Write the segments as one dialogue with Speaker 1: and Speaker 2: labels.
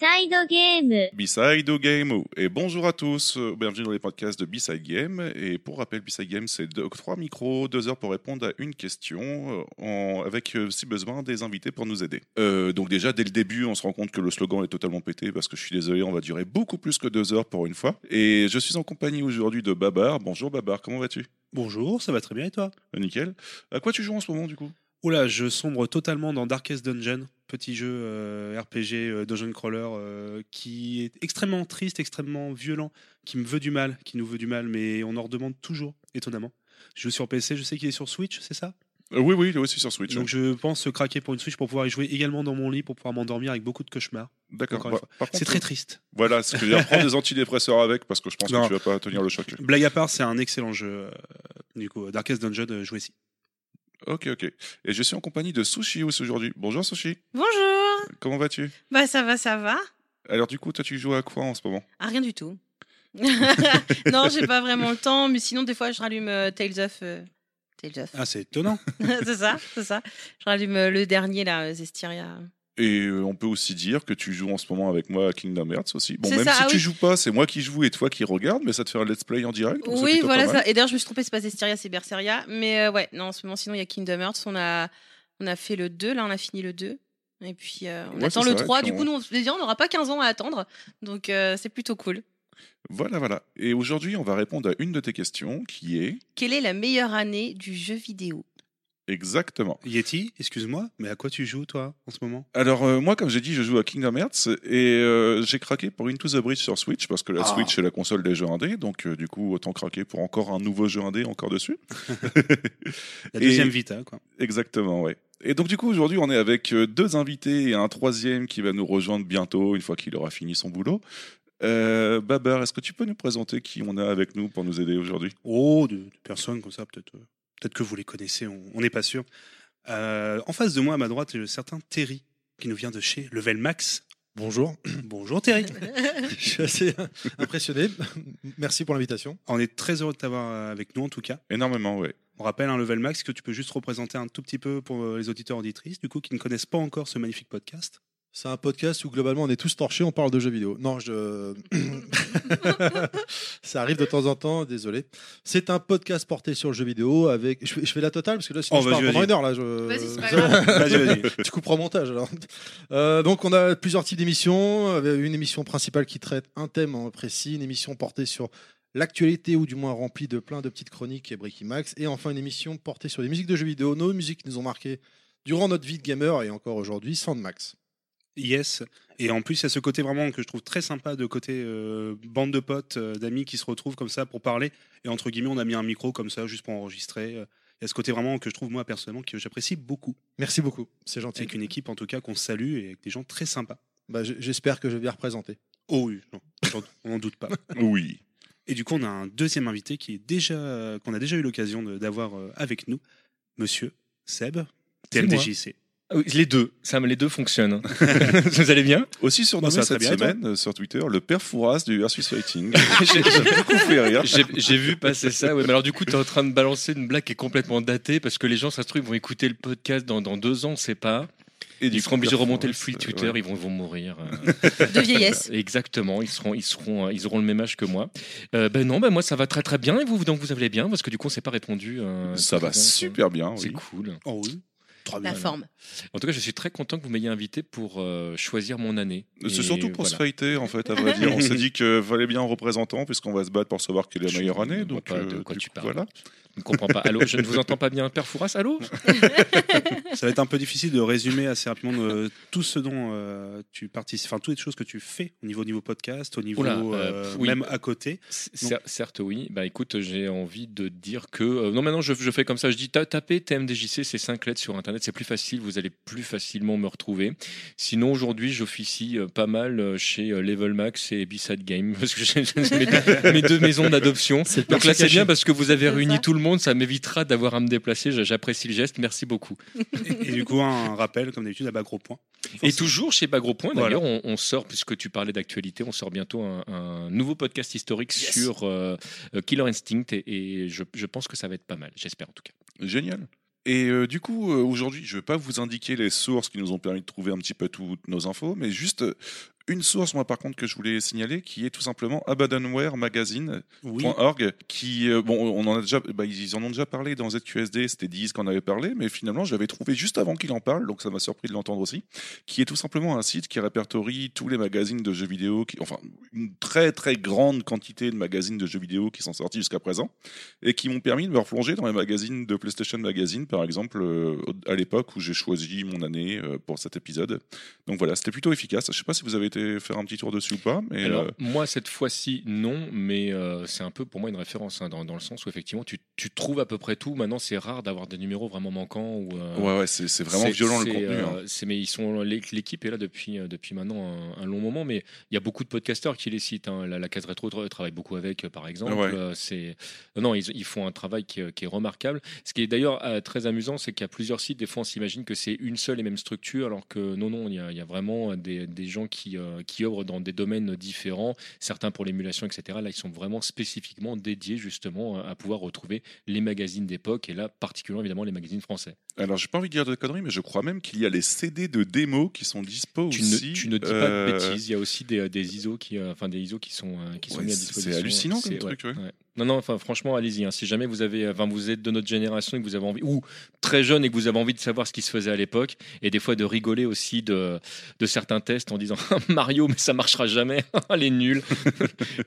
Speaker 1: サイドゲーム。
Speaker 2: B-Side Game et bonjour à tous, euh, bienvenue dans les podcasts de B-Side Game et pour rappel B-Side Game c'est deux- trois micros, deux heures pour répondre à une question euh, en- avec euh, si besoin des invités pour nous aider. Euh, donc déjà dès le début on se rend compte que le slogan est totalement pété parce que je suis désolé on va durer beaucoup plus que deux heures pour une fois et je suis en compagnie aujourd'hui de Babar, bonjour Babar comment vas-tu
Speaker 3: Bonjour, ça va très bien et toi
Speaker 2: Euh, Nickel. À quoi tu joues en ce moment du coup
Speaker 3: Oula, Oh je sombre totalement dans Darkest Dungeon, petit jeu euh, RPG euh, Dungeon Crawler euh, qui est extrêmement triste, extrêmement violent, qui me veut du mal, qui nous veut du mal, mais on en redemande toujours, étonnamment. Je joue sur PC, je sais qu'il est sur Switch, c'est ça
Speaker 2: Euh, Oui oui il est aussi sur Switch.
Speaker 3: Donc je pense craquer pour une Switch pour pouvoir y jouer également dans mon lit, pour pouvoir m'endormir avec beaucoup de cauchemars.
Speaker 2: D'accord.
Speaker 3: encore une
Speaker 2: Bah,
Speaker 3: fois.
Speaker 2: par
Speaker 3: C'est
Speaker 2: contre,
Speaker 3: très triste.
Speaker 2: Voilà, ce que je veux dire, prends des antidépresseurs avec parce que je pense
Speaker 3: Non.
Speaker 2: que tu vas pas tenir le choc.
Speaker 3: Blague à part, c'est un excellent jeu. euh, du coup, Darkest Dungeon, euh, jouez-y.
Speaker 2: Ok, ok. Et je suis en compagnie de Sushi House aujourd'hui. Bonjour Sushi,
Speaker 4: Bonjour
Speaker 2: comment vas-tu
Speaker 4: Bah ça va, ça va
Speaker 2: Alors du coup, toi tu joues à quoi en ce moment
Speaker 4: Ah rien du tout. non, j'ai pas vraiment le temps, mais sinon des fois je rallume euh, Tales of... euh, Tales of.
Speaker 3: Ah, c'est étonnant.
Speaker 4: c'est ça, c'est ça. Je rallume euh, le dernier là, euh, Zestiria.
Speaker 2: Et euh, on peut aussi dire que tu joues en ce moment avec moi à Kingdom Hearts aussi. Bon,
Speaker 4: C'est
Speaker 2: même
Speaker 4: ça,
Speaker 2: si
Speaker 4: ah
Speaker 2: tu
Speaker 4: oui.
Speaker 2: joues pas, c'est moi qui joue et toi qui regarde, mais ça te fait un let's play en direct. donc c'est
Speaker 4: Oui,
Speaker 2: plutôt
Speaker 4: voilà
Speaker 2: pas mal.
Speaker 4: ça. Et d'ailleurs je me suis trompée, c'est pas Zestiria, c'est Berseria. Mais euh, ouais, non, en ce moment sinon il y a Kingdom Hearts, on a, on a fait le 2, là on a fini le 2. Et puis euh, on
Speaker 2: Ouais,
Speaker 4: attend
Speaker 2: c'est
Speaker 4: le
Speaker 2: ça,
Speaker 4: 3,
Speaker 2: puis
Speaker 4: du
Speaker 2: on-
Speaker 4: coup nous on se dit, on n'aura pas 15 ans à attendre, donc euh, c'est plutôt cool.
Speaker 2: Voilà, voilà. Et aujourd'hui, on va répondre à une de tes questions qui est
Speaker 4: Quelle est la meilleure année du jeu vidéo
Speaker 2: exactement.
Speaker 3: Yeti, excuse-moi, mais à quoi tu joues toi en ce moment
Speaker 2: Alors euh, moi, comme j'ai dit, je joue à Kingdom Hearts et euh, j'ai craqué pour Into the Bridge sur Switch parce que la
Speaker 3: Ah.
Speaker 2: Switch est la console des jeux indés, donc euh, du coup autant craquer pour encore un nouveau jeu indé encore dessus. Et-
Speaker 3: La deuxième Vita, quoi.
Speaker 2: Exactement, ouais. Et donc du coup aujourd'hui on est avec euh, deux invités et un troisième qui va nous rejoindre bientôt une fois qu'il aura fini son boulot. Euh, Babar, est-ce que tu peux nous présenter qui on a avec nous pour nous aider aujourd'hui
Speaker 3: Oh, de, de personnes comme ça, peut-être euh, peut-être que vous les connaissez, on on n'est pas sûr. Euh, en face de moi, à ma droite, il y a un certain Terry, qui nous vient de chez Level Max.
Speaker 5: Bonjour,
Speaker 3: Bonjour Terry
Speaker 5: je suis assez euh, impressionné. Merci pour l'invitation.
Speaker 3: On est très heureux de t'avoir euh, avec nous, en tout cas.
Speaker 2: Énormément, ouais.
Speaker 3: On rappelle un Level Max que tu peux juste représenter un tout petit peu pour euh, les auditeurs auditrices, du coup, qui ne connaissent pas encore ce magnifique podcast.
Speaker 5: C'est un podcast où globalement on est tous torchés, on parle de jeux vidéo. Non, je. Ça arrive de temps en temps, désolé. C'est un podcast porté sur le jeu vidéo avec. Je fais, je fais la totale parce que là, sinon
Speaker 3: Oh,
Speaker 5: je
Speaker 3: vas-y, vas-y.
Speaker 5: parle pendant une heure là. je-
Speaker 4: Vas-y, c'est pas grave.
Speaker 3: Vas-y, vas-y.
Speaker 5: Tu couperas au montage alors. Euh, donc on a plusieurs types d'émissions. Euh, Une émission principale qui traite un thème en précis, une émission portée sur l'actualité ou du moins remplie de plein de petites chroniques et Bricky Max, et enfin une émission portée sur les musiques de jeux vidéo, nos musiques qui nous ont marqué durant notre vie de gamer et encore aujourd'hui, Sandmax.
Speaker 3: Yes. Et en plus, il y a ce côté vraiment que je trouve très sympa de côté euh, bande de potes, euh, d'amis qui se retrouvent comme ça pour parler. Et entre guillemets, on a mis un micro comme ça juste pour enregistrer. Euh, Il y a ce côté vraiment que je trouve moi personnellement que j'apprécie beaucoup.
Speaker 5: Merci beaucoup, c'est gentil.
Speaker 3: Avec une équipe en tout cas qu'on salue et avec des gens très sympas.
Speaker 5: Bah, j- J'espère que je vais bien représenter.
Speaker 3: Oh oui, non, j'en- on n'en doute pas.
Speaker 2: Oui.
Speaker 3: Et du coup, on a un deuxième invité qui est déjà euh, qu'on a déjà eu l'occasion de- d'avoir euh, avec nous, Monsieur Seb,
Speaker 6: C'est moi.
Speaker 3: TMDJC.
Speaker 6: Ah oui, les deux, ça, me- les deux fonctionnent. hein. Vous allez bien
Speaker 2: Aussi surnommé
Speaker 3: ça va
Speaker 2: cette
Speaker 3: très bien, et toi
Speaker 2: semaine euh, sur Twitter, le père Fouras du Versus Fighting. J'ai beaucoup fait rire.
Speaker 6: J'ai j'ai vu passer ça. Ouais, mais alors du coup, tu es en train de balancer une blague qui est complètement datée parce que les gens, ça se trouve, ils vont écouter le podcast dans, dans deux ans, on sait pas.
Speaker 2: Et du
Speaker 6: Ils
Speaker 2: coup,
Speaker 6: seront obligés de
Speaker 2: Père
Speaker 6: remonter le
Speaker 2: Fouras,
Speaker 6: flux
Speaker 2: euh,
Speaker 6: Twitter,
Speaker 2: ouais.
Speaker 6: ils vont, vont mourir. euh,
Speaker 4: De vieillesse.
Speaker 6: Exactement, ils seront, ils seront, euh, ils auront le même âge que moi. Euh, ben non, ben moi ça va très très bien. Et vous, donc vous allez bien Parce que du coup, on s'est pas répondu. euh,
Speaker 2: Ça
Speaker 6: très
Speaker 2: va
Speaker 6: bien,
Speaker 2: super bien,
Speaker 6: C'est
Speaker 2: oui.
Speaker 6: cool.
Speaker 3: Oh oui. Très
Speaker 4: La
Speaker 6: Voilà.
Speaker 4: forme.
Speaker 6: En tout cas, je suis très content que vous m'ayez invité pour euh, choisir mon année.
Speaker 2: C'est
Speaker 6: Et
Speaker 2: surtout pour se
Speaker 6: voilà.
Speaker 2: fighter, en fait, à vrai dire. On s'est dit que valait bien un représentant, puisqu'on va se battre pour savoir quelle est la
Speaker 6: Je
Speaker 2: meilleure
Speaker 6: ne
Speaker 2: année.
Speaker 6: vois
Speaker 2: Donc,
Speaker 6: pas de
Speaker 2: euh,
Speaker 6: quoi
Speaker 2: du
Speaker 6: tu
Speaker 2: coup,
Speaker 6: parles.
Speaker 2: voilà.
Speaker 6: Je ne comprends pas. Allô, je ne vous entends pas bien. Père Fouras, allô
Speaker 3: ça va être un peu difficile de résumer assez rapidement euh, tout ce dont euh, tu participes, enfin toutes les choses que tu fais au niveau, au niveau podcast, au niveau
Speaker 6: Oula,
Speaker 3: euh,
Speaker 6: euh, oui.
Speaker 3: même à côté.
Speaker 6: C- cer- Certes, oui. Bah écoute, j'ai envie de dire que. euh, non, maintenant, je, je fais comme ça. Je dis ta- tapez TMDJC, c'est 5 lettres sur Internet, c'est plus facile, vous allez plus facilement me retrouver. Sinon, aujourd'hui, j'officie euh, pas mal euh, chez euh, Level Max et B-Side Game, parce que j'ai- j'ai mes, mes deux maisons d'adoption. Donc là, c'est bien parce que vous avez
Speaker 4: C'est
Speaker 6: réuni
Speaker 4: ça.
Speaker 6: tout le monde, ça m'évitera d'avoir à me déplacer. J- J'apprécie le geste, merci beaucoup.
Speaker 3: Et, et du coup, un rappel, comme d'habitude, à bas gros point.
Speaker 6: Et toujours chez Bagro Point, d'ailleurs, on, on sort, puisque tu parlais d'actualité, on sort bientôt un, un nouveau podcast historique
Speaker 3: Yes.
Speaker 6: sur euh, euh, Killer Instinct, et, et je, je pense que ça va être pas mal, j'espère en tout cas.
Speaker 2: Génial. Et euh, du coup, euh, aujourd'hui, je ne vais pas vous indiquer les sources qui nous ont permis de trouver un petit peu toutes nos infos, mais juste euh, une source, moi, par contre, que je voulais signaler, qui est tout simplement Abandonware Magazine,
Speaker 3: Oui.
Speaker 2: .org, qui euh, bon on en a déjà bah, ils en ont déjà parlé dans ZQSD c'était 10 qu'on avait parlé mais finalement je l'avais trouvé juste avant qu'il en parle donc ça m'a surpris de l'entendre aussi qui est tout simplement un site qui répertorie tous les magazines de jeux vidéo qui enfin une très très grande quantité de magazines de jeux vidéo qui sont sortis jusqu'à présent et qui m'ont permis de me replonger dans les magazines de PlayStation Magazine par exemple euh, à l'époque où j'ai choisi mon année euh, pour cet épisode donc voilà c'était plutôt efficace je sais pas si vous avez été faire un petit tour dessus ou pas mais
Speaker 6: Alors,
Speaker 2: euh,
Speaker 6: moi, cette fois-ci, non, mais euh, c'est un peu pour moi une référence, hein, dans, dans le sens où effectivement, tu, tu trouves à peu près tout. Maintenant, c'est rare d'avoir des numéros vraiment manquants. Ou, euh,
Speaker 2: ouais ouais c'est c'est vraiment
Speaker 6: c'est-
Speaker 2: violent le
Speaker 6: c'est,
Speaker 2: contenu hein.
Speaker 6: euh, c'est- mais ils sont l'é- l'équipe est là depuis euh, depuis maintenant un, un long moment. Mais il y a beaucoup de podcasteurs qui les citent. hein. La, la case rétro tra- travaille beaucoup avec, euh, par exemple.
Speaker 2: Ouais.
Speaker 6: Euh, c'est non, non, ils, ils font un travail qui, est- qui est remarquable. Ce qui est d'ailleurs euh, très amusant, c'est qu'il y a plusieurs sites. Des fois, on s'imagine que c'est une seule et même structure, alors que non, non, il y a, il y a vraiment des, des gens qui euh, qui œuvrent dans des domaines différents. Certains pour l'émulation, etc. Là, ils sont vraiment spécifiquement dédiés justement à pouvoir retrouver les magazines d'époque et là, particulièrement évidemment les magazines français.
Speaker 2: Alors, j'ai pas envie de dire de conneries, mais je crois même qu'il y a les CD de démos qui sont dispo
Speaker 6: tu
Speaker 2: aussi.
Speaker 6: ne, tu ne dis pas
Speaker 2: euh,
Speaker 6: de bêtises. Il y a aussi des, des ISO qui, euh, enfin des ISO qui sont, euh, qui sont
Speaker 2: Ouais,
Speaker 6: mis à
Speaker 2: c'est- c'est
Speaker 6: disposition.
Speaker 2: hallucinant comme
Speaker 6: C'est-
Speaker 2: truc, ouais.
Speaker 6: Non, non. Enfin, franchement, allez-y. hein. Si jamais vous avez, enfin, vous êtes de notre génération et que vous avez envie, ou très jeune et que vous avez envie de savoir ce qui se faisait à l'époque, et des fois de rigoler aussi de, de certains tests en disant Mario, mais ça marchera jamais. Elle est nulle.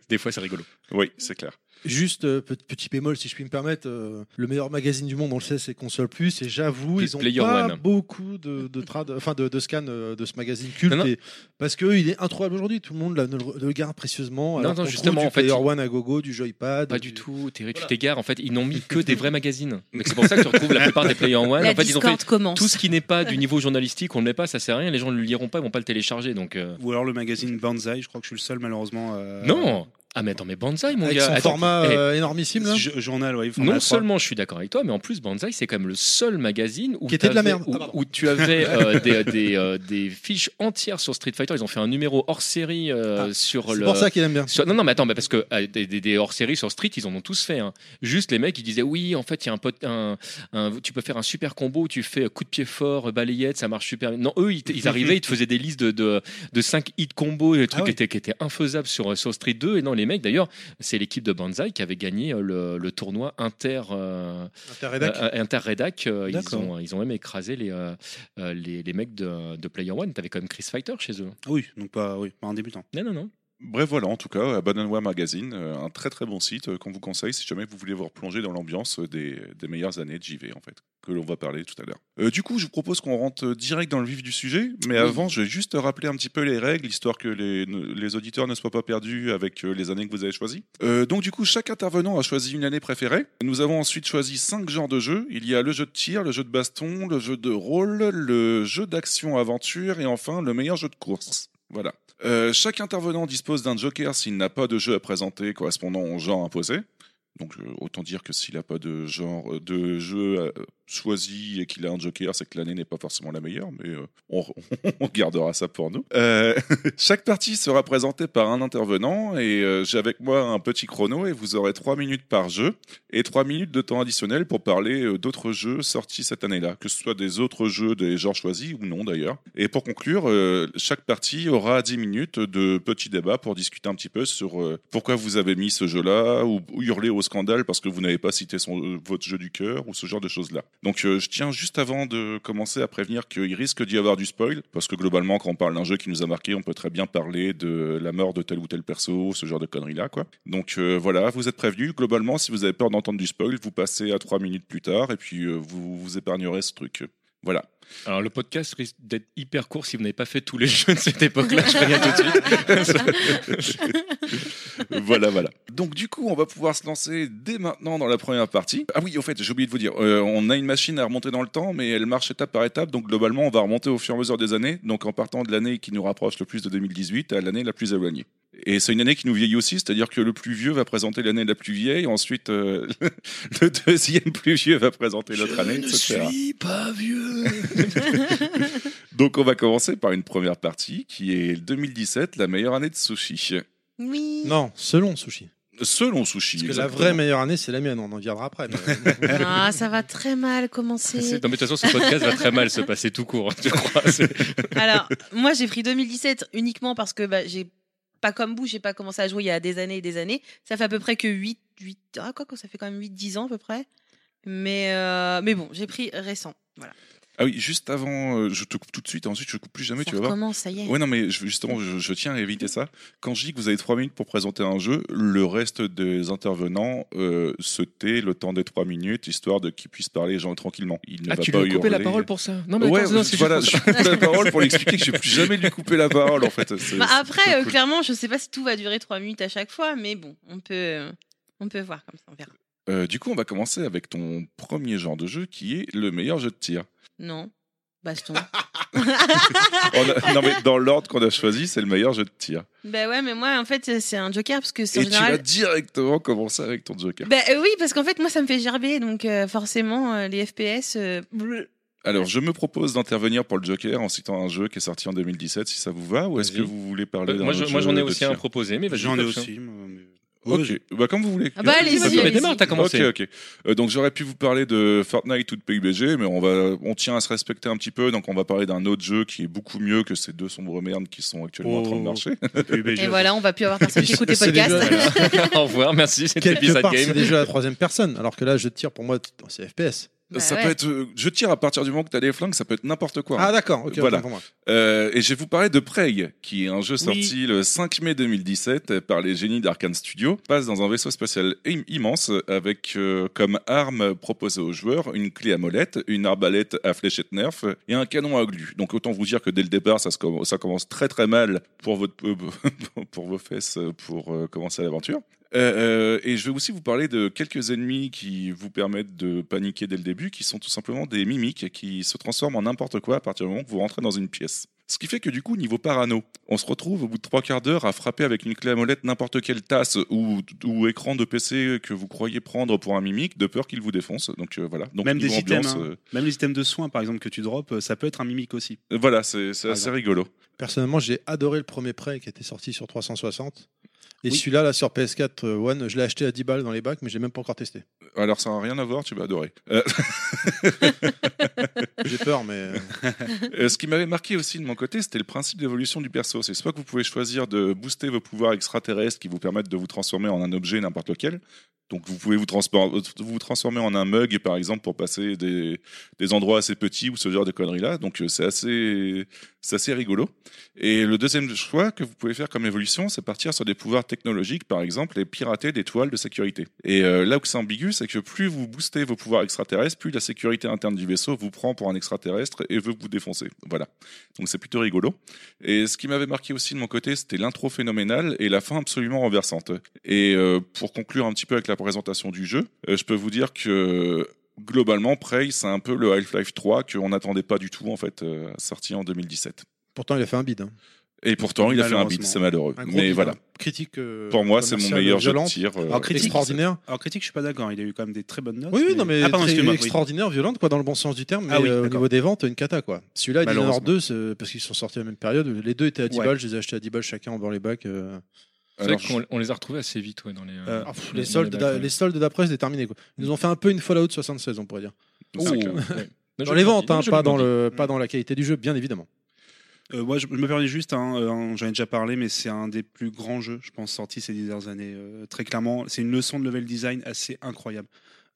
Speaker 6: des fois, c'est rigolo.
Speaker 2: Oui, c'est clair.
Speaker 5: Juste euh, pe- petit bémol, si je puis me permettre, euh, le meilleur magazine du monde, on le sait, c'est Console Plus. Et j'avoue,
Speaker 6: Plus
Speaker 5: ils ont
Speaker 6: Player
Speaker 5: pas
Speaker 6: One.
Speaker 5: beaucoup de, de trad, enfin de, de scans euh, de ce magazine culte,
Speaker 6: Non, non.
Speaker 5: et- parce que il est introuvable aujourd'hui. Tout le monde là, ne le, le garde précieusement.
Speaker 6: Non,
Speaker 5: alors
Speaker 6: non,
Speaker 5: qu'on trouve
Speaker 6: justement,
Speaker 5: du
Speaker 6: en fait,
Speaker 5: Player
Speaker 6: ils-
Speaker 5: One à gogo, du joypad.
Speaker 6: Pas du tout. Thierry, tu t'égares. En fait, ils n'ont mis que des vrais magazines. Donc, C'est pour ça que tu retrouves la plupart des Player
Speaker 2: Ah,
Speaker 6: One.
Speaker 4: La
Speaker 6: en fait, ils ont fait
Speaker 4: discorde commence.
Speaker 6: tout ce qui n'est pas du niveau journalistique, on ne l'est pas, ça sert à rien. Les gens ne le liront pas, ils vont pas le télécharger. Donc euh,
Speaker 3: Ou alors le magazine Banzai, je crois que je suis le seul malheureusement. euh,
Speaker 6: Non Ah mais attends, mais Banzai, mon
Speaker 5: Avec
Speaker 6: gars
Speaker 5: son
Speaker 6: Attends,
Speaker 5: format
Speaker 6: eh,
Speaker 5: euh, énormissime là.
Speaker 3: j- Journal, ouais, format
Speaker 6: Non
Speaker 3: A3.
Speaker 6: seulement je suis d'accord avec toi, mais en plus Banzai c'est quand même le seul magazine où,
Speaker 5: Qui était de la
Speaker 6: t'avais-
Speaker 5: merde.
Speaker 6: où,
Speaker 5: Ah, pardon.
Speaker 6: où tu avais euh, des, des, euh, des fiches entières sur Street Fighter. Ils ont fait un numéro hors série euh, sur
Speaker 5: Ah, C'est
Speaker 6: le.
Speaker 5: pour ça qu'il aime bien.
Speaker 6: sur- non, non, mais attends, mais parce que euh, des, des- des hors-séries sur Street, ils en ont tous fait. hein. Juste les mecs, ils disaient oui, en fait, il y a un, pot- un, un- tu peux faire un super combo, tu fais coup de pied fort, balayette, ça marche super. bien. Non, eux, ils, t- ils arrivaient, ils te faisaient des listes de, de, de 5 hits combo et des trucs
Speaker 3: Ah
Speaker 6: qui,
Speaker 3: ouais.
Speaker 6: étaient, qui étaient infaisables sur, euh, sur Street 2. Et non, les mecs, d'ailleurs, c'est l'équipe de Banzai qui avait gagné euh, le, le tournoi inter. euh,
Speaker 5: Interrédac.
Speaker 6: euh, Interredac, euh, ils,
Speaker 3: D'accord.
Speaker 6: ont, ils ont même écrasé les, euh, euh, les, les mecs de, de Player One. T'avais quand même Chris Fighter chez eux.
Speaker 3: Ah oui, donc pas, oui, pas un débutant.
Speaker 6: Non, non, non.
Speaker 2: Bref, voilà, en tout cas, Abandonware Magazine, euh, un très très bon site euh, qu'on vous conseille si jamais vous voulez vous replonger dans l'ambiance euh, des, des meilleures années de JV, en fait, que l'on va parler tout à l'heure. Euh, du coup, je vous propose qu'on rentre euh, direct dans le vif du sujet, mais
Speaker 6: Oui.
Speaker 2: avant, je vais juste rappeler un petit peu les règles, histoire que les, les auditeurs ne soient pas perdus avec euh, les années que vous avez choisies. Euh, donc, du coup, chaque intervenant a choisi une année préférée. Nous avons ensuite choisi cinq genres de jeux. Il y a le jeu de tir, le jeu de baston, le jeu de rôle, le jeu d'action-aventure et enfin le meilleur jeu de course. Voilà. Euh, chaque intervenant dispose d'un joker s'il n'a pas de jeu à présenter correspondant au genre imposé. Donc euh, autant dire que s'il n'a pas de genre euh, de jeu euh, choisi et qu'il a un joker, c'est que l'année n'est pas forcément la meilleure, mais euh, on, on gardera ça pour nous. Euh, chaque partie sera présentée par un intervenant et euh, j'ai avec moi un petit chrono et vous aurez 3 minutes par jeu et 3 minutes de temps additionnel pour parler euh, d'autres jeux sortis cette année-là, que ce soit des autres jeux des genres choisis ou non d'ailleurs. Et pour conclure, euh, chaque partie aura 10 minutes de petits débats pour discuter un petit peu sur euh, pourquoi vous avez mis ce jeu-là ou, ou hurler au scandale parce que vous n'avez pas cité son, euh, votre jeu du cœur ou ce genre de choses-là. Donc euh, je tiens juste avant de commencer à prévenir qu'il risque d'y avoir du spoil parce que globalement quand on parle d'un jeu qui nous a marqué, on peut très bien parler de la mort de tel ou tel perso, ce genre de conneries-là quoi. Donc euh, voilà, vous êtes prévenus. Globalement, si vous avez peur d'entendre du spoil, vous passez à 3 minutes plus tard et puis euh, vous vous épargnerez ce truc. Voilà.
Speaker 6: Alors le podcast risque d'être hyper court si vous n'avez pas fait tous les jeux de cette époque-là, je préviens tout de suite.
Speaker 2: voilà, voilà. Donc du coup, on va pouvoir se lancer dès maintenant dans la première partie. Ah oui, au fait, j'ai oublié de vous dire, euh, on a une machine à remonter dans le temps, mais elle marche étape par étape. Donc globalement, on va remonter au fur et à mesure des années. Donc en partant de l'année qui nous rapproche le plus de 2018 à l'année la plus éloignée. Et c'est une année qui nous vieillit aussi, c'est-à-dire que le plus vieux va présenter l'année la plus vieille, ensuite euh, le deuxième plus vieux va présenter l'autre année, etc.
Speaker 6: pas vieux.
Speaker 2: Donc on va commencer par une première partie qui est 2017, la meilleure année de sushi.
Speaker 6: euh,
Speaker 4: Oui.
Speaker 5: Non, selon Sushi.
Speaker 2: Selon Sushi.
Speaker 5: Parce que la
Speaker 2: exactement.
Speaker 5: vraie meilleure année, c'est la mienne. On en viendra après. mais-
Speaker 4: Ah, ça va très mal commencer.
Speaker 6: Non mais de toute façon, ce podcast va très mal se passer tout court, hein, je crois. C'est-
Speaker 4: Alors, moi, j'ai pris 2017 uniquement parce que bah, j'ai pas comme vous, j'ai pas commencé à jouer il y a des années et des années. Ça fait à peu près que 8, 8 ah quoi, quoi, ça fait quand même 8, 10 ans à peu près. Mais, euh, mais bon, j'ai pris récent. Voilà.
Speaker 2: Ah oui, juste avant, euh, je te coupe tout de suite, ensuite je coupe plus jamais,
Speaker 4: ça
Speaker 2: Ah, tu vas voir.
Speaker 4: recommence, ça y est.
Speaker 2: Ouais, non, mais je- justement, je, je tiens à éviter ça. Quand je dis que vous avez trois minutes pour présenter un jeu, le reste des intervenants euh, se tait le temps des trois minutes, histoire de qu'ils puissent parler genre, tranquillement. Il ne
Speaker 6: Ah,
Speaker 2: va
Speaker 6: tu
Speaker 2: pas
Speaker 6: lui as coupé la
Speaker 2: hurler.
Speaker 6: parole pour ça Non mais
Speaker 2: Ouais, euh,
Speaker 6: attends, non, c'est
Speaker 2: voilà,
Speaker 6: juste
Speaker 2: je coupe la parole pour l'expliquer que je ne vais plus jamais lui couper la parole, en fait. C'est-
Speaker 4: Bah,
Speaker 2: c'est-
Speaker 4: après,
Speaker 2: c'est
Speaker 4: euh,
Speaker 2: cool.
Speaker 4: clairement, je sais pas si tout va durer 3 minutes à chaque fois, mais bon, on peut, euh, on peut voir comme ça, on verra.
Speaker 2: Euh, du coup, on va commencer avec ton premier genre de jeu qui est le meilleur jeu de tir.
Speaker 4: Non. Baston.
Speaker 2: On a- non, mais dans l'ordre qu'on a choisi, c'est le meilleur jeu de tir.
Speaker 4: ben ouais, mais moi, en fait, c'est un joker parce que c'est en
Speaker 2: Et tu vas
Speaker 4: général.
Speaker 2: directement commencer avec ton Joker.
Speaker 4: Ben
Speaker 7: Bah,
Speaker 4: euh, oui, parce qu'en fait, moi, ça me fait gerber, donc euh, forcément, euh, les FPS. euh,
Speaker 2: Alors, je me propose d'intervenir pour le Joker en citant un jeu qui est sorti en 2017, si ça vous va, ou est-ce
Speaker 6: Vas-y.
Speaker 2: que vous voulez parler
Speaker 6: Euh,
Speaker 2: d'un
Speaker 6: Moi, je-
Speaker 2: autre
Speaker 6: moi, j'en ai
Speaker 2: jeu de
Speaker 6: aussi un
Speaker 2: tir
Speaker 6: proposé, mais vas-y.
Speaker 3: J'en ai
Speaker 6: tape ça.
Speaker 3: aussi. moi, mais- Oh, Ouais,
Speaker 2: Ok, bah, comme vous voulez.
Speaker 4: Ah bah, allez-y,
Speaker 6: Vas-y, mais
Speaker 4: allez-y.
Speaker 6: démarre, t'as commencé.
Speaker 2: Ok, ok. Euh, donc j'aurais pu vous parler de Fortnite ou de PUBG, mais on va, on tient à se respecter un petit peu, donc on va parler d'un autre jeu qui est beaucoup mieux que ces deux sombres merdes qui sont actuellement en train de
Speaker 3: Oh.
Speaker 2: marcher.
Speaker 3: PUBG.
Speaker 4: Et voilà, on va plus avoir personne qui écoute les
Speaker 5: C'est déjà-
Speaker 4: podcasts.
Speaker 6: Au revoir, merci, c'était
Speaker 5: Quelque
Speaker 6: Bizarre
Speaker 5: part, c'est
Speaker 6: Game.
Speaker 5: déjà la troisième personne. Alors que là, je tire pour moi, t- c'est FPS.
Speaker 4: Bah
Speaker 2: ça
Speaker 4: ouais.
Speaker 2: peut être, euh, je tire à partir du moment que t'as des flingues, ça peut être n'importe quoi. hein.
Speaker 5: Ah, d'accord. Ok,
Speaker 2: Voilà.
Speaker 5: autant pour moi.
Speaker 2: Euh, et je vais vous parler de Prey, qui est un jeu
Speaker 3: Oui.
Speaker 2: sorti le 5 mai 2017 par les génies d'Arkane Studio. Passe dans un vaisseau spatial im- immense avec euh, comme arme proposée aux joueurs une clé à molette, une arbalète à fléchette nerf et un canon à glu. Donc autant vous dire que dès le départ, ça, se comm- ça commence très très mal pour, votre, pour vos fesses pour euh, commencer l'aventure. Euh, euh, et je vais aussi vous parler de quelques ennemis qui vous permettent de paniquer dès le début, qui sont tout simplement des mimiques qui se transforment en n'importe quoi à partir du moment que vous rentrez dans une pièce. Ce qui fait que du coup, niveau parano, on se retrouve au bout de trois quarts d'heure à frapper avec une clé à molette n'importe quelle tasse ou, ou écran de PC que vous croyez prendre pour un mimique, de peur qu'il vous défonce. Donc euh, voilà. Donc,
Speaker 3: Même
Speaker 2: niveau
Speaker 3: des items,
Speaker 2: ambiance,
Speaker 3: hein. Même les systèmes de soins, par exemple, que tu drops, euh, ça peut être un mimique aussi.
Speaker 2: euh, voilà, c'est c'est
Speaker 3: Par
Speaker 2: assez rigolo.
Speaker 5: Personnellement, j'ai adoré le premier prêt qui était sorti sur 360. Et
Speaker 3: Oui.
Speaker 5: celui-là, là, sur PS4 euh, One, je l'ai acheté à 10 balles dans les bacs, mais j'ai même pas encore testé.
Speaker 2: Alors ça n'a rien à voir, tu vas adorer. Euh,
Speaker 5: J'ai peur, mais euh,
Speaker 2: Euh, ce qui m'avait marqué aussi de mon côté, c'était le principe d'évolution du perso. C'est soit que vous pouvez choisir de booster vos pouvoirs extraterrestres qui vous permettent de vous transformer en un objet n'importe lequel. Donc vous pouvez vous, transpor- euh, vous transformer en un mug, par exemple, pour passer des, des endroits assez petits ou ce genre de conneries-là. Donc euh, c'est assez, c'est assez rigolo. Et le deuxième choix que vous pouvez faire comme évolution, c'est partir sur des pouvoirs technologiques, par exemple, et pirater des toiles de sécurité. Et euh, là où c'est ambigu, c'est que plus vous boostez vos pouvoirs extraterrestres, plus la sécurité interne du vaisseau vous prend pour un extraterrestre et veut vous défoncer. Voilà. Donc c'est plutôt rigolo. Et ce qui m'avait marqué aussi de mon côté, c'était l'intro phénoménale et la fin absolument renversante. Et euh, pour conclure un petit peu avec la présentation du jeu, euh, je peux vous dire que globalement, Prey, c'est un peu le Half-Life 3 qu'on n'attendait pas du tout, en fait, euh, sorti en 2017.
Speaker 5: pourtant, il a fait un bid. hein.
Speaker 2: Et pourtant, il a fait un bid,
Speaker 3: Malheureusement.
Speaker 2: c'est malheureux.
Speaker 5: Un gros
Speaker 2: Mais
Speaker 5: bid,
Speaker 2: voilà,
Speaker 5: hein. Critique. euh,
Speaker 2: pour moi, c'est mon
Speaker 5: commerciale,
Speaker 2: meilleur jeu de
Speaker 5: violente,
Speaker 2: tir. euh,
Speaker 3: Alors, critique,
Speaker 5: Extraordinaire.
Speaker 3: Alors, critique, je suis pas d'accord. Il a eu quand même des très bonnes notes.
Speaker 5: Oui, oui, non, mais
Speaker 3: Ah, pardon,
Speaker 5: très
Speaker 3: excuse-moi. oui.
Speaker 5: extraordinaire, violente, quoi, dans le bon sens du terme. Mais
Speaker 3: Ah oui,
Speaker 5: euh, au
Speaker 3: d'accord.
Speaker 5: niveau des ventes, une cata, quoi. Celui-là et Dishonored
Speaker 3: Malheureusement.
Speaker 5: 2, c'est- parce qu'ils sont sortis à la même période, les deux étaient à 10
Speaker 3: Ouais.
Speaker 5: balles, je les ai achetés à 10 balles chacun dans les bacs. euh.
Speaker 6: C'est vrai
Speaker 2: alors,
Speaker 6: qu'on on les a retrouvés assez vite ouais, dans les. euh,
Speaker 3: Euh,
Speaker 5: Ah, pff,
Speaker 6: dans
Speaker 5: les, soldes
Speaker 6: bacs,
Speaker 5: d'a-
Speaker 6: ouais.
Speaker 5: les soldes d'après, c'est terminé, quoi. Ils nous ont fait un peu une Fallout 76, on pourrait dire.
Speaker 2: je- c'est clair.
Speaker 5: Dans les ventes, hein, pas, dans
Speaker 6: le
Speaker 5: le, pas dans la qualité du jeu, bien évidemment.
Speaker 3: Euh, moi, je, je me permets juste, hein, euh, un- j'en ai déjà parlé, mais c'est un des plus grands jeux, je pense, sortis ces dernières années. euh, très clairement, c'est une leçon de level design assez incroyable.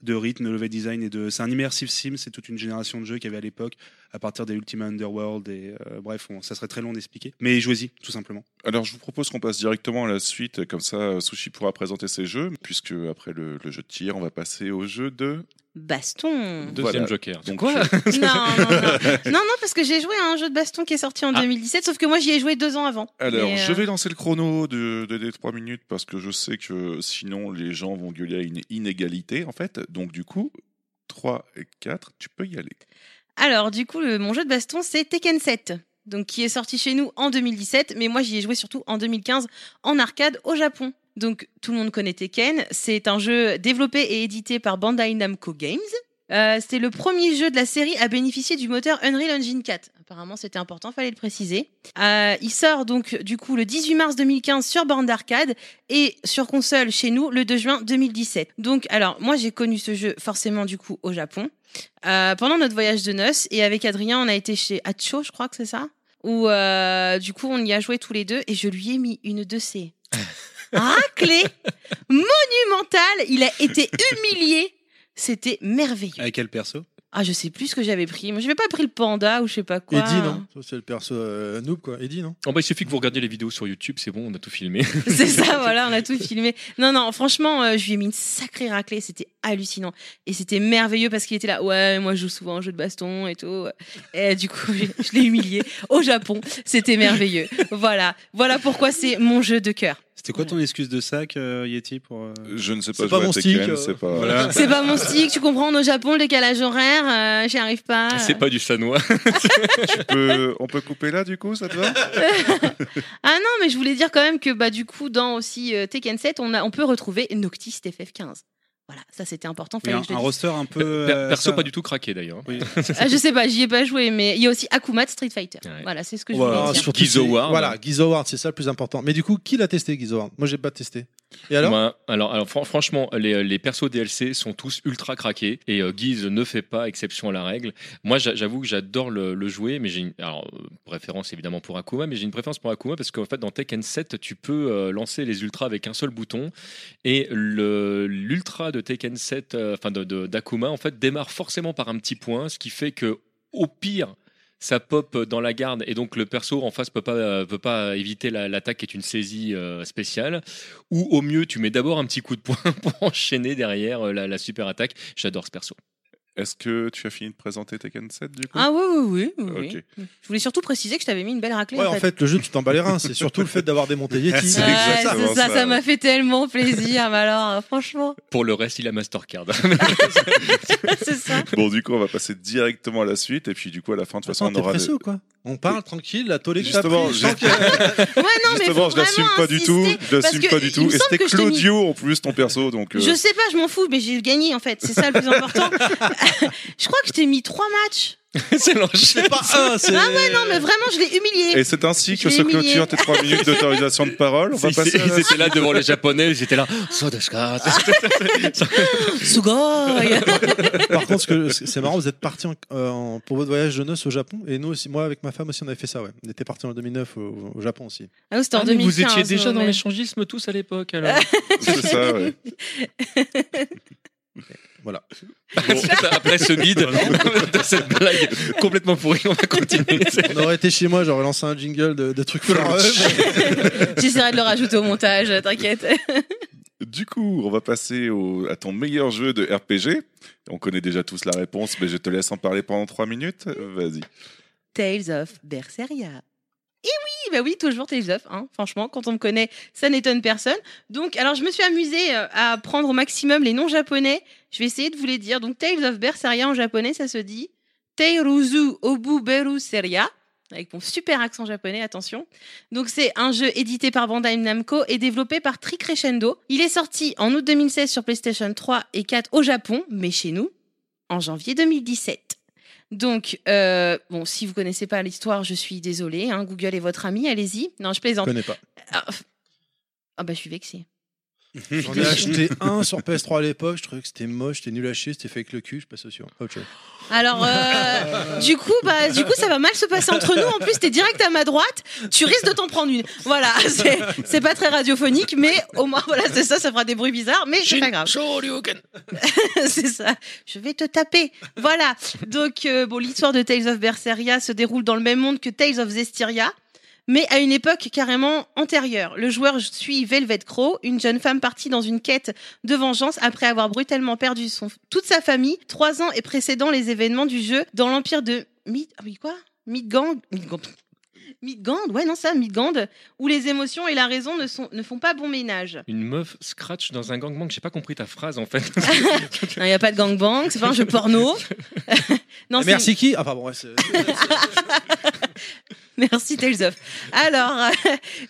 Speaker 3: De rythme, de level design et de. C'est un immersive sim, c'est toute une génération de jeux qu'il y avait à l'époque, à partir des Ultima Underworld et. euh, bref, on- ça serait très long d'expliquer. Mais jouez-y, tout simplement.
Speaker 2: Alors, je vous propose qu'on passe directement à la suite, comme ça, Sushi pourra présenter ses jeux, puisque après le, le jeu de tir, on va passer au jeu de
Speaker 7: baston.
Speaker 6: Deuxième
Speaker 2: Voilà.
Speaker 6: Joker.
Speaker 2: Donc,
Speaker 6: Quoi
Speaker 2: euh,
Speaker 7: non, non, non. non, non, parce que j'ai joué à un jeu de baston qui est sorti en
Speaker 6: Ah.
Speaker 7: 2017, sauf que moi j'y ai joué deux ans avant.
Speaker 2: Alors,
Speaker 7: Mais, euh,
Speaker 2: je vais lancer le chrono de, de- des 3 minutes parce que je sais que sinon les gens vont gueuler à une inégalité en fait. Donc, du coup, 3 et 4, tu peux y aller.
Speaker 7: Alors, du coup, le- mon jeu de baston, c'est Tekken 7. Donc, qui est sorti chez nous en 2017, mais moi j'y ai joué surtout en 2015 en arcade au Japon. Donc, tout le monde connaît Tekken. C'est un jeu développé et édité par Bandai Namco Games. Euh, c'est le premier jeu de la série à bénéficier du moteur Unreal Engine 4. Apparemment, c'était important, fallait le préciser. Euh, il sort donc du coup le 18 mars 2015 sur bande d'arcade et sur console chez nous le 2 juin 2017. Donc, alors moi j'ai connu ce jeu forcément du coup au Japon. Euh, pendant notre voyage de noces et avec Adrien on a été chez Hacho je crois que c'est ça où euh, du coup on y a joué tous les deux et je lui ai mis une 2C raclée monumentale il a été humilié c'était merveilleux
Speaker 3: Avec quel perso
Speaker 7: ah je sais plus ce que j'avais pris moi j'avais pas pris le panda ou je sais pas quoi
Speaker 5: Eddie,
Speaker 2: Ah.
Speaker 5: non Ça, C'est le perso euh, noob, quoi. Eddie, non
Speaker 6: Oh, bah, il suffit que vous regardiez les vidéos sur YouTube, c'est bon, on a tout filmé.
Speaker 7: C'est ça, voilà, on a tout filmé. Non, non, franchement, euh, je lui ai mis une sacrée raclée, c'était hallucinant. Et c'était merveilleux parce qu'il était là, ouais, moi je joue souvent au jeu de baston et tout. Et du coup, je je l'ai humilié au Japon, c'était merveilleux. Voilà, voilà pourquoi c'est mon jeu de cœur.
Speaker 3: C'était quoi ton excuse de sac, euh, Yeti pour, euh,
Speaker 2: Je ne sais pas jouer
Speaker 5: C'est pas
Speaker 2: à
Speaker 5: mon
Speaker 2: Tekken,
Speaker 5: stick, euh,
Speaker 2: c'est pas.
Speaker 3: Voilà.
Speaker 7: C'est pas mon stick, tu comprends, on est au Japon, le décalage horaire, euh, j'y arrive pas.
Speaker 6: C'est pas du chanois.
Speaker 2: Tu peux- on peut couper là du coup, ça te va
Speaker 7: Ah non, mais je voulais dire quand même que bah du coup, dans aussi euh, Tekken 7, on, a, on peut retrouver Noctis TFF15. Voilà, ça c'était important.
Speaker 3: Mais
Speaker 7: fallait
Speaker 3: un,
Speaker 7: que je le
Speaker 3: un
Speaker 7: dise.
Speaker 3: roster un peu.
Speaker 6: Per-
Speaker 3: euh,
Speaker 6: Perso,
Speaker 3: ça-
Speaker 6: pas du tout craqué d'ailleurs.
Speaker 3: Oui.
Speaker 7: Ah, je sais pas, j'y ai pas joué, mais il y a aussi Akuma de Street Fighter.
Speaker 6: Ouais.
Speaker 7: Voilà, c'est ce que je
Speaker 5: Voilà,
Speaker 2: Bah,
Speaker 7: voulais
Speaker 2: ah,
Speaker 7: dire.
Speaker 5: Ah, surtout,
Speaker 6: Guizo
Speaker 5: c'est-
Speaker 6: Ward.
Speaker 5: Voilà, Guizo Ward, c'est ça le plus important. Mais du coup, qui l'a testé, Guizo Ward Moi, j'ai pas testé. Et alors
Speaker 6: Moi, alors, alors, fran- franchement, les, les persos DLC sont tous ultra craqués et euh, Guise ne fait pas exception à la règle. Moi, j'a- j'avoue que j'adore le, le jouer, mais j'ai une alors, euh, préférence évidemment pour Akuma, mais j'ai une préférence pour Akuma parce qu'en fait, dans Tekken 7, tu peux euh, lancer les ultras avec un seul bouton et le- l'ultra de Tekken 7, euh, enfin de- de- d'Akuma, en fait, démarre forcément par un petit point, ce qui fait que au pire, ça pop dans la garde et donc le perso en face peut pas euh, peut pas éviter la- l'attaque qui est une saisie euh, spéciale ou au mieux tu mets d'abord un petit coup de poing pour enchaîner derrière euh, la, la super attaque j'adore ce perso
Speaker 2: Est-ce que tu as fini de présenter Tekken 7 du coup
Speaker 7: Ah oui, oui, oui. oui,
Speaker 2: Ok.
Speaker 7: oui. Je voulais surtout préciser que je t'avais mis une belle raclée.
Speaker 5: Ouais,
Speaker 7: en fait.
Speaker 5: le jeu, tu t'en bats les reins. C'est surtout le fait d'avoir démonté Yeti.
Speaker 2: C'est
Speaker 7: Ouais,
Speaker 2: exactement
Speaker 7: c'est ça,
Speaker 2: ça,
Speaker 7: ça m'a fait tellement plaisir, mais alors, euh, franchement,
Speaker 6: pour le reste il a Mastercard
Speaker 7: c'est ça.
Speaker 2: Bon, du coup, on va passer directement à la suite et puis du coup, à la fin, de toute façon, on
Speaker 5: Attends, t'es
Speaker 2: aura. des-
Speaker 5: presso, quoi. On parle tranquille, la tollée que t'as
Speaker 2: Justement,
Speaker 5: pris,
Speaker 2: j'ai-
Speaker 5: sans que-
Speaker 7: Ouais, non, mais
Speaker 2: Justement,
Speaker 7: faut
Speaker 2: je l'assume
Speaker 7: vraiment
Speaker 2: pas du tout.
Speaker 7: insister,
Speaker 2: Je l'assume
Speaker 7: parce
Speaker 2: pas
Speaker 7: que
Speaker 2: du
Speaker 7: il
Speaker 2: tout.
Speaker 7: me
Speaker 2: Et
Speaker 7: semble
Speaker 2: c'était
Speaker 7: que je t'ai mis-
Speaker 2: Claudio en plus, ton perso. Donc, euh,
Speaker 7: Je sais pas, je m'en fous, mais j'ai gagné en fait, c'est ça le plus important. je crois que je t'ai mis trois matchs.
Speaker 6: c'est l'enchaînement
Speaker 5: C'est pas un, c'est.
Speaker 7: Ah ouais, non, mais vraiment, je l'ai humilié.
Speaker 2: Et c'est ainsi
Speaker 7: Je
Speaker 2: que
Speaker 7: l'ai
Speaker 2: se
Speaker 7: humilié.
Speaker 2: clôturent tes 3 minutes d'autorisation de parole. On va
Speaker 6: ils,
Speaker 2: passer à la
Speaker 6: ils étaient là devant les japonais ils étaient là Sodashka
Speaker 7: Ah, Sugoi.
Speaker 5: Par contre, ce que- c'est marrant, vous êtes parti pour votre voyage de noces au Japon. Et nous aussi, moi, avec ma femme aussi, on avait fait ça, ouais. On était parti en 2009 au, au Japon aussi.
Speaker 7: Ah, non, c'était en
Speaker 6: Ah, mais
Speaker 7: 2015.
Speaker 6: vous étiez déjà
Speaker 7: ouais,
Speaker 6: dans
Speaker 7: hein, mais-
Speaker 6: l'échangisme tous à l'époque alors
Speaker 2: C'est ça, ouais.
Speaker 5: Voilà.
Speaker 6: Bon, après ce bide de cette blague complètement pourrie on va continuer
Speaker 5: On aurait été chez moi, j'aurais lancé un jingle de, de trucs foireux.
Speaker 7: J'essaierai de le rajouter au montage, t'inquiète.
Speaker 2: Du coup, on va passer au- à ton meilleur jeu de RPG. On connaît déjà tous la réponse, mais je te laisse en parler pendant 3 minutes. Euh, Vas-y.
Speaker 7: Tales of Berseria. Et oui, bah oui, toujours Tales of. hein. Franchement, quand on me connaît, ça n'étonne personne. Donc, alors, je me suis amusée euh, à prendre au maximum les noms japonais. Je vais essayer de vous les dire. Donc, Tales of Berseria en japonais, ça se dit Teiruzu Obu Beru Seria. Avec mon super accent japonais, attention. Donc, c'est un jeu édité par Bandai Namco et développé par Tricrescendo. Il est sorti en août 2016 sur PlayStation 3 et 4 au Japon, mais chez nous, en janvier 2017. Donc, euh, bon, si vous connaissez pas l'histoire, je suis désolée. hein, Google est votre ami, allez-y. Non, je
Speaker 5: Je
Speaker 7: plaisante.
Speaker 5: connais pas.
Speaker 7: Ah, pff. Ah bah, je suis vexée.
Speaker 5: J'en ai acheté un sur PS3 à l'époque. Je trouvais que c'était moche, c'était nul à chier, c'était fait avec le cul. Je passe au suivant. Autre chose.
Speaker 7: Alors, euh, du coup, bah, du coup, ça va mal se passer entre nous. En plus, t'es direct à ma droite. Tu risques de t'en prendre une. Voilà, c'est- c'est pas très radiophonique, mais au moins, voilà, c'est ça. Ça fera des bruits bizarres, mais c'est pas grave.
Speaker 6: Shoryuken.
Speaker 7: c'est ça. Je vais te taper. Voilà. Donc, euh, bon, l'histoire de Tales of Berseria se déroule dans le même monde que Tales of Zestiria. mais à une époque carrément antérieure. Le joueur suit Velvet Crow, une jeune femme partie dans une quête de vengeance après avoir brutalement perdu son, toute sa famille, trois ans et précédant les événements du jeu dans l'empire de Mid... ah oui, quoi Midgand Midgand Midgand, ouais, non, ça, Midgand, où les émotions et la raison ne, sont, ne font pas bon ménage.
Speaker 6: Une meuf scratch dans un gangbang, j'ai pas compris ta phrase en fait.
Speaker 7: Il n'y Hein, a pas de gangbang, c'est pas un jeu porno. non,
Speaker 3: Ah,
Speaker 7: c'est-
Speaker 5: Merci qui Enfin bon, ouais, c'est-
Speaker 7: Merci Tales of. Alors, euh,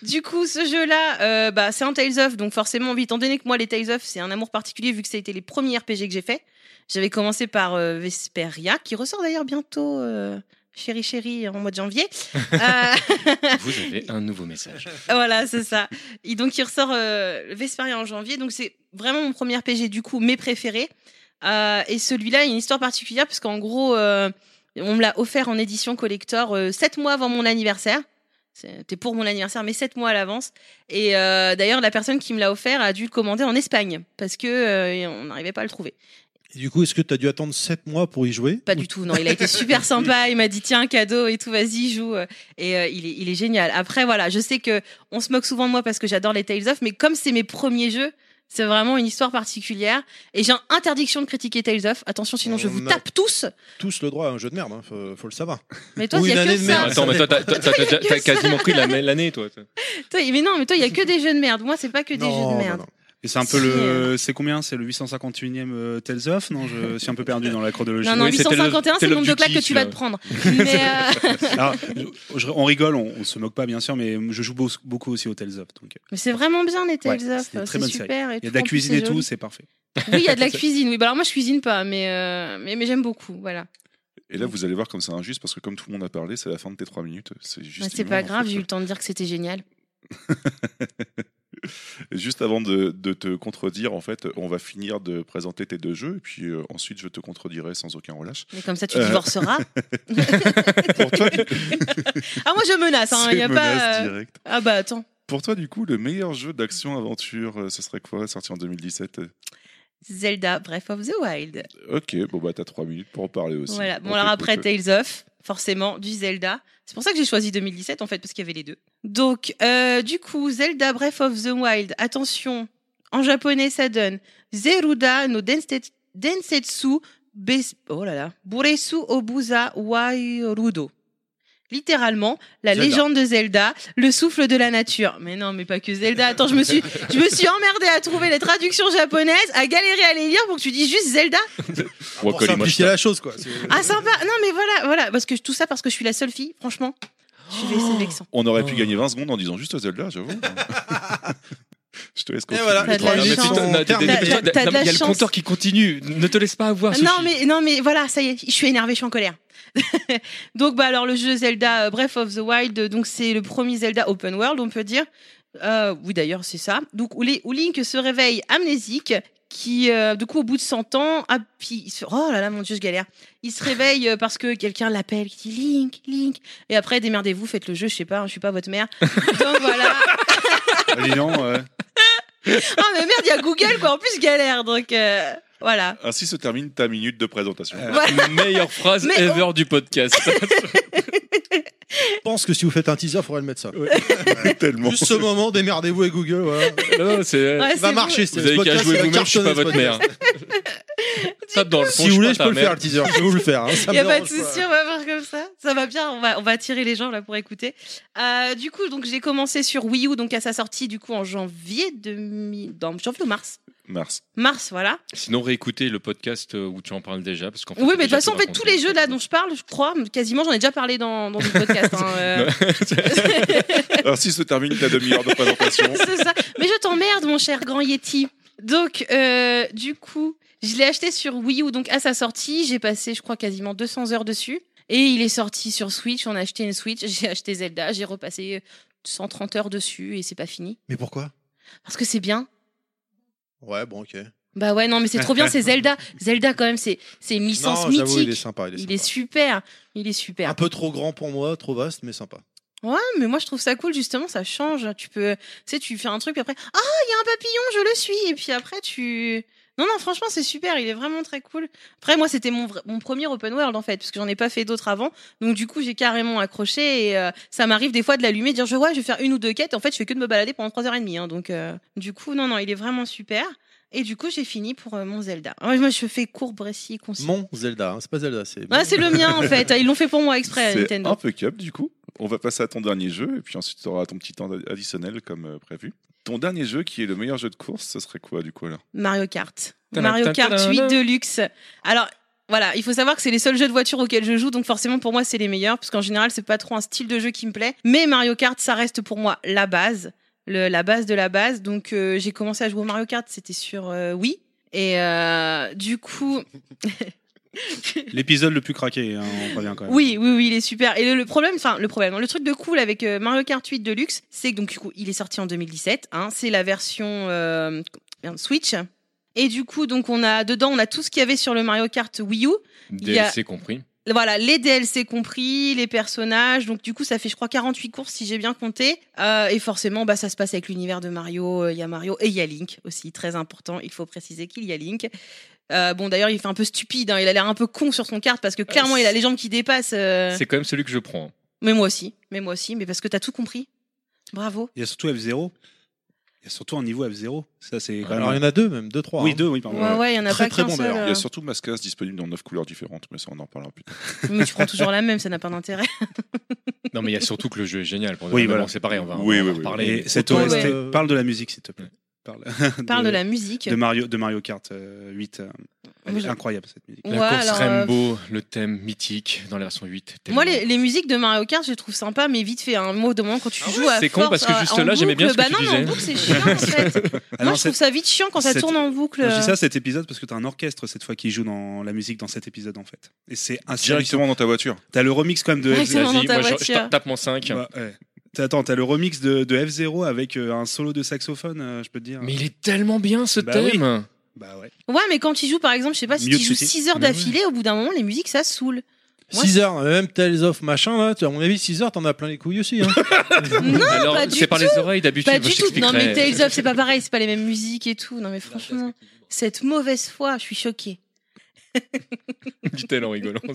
Speaker 7: du coup, ce jeu-là, euh, bah, c'est un Tales of, donc forcément, oui, étant donné que moi, les Tales of, c'est un amour particulier vu que ça a été les premiers RPG que j'ai fait. J'avais commencé par euh, Vesperia, qui ressort d'ailleurs bientôt, euh, chéri chéri, en mois de janvier. Euh,
Speaker 6: Vous avez un nouveau message.
Speaker 7: voilà, c'est ça. Et donc, il ressort euh, Vesperia en janvier. Donc, c'est vraiment mon premier RPG, du coup, mes préférés. Euh, et celui-là, il y a une histoire particulière, parce qu'en gros, euh, on me l'a offert en édition collector euh, sept mois avant mon anniversaire. C'était pour mon anniversaire, mais sept mois à l'avance. Et euh, d'ailleurs, la personne qui me l'a offert a dû le commander en Espagne, parce que euh, on n'arrivait pas à le trouver.
Speaker 5: Et du coup, est-ce que tu as dû attendre 7 mois pour y jouer
Speaker 7: Pas du tout, non. Il a été super sympa. Il m'a dit tiens, cadeau et tout, vas-y, joue. Et euh, il, est, il est génial. Après, voilà, je sais que on se moque souvent de moi parce que j'adore les Tales of, mais comme c'est mes premiers jeux, c'est vraiment une histoire particulière. Et j'ai interdiction de critiquer Tales of. Attention, sinon je
Speaker 5: On
Speaker 7: vous
Speaker 5: a-
Speaker 7: tape tous.
Speaker 5: Tous le droit à un jeu de merde, hein, faut, faut le savoir.
Speaker 7: Mais toi,
Speaker 5: Ou
Speaker 7: il y
Speaker 5: une
Speaker 7: a
Speaker 5: année
Speaker 7: que ça.
Speaker 5: de merde.
Speaker 6: Attends, mais toi, t'as- t'as- t'as- t'as- t'as quasiment pris la- l'année, toi.
Speaker 7: Toi, mais non, mais toi, il y a que des jeux de merde. Moi, c'est pas que des
Speaker 5: Non,
Speaker 7: jeux
Speaker 5: non,
Speaker 7: de merde.
Speaker 5: non.
Speaker 3: Et c'est un peu
Speaker 7: Si,
Speaker 3: le.
Speaker 7: euh.
Speaker 3: C'est combien C'est le 851e euh, Tales of Non, je suis un peu perdu dans la chronologie.
Speaker 7: Non, non,
Speaker 6: Oui, c'est Tales of-
Speaker 7: 851, c'est
Speaker 6: Tales
Speaker 7: le
Speaker 6: of
Speaker 7: nombre de
Speaker 6: Duty,
Speaker 7: claques que tu vas
Speaker 6: celui-là.
Speaker 7: te prendre. Mais euh,
Speaker 3: Alors, je- je- on rigole, on, on se moque pas, bien sûr, mais je joue beau- beaucoup aussi au Tales of. Donc,
Speaker 7: mais c'est vraiment bien les Tales
Speaker 3: Ouais,
Speaker 7: of.
Speaker 3: c'est une très
Speaker 7: C'est
Speaker 3: bonne
Speaker 7: super. et
Speaker 3: il y a de
Speaker 7: tout. En
Speaker 3: la
Speaker 7: plus,
Speaker 3: cuisine
Speaker 7: c'est
Speaker 3: et tout,
Speaker 7: joli.
Speaker 3: c'est parfait.
Speaker 7: Oui, il y a de la cuisine. Oui, bah alors moi, je cuisine pas, mais euh, mais, mais j'aime beaucoup. Voilà.
Speaker 2: Et
Speaker 7: Mm.
Speaker 2: là, vous allez voir comme c'est injuste parce que comme tout le monde a parlé, c'est la fin de tes 3 minutes. C'est
Speaker 7: Bah,
Speaker 2: juste.
Speaker 7: c'est
Speaker 2: immonde,
Speaker 7: pas
Speaker 2: en
Speaker 7: grave,
Speaker 2: fait.
Speaker 7: j'ai eu le temps de dire que c'était génial.
Speaker 2: Juste avant de, de te contredire, en fait, on va finir de présenter tes deux jeux et puis euh, ensuite je te contredirai sans aucun relâche.
Speaker 7: Mais comme ça, tu
Speaker 2: Euh.
Speaker 7: divorceras. ah, moi, je menace. hein,
Speaker 2: C'est
Speaker 7: y a
Speaker 2: menace
Speaker 7: pas, euh,
Speaker 2: directe.
Speaker 7: Ah, bah attends.
Speaker 2: Pour toi, du coup, le meilleur jeu d'action-aventure, euh, ce serait quoi, sorti en 2017
Speaker 7: Zelda, Breath of the Wild.
Speaker 2: Ok, bon, bah, t'as 3 minutes pour en euh, parler aussi.
Speaker 7: Voilà.
Speaker 2: On
Speaker 7: Bon, alors
Speaker 2: t'écoute.
Speaker 7: après Tales of, forcément, du Zelda. C'est pour ça que j'ai choisi 2017, en fait, parce qu'il y avait les deux. Donc, euh, du coup, Zelda, Breath of the Wild. Attention, en japonais, ça donne Zeruda no Denset- Densetsu Bes- oh là là, Buresu Obusa Wairudo. Littéralement, la
Speaker 5: Zelda.
Speaker 7: légende de Zelda, le souffle de la nature. Mais non, mais pas que Zelda. Attends, je me suis, je me suis emmerdée à trouver les traductions japonaises, à galérer à les lire pour que tu dises juste Zelda.
Speaker 5: Pour simplifier la chose, quoi. C'est-
Speaker 7: Ah sympa. Non mais voilà, voilà, parce que je- tout ça parce que je suis la seule fille, franchement. Je vais, c'est vexant.
Speaker 2: On aurait pu
Speaker 6: Oh.
Speaker 2: gagner 20 secondes en disant juste Zelda, j'avoue. je te laisse
Speaker 5: Et
Speaker 2: continuer.
Speaker 5: voilà.
Speaker 7: T'as de la
Speaker 6: Non, mais
Speaker 7: chance.
Speaker 6: putain, non,
Speaker 5: T'as-
Speaker 6: t'es- t'es-
Speaker 7: t'as-
Speaker 6: t'es-
Speaker 7: t'as de
Speaker 6: non, mais
Speaker 7: la
Speaker 6: Il y a le
Speaker 7: chance.
Speaker 6: compteur qui continue. Ne te laisse pas avoir.
Speaker 7: Non
Speaker 6: Sophie.
Speaker 7: mais non mais voilà, ça y est, je suis énervée, je suis en colère. donc bah alors le jeu Zelda euh, Breath of the Wild, euh, donc c'est le premier Zelda open world, on peut dire. Euh, oui d'ailleurs c'est ça. Donc où, les- où Link se réveille amnésique, qui euh, du coup au bout de 100 ans, ah, puis il se- oh là là mon dieu je galère. Il se réveille euh, parce que quelqu'un l'appelle, qui dit Link, Link. Et après démerdez-vous, faites le jeu, je sais pas, hein, je suis pas votre mère. Donc voilà.
Speaker 3: Allez, non, ouais.
Speaker 7: Ah mais merde, il y a Google quoi. En plus, je galère. Donc euh, voilà.
Speaker 2: Ainsi se termine ta minute de présentation.
Speaker 3: Euh,
Speaker 7: Voilà.
Speaker 6: Meilleure phrase
Speaker 7: Mais
Speaker 6: ever du podcast.
Speaker 5: Je pense que si vous faites un teaser, il faudrait le mettre ça.
Speaker 2: Tellement.
Speaker 5: Juste ce moment, démerdez-vous avec Google. Voilà.
Speaker 6: Non, non, c'est-
Speaker 7: Ouais, Ah,
Speaker 5: Euh, Ça va
Speaker 7: c'est
Speaker 5: marcher.
Speaker 6: Vous avez qu'à jouer vous-même, je suis pas votre mère. Tape dans le
Speaker 5: Si
Speaker 6: fond,
Speaker 5: vous
Speaker 6: je suis
Speaker 5: voulez, je
Speaker 6: pas
Speaker 5: peux le
Speaker 6: ta
Speaker 5: faire
Speaker 6: mère.
Speaker 5: le teaser. Je vais vous le faire. hein, ça
Speaker 7: Il y a
Speaker 5: me
Speaker 7: pas de
Speaker 5: dérange
Speaker 7: souci, on va voir comme ça. Ça va bien, on va, on va attirer les gens là pour écouter. Euh, du coup, donc j'ai commencé sur Wii U, donc à sa sortie du coup en janvier 2000, dans janvier ou mars,
Speaker 2: Mars.
Speaker 7: mars voilà.
Speaker 6: Sinon, réécouter le podcast euh, où tu en parles déjà. Parce qu'en fait,
Speaker 7: oui,
Speaker 6: t'as
Speaker 7: mais de toute
Speaker 6: déjà
Speaker 7: façon, en
Speaker 6: tout
Speaker 7: fait, tous les
Speaker 6: raconté.
Speaker 7: jeux là dont je parle, je crois, quasiment, j'en ai déjà parlé dans, dans le podcast. hein, euh.
Speaker 2: Ainsi se termine ta demi-heure de présentation.
Speaker 7: C'est ça. Mais je t'emmerde, mon cher grand Yeti. Donc, euh, du coup, je l'ai acheté sur Wii U, donc à sa sortie, j'ai passé, je crois, quasiment 200 heures dessus. Et il est sorti sur Switch, on a acheté une Switch, j'ai acheté Zelda, j'ai repassé 130 heures dessus et c'est pas fini.
Speaker 5: Mais pourquoi
Speaker 7: Parce que c'est bien.
Speaker 5: Ouais, bon, ok.
Speaker 7: Bah ouais, non, mais c'est trop bien, c'est Zelda. Zelda, quand même, c'est c'est une licence
Speaker 5: Non, j'avoue, il est
Speaker 7: mythique.
Speaker 5: sympa. Il est,
Speaker 7: Il
Speaker 5: sympa.
Speaker 7: est super, il est super.
Speaker 5: Un peu trop grand pour moi, trop vaste, mais sympa.
Speaker 7: Ouais, mais moi je trouve ça cool, justement, ça change. Tu peux, tu sais, tu fais un truc, puis après, ah, il y a un papillon, je le suis. Et puis après, tu. Non, non, franchement, c'est super. Il est vraiment très cool. Après, moi, c'était mon, vra- mon premier open world, en fait, parce que j'en ai pas fait d'autres avant. Donc, du coup, j'ai carrément accroché. Et euh, ça m'arrive des fois de l'allumer, de dire, je vois, je vais faire une ou deux quêtes. En fait, je fais que de me balader pendant 3h30. Hein, donc, euh, du coup, non, non, il est vraiment super. Et du coup, j'ai fini pour euh, mon Zelda. Ah, Moi, je fais court, précis, concis.
Speaker 5: Mon Zelda, hein, c'est pas Zelda, c'est.
Speaker 7: Ouais, c'est le mien, en fait. Ils l'ont fait pour moi exprès,
Speaker 2: C'est
Speaker 7: Nintendo.
Speaker 2: un peu cup du coup. On va passer à ton dernier jeu et puis ensuite tu auras ton petit temps additionnel comme euh, prévu. Ton dernier jeu qui est le meilleur jeu de course, ce serait quoi du coup alors
Speaker 7: Mario Kart.
Speaker 6: Tadam,
Speaker 7: Mario Kart
Speaker 6: tadam.
Speaker 7: 8 Deluxe. Alors, voilà, il faut savoir que c'est les seuls jeux de voiture auxquels je joue, donc forcément pour moi c'est les meilleurs, parce qu'en général c'est pas trop un style de jeu qui me plaît. Mais Mario Kart, ça reste pour moi la base, le- la base de la base. Donc euh, j'ai commencé à jouer au Mario Kart, c'était sur euh, Wii. Et euh, du coup,
Speaker 3: L'épisode le plus craqué, hein, on revient quand même.
Speaker 7: Oui, oui, oui, il est super. Et le, le problème, enfin, le problème, hein, le truc de cool avec euh, Mario Kart 8 Deluxe, c'est que donc, du coup, il est sorti en 2017. hein, c'est la version euh, merde, Switch. Et du coup, donc, on a dedans, on a tout ce qu'il y avait sur le Mario Kart Wii U. Il y a-
Speaker 6: DLC compris.
Speaker 7: Voilà, les DLC compris, les personnages. Donc, du coup, ça fait, je crois, 48 courses si j'ai bien compté. Euh, et forcément, bah, ça se passe avec l'univers de Mario. Euh, Il y a Mario et il y a Link aussi, très important. Il faut préciser qu'il y a Link. Euh, bon, d'ailleurs, il fait un peu stupide. hein, Il a l'air un peu con sur son kart parce que clairement, il a les jambes qui dépassent. euh.
Speaker 6: C'est quand même celui que je prends.
Speaker 7: Mais moi aussi, mais moi aussi, mais parce que t'as tout compris. Bravo.
Speaker 3: Il y a surtout F0. Il y a surtout un niveau F0. Ça, c'est quand
Speaker 5: Alors il y
Speaker 3: même.
Speaker 5: en a deux, même deux, trois.
Speaker 3: Oui,
Speaker 5: hein.
Speaker 3: deux, oui,
Speaker 7: Ouais,
Speaker 3: pardon.
Speaker 7: ouais, il y en a
Speaker 5: Très,
Speaker 7: pas
Speaker 5: très
Speaker 7: qu'un
Speaker 5: bon,
Speaker 7: seul.
Speaker 5: d'ailleurs.
Speaker 2: Il y
Speaker 7: euh.
Speaker 2: a surtout Mascasse disponible dans 9 couleurs différentes, mais ça on en reparlera plus tard.
Speaker 7: Mais tu prends toujours la même, ça n'a pas d'intérêt.
Speaker 6: Non, mais il y a surtout que le jeu est génial. Pour
Speaker 3: Oui,
Speaker 6: oui,
Speaker 3: voilà.
Speaker 6: c'est pareil, on va,
Speaker 2: Oui,
Speaker 6: on va
Speaker 2: oui,
Speaker 6: en
Speaker 2: oui.
Speaker 6: reparler.
Speaker 3: Et cette
Speaker 5: Autant,
Speaker 3: OST,
Speaker 5: euh,
Speaker 3: parle de la musique, s'il te plaît. Parle,
Speaker 7: Parle de la musique.
Speaker 3: de Mario, de Mario Kart euh, 8. euh, elle
Speaker 7: Moi,
Speaker 3: est
Speaker 7: je-
Speaker 3: incroyable cette musique.
Speaker 6: La
Speaker 7: Ouais,
Speaker 6: course
Speaker 7: alors, euh,
Speaker 6: Rainbow, le thème mythique dans la version 8. tellement-
Speaker 7: Moi, les, les musiques de Mario Kart, je les trouve sympa, mais vite fait, hein. un mot de moment quand tu
Speaker 6: Ah ouais,
Speaker 7: joues à
Speaker 6: c'est con,
Speaker 7: force,
Speaker 6: parce que
Speaker 7: euh,
Speaker 6: juste
Speaker 7: en
Speaker 6: là, j'aimais bien
Speaker 7: boucle,
Speaker 6: ce que
Speaker 7: bah
Speaker 6: tu
Speaker 7: non, mais
Speaker 6: disais.
Speaker 7: en boucle, c'est chiant en fait.
Speaker 3: Ah
Speaker 7: Moi,
Speaker 3: non,
Speaker 7: je
Speaker 3: c'est-
Speaker 7: trouve ça vite chiant quand ça
Speaker 3: cette-
Speaker 7: tourne en boucle.
Speaker 3: non, je dis ça cet épisode parce que t'as un orchestre cette fois qui joue dans la musique dans cet épisode en fait. Et c'est un
Speaker 2: Directement dans ta voiture.
Speaker 3: T'as le remix quand même de
Speaker 7: Ouais,
Speaker 3: F0.
Speaker 7: Directement dans
Speaker 6: Vas-y,
Speaker 7: ta
Speaker 6: moi je, je
Speaker 7: voiture.
Speaker 6: tape mon 5.
Speaker 3: Bah, ouais. T'as- Attends, t'as le remix de, de F0 avec euh, un solo de saxophone, euh, je peux te dire.
Speaker 6: Mais il est tellement bien ce
Speaker 3: Bah oui.
Speaker 6: thème.
Speaker 3: Bah ouais.
Speaker 7: Ouais, mais quand tu joues, par exemple, je sais pas, si
Speaker 3: Mieux
Speaker 7: tu
Speaker 3: que
Speaker 7: joues
Speaker 3: ceci.
Speaker 7: 6 heures
Speaker 6: Mais ouais.
Speaker 7: d'affilée, au bout d'un moment, les musiques, ça saoule. Moi,
Speaker 5: 6 heures, même Tales of machin, là, tu- à mon avis, 6 heures, t'en as plein les couilles aussi. hein.
Speaker 7: Non,
Speaker 6: Alors,
Speaker 7: pas du
Speaker 6: c'est par les oreilles d'habitude.
Speaker 7: Pas
Speaker 6: moi,
Speaker 7: du
Speaker 6: je
Speaker 7: tout. Non, mais
Speaker 6: t'expliquerai.
Speaker 7: Tales of, c'est pas pareil, c'est pas les mêmes musiques et tout. Non, mais franchement, cette mauvaise foi, je suis choquée.
Speaker 6: Dit-elle en rigolant. Moi,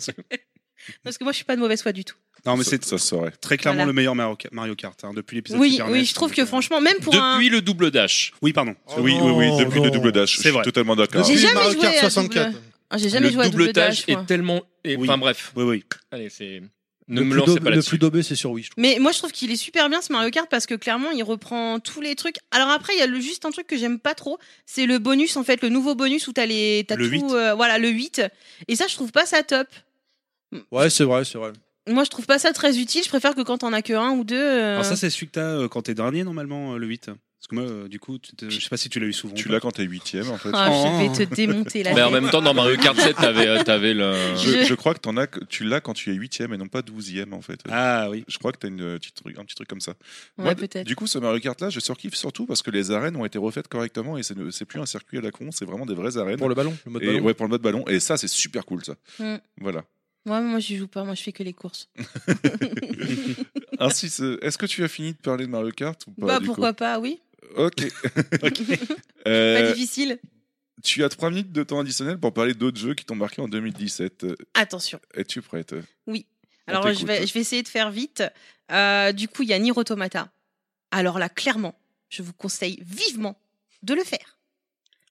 Speaker 7: Parce que moi, je suis pas de mauvaise foi du tout.
Speaker 3: Non, mais
Speaker 2: Ça-
Speaker 3: c'est
Speaker 2: ça se saurait.
Speaker 3: très clairement
Speaker 7: Voilà.
Speaker 3: le meilleur Mario Ka- Mario Kart hein, depuis l'épisode
Speaker 7: Oui,
Speaker 3: Super NES,
Speaker 7: oui, je trouve
Speaker 3: donc,
Speaker 7: que
Speaker 3: euh,
Speaker 7: franchement, même pour un.
Speaker 6: Depuis le double dash.
Speaker 3: Oui, pardon.
Speaker 5: Oh
Speaker 2: oui, oui,
Speaker 5: non,
Speaker 2: oui, depuis
Speaker 5: non.
Speaker 2: le double dash. Je
Speaker 3: C'est
Speaker 2: suis
Speaker 3: vrai.
Speaker 2: totalement d'accord.
Speaker 7: J'ai
Speaker 5: Depuis
Speaker 7: jamais
Speaker 5: Mario
Speaker 7: joué
Speaker 5: Kart
Speaker 7: à
Speaker 5: 64.
Speaker 7: Ah, j'ai jamais
Speaker 6: le
Speaker 7: joué à
Speaker 6: double
Speaker 7: double dash.
Speaker 6: est
Speaker 7: moi.
Speaker 6: tellement. et-
Speaker 3: Oui.
Speaker 6: Enfin bref.
Speaker 3: Oui, oui.
Speaker 6: Allez, c'est. Ne
Speaker 5: Le
Speaker 6: me
Speaker 5: plus
Speaker 6: lancez
Speaker 5: daubé-
Speaker 6: pas
Speaker 5: Le plus
Speaker 6: là-dessus.
Speaker 5: daubé, c'est sur Wii, je trouve.
Speaker 7: Mais moi, je trouve qu'il est super bien ce Mario Kart parce que clairement, il reprend tous les trucs. Alors après, il y a le, juste un truc que j'aime pas trop, c'est le bonus en fait, le nouveau bonus où t'as les, t'as
Speaker 3: Le
Speaker 7: tout,
Speaker 3: 8.
Speaker 7: euh, voilà, le 8. Et ça, je trouve pas ça top.
Speaker 5: Ouais, c'est vrai, c'est vrai.
Speaker 7: Moi, je trouve pas ça très utile. Je préfère que quand t'en as que un ou deux. euh,
Speaker 3: Alors ça, c'est celui que t'as euh, quand t'es dernier normalement, euh, le 8. Parce que moi, euh, du coup, tu te- je sais pas si tu l'as eu souvent.
Speaker 2: Tu l'as quand t'es huitième en fait.
Speaker 7: ah, je
Speaker 3: Oh.
Speaker 7: vais te démonter la
Speaker 6: Mais en
Speaker 7: tête.
Speaker 6: Bah, même temps, dans Mario Kart 7, t'avais, euh, t'avais le.
Speaker 2: Je,
Speaker 7: Je-
Speaker 2: je crois que t'en as, que- tu l'as quand tu es huitième et non pas douzième en fait.
Speaker 3: Ah oui.
Speaker 2: Je crois que t'as une euh, petite truc- un petit truc comme ça.
Speaker 7: Ouais,
Speaker 2: Moi,
Speaker 7: peut-être.
Speaker 2: Du coup, ce Mario Kart là, je surkiffe surtout parce que les arènes ont été refaites correctement et c'est c'est plus un circuit à la con, c'est vraiment des vraies arènes.
Speaker 5: Pour le ballon, le mode
Speaker 2: et,
Speaker 5: ballon.
Speaker 2: ouais, pour le mode ballon. Et ça, c'est super cool ça.
Speaker 7: Mm.
Speaker 2: Voilà.
Speaker 7: Ouais, moi, je joue pas. Moi, je fais que les courses.
Speaker 2: Ainsi, ce- est-ce que tu as fini de parler de Mario Kart ou pas
Speaker 7: bah
Speaker 2: du
Speaker 7: pourquoi pas Oui.
Speaker 2: coup Ok.
Speaker 7: Pas
Speaker 2: Euh,
Speaker 7: difficile.
Speaker 2: tu as 3 minutes de temps additionnel pour parler d'autres jeux qui t'ont marqué en 2017. Euh,
Speaker 7: Attention.
Speaker 2: Es-tu prête
Speaker 5: Ah,
Speaker 2: On
Speaker 7: Alors, je vais,
Speaker 5: hein.
Speaker 2: t'écoute.
Speaker 7: je vais essayer de faire vite. Euh, du coup, il y a Nier Automata. Alors là, clairement, je vous conseille vivement de le faire.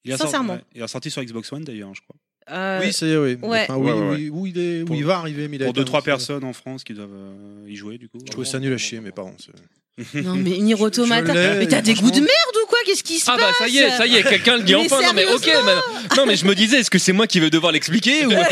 Speaker 3: Il est
Speaker 7: Sincèrement.
Speaker 3: sorti- ouais, il est sorti sur Xbox One d'ailleurs, je crois.
Speaker 7: Euh,
Speaker 5: Oui, c'est oui.
Speaker 7: Ouais.
Speaker 5: Enfin, oui,
Speaker 2: Ouais, ouais,
Speaker 5: oui, où il est, où
Speaker 3: Pour-
Speaker 5: il va arriver, mais il a
Speaker 3: Pour
Speaker 5: été
Speaker 3: deux trois
Speaker 5: annoncé.
Speaker 3: personnes en France qui doivent euh, y jouer du coup.
Speaker 5: Je trouvais ça nul à chier, mes parents. c'est-
Speaker 7: Non, mais Nier
Speaker 5: je
Speaker 7: Automata.
Speaker 5: l'ai,
Speaker 7: Mais t'as des
Speaker 5: franchement.
Speaker 7: goûts de merde ou quoi Qu'est-ce qui se
Speaker 6: Ah bah ça
Speaker 7: passe
Speaker 6: y est, ça y est, quelqu'un le dit
Speaker 7: Mais
Speaker 6: enfin. Non mais ok,
Speaker 7: sérieusement Euh,
Speaker 6: bah, non mais je me disais, est-ce que c'est moi qui vais devoir l'expliquer ou
Speaker 5: bah.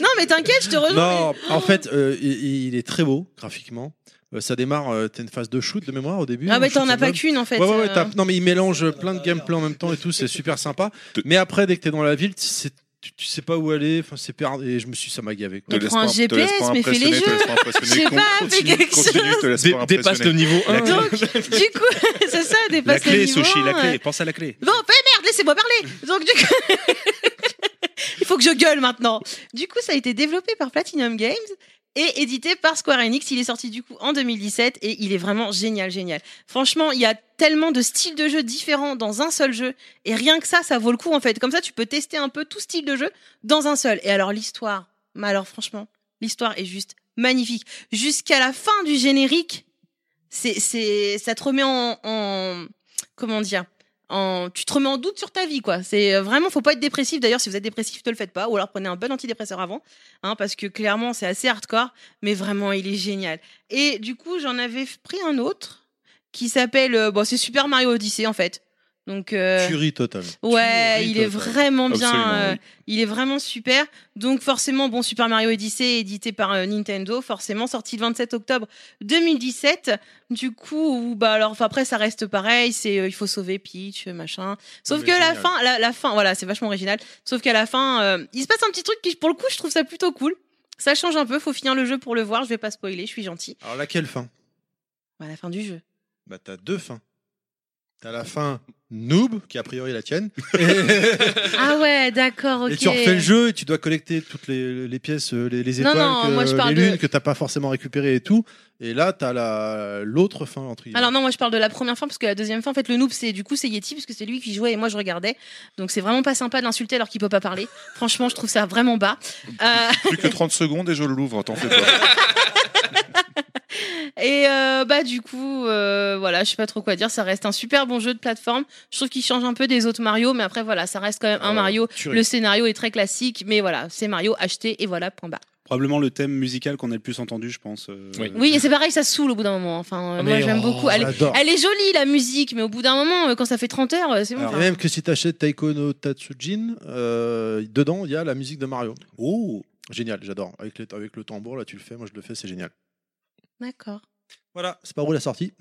Speaker 7: Non, mais t'inquiète, je te rejoins.
Speaker 5: Non, en fait, euh, il, il est très beau graphiquement. Euh, ça démarre, euh, t'as une phase de shoot de mémoire au début.
Speaker 7: Ah,
Speaker 5: hein,
Speaker 7: bah
Speaker 5: shoot
Speaker 7: t'en as
Speaker 5: and
Speaker 7: pas
Speaker 5: load.
Speaker 7: qu'une en fait.
Speaker 5: Ouais, ouais, ouais,
Speaker 7: euh.
Speaker 5: t'as- Non, mais il mélange plein de gameplay en même temps et tout, c'est super sympa.
Speaker 2: Te-
Speaker 5: Mais après, dès que t'es dans la ville, tu sais, tu- tu sais pas où aller, enfin, c'est perdu. Et je me suis, ça m'a gavé. quoi.
Speaker 7: Mais
Speaker 2: Te laisse
Speaker 7: prends un
Speaker 2: pas- te laisse pas
Speaker 7: GPS, mais fais les
Speaker 2: impressionner, te laisse pas
Speaker 7: Je sais
Speaker 2: impressionner, con-
Speaker 7: pas, fais
Speaker 2: continue,
Speaker 7: quelque chose.
Speaker 2: continue, te laisse
Speaker 6: Dé-
Speaker 2: pas
Speaker 6: dépasse
Speaker 2: impressionner.
Speaker 6: le niveau 1
Speaker 7: Donc, du coup, c'est ça,
Speaker 3: La
Speaker 7: dépasse le
Speaker 3: clé,
Speaker 7: niveau,
Speaker 3: Sushi, la
Speaker 7: euh.
Speaker 3: clé. Pense à la clé.
Speaker 7: Non, mais merde, laissez-moi parler. Donc du coup, il faut que je gueule maintenant. Du coup, ça a été développé par Platinum Games et édité par Square Enix. Il est sorti du coup en 2017 et il est vraiment génial, génial. Franchement, il y a tellement de styles de jeu différents dans un seul jeu et rien que ça, ça vaut le coup en fait. Comme ça, tu peux tester un peu tout style de jeu dans un seul. Et alors l'histoire, mais alors franchement, l'histoire est juste magnifique. Jusqu'à la fin du générique, c'est c'est ça te remet en, en comment dire en, tu te remets en doute sur ta vie, quoi. C'est euh, vraiment, faut pas être dépressif. D'ailleurs, si vous êtes dépressif, ne le faites pas. Ou alors prenez un bon antidépresseur avant, hein, parce que clairement, c'est assez hardcore. Mais vraiment, il est génial. Et du coup, j'en avais pris un autre qui s'appelle, euh, bon, c'est Super Mario Odyssey en fait. Donc, euh,
Speaker 5: Tuerie totale.
Speaker 7: ouais,
Speaker 5: Tuerie
Speaker 7: il est
Speaker 5: totale.
Speaker 7: vraiment bien.
Speaker 2: Absolument,
Speaker 7: euh,
Speaker 2: oui.
Speaker 7: Il est vraiment super. Donc forcément, bon, Super Mario Odyssey édité par euh, Nintendo, forcément sorti le 27 octobre 2017. Du coup, ou- bah alors, enfin, après ça reste pareil. C'est euh, il faut sauver Peach, euh, machin. Sauf
Speaker 5: Mais
Speaker 7: que la
Speaker 5: génial.
Speaker 7: fin, la, la fin, voilà, c'est vachement original. Sauf qu'à la fin, euh, il se passe un petit truc qui, pour le coup, je trouve ça plutôt cool. Ça change un peu. Faut finir le jeu pour le voir. Je vais pas spoiler. Je suis gentil.
Speaker 5: Alors laquelle fin
Speaker 7: À la fin du jeu.
Speaker 5: Bah t'as deux fins. T'as la fin noob, qui est a priori la tienne, et,
Speaker 7: ah ouais, d'accord. Ok.
Speaker 5: et tu refais le jeu et tu dois collecter toutes les, les pièces, euh, les, les
Speaker 7: Non,
Speaker 5: étoiles,
Speaker 7: non,
Speaker 5: que-
Speaker 7: moi, je parle
Speaker 5: les lunes
Speaker 7: de-
Speaker 5: que t'as pas forcément récupérées et tout. Et là t'as la l'autre fin entre guillemets.
Speaker 6: euh,
Speaker 7: Alors non, moi je parle de la première fois parce que la deuxième fois, en fait, le noob, c'est du coup c'est Yeti parce que c'est lui qui jouait et moi je regardais. Donc c'est vraiment pas sympa de l'insulter alors qu'il peut pas parler. Franchement, je trouve ça vraiment bas. Euh,
Speaker 2: Plus que 30 secondes et je l'ouvre, t'en fais pas.
Speaker 7: et euh, bah du coup, euh, voilà, je sais pas trop quoi dire. Ça reste un super bon jeu de plateforme. Je trouve qu'il change un peu des autres Mario, mais après voilà, ça reste quand même un
Speaker 5: Euh,
Speaker 7: Mario.
Speaker 5: tuerie.
Speaker 7: Le scénario est très classique, mais voilà, c'est Mario acheté et voilà point bas.
Speaker 3: Probablement le thème musical qu'on a le plus entendu, je pense. euh,
Speaker 6: Oui.
Speaker 7: Oui, et c'est pareil, ça saoule au bout d'un moment. Enfin, euh,
Speaker 6: Ah,
Speaker 7: moi
Speaker 6: mais
Speaker 7: j'aime
Speaker 6: oh,
Speaker 7: beaucoup. Elle, est-
Speaker 5: J'adore.
Speaker 7: elle est jolie la musique, mais au bout d'un moment, euh, quand ça fait 30 heures, euh, c'est bon.
Speaker 5: Alors,
Speaker 7: enfin.
Speaker 5: même que si t'achètes Taiko no Tatsujin, euh, dedans il y a la musique de Mario. Oh Génial, j'adore. Avec, les- avec le tambour, là tu le fais, moi je le fais, c'est génial.
Speaker 7: D'accord.
Speaker 5: Voilà, c'est pas où la sortie.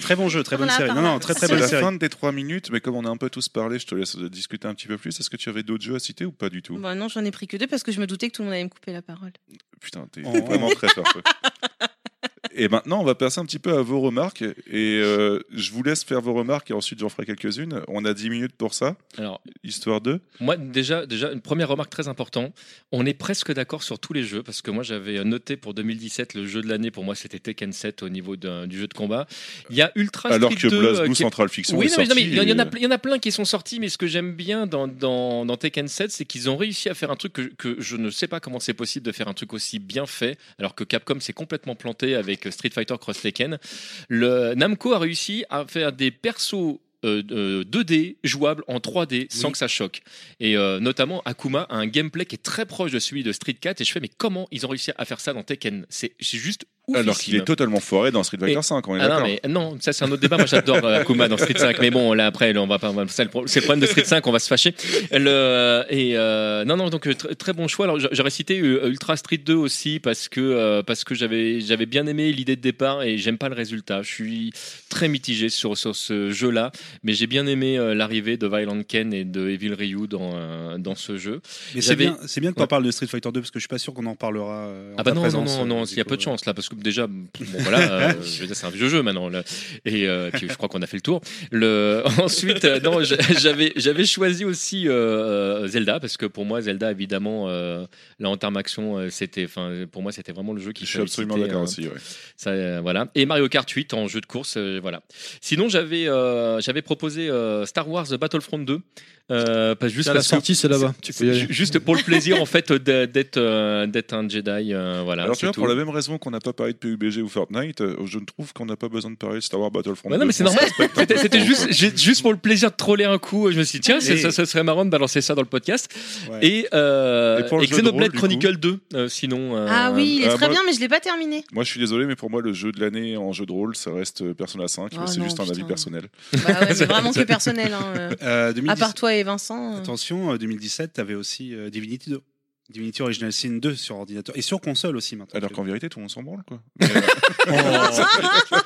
Speaker 3: Très bon jeu, très bonne
Speaker 7: Voilà,
Speaker 3: série. hein. Non,
Speaker 7: pardon.
Speaker 3: non, très très
Speaker 2: C'est
Speaker 3: bonne
Speaker 2: la
Speaker 3: série.
Speaker 2: fin des 3 minutes, mais comme on a un peu tous parlé, je te laisse euh, discuter un petit peu plus. Est-ce que tu avais d'autres jeux à citer ou pas du tout
Speaker 7: Bah non, j'en ai pris que deux parce que je me doutais que tout le monde allait me couper la parole.
Speaker 2: Putain, t'es
Speaker 3: Oh.
Speaker 2: vraiment très fort. toi. Et maintenant, on va passer un petit peu à vos remarques. Et euh, je vous laisse faire vos remarques et ensuite j'en ferai quelques-unes. On a 10 minutes pour ça,
Speaker 6: Alors,
Speaker 2: histoire de.
Speaker 6: moi, déjà, déjà, une première remarque très importante. On est presque d'accord sur tous les jeux, parce que moi, j'avais noté pour 2017 le jeu de l'année. Pour moi, c'était Tekken 7 au niveau d'un- du jeu de combat. Il y a Ultra
Speaker 2: Alors que
Speaker 6: Street 2,
Speaker 2: Blast
Speaker 6: euh,
Speaker 2: Blue
Speaker 6: qui est-
Speaker 2: Central Fiction
Speaker 6: Oui,
Speaker 2: est
Speaker 6: non, mais- non, mais
Speaker 2: sorti euh,
Speaker 6: il y, en a
Speaker 2: et-
Speaker 6: ple- il y en a plein qui sont sortis, mais ce que j'aime bien dans, dans, dans Tekken 7, c'est qu'ils ont réussi à faire un truc que, que je ne sais pas comment c'est possible de faire un truc aussi bien fait, alors que Capcom s'est complètement planté avec euh, Street Fighter Cross Tekken. Le Namco a réussi à faire des persos. euh, euh, 2D jouables en 3D sans que ça choque et euh, notamment Akuma a un gameplay qui est très proche de celui de Street Cat et je fais mais comment ils ont réussi à faire ça dans Tekken c'est c'est juste ouf
Speaker 2: Alors qu'il est totalement foiré dans Street Fighter
Speaker 6: Et-
Speaker 2: 5, on est
Speaker 6: ah non,
Speaker 2: d'accord.
Speaker 6: mais non, ça c'est un autre débat. Moi j'adore euh, Akuma dans Street 5, mais bon, là après, là, on va pas. on va- C'est le, pro- c'est le problème de Street 5, on va se fâcher. Le, et euh, non, non, donc euh, tr- très bon choix. Alors j'a- j'aurais cité euh, Ultra Street 2 aussi parce que euh, parce que j'avais j'avais bien aimé l'idée de départ et j'aime pas le résultat. Je suis très mitigé sur sur ce jeu-là, mais j'ai bien aimé euh, l'arrivée de Violent Ken et de Evil Ryu dans euh, dans ce jeu.
Speaker 3: Mais c'est
Speaker 6: J'avais-
Speaker 3: bien, c'est bien que tu en
Speaker 6: Ouais.
Speaker 3: parles de Street Fighter 2 parce que je suis pas sûr qu'on en parlera. euh, en
Speaker 6: Ah
Speaker 3: ta
Speaker 6: bah non, non,
Speaker 3: présence,
Speaker 6: non,
Speaker 3: euh,
Speaker 6: non,
Speaker 3: du
Speaker 6: il y a
Speaker 3: coup,
Speaker 6: peu de
Speaker 3: euh.
Speaker 6: chance là, parce que déjà, bon voilà, euh, je veux dire, c'est un vieux jeu maintenant, là. et euh, puis je crois qu'on a fait le tour. Le... Ensuite, euh, non, j'a- j'avais, j'avais choisi aussi euh, Zelda, parce que pour moi, Zelda, évidemment, euh, là en termes action, euh, c'était, enfin, pour moi, c'était vraiment le jeu qui. euh,
Speaker 2: Je suis absolument d'accord aussi. ouais.
Speaker 6: Ça, euh, voilà. Et Mario Kart 8 en jeu de course, euh, voilà. Sinon, j'avais, euh, j'avais proposé euh, Star Wars Battlefront 2, euh, pas- juste
Speaker 5: T'as la
Speaker 6: parce que-
Speaker 5: sortie, c'est là-bas. Tu peux y aller.
Speaker 6: Ju- Juste pour le plaisir en fait d'a- d'être euh, d'être un Jedi, euh, voilà.
Speaker 2: Alors,
Speaker 6: c'est
Speaker 2: tu vois,
Speaker 6: tout.
Speaker 2: pour la même raison qu'on n'a pas parlé de PUBG ou Fortnite, euh, je ne trouve qu'on n'a pas besoin de parler de Star Wars Battlefront.
Speaker 6: Bah non,
Speaker 2: 2,
Speaker 6: mais c'est
Speaker 2: on se
Speaker 6: normal.
Speaker 2: respecte un
Speaker 6: C'était
Speaker 2: peu.
Speaker 6: c'était juste, j'ai- juste pour le plaisir de troller un coup. Je me suis dit, tiens, c'est-
Speaker 3: Et-
Speaker 6: ça, ça serait marrant de balancer ça dans le podcast.
Speaker 3: Ouais.
Speaker 6: Et, euh,
Speaker 2: Et pour le
Speaker 6: et
Speaker 2: jeu de rôle,
Speaker 6: Xenoblade
Speaker 2: du coup.
Speaker 6: Chronicle 2, euh, sinon. euh,
Speaker 7: Ah oui, il est
Speaker 2: ah,
Speaker 7: très
Speaker 2: moi-
Speaker 7: bien, mais je l'ai pas terminé.
Speaker 2: Moi, je suis désolé, mais pour moi, le jeu de l'année en jeu de rôle, ça reste euh, Persona 5,
Speaker 7: Ah
Speaker 6: Oh
Speaker 2: mais c'est
Speaker 7: non,
Speaker 2: juste un avis
Speaker 7: putain.
Speaker 2: personnel.
Speaker 7: Bah ouais, mais vraiment que personnel. hein, euh.
Speaker 3: Euh, 2017
Speaker 7: À part toi et Vincent.
Speaker 6: hein.
Speaker 7: euh.
Speaker 3: Attention, euh, 2017, t'avais aussi euh, Divinity 2. Divinity Original Sin 2 sur ordinateur et sur console
Speaker 2: Ah,
Speaker 3: aussi maintenant.
Speaker 2: euh, Alors qu'en vérité, tout le monde s'en branle, quoi.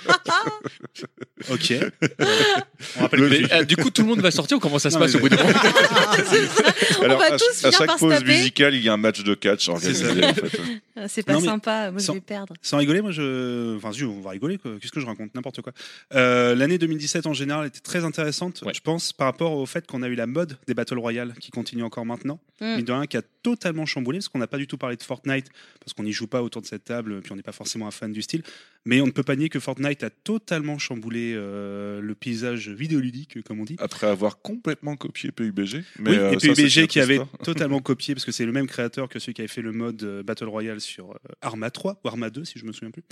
Speaker 3: Oh. Ok. On rappelle que
Speaker 6: Mais,
Speaker 3: tu-
Speaker 6: euh, du coup, tout le monde va sortir ou comment ça se
Speaker 3: Non,
Speaker 6: passe
Speaker 3: mais-
Speaker 6: au bout d'un moment
Speaker 2: Alors,
Speaker 7: Ah. va
Speaker 2: à,
Speaker 7: tous
Speaker 2: à
Speaker 7: finir
Speaker 2: chaque
Speaker 7: par se
Speaker 2: pause
Speaker 7: taper.
Speaker 2: musicale, il y a un match de catch organisé.
Speaker 3: C'est ça.
Speaker 2: en fait.
Speaker 7: Ah, C'est pas
Speaker 3: Non, mais
Speaker 7: sympa, moi
Speaker 3: sans-
Speaker 7: je vais perdre.
Speaker 3: Sans rigoler, moi je. Enfin, si, on va rigoler, quoi. Qu'est-ce que je raconte N'importe quoi. Euh, L'année 2017 en général était très intéressante,
Speaker 6: Ouais.
Speaker 3: je pense, par rapport au fait qu'on a eu la mode des Battle Royale qui continue encore maintenant,
Speaker 7: Mm.
Speaker 3: mine de rien, qui a totalement chamboulé, parce qu'on n'a pas du tout parlé de Fortnite, parce qu'on n'y joue pas autour de cette table, puis on n'est pas forcément un fan du style. Mais on ne peut pas nier que Fortnite a totalement chamboulé euh, le paysage vidéoludique, comme on dit.
Speaker 2: Après avoir complètement copié PUBG. Mais
Speaker 3: Oui,
Speaker 2: euh,
Speaker 3: et
Speaker 2: ça, c'est une
Speaker 3: PUBG
Speaker 2: autre
Speaker 3: qui avait
Speaker 2: histoire.
Speaker 3: totalement copié, parce que c'est le même créateur que celui qui avait fait le mode euh, Battle Royale sur euh, Arma 3 ou Arma 2, si je me souviens plus.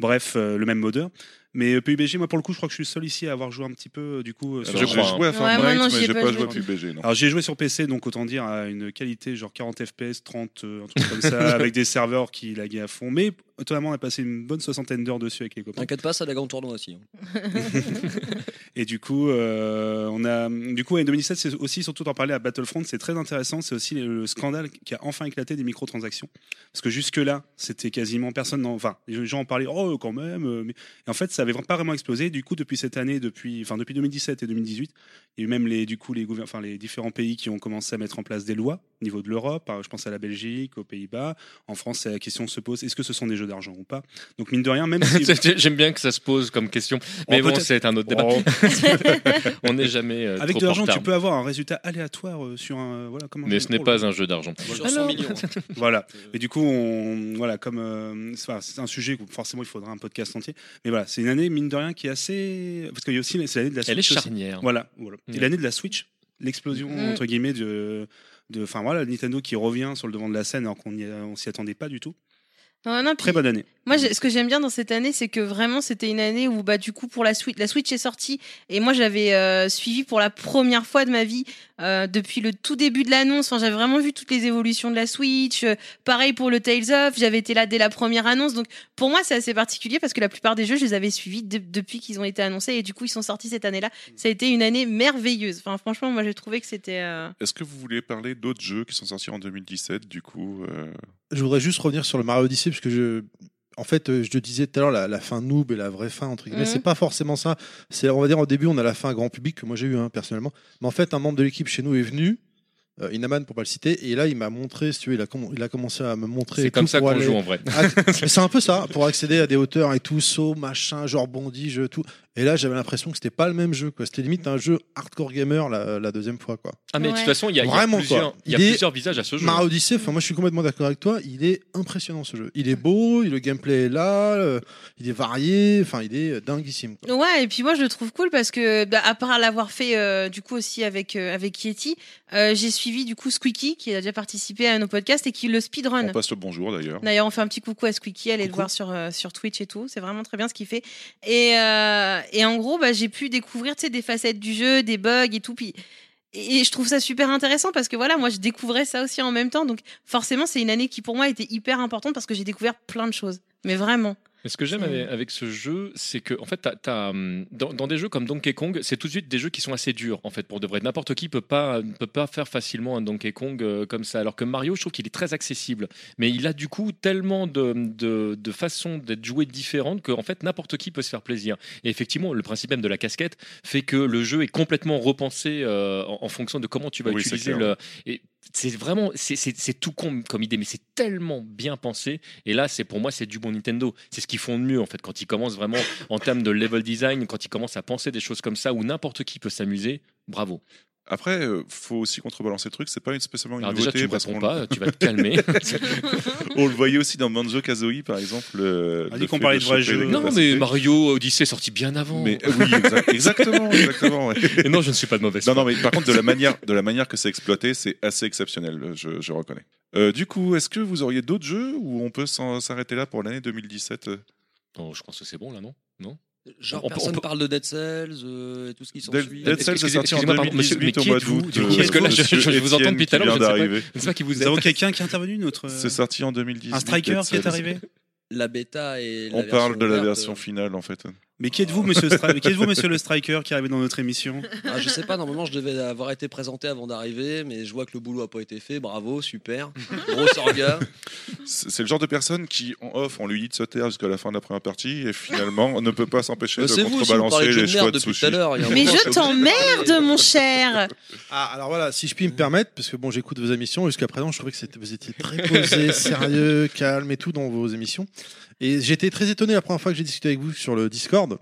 Speaker 3: Bref, euh, le même modeur. Mais euh, PUBG, moi pour le coup, je crois que je suis le seul ici à avoir joué un petit peu euh, du coup. euh, sur-
Speaker 2: Alors,
Speaker 6: Je
Speaker 2: j'ai
Speaker 6: crois,
Speaker 2: joué à
Speaker 7: hein. Ouais,
Speaker 2: Fortnite,
Speaker 7: moi non,
Speaker 2: mais
Speaker 7: j'y ai
Speaker 2: j'ai
Speaker 7: pas
Speaker 2: pas
Speaker 7: joué.
Speaker 2: joué à PUBG. Non.
Speaker 3: Alors j'ai joué sur PC, donc autant dire à une qualité genre 40 FPS, 30, euh, un truc comme ça, avec des serveurs qui laguaient à fond. Mais totalement, on a passé une bonne soixantaine d'heures dessus avec les copains.
Speaker 1: T'inquiète pas, ça lag en tournoi aussi. hein.
Speaker 3: Et du coup, euh, on a, du coup, en 2017, c'est aussi surtout d'en parler à Battlefront, c'est très intéressant. C'est aussi le scandale qui a enfin éclaté des microtransactions, parce que jusque là, c'était quasiment personne. n'en- Enfin, les gens en parlaient, oh quand même. euh, Mais et en fait, ça avait pas vraiment explosé. Du coup, depuis cette année, depuis, enfin, depuis 2017 et 2018, il y a eu même les, du coup, les gouvern- enfin, les différents pays qui ont commencé à mettre en place des lois au niveau de l'Europe. Euh, Je pense à la Belgique, aux Pays-Bas. En France, la question se pose est-ce que ce sont des jeux d'argent ou pas Donc mine de rien, même si
Speaker 6: J'aime bien que ça se pose comme question. Mais
Speaker 3: Oh,
Speaker 6: bon,
Speaker 3: peut-être-
Speaker 6: c'est un autre débat.
Speaker 3: Oh.
Speaker 6: On n'est jamais euh,
Speaker 3: Avec
Speaker 6: trop
Speaker 3: de
Speaker 6: en
Speaker 3: l'argent,
Speaker 6: retard.
Speaker 3: tu peux avoir un résultat aléatoire euh, sur un. euh, voilà, comment
Speaker 6: Mais
Speaker 3: je-
Speaker 6: ce n'est
Speaker 3: oh là
Speaker 6: pas un Euh. jeu d'argent.
Speaker 1: Sur 100 millions. hein.
Speaker 3: Voilà. Et du coup, on, voilà, comme euh, c'est enfin, c'est un sujet que forcément il faudra un podcast entier. Mais voilà, c'est une année mine de rien qui est assez parce qu'il y a aussi c'est l'année de la
Speaker 6: Elle est
Speaker 3: Switch. aussi.
Speaker 6: charnière.
Speaker 3: Voilà. voilà. Et
Speaker 6: Mm.
Speaker 3: l'année de la Switch, l'explosion
Speaker 7: Mm.
Speaker 3: entre guillemets de, de, enfin voilà, Nintendo qui revient sur le devant de la scène alors qu'on y- on s'y attendait pas du tout.
Speaker 7: ah, Non, non,
Speaker 3: Très
Speaker 7: puis-
Speaker 3: bonne année.
Speaker 7: Moi, j'ai- ce que j'aime bien dans cette année, c'est que vraiment, c'était une année où, bah, du coup, pour la Switch, la Switch est sortie. Et moi, j'avais euh, suivi pour la première fois de ma vie, euh, depuis le tout début de l'annonce. Enfin, j'avais vraiment vu toutes les évolutions de la Switch. Euh, pareil pour le Tales of. J'avais été là dès la première annonce. Donc, pour moi, c'est assez particulier parce que la plupart des jeux, je les avais suivis de- depuis qu'ils ont été annoncés. Et du coup, ils sont sortis cette année-là. Ça a été une année merveilleuse. Enfin, franchement, moi, j'ai trouvé que c'était. euh,
Speaker 2: Est-ce que vous voulez parler d'autres jeux qui sont sortis en 2017 du coup euh,
Speaker 5: Je voudrais juste revenir sur le Mario Odyssey parce que je. En fait, euh, je te disais tout à l'heure, la, la fin noob et la vraie fin, entre guillemets,
Speaker 7: Mhm.
Speaker 5: c'est pas forcément ça. C'est, on va dire, au début, on a la fin grand public que moi j'ai eu, hein, personnellement. Mais en fait, un membre de l'équipe chez nous est venu, euh, Inaman pour pas le citer, et là, il m'a montré, si tu veux, il a, comm- il a commencé à me montrer. et
Speaker 6: C'est comme
Speaker 5: tout
Speaker 6: ça
Speaker 5: pour
Speaker 6: qu'on
Speaker 5: aller-
Speaker 6: joue en vrai.
Speaker 5: Ah, mais c'est un peu ça, pour accéder à des hauteurs et tout, saut, machin, genre bondi, jeu, tout. Et là, j'avais l'impression que c'était pas le même jeu, quoi. C'était limite un jeu hardcore gamer la, la deuxième fois, quoi.
Speaker 6: Ah, mais de
Speaker 7: Ouais.
Speaker 6: toute façon, il y a, il y a
Speaker 5: Vraiment, quoi.
Speaker 6: plusieurs, il y a
Speaker 5: Il est-
Speaker 6: plusieurs visages à ce jeu. hein.
Speaker 5: Mario Odyssey, enfin, moi je suis complètement d'accord avec toi, il est impressionnant ce jeu. Il est beau, le gameplay est là, euh, il est varié, enfin, il est euh, dinguissime. quoi.
Speaker 7: Ouais, et puis moi je le trouve cool parce que bah, à part l'avoir fait euh, du coup aussi avec euh, avec Yeti, euh, j'ai suivi du coup Squeaky qui a déjà participé à nos podcasts et qui le
Speaker 2: On
Speaker 7: speedrun.
Speaker 2: passe le bonjour d'ailleurs.
Speaker 7: D'ailleurs, on fait un petit coucou à Squeaky, allez le
Speaker 5: Coucou.
Speaker 7: voir sur, euh, sur Twitch et tout. C'est vraiment très bien ce qu'il fait. Et, euh, et en gros, bah, j'ai pu découvrir tu sais, des facettes du jeu, des bugs et tout. Puis, et, et je trouve ça super intéressant parce que voilà, moi, je découvrais ça aussi en même temps. Donc, forcément, c'est une année qui pour moi était hyper importante parce que j'ai découvert plein de choses. Mais vraiment.
Speaker 6: Mais ce que j'aime
Speaker 7: Mm.
Speaker 6: avec, avec ce jeu, c'est que en fait, t'as- t'as, hum, dans, dans des jeux comme Donkey Kong, c'est tout de suite des jeux qui sont assez durs en fait pour de vrai. N'importe qui peut pas ne peut pas faire facilement un Donkey Kong euh, comme ça. Alors que Mario, je trouve qu'il est très accessible, mais il a du coup tellement de, de, de façons d'être joué différentes que en fait n'importe qui peut se faire plaisir. Et effectivement, le principe même de la casquette fait que le jeu est complètement repensé euh, en, en fonction de comment tu vas
Speaker 2: Oui, c'est
Speaker 6: utiliser
Speaker 2: clair.
Speaker 6: le. et c'est vraiment, c'est- c'est c'est tout con comme idée, mais c'est tellement bien pensé et là, c'est pour moi, c'est du bon Nintendo. C'est ce qu'ils font de mieux en fait quand ils commencent vraiment en termes de level design, quand ils commencent à penser des choses comme ça où n'importe qui peut s'amuser. Bravo.
Speaker 2: Après, euh, faut aussi contrebalancer le truc. C'est pas une- spécialement une
Speaker 6: Alors déjà,
Speaker 2: nouveauté
Speaker 6: tu me
Speaker 2: parce
Speaker 6: réponds
Speaker 2: qu'on
Speaker 6: pas, tu vas te calmer.
Speaker 2: on le voyait aussi dans Banjo Kazooie par exemple. euh,
Speaker 3: Ah,
Speaker 2: le
Speaker 3: dis qu'on
Speaker 2: fait
Speaker 3: parlait de vrais
Speaker 2: choper
Speaker 3: jeux.
Speaker 6: non, mais
Speaker 2: l'université.
Speaker 6: Mario Odyssey est sorti bien avant.
Speaker 2: Mais euh, oui, exa- exactement, exactement. ouais.
Speaker 6: Et non, je ne suis pas de mauvaise.
Speaker 2: Non,
Speaker 6: foi.
Speaker 2: non, mais par contre, de la manière, de la manière que c'est exploité, c'est assez exceptionnel, euh, je, je reconnais. Euh, du coup, est-ce que vous auriez d'autres jeux ou on peut s'en- s'arrêter là pour l'année 2017 euh
Speaker 6: Non, Oh, je pense que c'est bon là, non Non.
Speaker 1: Genre,
Speaker 6: On peut-
Speaker 1: personne
Speaker 6: on peut-
Speaker 1: parle de Dead Cells euh, et tout ce qui
Speaker 2: Dead,
Speaker 1: s'ensuit.
Speaker 2: Dead Cells est
Speaker 6: Excusez-
Speaker 2: sorti en
Speaker 6: excusez-moi, pardon, monsieur,
Speaker 2: 2018
Speaker 6: mais
Speaker 2: au
Speaker 6: qui
Speaker 2: mois
Speaker 6: êtes-vous,
Speaker 2: d'août. euh,
Speaker 6: du coup Parce que là, je-
Speaker 2: monsieur
Speaker 6: je- je vous entends
Speaker 2: Étienne
Speaker 6: depuis tout à l'heure,
Speaker 2: qui
Speaker 6: je
Speaker 2: vient
Speaker 6: ne sais pas.
Speaker 2: d'arriver.
Speaker 6: Je ne sais pas qui vous
Speaker 3: Nous
Speaker 6: êtes.
Speaker 3: avons quelqu'un qui est intervenu, notre euh,
Speaker 2: C'est sorti en 2018.
Speaker 3: un striker
Speaker 2: Dead
Speaker 3: qui est
Speaker 2: Cells.
Speaker 3: arrivé.
Speaker 1: La bêta et la
Speaker 2: On
Speaker 1: version
Speaker 2: parle de la
Speaker 1: ouverte,
Speaker 2: version
Speaker 1: euh,
Speaker 2: finale en fait.
Speaker 3: Mais qui êtes-vous, monsieur, Stri- qui êtes-vous, monsieur le striker qui arrivait dans notre émission
Speaker 1: Ah, je sais pas, normalement je devais avoir été présenté avant d'arriver, mais je vois que le boulot a pas été fait. Bravo, super. Gros orga.
Speaker 2: C'est c'est le genre de personne qui, en off, on lui dit de se taire jusqu'à la fin de la première partie et finalement on ne peut pas s'empêcher
Speaker 1: Euh,
Speaker 2: de
Speaker 1: C'est vous aussi, vous parlez
Speaker 2: contrebalancer
Speaker 1: de jeu
Speaker 2: les
Speaker 1: de
Speaker 2: choix
Speaker 1: merde
Speaker 2: de
Speaker 1: depuis
Speaker 2: sushi.
Speaker 1: tout à l'heure. il y a un
Speaker 4: Mais
Speaker 1: moment,
Speaker 4: je
Speaker 1: c'est obligé de-
Speaker 4: t'emmerde, mon cher
Speaker 5: Ah, alors voilà, si je
Speaker 2: Mmh.
Speaker 5: puis me permettre, parce que bon, j'écoute vos émissions, jusqu'à présent, je trouvais que c'était- vous étiez très posé, sérieux, calme et tout dans vos émissions. Et j'étais très étonné la première fois que j'ai discuté avec vous sur le Discord.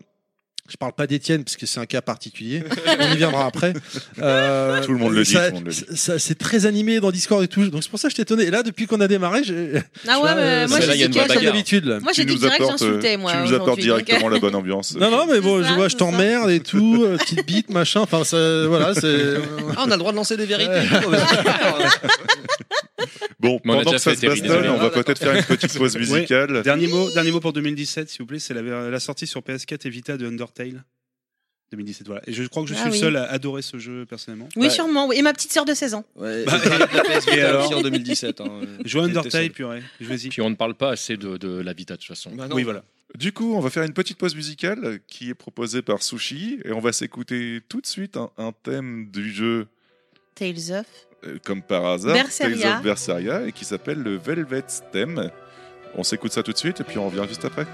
Speaker 5: Je parle pas d'Étienne parce que c'est un cas particulier. On y viendra après. Euh,
Speaker 2: Tout le monde le dit,
Speaker 5: ça-
Speaker 2: tout le monde le dit.
Speaker 5: ça- C'est très animé dans Discord et tout. Donc c'est pour ça que j'étais étonné. Et là, depuis qu'on a démarré, j'ai-
Speaker 4: Ah ouais,
Speaker 5: Là, euh,
Speaker 4: mais moi
Speaker 6: c'est
Speaker 4: je
Speaker 6: là, il y a
Speaker 4: suis cash.
Speaker 6: une vraie
Speaker 5: comme
Speaker 6: bagarre.
Speaker 5: d'habitude. là.
Speaker 4: Moi j'ai
Speaker 2: Tu
Speaker 4: dit
Speaker 2: nous
Speaker 4: direct hein,
Speaker 2: apportes, euh,
Speaker 4: j'insultais moi.
Speaker 2: tu nous apportes
Speaker 4: aujourd'hui, donc,
Speaker 2: directement la bonne ambiance.
Speaker 5: Non, non, mais bon,
Speaker 4: C'est
Speaker 5: je
Speaker 4: ça,
Speaker 5: vois, je
Speaker 4: c'est ça.
Speaker 5: t'emmerde et tout, euh, petite bite, machin. Enfin, ça, voilà, c'est.
Speaker 1: Ah, on a le droit de lancer des vérités.
Speaker 5: Ouais.
Speaker 1: quoi, bah, super.
Speaker 2: Bon,
Speaker 6: Mais on a
Speaker 2: pendant
Speaker 6: déjà
Speaker 2: que ça
Speaker 6: fait,
Speaker 2: se
Speaker 6: Terry,
Speaker 2: bastonne,
Speaker 6: désolé.
Speaker 2: on
Speaker 1: Ah,
Speaker 2: va
Speaker 1: d'accord.
Speaker 2: peut-être faire une petite pause musicale.
Speaker 3: Dernier mot, dernier mot pour 2017, s'il vous plaît, c'est la, la sortie sur PS4 et Vita de Undertale. 2017, voilà. Et je crois que je
Speaker 4: Ah
Speaker 3: suis le
Speaker 4: oui.
Speaker 3: seul à adorer ce jeu personnellement.
Speaker 4: Oui,
Speaker 1: Ouais.
Speaker 4: sûrement. oui. Et ma petite sœur de 16 ans.
Speaker 1: Ouais,
Speaker 3: Bah,
Speaker 1: c'est pareil que la PS Vita
Speaker 3: alors
Speaker 1: aussi en 2017. hein.
Speaker 3: Joue à
Speaker 1: Elle était
Speaker 3: Undertale,
Speaker 1: seule.
Speaker 3: purée. Je vais y
Speaker 6: Puis on ne parle pas assez de, de la Vita de toute façon.
Speaker 1: Bah non.
Speaker 3: Oui, voilà.
Speaker 2: Du coup, on va faire une petite pause musicale qui est proposée par Sushi et on va s'écouter tout de suite un, un thème du jeu,
Speaker 4: Tales of.
Speaker 2: euh, comme par hasard,
Speaker 4: Berseria.
Speaker 2: Tales of Berseria, et qui s'appelle le Velvet Theme. On s'écoute ça tout de suite et puis on revient juste après.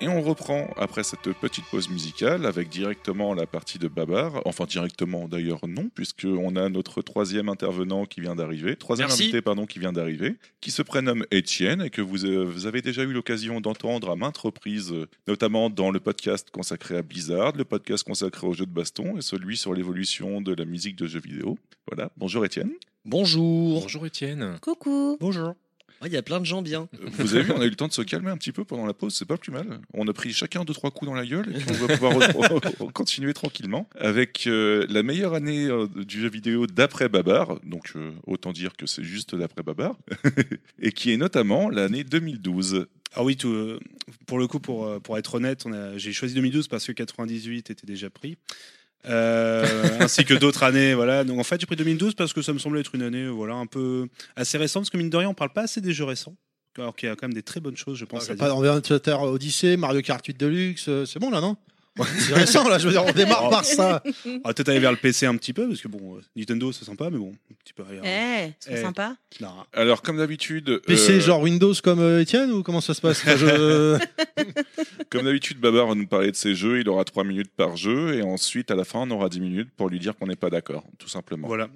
Speaker 2: Et on reprend après cette petite pause musicale avec directement la partie de Babar. Enfin, directement d'ailleurs, non, puisqu'on a notre troisième intervenant qui vient d'arriver, troisième
Speaker 1: Merci.
Speaker 2: invité, pardon, qui vient d'arriver, qui se prénomme Étienne et que vous, euh, vous avez déjà eu l'occasion d'entendre à maintes reprises, euh, notamment dans le podcast consacré à Blizzard, le podcast consacré aux jeux de baston et celui sur l'évolution de la musique de jeux vidéo. Voilà, bonjour Étienne.
Speaker 1: Bonjour.
Speaker 6: Bonjour Étienne.
Speaker 4: Coucou.
Speaker 1: Bonjour. Ouais, Il y a plein de gens bien.
Speaker 2: Vous avez vu, on a eu le temps de se calmer un petit peu pendant la pause, c'est pas plus mal. On a pris chacun deux trois coups dans la gueule et puis on va pouvoir re- continuer tranquillement avec euh, la meilleure année euh, du jeu vidéo d'après Babar, donc euh, autant dire que c'est juste d'après Babar, et qui est notamment l'année 2012.
Speaker 3: Ah oui, tout, euh, pour le coup, pour, euh, pour être honnête, on a- j'ai choisi 2012 parce que 98 était déjà pris. Euh, ainsi que d'autres années, voilà. Donc en fait, j'ai pris 2012 parce que ça me semblait être une année, euh, voilà, un peu assez récente, parce que mine de rien, on parle pas assez des jeux récents, alors qu'il y a quand même des très bonnes choses, je pense. à dire.
Speaker 5: Ah, Pas envers Odyssey, Mario Kart 8 Deluxe, euh, c'est bon là, non C'est récent là, je veux dire, on démarre par ça.
Speaker 3: Ah, peut-être aller vers le PC un petit peu, parce que bon, euh, Nintendo, c'est sympa, mais bon, un petit peu.
Speaker 4: Eh,
Speaker 3: arrière.
Speaker 4: c'est
Speaker 3: Eh.
Speaker 4: sympa.
Speaker 3: Non.
Speaker 2: Alors comme d'habitude,
Speaker 5: PC
Speaker 2: euh,
Speaker 5: genre Windows comme euh, Étienne ou comment ça se passe Enfin, je-
Speaker 2: comme d'habitude, Babar va nous parler de ses jeux, il aura trois minutes par jeu et ensuite à la fin on aura 10 minutes pour lui dire qu'on n'est pas d'accord, tout simplement.
Speaker 3: Voilà.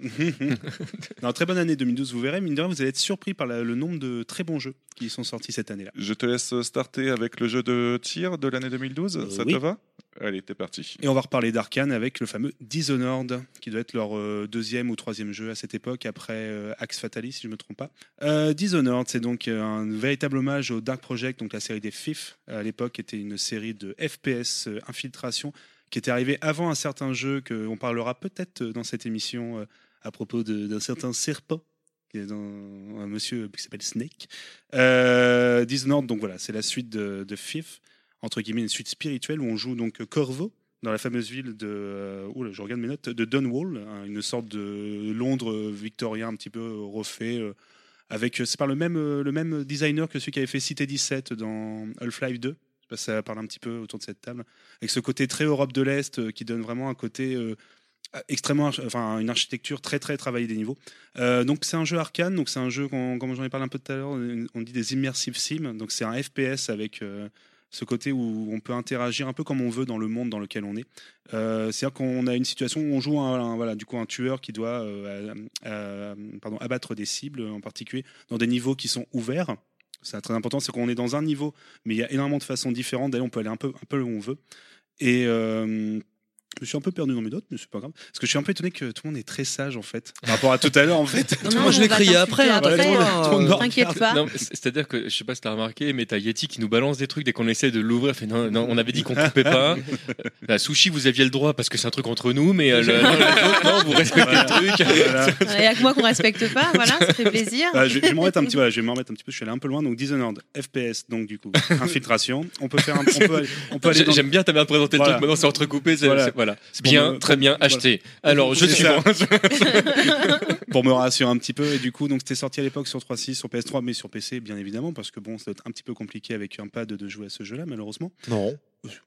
Speaker 3: non, très bonne année 2012, vous verrez, mine de rien, vous allez être surpris par la- le nombre de très bons jeux qui sont sortis cette année-là.
Speaker 2: Je te laisse starter avec le jeu de tir de l'année 2012,
Speaker 3: Euh,
Speaker 2: ça
Speaker 3: oui.
Speaker 2: te va Allez, t'es parti.
Speaker 3: Et on va reparler d'Arkane avec le fameux Dishonored, qui doit être leur euh, deuxième ou troisième jeu à cette époque, après euh, Axe Fatalis, si je ne me trompe pas. Euh, Dishonored, c'est donc euh, un véritable hommage au Dark Project, donc la série des FIF, à l'époque, était une série de FPS euh, infiltration, qui était arrivée avant un certain jeu qu'on parlera peut-être euh, dans cette émission euh, à propos de- d'un certain serpent. qui est dans- un monsieur qui s'appelle Snake. Euh, Dishonored, donc voilà, c'est la suite de, de FIF, entre guillemets une suite spirituelle où on joue donc Corvo, dans la fameuse ville de euh, oula, je regarde mes notes de Dunwall, hein, une sorte de Londres euh, victorien un petit peu euh, refait euh, avec euh, c'est par le même euh, le même designer que celui qui avait fait Cité 17 dans Half-Life 2. Je sais pas si ça parle un petit peu autour de cette table avec ce côté très Europe de l'Est euh, qui donne vraiment un côté euh, extrêmement arch- enfin une architecture très très travaillée des niveaux. Euh, donc c'est un jeu arcane, donc c'est un jeu qu'on- comme j'en ai parlé un peu tout à l'heure, on dit des immersive sim, donc c'est un FPS avec euh, ce côté où on peut interagir un peu comme on veut dans le monde dans lequel on est. Euh, C'est-à-dire qu'on a une situation où on joue un, un- voilà, du coup un tueur qui doit euh, euh, pardon, abattre des cibles, en particulier dans des niveaux qui sont ouverts. C'est très important, c'est qu'on est dans un niveau, mais il y a énormément de façons différentes. D'ailleurs, on peut aller un peu, un peu où on veut. Et euh, je me suis un peu perdu dans mes notes, mais c'est pas grave. Parce que je suis un peu étonné que tout le monde est très sage, en fait, par rapport à tout à l'heure, en fait.
Speaker 4: Non,
Speaker 1: Moi, je l'ai
Speaker 4: on va
Speaker 1: crié
Speaker 4: t'insulter
Speaker 1: après, hein,
Speaker 4: après,
Speaker 1: t'inquiète
Speaker 4: hein.
Speaker 1: pas, euh,
Speaker 3: Non,
Speaker 4: T'inquiète pas.
Speaker 6: Non, mais c'est- C'est-à-dire que je sais pas si t'as remarqué, mais t'as Yeti qui nous balance des trucs dès qu'on essaie de l'ouvrir. Fait non, non, on avait dit qu'on coupait pas. Euh, La sushi, vous aviez le droit parce que c'est un truc entre nous, mais euh, le- non, les autres, non, vous respectez le truc.
Speaker 3: Voilà.
Speaker 4: Il n'y a que moi qu'on respecte pas, voilà, ça fait plaisir.
Speaker 3: Bah, je, vais- je vais m'en remettre un petit peu. voilà, je vais m'en remettre un petit peu. Je suis allé un peu loin. Donc Dishonored, FPS, donc du coup, infiltration. On peut faire, un, on peut, aller- on peut aller
Speaker 6: J'ai-
Speaker 3: dans.
Speaker 6: J'aime bien, t'as bien présenté le
Speaker 3: Voilà.
Speaker 6: truc, maintenant c'est entrecoupé. c'est- c'est-
Speaker 3: Voilà.
Speaker 6: Voilà.
Speaker 3: c'est pour
Speaker 6: Bien,
Speaker 3: me-
Speaker 6: très bien,
Speaker 3: voilà.
Speaker 6: acheté. Alors, je
Speaker 3: C'est
Speaker 6: suis
Speaker 3: ça.
Speaker 6: bon.
Speaker 3: pour me rassurer un petit peu. Et du coup, donc c'était sorti à l'époque sur 3.6, sur PS3, mais sur PC, bien évidemment, parce que bon, ça doit être un petit peu compliqué avec un pad de jouer à ce jeu-là, malheureusement.
Speaker 5: Non.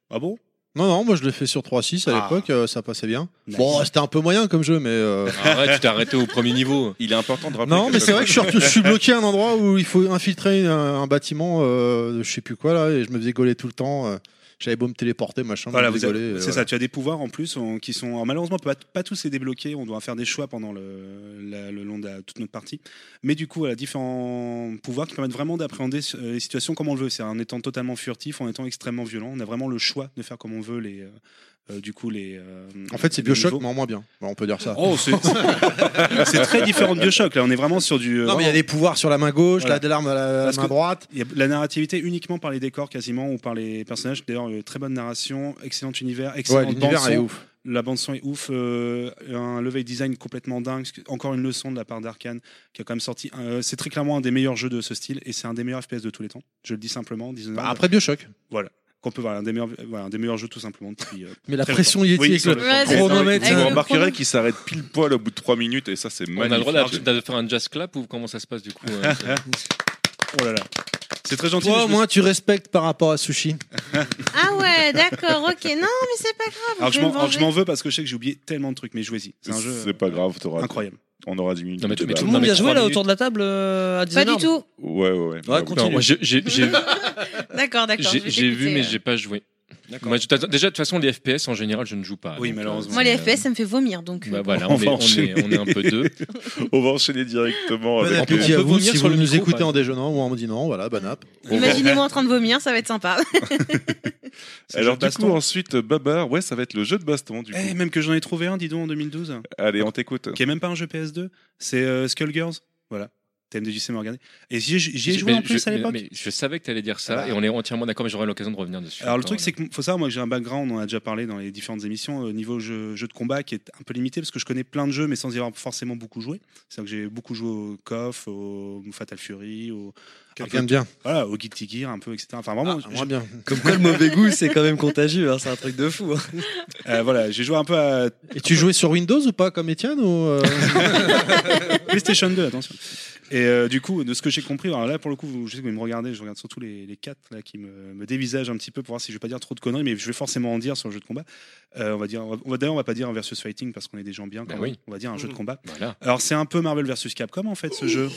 Speaker 3: Ah bon
Speaker 5: Non, non, moi je l'ai fait sur 3.6 à
Speaker 3: Ah.
Speaker 5: l'époque, euh, ça passait bien.
Speaker 3: Nice.
Speaker 5: Bon, c'était un peu moyen comme jeu, mais. euh,
Speaker 6: Ah, Arrête, tu t'es arrêté au premier niveau.
Speaker 2: Il est important de rappeler.
Speaker 5: Non, mais c'est vrai que je suis, retour- je suis bloqué à un endroit où il faut infiltrer un, un bâtiment, euh, de je sais plus quoi là, et je me faisais gauler tout le temps. euh, J'avais beau me téléporter, machin,
Speaker 3: Voilà,
Speaker 5: je me
Speaker 3: vous
Speaker 5: faisais
Speaker 3: avez-
Speaker 5: gauler, euh,
Speaker 3: c'est
Speaker 5: voilà.
Speaker 3: ça. Tu as des pouvoirs en plus en- qui sont alors, malheureusement pas, pas tous les débloqués. On doit faire des choix pendant le, la- le long de la- toute notre partie. Mais du coup, voilà, différents pouvoirs qui permettent vraiment d'appréhender euh, les situations comme on le veut. C'est en étant totalement furtif, en étant extrêmement violent. On a vraiment le choix de faire comme on veut les. euh, euh, du coup, les. euh,
Speaker 5: En fait, c'est
Speaker 3: les
Speaker 5: Bioshock,
Speaker 3: niveaux.
Speaker 5: mais en moins bien. Voilà, on peut dire ça.
Speaker 3: Oh, c'est c'est très différent de Bioshock. Là, on est vraiment sur du. euh,
Speaker 5: non, mais il y a des pouvoirs sur la main gauche,
Speaker 3: Voilà.
Speaker 5: la larme à la, la
Speaker 3: Parce
Speaker 5: main
Speaker 3: que-
Speaker 5: droite.
Speaker 3: Il y a la narrativité uniquement par les décors quasiment ou par les personnages. D'ailleurs, euh, très bonne narration, excellent univers,
Speaker 5: Ouais,
Speaker 3: excellent
Speaker 5: l'univers est ouf.
Speaker 3: La bande son est ouf, euh, un level design complètement dingue. Encore une leçon de la part d'Arkane qui a quand même sorti. euh, c'est très clairement un des meilleurs jeux de ce style et c'est un des meilleurs FPS de tous les temps. Je le dis simplement, disons
Speaker 5: Bah, après Bioshock.
Speaker 3: qu'on peut voir un des meilleurs, voilà, un des meilleurs jeux tout simplement depuis. euh,
Speaker 5: Mais la
Speaker 3: très
Speaker 5: pression
Speaker 3: longtemps.
Speaker 5: Yeti
Speaker 3: Oui,
Speaker 5: avec
Speaker 3: sur
Speaker 5: le-
Speaker 3: le-
Speaker 4: Ouais, c'est-
Speaker 5: chronomètre, euh,
Speaker 4: Avec
Speaker 2: Vous
Speaker 4: le
Speaker 2: remarquerez
Speaker 4: chrono-
Speaker 2: qu'il s'arrête pile poil au bout de 3 minutes et ça c'est
Speaker 6: On a le
Speaker 2: magnifique.
Speaker 6: droit d'a- d'a- de faire un jazz clap ou comment ça se passe du coup hein, c'est-
Speaker 3: Oh là là. C'est très gentil. mais
Speaker 5: Toi,
Speaker 3: je
Speaker 5: au
Speaker 3: me
Speaker 5: moins, tu respectes par rapport à Sushi.
Speaker 4: Ah ouais, d'accord, ok. Non, mais c'est pas grave.
Speaker 3: Alors, je
Speaker 4: vais
Speaker 3: m'en-
Speaker 4: me
Speaker 3: alors, je
Speaker 4: venger.
Speaker 3: m'en veux parce que je sais que j'ai oublié tellement de trucs, mais jouez-y. C'est un jeu euh,
Speaker 2: C'est pas grave, t'auras-
Speaker 3: incroyable.
Speaker 2: on aura 10 minutes.
Speaker 6: Non, mais
Speaker 2: de
Speaker 6: tout- mais
Speaker 1: Tout
Speaker 2: débat.
Speaker 1: le monde
Speaker 6: mais
Speaker 1: bien joué
Speaker 6: trois
Speaker 1: là
Speaker 6: minutes.
Speaker 1: autour de la table euh, à
Speaker 4: Pas
Speaker 1: 19
Speaker 4: du tout.
Speaker 2: Ouais, ouais, ouais.
Speaker 1: Ouais,
Speaker 2: Bah,
Speaker 1: continue.
Speaker 6: Non, moi, j'ai- j'ai- j'ai-
Speaker 4: D'accord, d'accord. je
Speaker 6: j'ai-
Speaker 4: vais
Speaker 6: j'ai vu,
Speaker 4: t'écouter,
Speaker 6: mais
Speaker 4: euh.
Speaker 6: j'ai pas joué.
Speaker 1: D'accord.
Speaker 6: Moi, je- t'as- déjà, de toute façon, les FPS en général, je ne joue pas.
Speaker 3: Oui,
Speaker 6: donc, euh,
Speaker 3: malheureusement.
Speaker 4: Moi, les
Speaker 6: c'est-
Speaker 4: FPS, ça me fait vomir, donc. euh,
Speaker 6: Bah voilà,
Speaker 2: On
Speaker 6: on,
Speaker 2: va
Speaker 6: est, on,
Speaker 2: enchaîner.
Speaker 6: est, on est un peu deux.
Speaker 2: on va enchaîner directement
Speaker 5: Bon
Speaker 2: avec.
Speaker 5: appétit
Speaker 6: on
Speaker 5: à
Speaker 6: peut
Speaker 5: vous
Speaker 6: vomir
Speaker 5: si
Speaker 6: sur
Speaker 5: vous
Speaker 6: le
Speaker 5: nous
Speaker 6: micro,
Speaker 5: écoutez
Speaker 6: par
Speaker 5: en déjeunant ou en me disant, oh, voilà, bon app.
Speaker 4: Imaginez-moi en train de vomir, ça va être sympa.
Speaker 3: C'est un
Speaker 2: Alors,
Speaker 3: jeu
Speaker 2: du
Speaker 3: de
Speaker 2: coup,
Speaker 3: baston.
Speaker 2: ensuite, Babar, ouais, ça va être le jeu de baston, du coup.
Speaker 3: Eh, même que j'en ai trouvé un, dis donc, en 2012,
Speaker 2: Allez, on t'écoute.
Speaker 3: qui est même pas un jeu PS2, c'est euh, Skullgirls. Voilà. thème de JC Morgan. Et j'y ai, j'y ai joué
Speaker 6: Mais
Speaker 3: en plus
Speaker 6: je,
Speaker 3: à
Speaker 6: mais-
Speaker 3: l'époque.
Speaker 6: mais Je savais que tu allais dire ça
Speaker 3: Ah.
Speaker 6: et on est entièrement d'accord, mais j'aurai l'occasion de revenir dessus.
Speaker 3: Alors le truc c'est qu'il faut savoir, moi j'ai un background, on en a déjà parlé dans les différentes émissions, au niveau jeu, jeu de combat qui est un peu limité parce que je connais plein de jeux mais sans y avoir forcément beaucoup joué. C'est-à-dire que j'ai beaucoup joué au KOF, au Fatal Fury, au,
Speaker 5: Quelqu'un de bien.
Speaker 3: voilà, au Guilty Gear un peu, etc. Enfin vraiment,
Speaker 5: Ah,
Speaker 3: j'ai-
Speaker 5: Moins bien.
Speaker 1: Comme quoi, le mauvais goût, c'est quand même contagieux. hein, C'est un truc de fou. hein.
Speaker 3: euh, voilà, j'ai joué un peu à
Speaker 5: Et tu jouais sur Windows ou pas comme Étienne ou euh,
Speaker 3: PlayStation 2, attention. Et euh, du coup, de ce que j'ai compris, alors là pour le coup, vous- je sais que vous me regardez, je regarde surtout les, les quatre là qui me, me dévisagent un petit peu pour voir si je vais pas dire trop de conneries, mais je vais forcément en dire sur le jeu de combat. Euh, on va dire, on va- on va, d'ailleurs on va pas dire un versus fighting parce qu'on est des gens bien,
Speaker 6: Bah
Speaker 3: quand
Speaker 6: oui.
Speaker 3: même. on va dire un jeu de
Speaker 1: Mhm.
Speaker 3: combat.
Speaker 6: Voilà.
Speaker 3: Alors c'est un peu Marvel versus Capcom en fait ce jeu.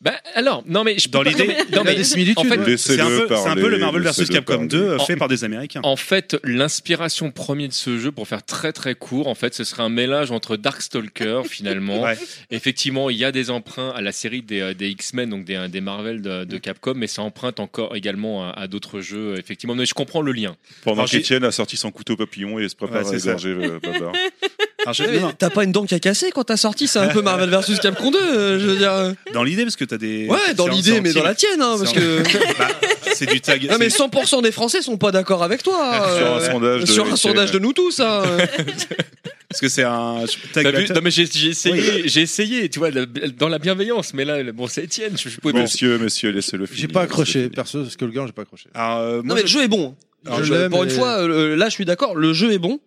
Speaker 6: Bah, alors, non mais je peux
Speaker 3: Dans
Speaker 6: pas-
Speaker 3: l'idée-
Speaker 6: non, mais- non, mais-
Speaker 5: des similitudes
Speaker 6: en fait,
Speaker 2: Laissez-le
Speaker 3: hein. C'est un, peu- c'est un peu
Speaker 2: parler,
Speaker 3: le Marvel versus
Speaker 2: laissez-le
Speaker 3: Capcom
Speaker 2: parler.
Speaker 3: 2 euh,
Speaker 6: En-
Speaker 3: fait par des Américains.
Speaker 6: En fait, l'inspiration première de ce jeu, pour faire très très court, en fait, ce serait un mélange entre Darkstalker finalement.
Speaker 3: Ouais.
Speaker 6: Effectivement, il y a des emprunts à la série des, euh, des X-Men, donc des, des Marvel de, de Capcom, mais ça emprunte encore également à, à d'autres jeux. Effectivement, mais je comprends le lien.
Speaker 2: Pendant
Speaker 3: Alors, j'ai-
Speaker 2: qu'Étienne a sorti son couteau papillon et se prépare
Speaker 3: Ouais, c'est
Speaker 2: à
Speaker 3: ça.
Speaker 2: égorger euh, Babar.
Speaker 3: Alors, je-
Speaker 1: Ouais, mais
Speaker 3: non,
Speaker 1: T'as pas une dent qui a cassé quand t'as sorti, c'est un peu Marvel versus Capcom 2. euh, Je veux dire. euh.
Speaker 3: dans l'idée parce que t'as des.
Speaker 1: Ouais, dans
Speaker 3: c'est en- c'est
Speaker 1: l'idée,
Speaker 3: en
Speaker 1: mais dans
Speaker 3: tir.
Speaker 1: la tienne, hein, parce
Speaker 3: C'est en-
Speaker 1: que.
Speaker 3: Bah, c'est du tag.
Speaker 1: Non, mais
Speaker 3: c'est-
Speaker 1: 100% des Français sont pas d'accord avec toi.
Speaker 2: Sur un
Speaker 1: euh,
Speaker 2: sondage de
Speaker 1: sur un
Speaker 2: Étienne.
Speaker 1: sondage de nous tous. hein.
Speaker 3: Parce que c'est un tag
Speaker 6: T'as vu
Speaker 3: battle.
Speaker 6: Non, mais j'ai j'ai essayé, j'ai essayé, tu vois, la- dans la bienveillance, mais là, bon, c'est Étienne, je, je pouvais pas-
Speaker 2: Monsieur, monsieur, laissez-le finir.
Speaker 5: J'ai pas accroché,
Speaker 2: laissez-le finir.
Speaker 5: perso, Skullgirl, j'ai pas accroché.
Speaker 3: Alors, euh,
Speaker 1: Non,
Speaker 3: moi,
Speaker 1: mais le
Speaker 3: je-
Speaker 1: jeu est bon.
Speaker 5: Alors,
Speaker 1: Je-
Speaker 5: je
Speaker 1: pour
Speaker 5: l'aime,
Speaker 1: une
Speaker 5: mais-
Speaker 1: fois, euh, là, je suis d'accord, le jeu est bon.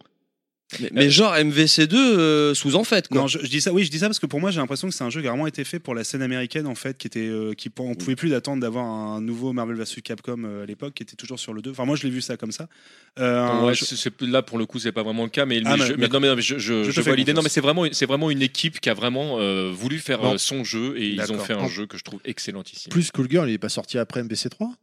Speaker 1: Mais, mais genre MVC2 euh, sous en fait. Quoi.
Speaker 3: Non, je, je dis ça. Oui, je dis ça parce que pour moi, j'ai l'impression que c'est un jeu qui a vraiment été fait pour la scène américaine en fait, qui était, euh, qui on pouvait plus d'attendre d'avoir un nouveau Marvel vs Capcom euh, à l'époque, qui était toujours sur le 2 Enfin, moi, je l'ai vu ça comme ça. Euh, un
Speaker 6: Ouais,
Speaker 3: jeu-
Speaker 6: c'est- c'est- là pour le coup c'est pas vraiment le cas mais,
Speaker 3: Ah,
Speaker 6: mais
Speaker 3: mais-
Speaker 6: je, mais non, mais non, mais je, je,
Speaker 3: Je te
Speaker 6: je
Speaker 3: fais
Speaker 6: vois l'idée non
Speaker 3: confiance.
Speaker 6: mais c'est vraiment c'est vraiment une équipe qui a vraiment euh, voulu faire
Speaker 5: Non.
Speaker 6: euh, son jeu et ils ont
Speaker 3: D'accord.
Speaker 6: fait un
Speaker 5: Non.
Speaker 6: jeu que je trouve excellentissime
Speaker 5: Plus Skullgirl, il est pas sorti après MBC3 Non,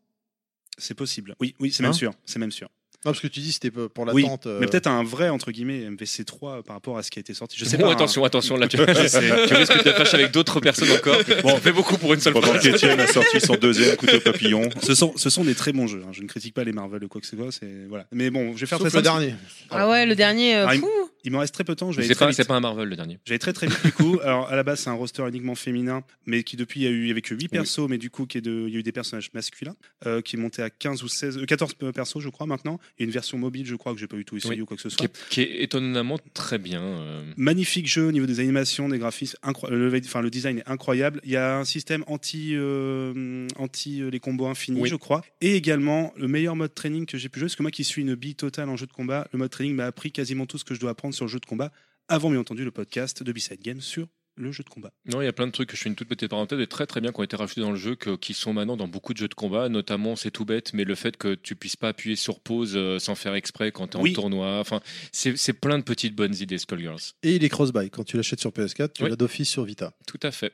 Speaker 3: c'est possible. Oui, oui, c'est
Speaker 5: Hein
Speaker 3: même sûr. C'est même sûr.
Speaker 5: parce que tu dis c'était pour
Speaker 3: Oui,
Speaker 5: l'attente. euh,
Speaker 3: Mais peut-être un vrai entre guillemets MVC3 euh, par rapport à ce qui a été sorti. Je sais
Speaker 6: Bon,
Speaker 3: pas. hein.
Speaker 6: attention attention là tu, tu risques de te fâcher avec d'autres personnes encore bon on fait beaucoup pour une seule fois
Speaker 2: Pendant qu'Étienne a sorti son deuxième couteau papillon.
Speaker 3: hein. Ce sont, ce sont des très bons jeux. hein. Je ne critique pas les Marvel ou quoi que ce soit. C'est voilà. Mais bon, je vais faire
Speaker 5: euh, Sauf
Speaker 3: très
Speaker 5: le
Speaker 3: simple.
Speaker 5: dernier.
Speaker 4: Ah ouais, le dernier, euh,
Speaker 3: Ah, il-
Speaker 4: fou.
Speaker 3: Il me reste très peu de temps. Je vais aller
Speaker 6: c'est
Speaker 3: très
Speaker 6: pas
Speaker 3: vite.
Speaker 6: c'est pas un Marvel le dernier
Speaker 3: Je vais aller très très vite du coup. Alors à la base c'est un roster uniquement féminin, mais qui depuis il y a eu il y avait que 8 persos, mais du coup qui est de, il y a eu des personnages masculins euh, qui montaient à 15 ou 16, euh, 14 persos je crois maintenant. Il y a une version mobile je crois que j'ai pas eu tout essayé
Speaker 6: Oui.
Speaker 3: ou quoi que ce
Speaker 6: qui
Speaker 3: soit.
Speaker 6: est, qui est étonnamment très bien euh.
Speaker 3: Magnifique jeu au niveau des animations, des graphismes, incro- le, enfin, le design est incroyable. Il y a un système anti, euh, anti euh, les combos infinis,
Speaker 6: Oui.
Speaker 3: je crois. Et également, le meilleur mode training que j'ai pu jouer, parce que moi qui suis une bille totale en jeu de combat, le mode training m'a appris quasiment tout ce que je dois apprendre sur le jeu de combat, avant bien entendu le podcast de B-Side Game sur le jeu de combat.
Speaker 6: Non, il y a plein de trucs, je fais une toute petite parenthèse, et très très bien qui ont été rajoutés dans le jeu, que- qui sont maintenant dans beaucoup de jeux de combat, notamment c'est tout bête, mais le fait que tu puisses pas appuyer sur pause euh, sans faire exprès quand tu es
Speaker 3: Oui.
Speaker 6: en tournoi, enfin, c'est c'est plein de petites bonnes idées, Skullgirls.
Speaker 5: Et il est cross-buy. Quand tu l'achètes sur PS4, tu
Speaker 6: Oui.
Speaker 5: l'as d'office sur Vita.
Speaker 6: Tout à fait.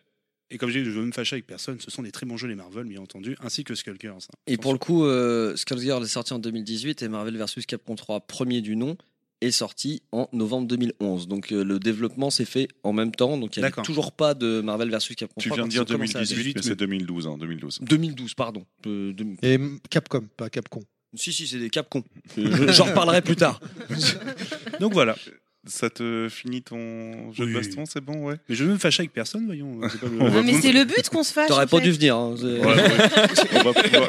Speaker 3: Et comme je dis, je veux me fâcher avec personne, ce sont des très bons jeux les Marvel, bien entendu, ainsi que Skullgirls. hein.
Speaker 1: Et pour le coup, euh, Skullgirl est sorti en 2018 et Marvel vs Capcom 3, premier du nom, est sorti en novembre 2011. Donc euh, le développement s'est fait en même temps. Donc il n'y avait
Speaker 3: D'accord.
Speaker 1: toujours pas de Marvel vs Capcom 3.
Speaker 2: Tu viens
Speaker 1: quand
Speaker 2: de
Speaker 1: ils ont
Speaker 2: dire
Speaker 1: commencé à
Speaker 2: 2018, mais
Speaker 1: développer.
Speaker 2: c'est 2012. hein, 2012.
Speaker 1: 2012, pardon. Euh, de-
Speaker 5: Et mm, Capcom, pas Capcom.
Speaker 1: Si, si, c'est des Capcom. Euh, Je- J'en reparlerai plus tard.
Speaker 3: Ah, Donc voilà.
Speaker 2: Ça te finit ton jeu de
Speaker 3: Oui.
Speaker 2: baston, c'est bon, ouais
Speaker 3: Mais je veux me fâcher avec personne, voyons. euh, C'est pas le-
Speaker 2: On va
Speaker 4: Non, mais c'est le but qu'on se fasse.
Speaker 1: T'aurais
Speaker 4: en
Speaker 1: pas
Speaker 4: fait.
Speaker 1: dû venir. hein. C'est-
Speaker 2: Ouais, ouais. on, va pouvoir-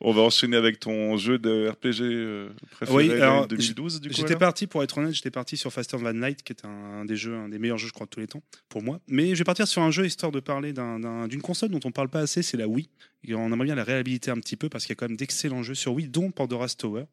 Speaker 2: on va enchaîner avec ton jeu de RPG euh, préféré
Speaker 3: Oui,
Speaker 2: de
Speaker 3: alors,
Speaker 2: 2012, du coup.
Speaker 3: J'étais
Speaker 2: alors
Speaker 3: parti, pour être honnête, j'étais parti sur Faster Van Light, qui est un, un des jeux, un des meilleurs jeux, je crois, de tous les temps, pour moi. Mais je vais partir sur un jeu histoire de parler d'un- d'un- d'une console dont on parle pas assez, c'est la Wii. Et on aimerait bien la réhabiliter un petit peu parce qu'il y a quand même d'excellents jeux sur Wii, dont Pandora's Tower,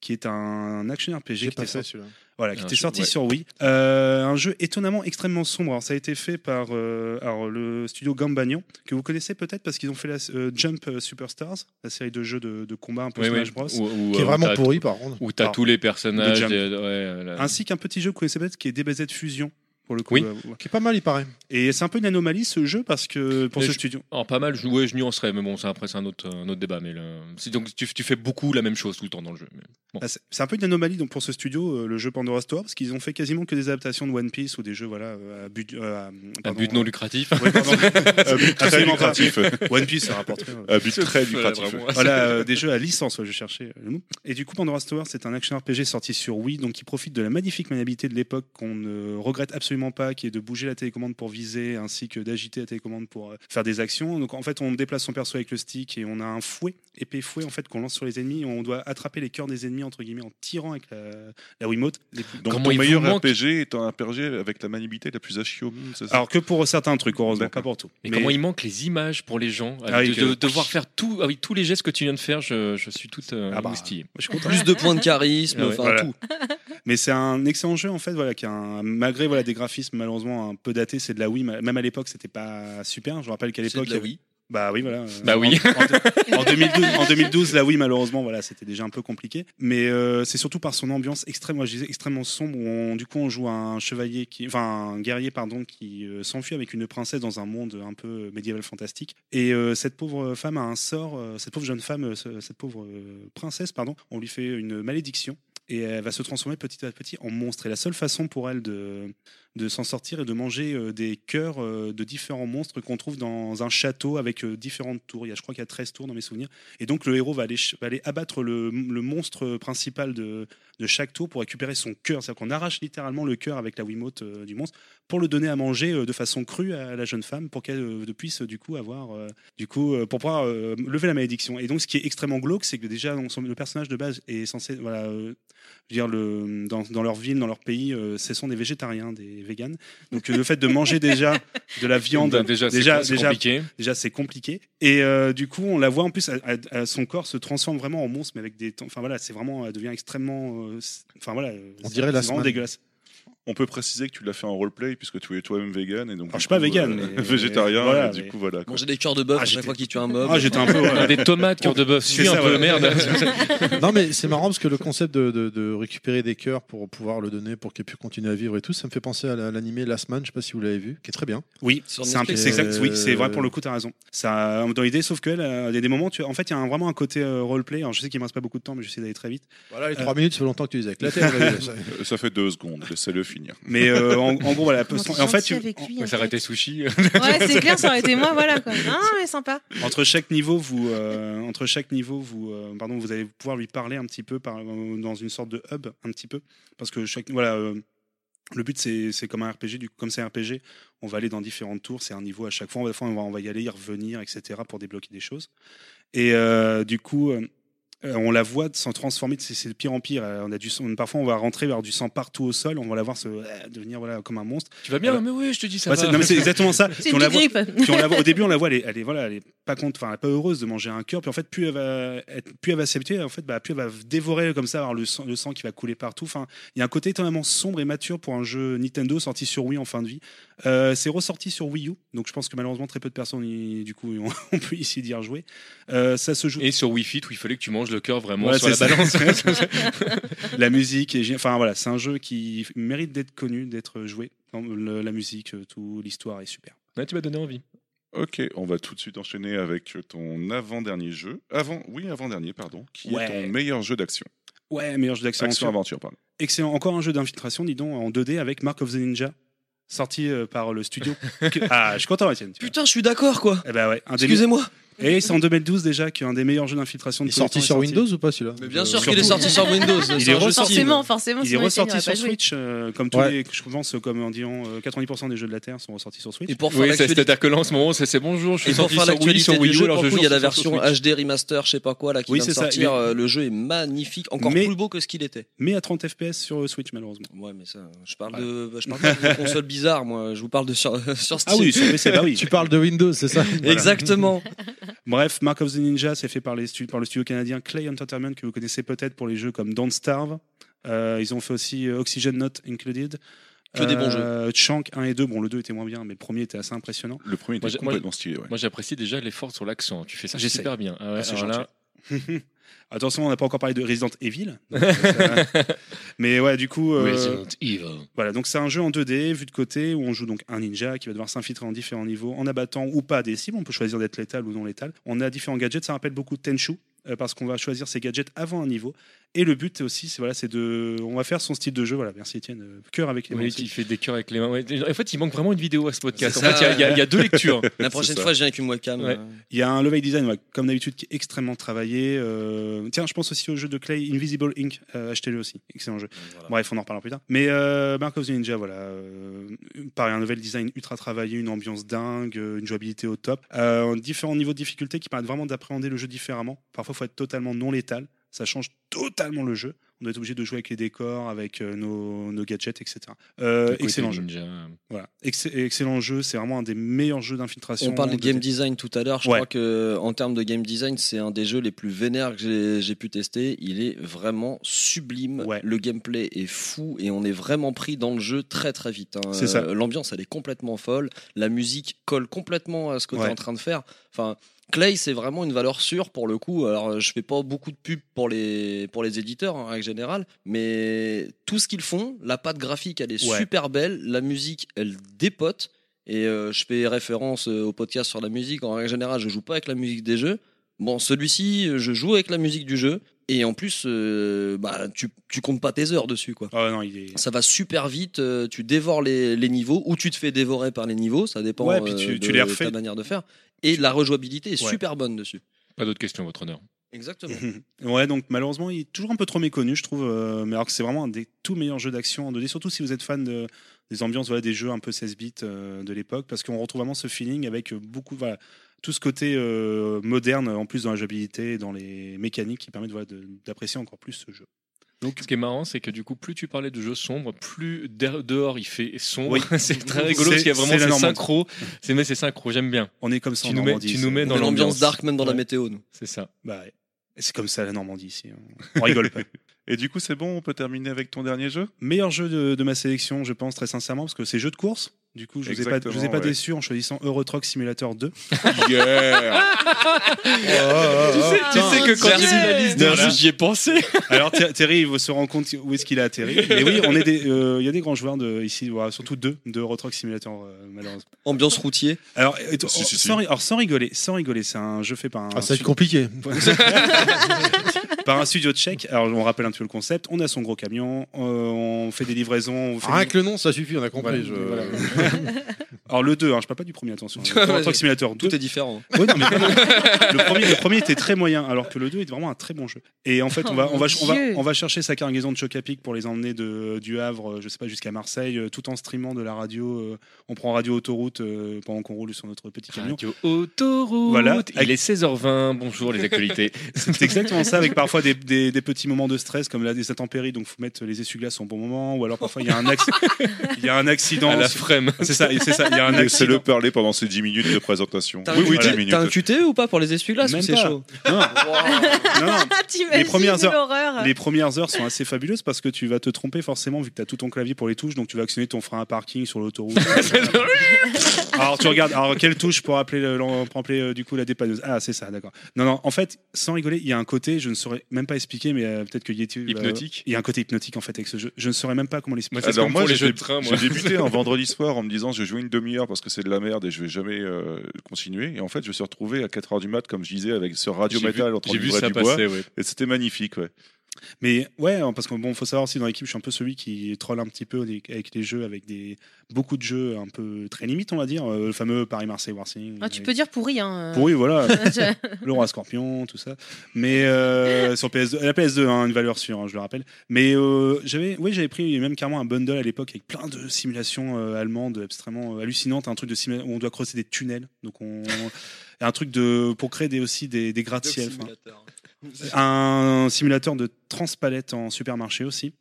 Speaker 3: qui est un action RPG qui
Speaker 5: J'ai pas
Speaker 3: était
Speaker 5: fait
Speaker 3: sorti,
Speaker 5: celui-là.
Speaker 3: voilà, qui
Speaker 6: Un
Speaker 3: était
Speaker 6: jeu-
Speaker 3: sorti
Speaker 6: ouais.
Speaker 3: sur Wii. Euh, un jeu étonnamment extrêmement sombre. Alors, ça a été fait par euh, alors, le studio Gambagnon, que vous connaissez peut-être parce qu'ils ont fait la euh, Jump euh, Superstars, la série de jeux de, de combat un peu
Speaker 6: Oui,
Speaker 3: Smash
Speaker 6: oui.
Speaker 3: Bros.
Speaker 6: Où- où,
Speaker 5: Qui est
Speaker 6: euh,
Speaker 5: vraiment
Speaker 6: t'as-
Speaker 5: pourri par contre.
Speaker 6: Où t'as
Speaker 3: Alors,
Speaker 6: tous les personnages.
Speaker 3: des jumps.
Speaker 6: des- ouais, euh, là.
Speaker 3: Ainsi qu'un petit jeu que vous connaissez peut-être qui est DBZ Fusion. Pour le coup,
Speaker 6: Oui.
Speaker 3: Euh, ouais.
Speaker 5: Qui est pas mal, il paraît.
Speaker 3: Et c'est un peu une anomalie ce jeu parce que pour
Speaker 6: Mais
Speaker 3: ce
Speaker 6: je-
Speaker 3: studio.
Speaker 6: Alors, pas mal, je, ouais, je nuancerais, mais bon, ça, après, c'est un autre, un autre débat. Mais le- c'est- donc, tu, tu fais beaucoup la même chose tout le temps dans le jeu. mais-
Speaker 3: Ah, C'est c'est un peu une anomalie donc pour ce studio, euh, le jeu Pandora's Tower, parce qu'ils ont fait quasiment que des adaptations de One Piece ou des jeux voilà, euh, à but, euh, à-
Speaker 6: Un
Speaker 3: pardon,
Speaker 6: but non lucratif.
Speaker 3: euh, ouais, pardon.
Speaker 2: Un but très
Speaker 3: Absolument
Speaker 2: lucratif.
Speaker 3: One Piece, ça rapporte rien.
Speaker 2: Un but très lucratif.
Speaker 6: Vraiment,
Speaker 3: Voilà, euh, des jeux à licence, ouais, je cherchais euh, le mot. Et du coup, Pandora's Tower, c'est un action RPG sorti sur Wii, donc qui profite de la magnifique maniabilité de l'époque qu'on ne regrette absolument forcément pas, qui est de bouger la télécommande pour viser, ainsi que d'agiter la télécommande pour euh, faire des actions. Donc en fait, on déplace son perso avec le stick et on a un fouet, épais fouet en fait, qu'on lance sur les ennemis. On doit attraper les cœurs des ennemis entre guillemets en tirant avec la, la Wiimote. Les plus-
Speaker 2: Donc
Speaker 6: Comment
Speaker 2: ton
Speaker 6: il vous
Speaker 2: meilleur
Speaker 6: manque
Speaker 2: RPG est un RPG avec la maniabilité la plus à chier au monde, c'est ça
Speaker 3: Alors que pour certains trucs, heureusement,
Speaker 2: D'accord.
Speaker 3: pas pour tout.
Speaker 6: Mais,
Speaker 3: Mais-
Speaker 6: comment il manque les images pour les gens
Speaker 3: Ah oui,
Speaker 6: de, de-
Speaker 3: que-
Speaker 6: Devoir faire tout, ah oui, tous les gestes que tu viens de faire, je, je suis tout euh,
Speaker 3: Ah bah.
Speaker 6: moustillé.
Speaker 3: je suis content.
Speaker 1: Plus de points de charisme,
Speaker 6: Ah ouais.
Speaker 1: enfin
Speaker 3: Voilà.
Speaker 1: tout.
Speaker 3: Mais c'est un excellent jeu en fait, voilà, qui a un- malgré voilà des graphismes malheureusement un peu datés, c'est de la Wii. ma- Même à l'époque, c'était pas super. Je me rappelle qu'à
Speaker 1: C'est
Speaker 3: l'époque,
Speaker 1: de la Wii.
Speaker 3: bah oui, voilà. euh,
Speaker 6: Bah oui.
Speaker 3: En, en- en 2012, en 2012, la Wii malheureusement, voilà, c'était déjà un peu compliqué. Mais euh, c'est surtout par son ambiance extrêmement, je disais, extrêmement sombre où on- du coup on joue un chevalier qui, enfin un guerrier pardon, qui euh, s'enfuit avec une princesse dans un monde un peu euh, médiéval fantastique. Et euh, cette pauvre femme a un sort, euh, cette pauvre jeune femme, euh, ce- cette pauvre euh, princesse pardon, on lui fait une malédiction et elle va se transformer petit à petit en monstre. Et la seule façon pour elle de, de s'en sortir est de manger euh, des cœurs euh, de différents monstres qu'on trouve dans un château avec euh, différentes tours. Il y a, je crois qu'il y a 13 tours dans mes souvenirs. Et donc le héros va aller, ch- va aller abattre le, le monstre principal de, de chaque tour pour récupérer son cœur. C'est-à-dire qu'on arrache littéralement le cœur avec la Wiimote euh, du monstre pour le donner à manger euh, de façon crue à la jeune femme pour qu'elle euh, puisse euh, du coup avoir euh, du coup, euh, pour pouvoir euh, lever la malédiction. Et donc, ce qui est extrêmement glauque, c'est que déjà, donc, son- le personnage de base est censé, voilà, euh, je veux dire, le, dans, dans leur ville, dans leur pays, euh, ce sont des végétariens, des véganes. Donc, euh, le fait de manger déjà de la viande,
Speaker 6: Bah, déjà, c'est
Speaker 3: déjà,
Speaker 6: c'est
Speaker 3: déjà,
Speaker 6: compliqué.
Speaker 3: déjà, c'est compliqué. Et euh, du coup, on la voit en plus, à- à- à son corps se transforme vraiment en monstre, mais avec des, temps- enfin voilà, c'est vraiment, elle devient extrêmement, euh, c- enfin voilà, euh,
Speaker 5: On
Speaker 3: c'est-
Speaker 5: dirait la
Speaker 3: c'est vraiment
Speaker 5: semaine.
Speaker 3: dégueulasse.
Speaker 2: On peut préciser que tu l'as fait en roleplay puisque tu es toi-même vegan et donc. du
Speaker 3: Alors, je suis pas
Speaker 2: coup,
Speaker 3: vegan,
Speaker 2: euh,
Speaker 3: mais-
Speaker 2: végétarien.
Speaker 3: voilà,
Speaker 2: et du
Speaker 3: mais-
Speaker 2: coup voilà. quoi.
Speaker 1: Manger des cœurs de bœuf
Speaker 3: Ah,
Speaker 1: à
Speaker 3: j'étais-
Speaker 1: chaque fois qu'il tue un mob.
Speaker 3: Ah, j'étais un peu. ouais.
Speaker 6: On a des tomates, cœur de bœuf,
Speaker 3: C'est
Speaker 6: suis un
Speaker 3: ça,
Speaker 6: peu,
Speaker 3: ouais.
Speaker 6: merde.
Speaker 5: Non, mais c'est marrant parce que le concept de, de- de récupérer des cœurs pour pouvoir le donner pour qu'il puisse continuer à vivre et tout, ça me fait penser à la- l'animé Last Man, je sais pas si vous l'avez vu, qui est très bien.
Speaker 3: Oui,
Speaker 1: Sur
Speaker 3: c'est un peu-
Speaker 1: Netflix.
Speaker 3: c'est exact. Oui, c'est vrai
Speaker 5: Euh,
Speaker 3: pour le coup, t'as raison. Ça, dans l'idée, sauf que là, il y a des moments, tu, en fait, il y a un- vraiment un côté euh, roleplay. Alors, je sais qu'il me reste pas beaucoup de temps, mais j'essaie d'aller très vite.
Speaker 5: Voilà, les
Speaker 3: Euh.
Speaker 5: trois minutes, ça fait longtemps que tu les as éclatées. on va dire ça.
Speaker 2: Euh, Ça fait deux secondes. Laissez-le finir.
Speaker 3: Mais euh, en, en gros, voilà.
Speaker 4: Comment t'es
Speaker 3: en fait,
Speaker 4: gentil
Speaker 3: tu-
Speaker 4: avec lui,
Speaker 6: On
Speaker 4: en
Speaker 6: s'est arrêté
Speaker 4: fait.
Speaker 6: sushi.
Speaker 4: Ouais, c'est clair, ça aurait été moi, voilà. Quoi. Non, mais sympa.
Speaker 3: entre chaque niveau, vous, euh, entre chaque niveau, vous, euh, pardon, vous allez pouvoir lui parler un petit peu par, euh, dans une sorte de hub, un petit peu, parce que chaque, voilà, euh, le but c'est c'est comme un RPG, du coup, comme c'est un RPG, on va aller dans différentes tours, c'est un niveau à chaque fois, on va, on va, on va y aller, y revenir, etc. pour débloquer des choses. Et euh, du coup. euh, euh, on la voit s'en transformer, c'est c'est de pire en pire. Euh, On a du sang- parfois, on va rentrer vers du sang partout au sol, on va la voir se, euh, devenir voilà, comme un monstre.
Speaker 6: Tu vas bien
Speaker 3: Voilà.
Speaker 6: Mais oui, je te dis ça.
Speaker 3: Ouais,
Speaker 6: va.
Speaker 3: c'est- non, mais c'est exactement ça.
Speaker 4: C'est
Speaker 3: Puis on
Speaker 4: une
Speaker 3: la
Speaker 4: petite
Speaker 3: voit-
Speaker 4: grippe.
Speaker 3: puis on la voit- au début on la voit elle est, elle est- voilà elle est pas contre enfin elle est pas heureuse de manger un cœur puis en fait plus elle va être- plus elle va s'habituer en fait bah, plus elle va dévorer comme ça avoir le sang, le sang qui va couler partout enfin il y a un côté étonnamment sombre et mature pour un jeu Nintendo sorti sur Wii en fin de vie Euh, c'est ressorti sur Wii U donc je pense que malheureusement très peu de personnes y- du coup ont, ont pu ici dire jouer Euh, ça se joue
Speaker 6: Et sur Wii Fit où il fallait que tu manges le cœur vraiment
Speaker 3: Ouais,
Speaker 6: sur la
Speaker 3: c'est
Speaker 6: balance.
Speaker 3: la musique et j'ai- enfin voilà c'est un jeu qui mérite d'être connu d'être joué Non, le- la musique euh, tout l'histoire est super
Speaker 6: Ouais, tu m'as donné envie.
Speaker 2: Ok, on va tout de suite enchaîner avec ton avant-dernier jeu. Avant, oui, avant-dernier, pardon. Qui
Speaker 3: Ouais.
Speaker 2: est ton meilleur jeu d'action
Speaker 3: ouais meilleur jeu d'action sur-
Speaker 2: Action-aventure, pardon.
Speaker 3: Excellent. Encore un jeu d'infiltration, dis donc, en 2D avec Mark of the Ninja, sorti euh, par le studio. que- Ah, je suis content, Étienne. tu vois.
Speaker 1: Putain, je suis d'accord quoi.
Speaker 3: Eh ben ouais, un des me-
Speaker 1: Excusez-moi.
Speaker 3: Et c'est en 2012 déjà qu'un des meilleurs jeux d'infiltration
Speaker 5: Il
Speaker 3: de
Speaker 5: est
Speaker 3: tous les temps
Speaker 5: sorti
Speaker 3: est
Speaker 5: sur Windows ou pas celui-là
Speaker 1: Mais bien
Speaker 5: Euh,
Speaker 1: sûr
Speaker 3: surtout-
Speaker 1: qu'il est sorti sur Windows. c'est un
Speaker 3: est
Speaker 1: jeu
Speaker 3: ressorti.
Speaker 1: Steam.
Speaker 4: Forcément,
Speaker 7: Ah,
Speaker 4: forcément.
Speaker 3: Il est
Speaker 4: sinon Étienne
Speaker 3: ressorti
Speaker 4: n'aurait pas
Speaker 3: sur
Speaker 4: joué.
Speaker 3: Switch, euh, comme tous
Speaker 5: Ouais.
Speaker 3: les, je pense, euh, comme en disant euh, 90% des jeux de la Terre sont ressortis sur Switch.
Speaker 1: Et pour faire
Speaker 6: Oui, c'est-
Speaker 1: l'actualité-
Speaker 6: c'est-à-dire que là en ce moment, c'est c'est bonjour. Je suis
Speaker 1: Et pour
Speaker 6: sorti
Speaker 1: faire
Speaker 6: sur Wii,
Speaker 1: l'actualité
Speaker 6: sur
Speaker 1: du
Speaker 6: Wii U.
Speaker 1: jeu,
Speaker 6: Alors
Speaker 1: pour
Speaker 6: je
Speaker 1: le coup, il y a
Speaker 6: joue
Speaker 1: la
Speaker 6: sur- sur
Speaker 1: version
Speaker 6: Switch.
Speaker 1: HD remaster, je sais pas quoi, là, qui
Speaker 3: Oui,
Speaker 1: vient de
Speaker 3: c'est ça,
Speaker 1: sortir.
Speaker 3: mais-
Speaker 1: euh, Le jeu est magnifique, encore
Speaker 3: Mais-
Speaker 1: plus beau que ce qu'il était.
Speaker 3: Mais à 30 FPS sur euh, Switch, malheureusement.
Speaker 1: Ouais, mais ça, je parle de, je parle pas de console bizarre, moi. Je vous parle de sur, sur Steam.
Speaker 3: Ah oui, sur PC, bah oui.
Speaker 5: Tu parles de Windows, c'est ça
Speaker 1: Exactement.
Speaker 3: Bref, Mark of the Ninja, c'est fait par, les stu- par le studio canadien Clay Entertainment, que vous connaissez peut-être pour les jeux comme Don't Starve. Euh, ils ont fait aussi euh, Oxygen Not Included.
Speaker 1: Que des bons
Speaker 3: jeux. Chunk 1 et 2, bon, le 2 était moins bien, mais le premier était assez impressionnant.
Speaker 2: Le premier était
Speaker 6: Moi, j'ai- moi,
Speaker 2: complètement stylé. ouais.
Speaker 6: Moi, j'apprécie déjà l'effort sur l'accent. Tu fais ça
Speaker 3: J'essaie.
Speaker 6: super bien. Ah ouais,
Speaker 3: Ah, c'est
Speaker 6: alors là,
Speaker 3: Attention, on n'a pas encore parlé de Resident Evil. Donc, euh, ça- mais ouais, du coup, euh,
Speaker 6: Resident Evil.
Speaker 3: voilà. Donc c'est un jeu en 2D, vu de côté, où on joue donc un ninja qui va devoir s'infiltrer en différents niveaux, en abattant ou pas des cibles. On peut choisir d'être létal ou non létal. On a différents gadgets. Ça rappelle beaucoup Tenchu. euh, parce qu'on va choisir ses gadgets avant un niveau Et le but aussi, c'est voilà, c'est de, on va faire son style de jeu. Voilà, merci Étienne. Euh, Cœur avec les mains.
Speaker 6: Oui,
Speaker 3: aussi.
Speaker 6: il fait des cœurs avec les mains. Ouais, En fait, il manque vraiment une vidéo à ce podcast. En
Speaker 1: C'est ça,
Speaker 6: fait, il y a- il y, a- il y a deux lectures.
Speaker 1: La prochaine
Speaker 2: ça.
Speaker 1: fois, je viens avec une webcam.
Speaker 6: Ouais.
Speaker 1: euh,
Speaker 3: Il y a un level design, ouais, comme d'habitude, qui est extrêmement travaillé. Euh, Tiens, je pense aussi au jeu de Clay, Invisible Inc. Euh, Achetez-le aussi, excellent jeu.
Speaker 1: voilà.
Speaker 3: Bref, on en reparlera plus tard. Mais euh, Mark of the Ninja, voilà, euh, pareil, un nouvel design ultra travaillé, une ambiance dingue, euh, une jouabilité au top, euh, différents niveaux de difficulté qui permettent vraiment d'appréhender le jeu différemment. Parfois, il faut être totalement non létal, ça change totalement le jeu. On doit être obligé de jouer avec les décors, avec euh, nos, nos gadgets, etc. Euh,
Speaker 6: Le côté
Speaker 3: excellent jeu.
Speaker 6: ninja.
Speaker 3: Voilà. Ex- excellent jeu, c'est vraiment un des meilleurs jeux d'infiltration.
Speaker 1: On parle de game design tout à l'heure. Je
Speaker 3: Ouais.
Speaker 1: crois que en termes de game design, c'est un des jeux les plus vénères que j'ai- j'ai pu tester. Il est vraiment sublime.
Speaker 3: Ouais.
Speaker 1: Le gameplay est fou et on est vraiment pris dans le jeu très très vite. hein.
Speaker 3: C'est ça.
Speaker 1: L'ambiance, elle est complètement folle. La musique colle complètement à ce que tu
Speaker 3: Ouais.
Speaker 1: es en train de faire. Enfin. Clay, c'est vraiment une valeur sûre pour le coup. Alors, euh, je fais pas beaucoup de pubs pour les, pour les éditeurs hein, en règle générale, mais tout ce qu'ils font, la patte graphique, elle est
Speaker 3: Ouais.
Speaker 1: super belle. La musique, elle dépote. Et euh, je fais référence euh, au podcast sur la musique. En règle générale, je joue pas avec la musique des jeux. Bon, celui-ci, euh, je joue avec la musique du jeu. Et en plus, euh, bah, tu, tu comptes pas tes heures dessus, quoi.
Speaker 3: Ah non, il est.
Speaker 1: Ça va super vite, euh, tu dévores les, les niveaux ou tu te fais dévorer par les niveaux, ça dépend
Speaker 3: Ouais, puis
Speaker 1: euh,
Speaker 3: tu-
Speaker 1: de
Speaker 3: tu les refais.
Speaker 1: ta manière de faire. Et la rejouabilité est
Speaker 3: Ouais.
Speaker 1: super bonne dessus.
Speaker 6: Pas d'autres questions, votre honneur.
Speaker 1: Exactement.
Speaker 3: ouais, donc malheureusement, il est toujours un peu trop méconnu, je trouve. euh, mais alors que c'est vraiment un des tout meilleurs jeux d'action en 2D, surtout si vous êtes fan de- des ambiances, voilà, des jeux un peu 16 bits euh, de l'époque, parce qu'on retrouve vraiment ce feeling avec euh, beaucoup, voilà, tout ce côté euh, moderne, en plus dans la jouabilité, et dans les mécaniques qui permettent voilà, de- d'apprécier encore plus ce jeu.
Speaker 6: Ce qui est marrant, c'est que du coup, plus tu parlais de jeux sombres, plus der- dehors il fait sombre.
Speaker 3: Oui.
Speaker 6: c'est très rigolo parce
Speaker 3: C'est-
Speaker 6: qu'il
Speaker 3: c'est
Speaker 6: y a vraiment
Speaker 3: la
Speaker 6: ces
Speaker 3: Normandie.
Speaker 6: synchros. C'est mais c'est synchro, j'aime bien.
Speaker 3: On est comme ça
Speaker 6: Tu
Speaker 3: en
Speaker 6: nous mets-
Speaker 3: Normandie.
Speaker 6: tu nous
Speaker 3: c'est-
Speaker 6: mets
Speaker 1: On
Speaker 6: dans
Speaker 1: a l'ambiance
Speaker 6: l'ambiance.
Speaker 1: dark, même dans la
Speaker 6: Ouais.
Speaker 1: météo, nous.
Speaker 6: C'est ça.
Speaker 3: Bah ouais. C'est comme ça la Normandie ici. hein. On rigole pas.
Speaker 2: Et du coup, c'est bon, on peut terminer avec ton dernier jeu
Speaker 3: Meilleur jeu de, de ma sélection, je pense très sincèrement, parce que c'est jeu de course. Du coup, je vous ai pas, je vous ai
Speaker 2: Exactement,
Speaker 3: pas
Speaker 2: ouais.
Speaker 3: déçu en choisissant Euro Truck Simulator 2.
Speaker 2: Yeah
Speaker 5: Ah,
Speaker 6: tu sais, tu sais que quand
Speaker 4: Merci.
Speaker 6: j'ai vu la liste des
Speaker 3: Voilà.
Speaker 6: jeux, j'y ai pensé.
Speaker 3: Alors Thé- Thierry, il va se rendre compte où est-ce qu'il a atterri. Mais oui, on est des- euh, il y a des grands joueurs de, ici, voilà, surtout deux de Euro Truck Simulator, euh, malheureusement.
Speaker 1: Ambiance routier.
Speaker 3: Alors, et-
Speaker 2: Si,
Speaker 3: oh,
Speaker 2: si, si.
Speaker 3: sans, ri- alors, sans rigoler, sans rigoler, c'est un jeu fait par un,
Speaker 5: Ah, ça va être
Speaker 3: stu-
Speaker 5: compliqué.
Speaker 3: par un studio tchèque. Alors, on rappelle un peu le concept. On a son gros camion, euh, on fait des livraisons. On fait
Speaker 5: Rien
Speaker 3: des-
Speaker 5: que le nom, ça suffit, on a compris. je-
Speaker 3: Voilà. Alors le 2, hein, je parle pas du premier, attention.
Speaker 1: Ouais,
Speaker 3: Euro Truck Simulator 2,
Speaker 1: Tout est différent. hein.
Speaker 3: Ouais, non, mais vraiment. le, premier, le premier était très moyen, alors que le 2 est vraiment un très bon jeu. Et en fait, on va,
Speaker 4: Oh
Speaker 3: on va,
Speaker 4: mon
Speaker 3: on va,
Speaker 4: Dieu.
Speaker 3: on va chercher sa cargaison de choc à pic pour les emmener de, du Havre, euh, je sais pas, jusqu'à Marseille, euh, tout en streamant de la radio. euh, on prend radio autoroute euh, pendant qu'on roule sur notre petit camion.
Speaker 6: Radio Autoroute.
Speaker 3: Voilà.
Speaker 6: Il est 16h20. Bonjour les actualités.
Speaker 3: C'est exactement ça, avec parfois des, des- des petits moments de stress, comme là, des intempéries, donc faut mettre les essuie-glaces au bon moment, ou alors parfois il y a un, acc- il y a un accident.
Speaker 6: à la frame.
Speaker 3: C'est ça, c'est ça, il y a un
Speaker 2: Laissez-le
Speaker 3: accident.
Speaker 2: parler pendant ces 10 minutes de présentation.
Speaker 1: T'as
Speaker 2: Oui,
Speaker 1: un
Speaker 2: oui,
Speaker 1: QT
Speaker 2: 10
Speaker 1: T'as un
Speaker 2: minutes.
Speaker 1: QT ou pas pour les essuie-glaces
Speaker 3: Même
Speaker 1: ou c'est
Speaker 3: pas.
Speaker 1: chaud
Speaker 3: Non, non, non,
Speaker 4: T'imagines
Speaker 3: premières heures-
Speaker 4: l'horreur.
Speaker 3: Les premières heures sont assez fabuleuses parce que tu vas te tromper forcément vu que tu as tout ton clavier pour les touches, donc tu vas actionner ton frein à parking sur l'autoroute. alors tu regardes, alors quelle touche pour appeler, le- l'en- pour appeler euh, du coup la dépanneuse Ah c'est ça, d'accord. Non, non, en fait, sans rigoler, il y a un côté, je ne saurais même pas expliquer, mais euh, peut-être que Yeti... va-
Speaker 6: Hypnotique.
Speaker 3: Il y a un côté hypnotique en fait avec ce jeu. Je ne saurais même pas comment l'expliquer.
Speaker 6: c'est
Speaker 2: Alors
Speaker 6: comme
Speaker 2: moi,
Speaker 6: pour les
Speaker 2: j'ai
Speaker 6: jeux de
Speaker 2: dé-
Speaker 6: train,
Speaker 2: J'ai
Speaker 6: moi.
Speaker 2: débuté un vendredi soir en me disant je vais jouer une demi-heure parce que c'est de la merde et je vais jamais euh, continuer. Et en fait, je me suis retrouvé à 4h du mat, comme je disais, avec ce radio
Speaker 6: J'ai vu-
Speaker 2: métal en train
Speaker 6: J'ai
Speaker 2: de
Speaker 6: vu
Speaker 2: livrer
Speaker 6: ça
Speaker 2: du bois.
Speaker 6: passer. ouais.
Speaker 2: Et c'était magnifique, ouais.
Speaker 3: Mais ouais, hein, parce que bon, faut savoir aussi dans l'équipe, je suis un peu celui qui troll un petit peu avec- avec les jeux, avec des beaucoup de jeux un peu très limites, on va dire. Euh, Le fameux Paris-Marseille Warcing.
Speaker 4: Ah, tu peux dire pourri. Hein.
Speaker 3: Pour oui, voilà.
Speaker 4: Je-
Speaker 3: le roi scorpion, tout ça. Mais euh, sur PS2, la PS2, hein, une valeur sûre, hein, je le rappelle. Mais euh, j'avais, oui, j'avais pris même carrément un bundle à l'époque avec plein de simulations euh, allemandes extrêmement euh, hallucinantes, un truc de simula- où on doit creuser des tunnels, donc on, et un truc de pour créer des, aussi des, des gratte-ciel. enfin. Un simulateur de transpalette en supermarché aussi.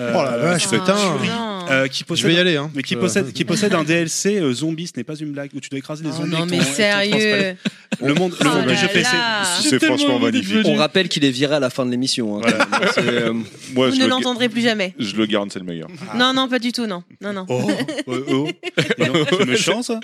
Speaker 3: Euh,
Speaker 5: Oh la vache,
Speaker 4: Ah,
Speaker 5: putain.
Speaker 4: non.
Speaker 3: euh, qui
Speaker 5: Je vais
Speaker 3: possède
Speaker 5: y aller. hein.
Speaker 3: mais qui
Speaker 5: Euh,
Speaker 3: possède, qui possède un DLC euh, zombie, ce n'est pas une blague, où tu dois écraser des
Speaker 4: Oh
Speaker 3: zombies.
Speaker 4: non,
Speaker 3: avec ton-
Speaker 4: mais
Speaker 3: avec ton transpalette.
Speaker 4: sérieux.
Speaker 3: Le monde, le
Speaker 4: Oh
Speaker 3: monde du
Speaker 4: là
Speaker 3: jeu PC.
Speaker 4: là.
Speaker 2: C'est
Speaker 6: tellement
Speaker 2: franchement
Speaker 6: envie d'y
Speaker 2: magnifique.
Speaker 1: On rappelle qu'il est viré à la fin de l'émission. hein. C'est, euh,
Speaker 2: Moi,
Speaker 4: Vous
Speaker 2: je
Speaker 4: ne
Speaker 2: le,
Speaker 4: l'entendrez plus jamais.
Speaker 2: je le garde, c'est le meilleur.
Speaker 3: Ah.
Speaker 4: Non, non, pas du tout, non. Non, non.
Speaker 3: Oh, oh, oh. Dis donc, C'est méchant ça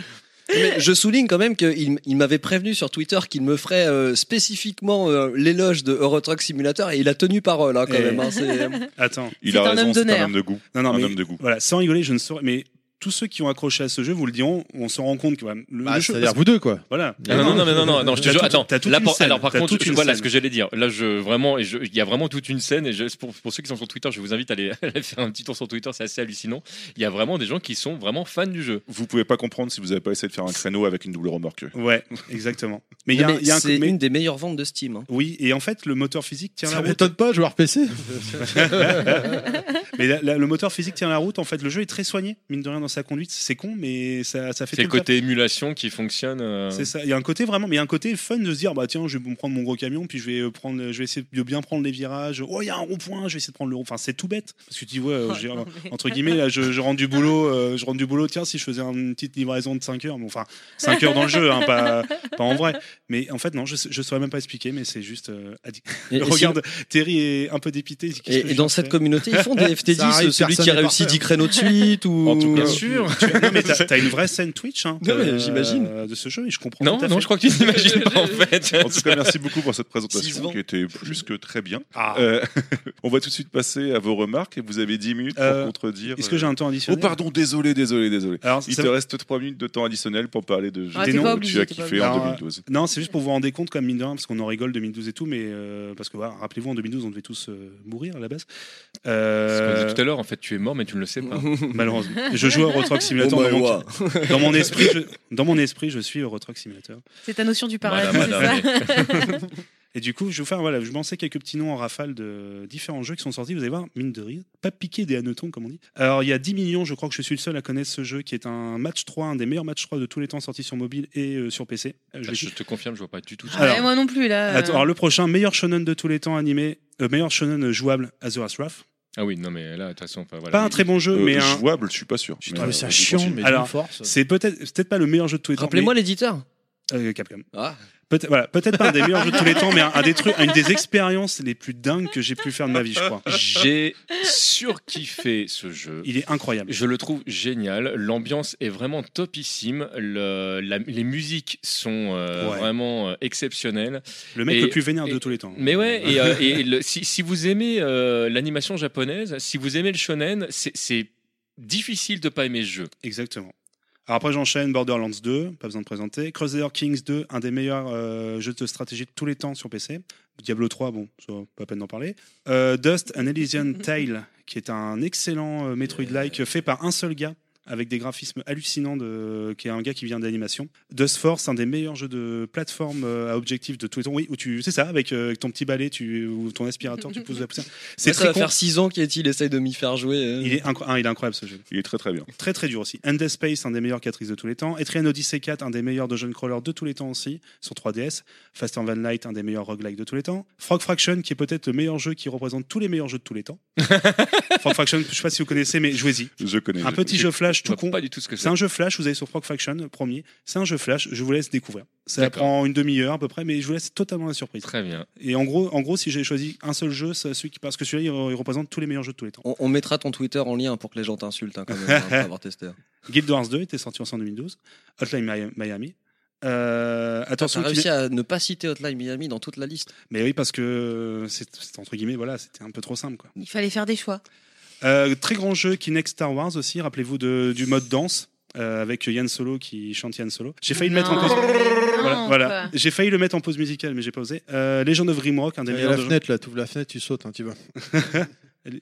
Speaker 1: Mais je souligne quand même qu'il il m'avait prévenu sur Twitter qu'il me ferait euh, spécifiquement euh, l'éloge de Euro Truck Simulator et il a tenu parole hein, quand
Speaker 3: Eh.
Speaker 1: même. hein, c'est-
Speaker 3: Attends.
Speaker 2: Il
Speaker 4: C'est
Speaker 2: a
Speaker 4: un
Speaker 2: raison,
Speaker 4: homme
Speaker 2: c'est un
Speaker 4: d'honneur.
Speaker 2: homme de goût.
Speaker 6: Ah,
Speaker 3: Non, non,
Speaker 2: Un
Speaker 3: mais
Speaker 2: homme de goût.
Speaker 3: voilà, sans rigoler, je ne saurais. Mais tous ceux qui ont accroché à ce jeu vous le diront, on se rend compte que bah, le,
Speaker 5: Bah,
Speaker 3: le jeu.
Speaker 5: C'est-à-dire vous deux, quoi.
Speaker 3: Voilà.
Speaker 6: Ah non, non, non, mais non, non, non, je te
Speaker 3: T'as
Speaker 6: jure,
Speaker 3: tout-
Speaker 6: attends,
Speaker 3: t'as toute
Speaker 6: là,
Speaker 3: une
Speaker 6: par-
Speaker 3: scène,
Speaker 6: alors par
Speaker 3: t'as
Speaker 6: contre,
Speaker 3: toute
Speaker 6: je-
Speaker 3: une
Speaker 6: voilà
Speaker 3: scène.
Speaker 6: ce que j'allais dire. Là, je vraiment, et je- il y a vraiment toute une scène, et je- pour, pour ceux qui sont sur Twitter, je vous invite à aller, à aller faire un petit tour sur Twitter, c'est assez hallucinant. Il y a vraiment des gens qui sont vraiment fans du jeu.
Speaker 2: Vous pouvez pas comprendre si vous n'avez pas essayé de faire un créneau avec une double remorque.
Speaker 3: Ouais, exactement. Mais il y a, un- il y a un.
Speaker 1: c'est
Speaker 3: mais-
Speaker 1: une des meilleures ventes de Steam. hein.
Speaker 3: Oui, et en fait, le moteur physique tient
Speaker 5: Ça
Speaker 3: la route.
Speaker 5: m'étonne pas, joueur PC.
Speaker 3: Mais la- la- le moteur physique tient la route. En fait, le jeu est très soigné, mine de rien, dans sa conduite. C'est con, mais ça, ça fait
Speaker 6: C'est le
Speaker 3: tout le taf.
Speaker 6: côté émulation qui fonctionne. euh,
Speaker 3: C'est ça. Il y a un côté vraiment, mais il y a un côté fun de se dire, bah tiens, je vais prendre mon gros camion, puis je vais euh, prendre, je vais essayer de bien prendre les virages. Oh, il y a un rond-point, je vais essayer de prendre le rond. Enfin, c'est tout bête parce que tu dis, ouais, euh, j'ai-
Speaker 4: Oh, non, mais-
Speaker 3: entre guillemets, là, je, je rentre du boulot, euh, je rentre du boulot. Tiens, si je faisais une petite livraison de 5 heures, mais enfin, 5 heures dans le jeu, hein, pas, pas en vrai. Mais en fait, non, je, je saurais même pas expliquer, mais c'est juste. euh, addi-
Speaker 1: Et- et si-
Speaker 3: Regarde, Terry est un peu dépité. Il dit,
Speaker 1: Et,
Speaker 3: Qu'est-ce que
Speaker 1: et
Speaker 3: je
Speaker 1: dans
Speaker 3: fais
Speaker 1: cette communauté, ils font des
Speaker 5: Ça arrive,
Speaker 1: FT10, celui
Speaker 5: personne
Speaker 1: qui a
Speaker 5: n'est
Speaker 1: réussi
Speaker 5: parfait.
Speaker 1: 10 créneaux de suite ou.
Speaker 6: En tout cas,
Speaker 1: Bien
Speaker 6: sûr.
Speaker 3: Non, mais t'as t'as une vraie scène Twitch, hein,
Speaker 1: euh, Non, mais
Speaker 3: euh,
Speaker 1: j'imagine.
Speaker 3: de ce jeu, et je comprends.
Speaker 6: Non,
Speaker 3: tout à
Speaker 6: non,
Speaker 3: fait.
Speaker 6: je crois que tu n'imagines pas en fait.
Speaker 2: En tout cas, merci beaucoup pour cette
Speaker 1: S'ils se
Speaker 2: présentation
Speaker 1: vendent.
Speaker 2: qui était plus que très bien.
Speaker 3: Ah.
Speaker 2: Euh, on va tout de suite passer à vos remarques et vous avez 10 minutes pour
Speaker 3: Euh,
Speaker 2: contredire.
Speaker 3: Est-ce que
Speaker 2: euh,
Speaker 3: j'ai un temps additionnel
Speaker 2: Oh pardon, désolé, désolé, désolé.
Speaker 3: Alors,
Speaker 2: Il
Speaker 3: ça-
Speaker 2: te reste 3 minutes de temps additionnel pour parler de jeux
Speaker 4: Ah, t'es
Speaker 2: vidéo
Speaker 4: pas
Speaker 2: que tu
Speaker 4: obligé,
Speaker 2: as
Speaker 4: t'es pas
Speaker 2: kiffé
Speaker 3: obligé.
Speaker 2: en
Speaker 3: Alors,
Speaker 2: 2012.
Speaker 3: Non, c'est juste pour vous rendre compte, comme mine de rien, parce qu'on en rigole 2012 et tout, mais euh, parce que voilà, rappelez-vous, en 2012, on devait tous euh, mourir à la base.
Speaker 6: C'est ce
Speaker 3: Euh, Mhm.
Speaker 6: qu'on disait tout à l'heure, en fait, tu es mort, mais tu ne le sais pas.
Speaker 3: malheureusement. Je joue à Euro Truck
Speaker 1: Oh
Speaker 3: Simulator.
Speaker 1: bah
Speaker 3: dans, mon,
Speaker 1: Ah,
Speaker 3: dans mon esprit, je, dans mon esprit, je suis Euro Truck Simulator.
Speaker 4: C'est ta notion du
Speaker 6: Voilà,
Speaker 4: parallèle,
Speaker 6: voilà,
Speaker 4: c'est ça
Speaker 3: Et du coup, je vais vous faire, voilà, je pensais quelques petits noms en rafale de différents jeux qui sont sortis. Vous allez voir, mine de rien, pas piqué des hannetons, comme on dit. Alors, il y a 10 millions, je crois que je suis le seul à connaître ce jeu, qui est un match 3, un des meilleurs match 3 de tous les temps sortis sur mobile et euh, sur PC. Euh, je
Speaker 6: Je,
Speaker 3: l'ai
Speaker 6: te confirme, je vois pas du tout.
Speaker 4: Ah ouais,
Speaker 3: Alors-
Speaker 4: Moi non plus, là. euh,
Speaker 3: Attends, alors le prochain, meilleur shonen de tous les temps animé, euh, meilleur shonen jouable, Azora's Wrath.
Speaker 6: Ah oui, non, mais là, de toute façon, enfin, voilà.
Speaker 3: Pas un très bon jeu,
Speaker 2: Euh,
Speaker 3: mais un...
Speaker 2: Jouable, je suis pas sûr.
Speaker 5: Je
Speaker 2: Mais,
Speaker 5: trouve
Speaker 2: euh,
Speaker 5: ça
Speaker 2: vas-y,
Speaker 5: chiant,
Speaker 2: continue.
Speaker 5: mais
Speaker 3: Alors,
Speaker 5: d'une force.
Speaker 3: c'est peut-être c'est peut-être pas le meilleur jeu de tous les temps.
Speaker 1: Rappelez-moi l'éditeur.
Speaker 3: mais- euh, Capcom.
Speaker 1: Ah,
Speaker 3: Peut-être voilà, peut-être pas un des meilleurs jeux de tous les temps, mais un, un des trucs, une des expériences les plus dingues que j'ai pu faire de ma vie, je crois.
Speaker 6: J'ai surkiffé ce jeu.
Speaker 3: Il est incroyable.
Speaker 6: Je le trouve génial. L'ambiance est vraiment topissime. Le- la- les musiques sont euh,
Speaker 3: Ouais.
Speaker 6: vraiment euh, exceptionnelles.
Speaker 3: Le mec
Speaker 6: Et-
Speaker 3: le plus vénère de
Speaker 6: et-
Speaker 3: tous les temps.
Speaker 6: Mais ouais,
Speaker 5: Ah,
Speaker 6: et, euh, et le- si, si vous aimez euh, l'animation japonaise, si vous aimez le shonen, c'est- c'est difficile de pas aimer ce jeu.
Speaker 3: Exactement. Alors après j'enchaîne Borderlands 2, pas besoin de présenter. Crusader Kings 2, un des meilleurs euh, jeux de stratégie de tous les temps sur PC. Diablo 3, bon, ça va pas la peine d'en parler. Euh, Dust, An Elysian Tale, qui est un excellent euh, Metroid-like fait par un seul gars, avec des graphismes hallucinants, de, qui est un gars qui vient d'animation. Dust Force, un des meilleurs jeux de plateforme euh, à objectif de tous les temps. Oui, où tu, c'est ça, avec euh, ton petit balai tu, ou ton aspirateur, tu pousses la poussière. C'est
Speaker 1: c'est ça
Speaker 3: très
Speaker 1: va
Speaker 3: con.
Speaker 1: faire 6 ans qu'est-il essaye de m'y faire jouer. euh.
Speaker 3: Il est, incro- ah, il est incroyable ce jeu.
Speaker 2: Il est très très bien.
Speaker 3: Très très dur aussi. Endless Space, un des meilleurs actrices de tous les temps. Etrian Odyssey 4, un des meilleurs Dungeon Crawler de tous les temps aussi, sur 3DS. Fast and Van Light, un des meilleurs roguelike de tous les temps. Frog Fraction, qui est peut-être le meilleur jeu qui représente tous les meilleurs jeux de tous les temps. Frog Fraction, je sais pas si vous connaissez, mais jouez-y.
Speaker 2: Je connais.
Speaker 3: Un
Speaker 2: je-
Speaker 3: petit jeu flash
Speaker 6: Je
Speaker 3: tout
Speaker 6: vois
Speaker 3: con.
Speaker 6: pas du tout ce que
Speaker 3: C'est
Speaker 6: c'est.
Speaker 3: un jeu flash, vous allez sur Frog Faction, premier. C'est un jeu flash, je vous laisse découvrir. Ça
Speaker 6: D'accord.
Speaker 3: prend une demi-heure à peu près, mais je vous laisse totalement la surprise.
Speaker 6: Très bien.
Speaker 3: Et en gros, en gros si j'ai choisi un seul jeu, c'est celui qui. Parce que celui-là, il- il représente tous les meilleurs jeux de tous les temps.
Speaker 1: On, on mettra ton Twitter en lien pour que les gens t'insultent hein, quand même hein, après avoir testé.
Speaker 3: Guild Wars 2 était sorti en 2012. Hotline Mi- Miami. Euh,
Speaker 1: T'as
Speaker 3: attention, tu-
Speaker 1: réussi à ne pas citer Hotline Miami dans toute la liste.
Speaker 3: mais oui parce que euh, c'est c'est entre guillemets voilà c'était un peu trop simple quoi.
Speaker 4: Il fallait faire des choix.
Speaker 3: Euh, très grand jeu qui next Star Wars aussi rappelez-vous de- du mode danse euh, avec Yann Solo qui chante Yann Solo. J'ai failli le mettre en
Speaker 4: Non,
Speaker 3: pause.
Speaker 4: mais
Speaker 3: Voilà,
Speaker 4: non,
Speaker 3: voilà.
Speaker 4: quoi.
Speaker 3: j'ai failli le mettre en pause musicale mais j'ai pas osé. Euh, Legend of Grimrock un des
Speaker 5: Il y a la
Speaker 3: meilleurs de...
Speaker 5: fenêtre, là, tu ouvres la fenêtre, tu sautes, hein, tu vas.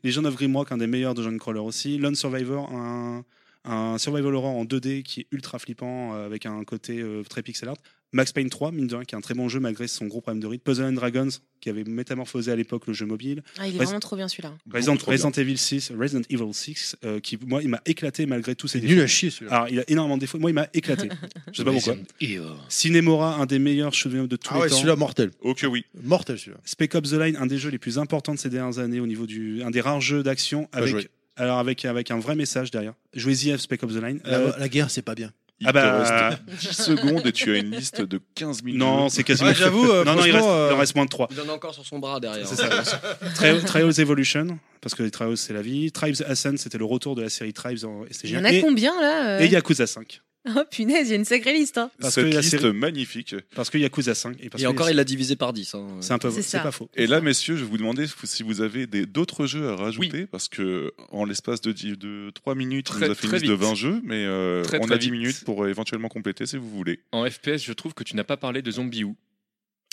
Speaker 3: Legend of Grimrock un des meilleurs de John Crawler aussi. Lone Survivor un un survival horror en 2D qui est ultra flippant euh, avec un côté euh, très pixel art. Max Payne 3, mine de rien, qui est un très bon jeu malgré son gros problème de rythme. Puzzle and Dragons, qui avait métamorphosé à l'époque le jeu mobile.
Speaker 4: Ah, il est
Speaker 3: Ouais,
Speaker 4: vraiment trop bien celui-là.
Speaker 3: Resident,
Speaker 2: Beaucoup trop bien.
Speaker 3: Resident Evil 6, Resident Evil 6, euh, qui moi il m'a éclaté malgré tous ses
Speaker 5: C'est
Speaker 3: défauts.
Speaker 5: nul à chier, celui-là.
Speaker 3: Alors il a énormément de défauts, moi il m'a éclaté. Je sais pas pourquoi.
Speaker 5: euh.
Speaker 3: Cinemora, un des meilleurs cheveux de tous
Speaker 5: Ah
Speaker 3: les
Speaker 5: ouais,
Speaker 3: temps.
Speaker 5: celui-là, mortel.
Speaker 2: Oh que oui.
Speaker 5: Mortel, celui-là.
Speaker 3: Spec Ops The Line, un des jeux les plus importants de ces dernières années au niveau du, un des rares jeux d'action avec,
Speaker 5: joué.
Speaker 3: alors avec avec un vrai message derrière. Jouez-y à Spec Ops The Line. Euh,
Speaker 5: La, la guerre, c'est pas bien.
Speaker 2: Il
Speaker 3: Ah bah-
Speaker 2: te reste 10 secondes et tu as une liste de 15 minutes.
Speaker 3: Euh, non, c'est quasiment.
Speaker 5: j'avoue, euh,
Speaker 3: non, non, il reste,
Speaker 5: franchement, euh,
Speaker 3: il en reste moins de 3.
Speaker 1: Il en a encore sur son bras derrière. hein.
Speaker 3: C'est Tri- Trials Evolution, parce que les Trials c'est la vie. Tribes Ascent, c'était le retour de la série Tribes, en... et c'était
Speaker 4: Il y en
Speaker 3: génial.
Speaker 4: a
Speaker 3: Et-
Speaker 4: combien là euh
Speaker 3: Et Yakuza 5.
Speaker 4: Oh punaise, il y a une sacrée liste. hein.
Speaker 3: Parce
Speaker 2: Cette
Speaker 3: que la
Speaker 2: liste
Speaker 3: série-
Speaker 2: magnifique.
Speaker 3: Parce que Yakuza 5. Et, parce
Speaker 1: Et
Speaker 3: que-
Speaker 1: encore, il l'a divisé par 10. hein.
Speaker 3: C'est un peu
Speaker 4: C'est
Speaker 3: c'est
Speaker 4: ça.
Speaker 3: pas faux.
Speaker 2: Et là, messieurs, je vais vous demander si vous avez des- d'autres jeux à rajouter, parce que en l'espace de, dix- de 3 minutes, on
Speaker 6: Très-
Speaker 2: nous a fait une
Speaker 6: très
Speaker 2: liste de
Speaker 6: vite.
Speaker 2: 20 jeux, mais euh,
Speaker 6: Très,
Speaker 2: on
Speaker 6: très
Speaker 2: a 10
Speaker 6: vite.
Speaker 2: minutes pour euh, éventuellement compléter si vous voulez.
Speaker 6: En FPS, je trouve que tu n'as pas parlé de Zombie Who.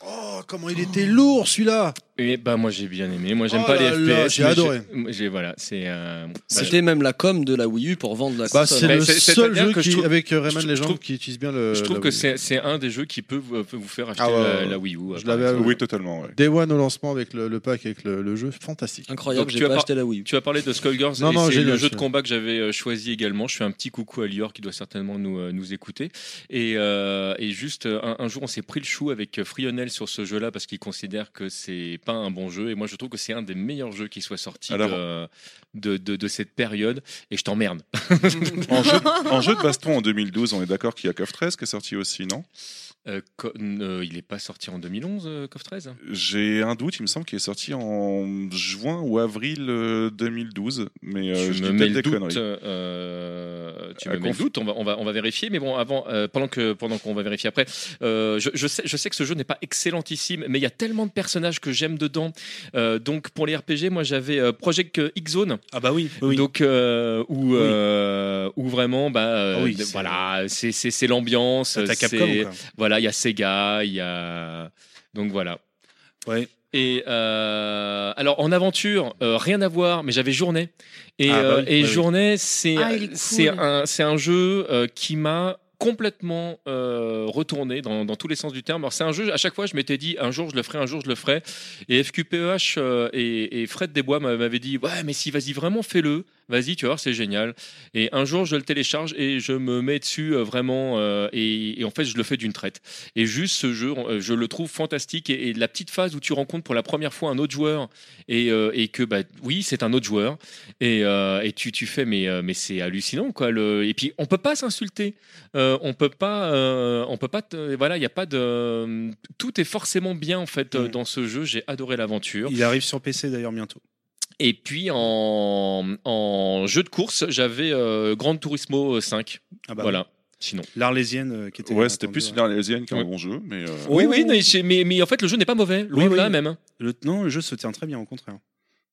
Speaker 5: Oh, comment il était lourd celui-là
Speaker 6: Et bah moi j'ai bien aimé. Moi j'aime
Speaker 5: Oh
Speaker 6: pas
Speaker 5: là
Speaker 6: les FPS.
Speaker 5: là,
Speaker 6: mais
Speaker 5: j'ai adoré.
Speaker 6: j'ai- voilà, c'est. euh, bah,
Speaker 1: C'était même la com de la Wii U pour vendre la
Speaker 5: Bah,
Speaker 1: console.
Speaker 5: c'est
Speaker 6: Mais
Speaker 5: le
Speaker 6: c'est- c'est-
Speaker 5: seul
Speaker 6: c'est-à-dire
Speaker 5: jeu
Speaker 6: que je
Speaker 5: qui,
Speaker 6: trouve-
Speaker 5: avec euh, Rayman
Speaker 6: je
Speaker 5: Legends
Speaker 6: trouve-
Speaker 5: qui utilise bien le.
Speaker 6: je trouve
Speaker 5: euh, la
Speaker 6: que
Speaker 5: Wii.
Speaker 6: c'est c'est un des jeux qui peut vous, peut vous faire acheter
Speaker 5: Ah ouais,
Speaker 6: la,
Speaker 5: ouais.
Speaker 6: la Wii U.
Speaker 5: Je
Speaker 6: par
Speaker 5: l'avais-
Speaker 6: exemple.
Speaker 2: Oui, totalement. ouais.
Speaker 5: Day One au lancement avec le, le pack, avec le, le jeu, fantastique.
Speaker 1: Incroyable,
Speaker 6: Donc,
Speaker 1: j'ai
Speaker 6: tu as
Speaker 1: pas
Speaker 6: pas-
Speaker 1: acheté la Wii U.
Speaker 6: Tu as parlé de Skullgirls,
Speaker 5: Non,
Speaker 6: et
Speaker 5: non,
Speaker 6: c'est
Speaker 5: j'ai
Speaker 6: le
Speaker 5: lu,
Speaker 6: jeu de
Speaker 5: je-
Speaker 6: combat que j'avais euh, choisi également. Je fais un petit coucou à Lior qui doit certainement nous, euh, nous écouter. Et, euh, et juste, euh, un, un jour, on s'est pris le chou avec euh, Frionel sur ce jeu-là parce qu'il considère que c'est pas un bon jeu. Et moi, je trouve que c'est un des meilleurs jeux qui soit sorti
Speaker 2: Alors-
Speaker 6: de, de, de- de cette période. Et je t'emmerde.
Speaker 2: En, jeu, en jeu de baston en 2012, on est d'accord qu'il y a KOF 13 qui est sorti aussi, non
Speaker 6: Euh, co- euh, il est pas sorti en 2011, euh, KOF 13
Speaker 2: J'ai un doute, il me semble qu'il est sorti en juin ou avril euh, 2012, mais euh,
Speaker 6: tu
Speaker 2: je
Speaker 6: me
Speaker 2: dis
Speaker 6: mets
Speaker 2: peut-être
Speaker 6: le
Speaker 2: des
Speaker 6: doute.
Speaker 2: conneries.
Speaker 6: euh, tu
Speaker 2: À
Speaker 6: me mets le
Speaker 2: conf-
Speaker 6: doute. On va, on va, on va vérifier. Mais bon, avant, euh, pendant que pendant qu'on va vérifier après, euh, je, je sais, je sais que ce jeu n'est pas excellentissime, mais il y a tellement de personnages que j'aime dedans. Euh, donc pour les RPG, moi j'avais euh, Project X Zone.
Speaker 3: Ah bah oui, oui.
Speaker 6: Donc euh, où euh, où vraiment bah euh,
Speaker 3: Ah oui,
Speaker 6: de-
Speaker 3: c'est-
Speaker 6: voilà, c'est c'est c'est l'ambiance.
Speaker 3: t'as
Speaker 6: c'est-
Speaker 3: Capcom. quoi.
Speaker 6: Voilà, il y a Sega, il y a donc voilà.
Speaker 3: Ouais.
Speaker 6: Et euh, alors en aventure, euh, rien à voir, mais j'avais Journée. Et,
Speaker 3: Ah, bah
Speaker 6: euh,
Speaker 3: oui,
Speaker 6: et
Speaker 3: oui, oui.
Speaker 6: Journée, c'est
Speaker 4: Ah, il est cool.
Speaker 6: euh, c'est un c'est un jeu euh, qui m'a complètement euh, retourné dans, dans tous les sens du terme. Alors c'est un jeu, à chaque fois je m'étais dit un jour je le ferai, un jour je le ferai. Et FQPEH euh, et, et Fred Desbois m'a- m'avaient dit ouais mais si vas-y vraiment fais-le, vas-y tu vas voir c'est génial. Et un jour je le télécharge et je me mets dessus euh, vraiment euh, et- et en fait je le fais d'une traite. Et juste ce jeu, on- euh, je le trouve fantastique. Et, et la petite phase où tu rencontres pour la première fois un autre joueur et, euh, et que, bah, oui, c'est un autre joueur. Et, euh, et tu, tu fais, mais, euh, mais c'est hallucinant, quoi. Le... Et puis, on peut pas s'insulter. Euh, on peut pas, euh, on peut pas. te- Voilà, il y a pas de. Tout est forcément bien, en fait, euh,
Speaker 3: Mm.
Speaker 6: dans ce jeu. J'ai adoré l'aventure.
Speaker 3: Il arrive sur PC d'ailleurs bientôt.
Speaker 6: Et puis, en, en jeu de course, j'avais euh, Gran Turismo 5.
Speaker 3: Ah bah
Speaker 6: voilà. Sinon.
Speaker 3: oui. L'Arlésienne euh, qui était.
Speaker 2: Ouais, c'était
Speaker 3: attendue,
Speaker 2: plus
Speaker 3: hein.
Speaker 2: une Arlésienne qu'un
Speaker 6: Ouais. Oh,
Speaker 2: bon jeu, mais euh,
Speaker 6: Oui, oui, mais, j'ai- mais, mais en fait, le jeu n'est pas mauvais. Loin
Speaker 3: Oui,
Speaker 6: de là,
Speaker 3: oui.
Speaker 6: même. hein.
Speaker 3: Le- Non, le jeu se tient très bien au contraire.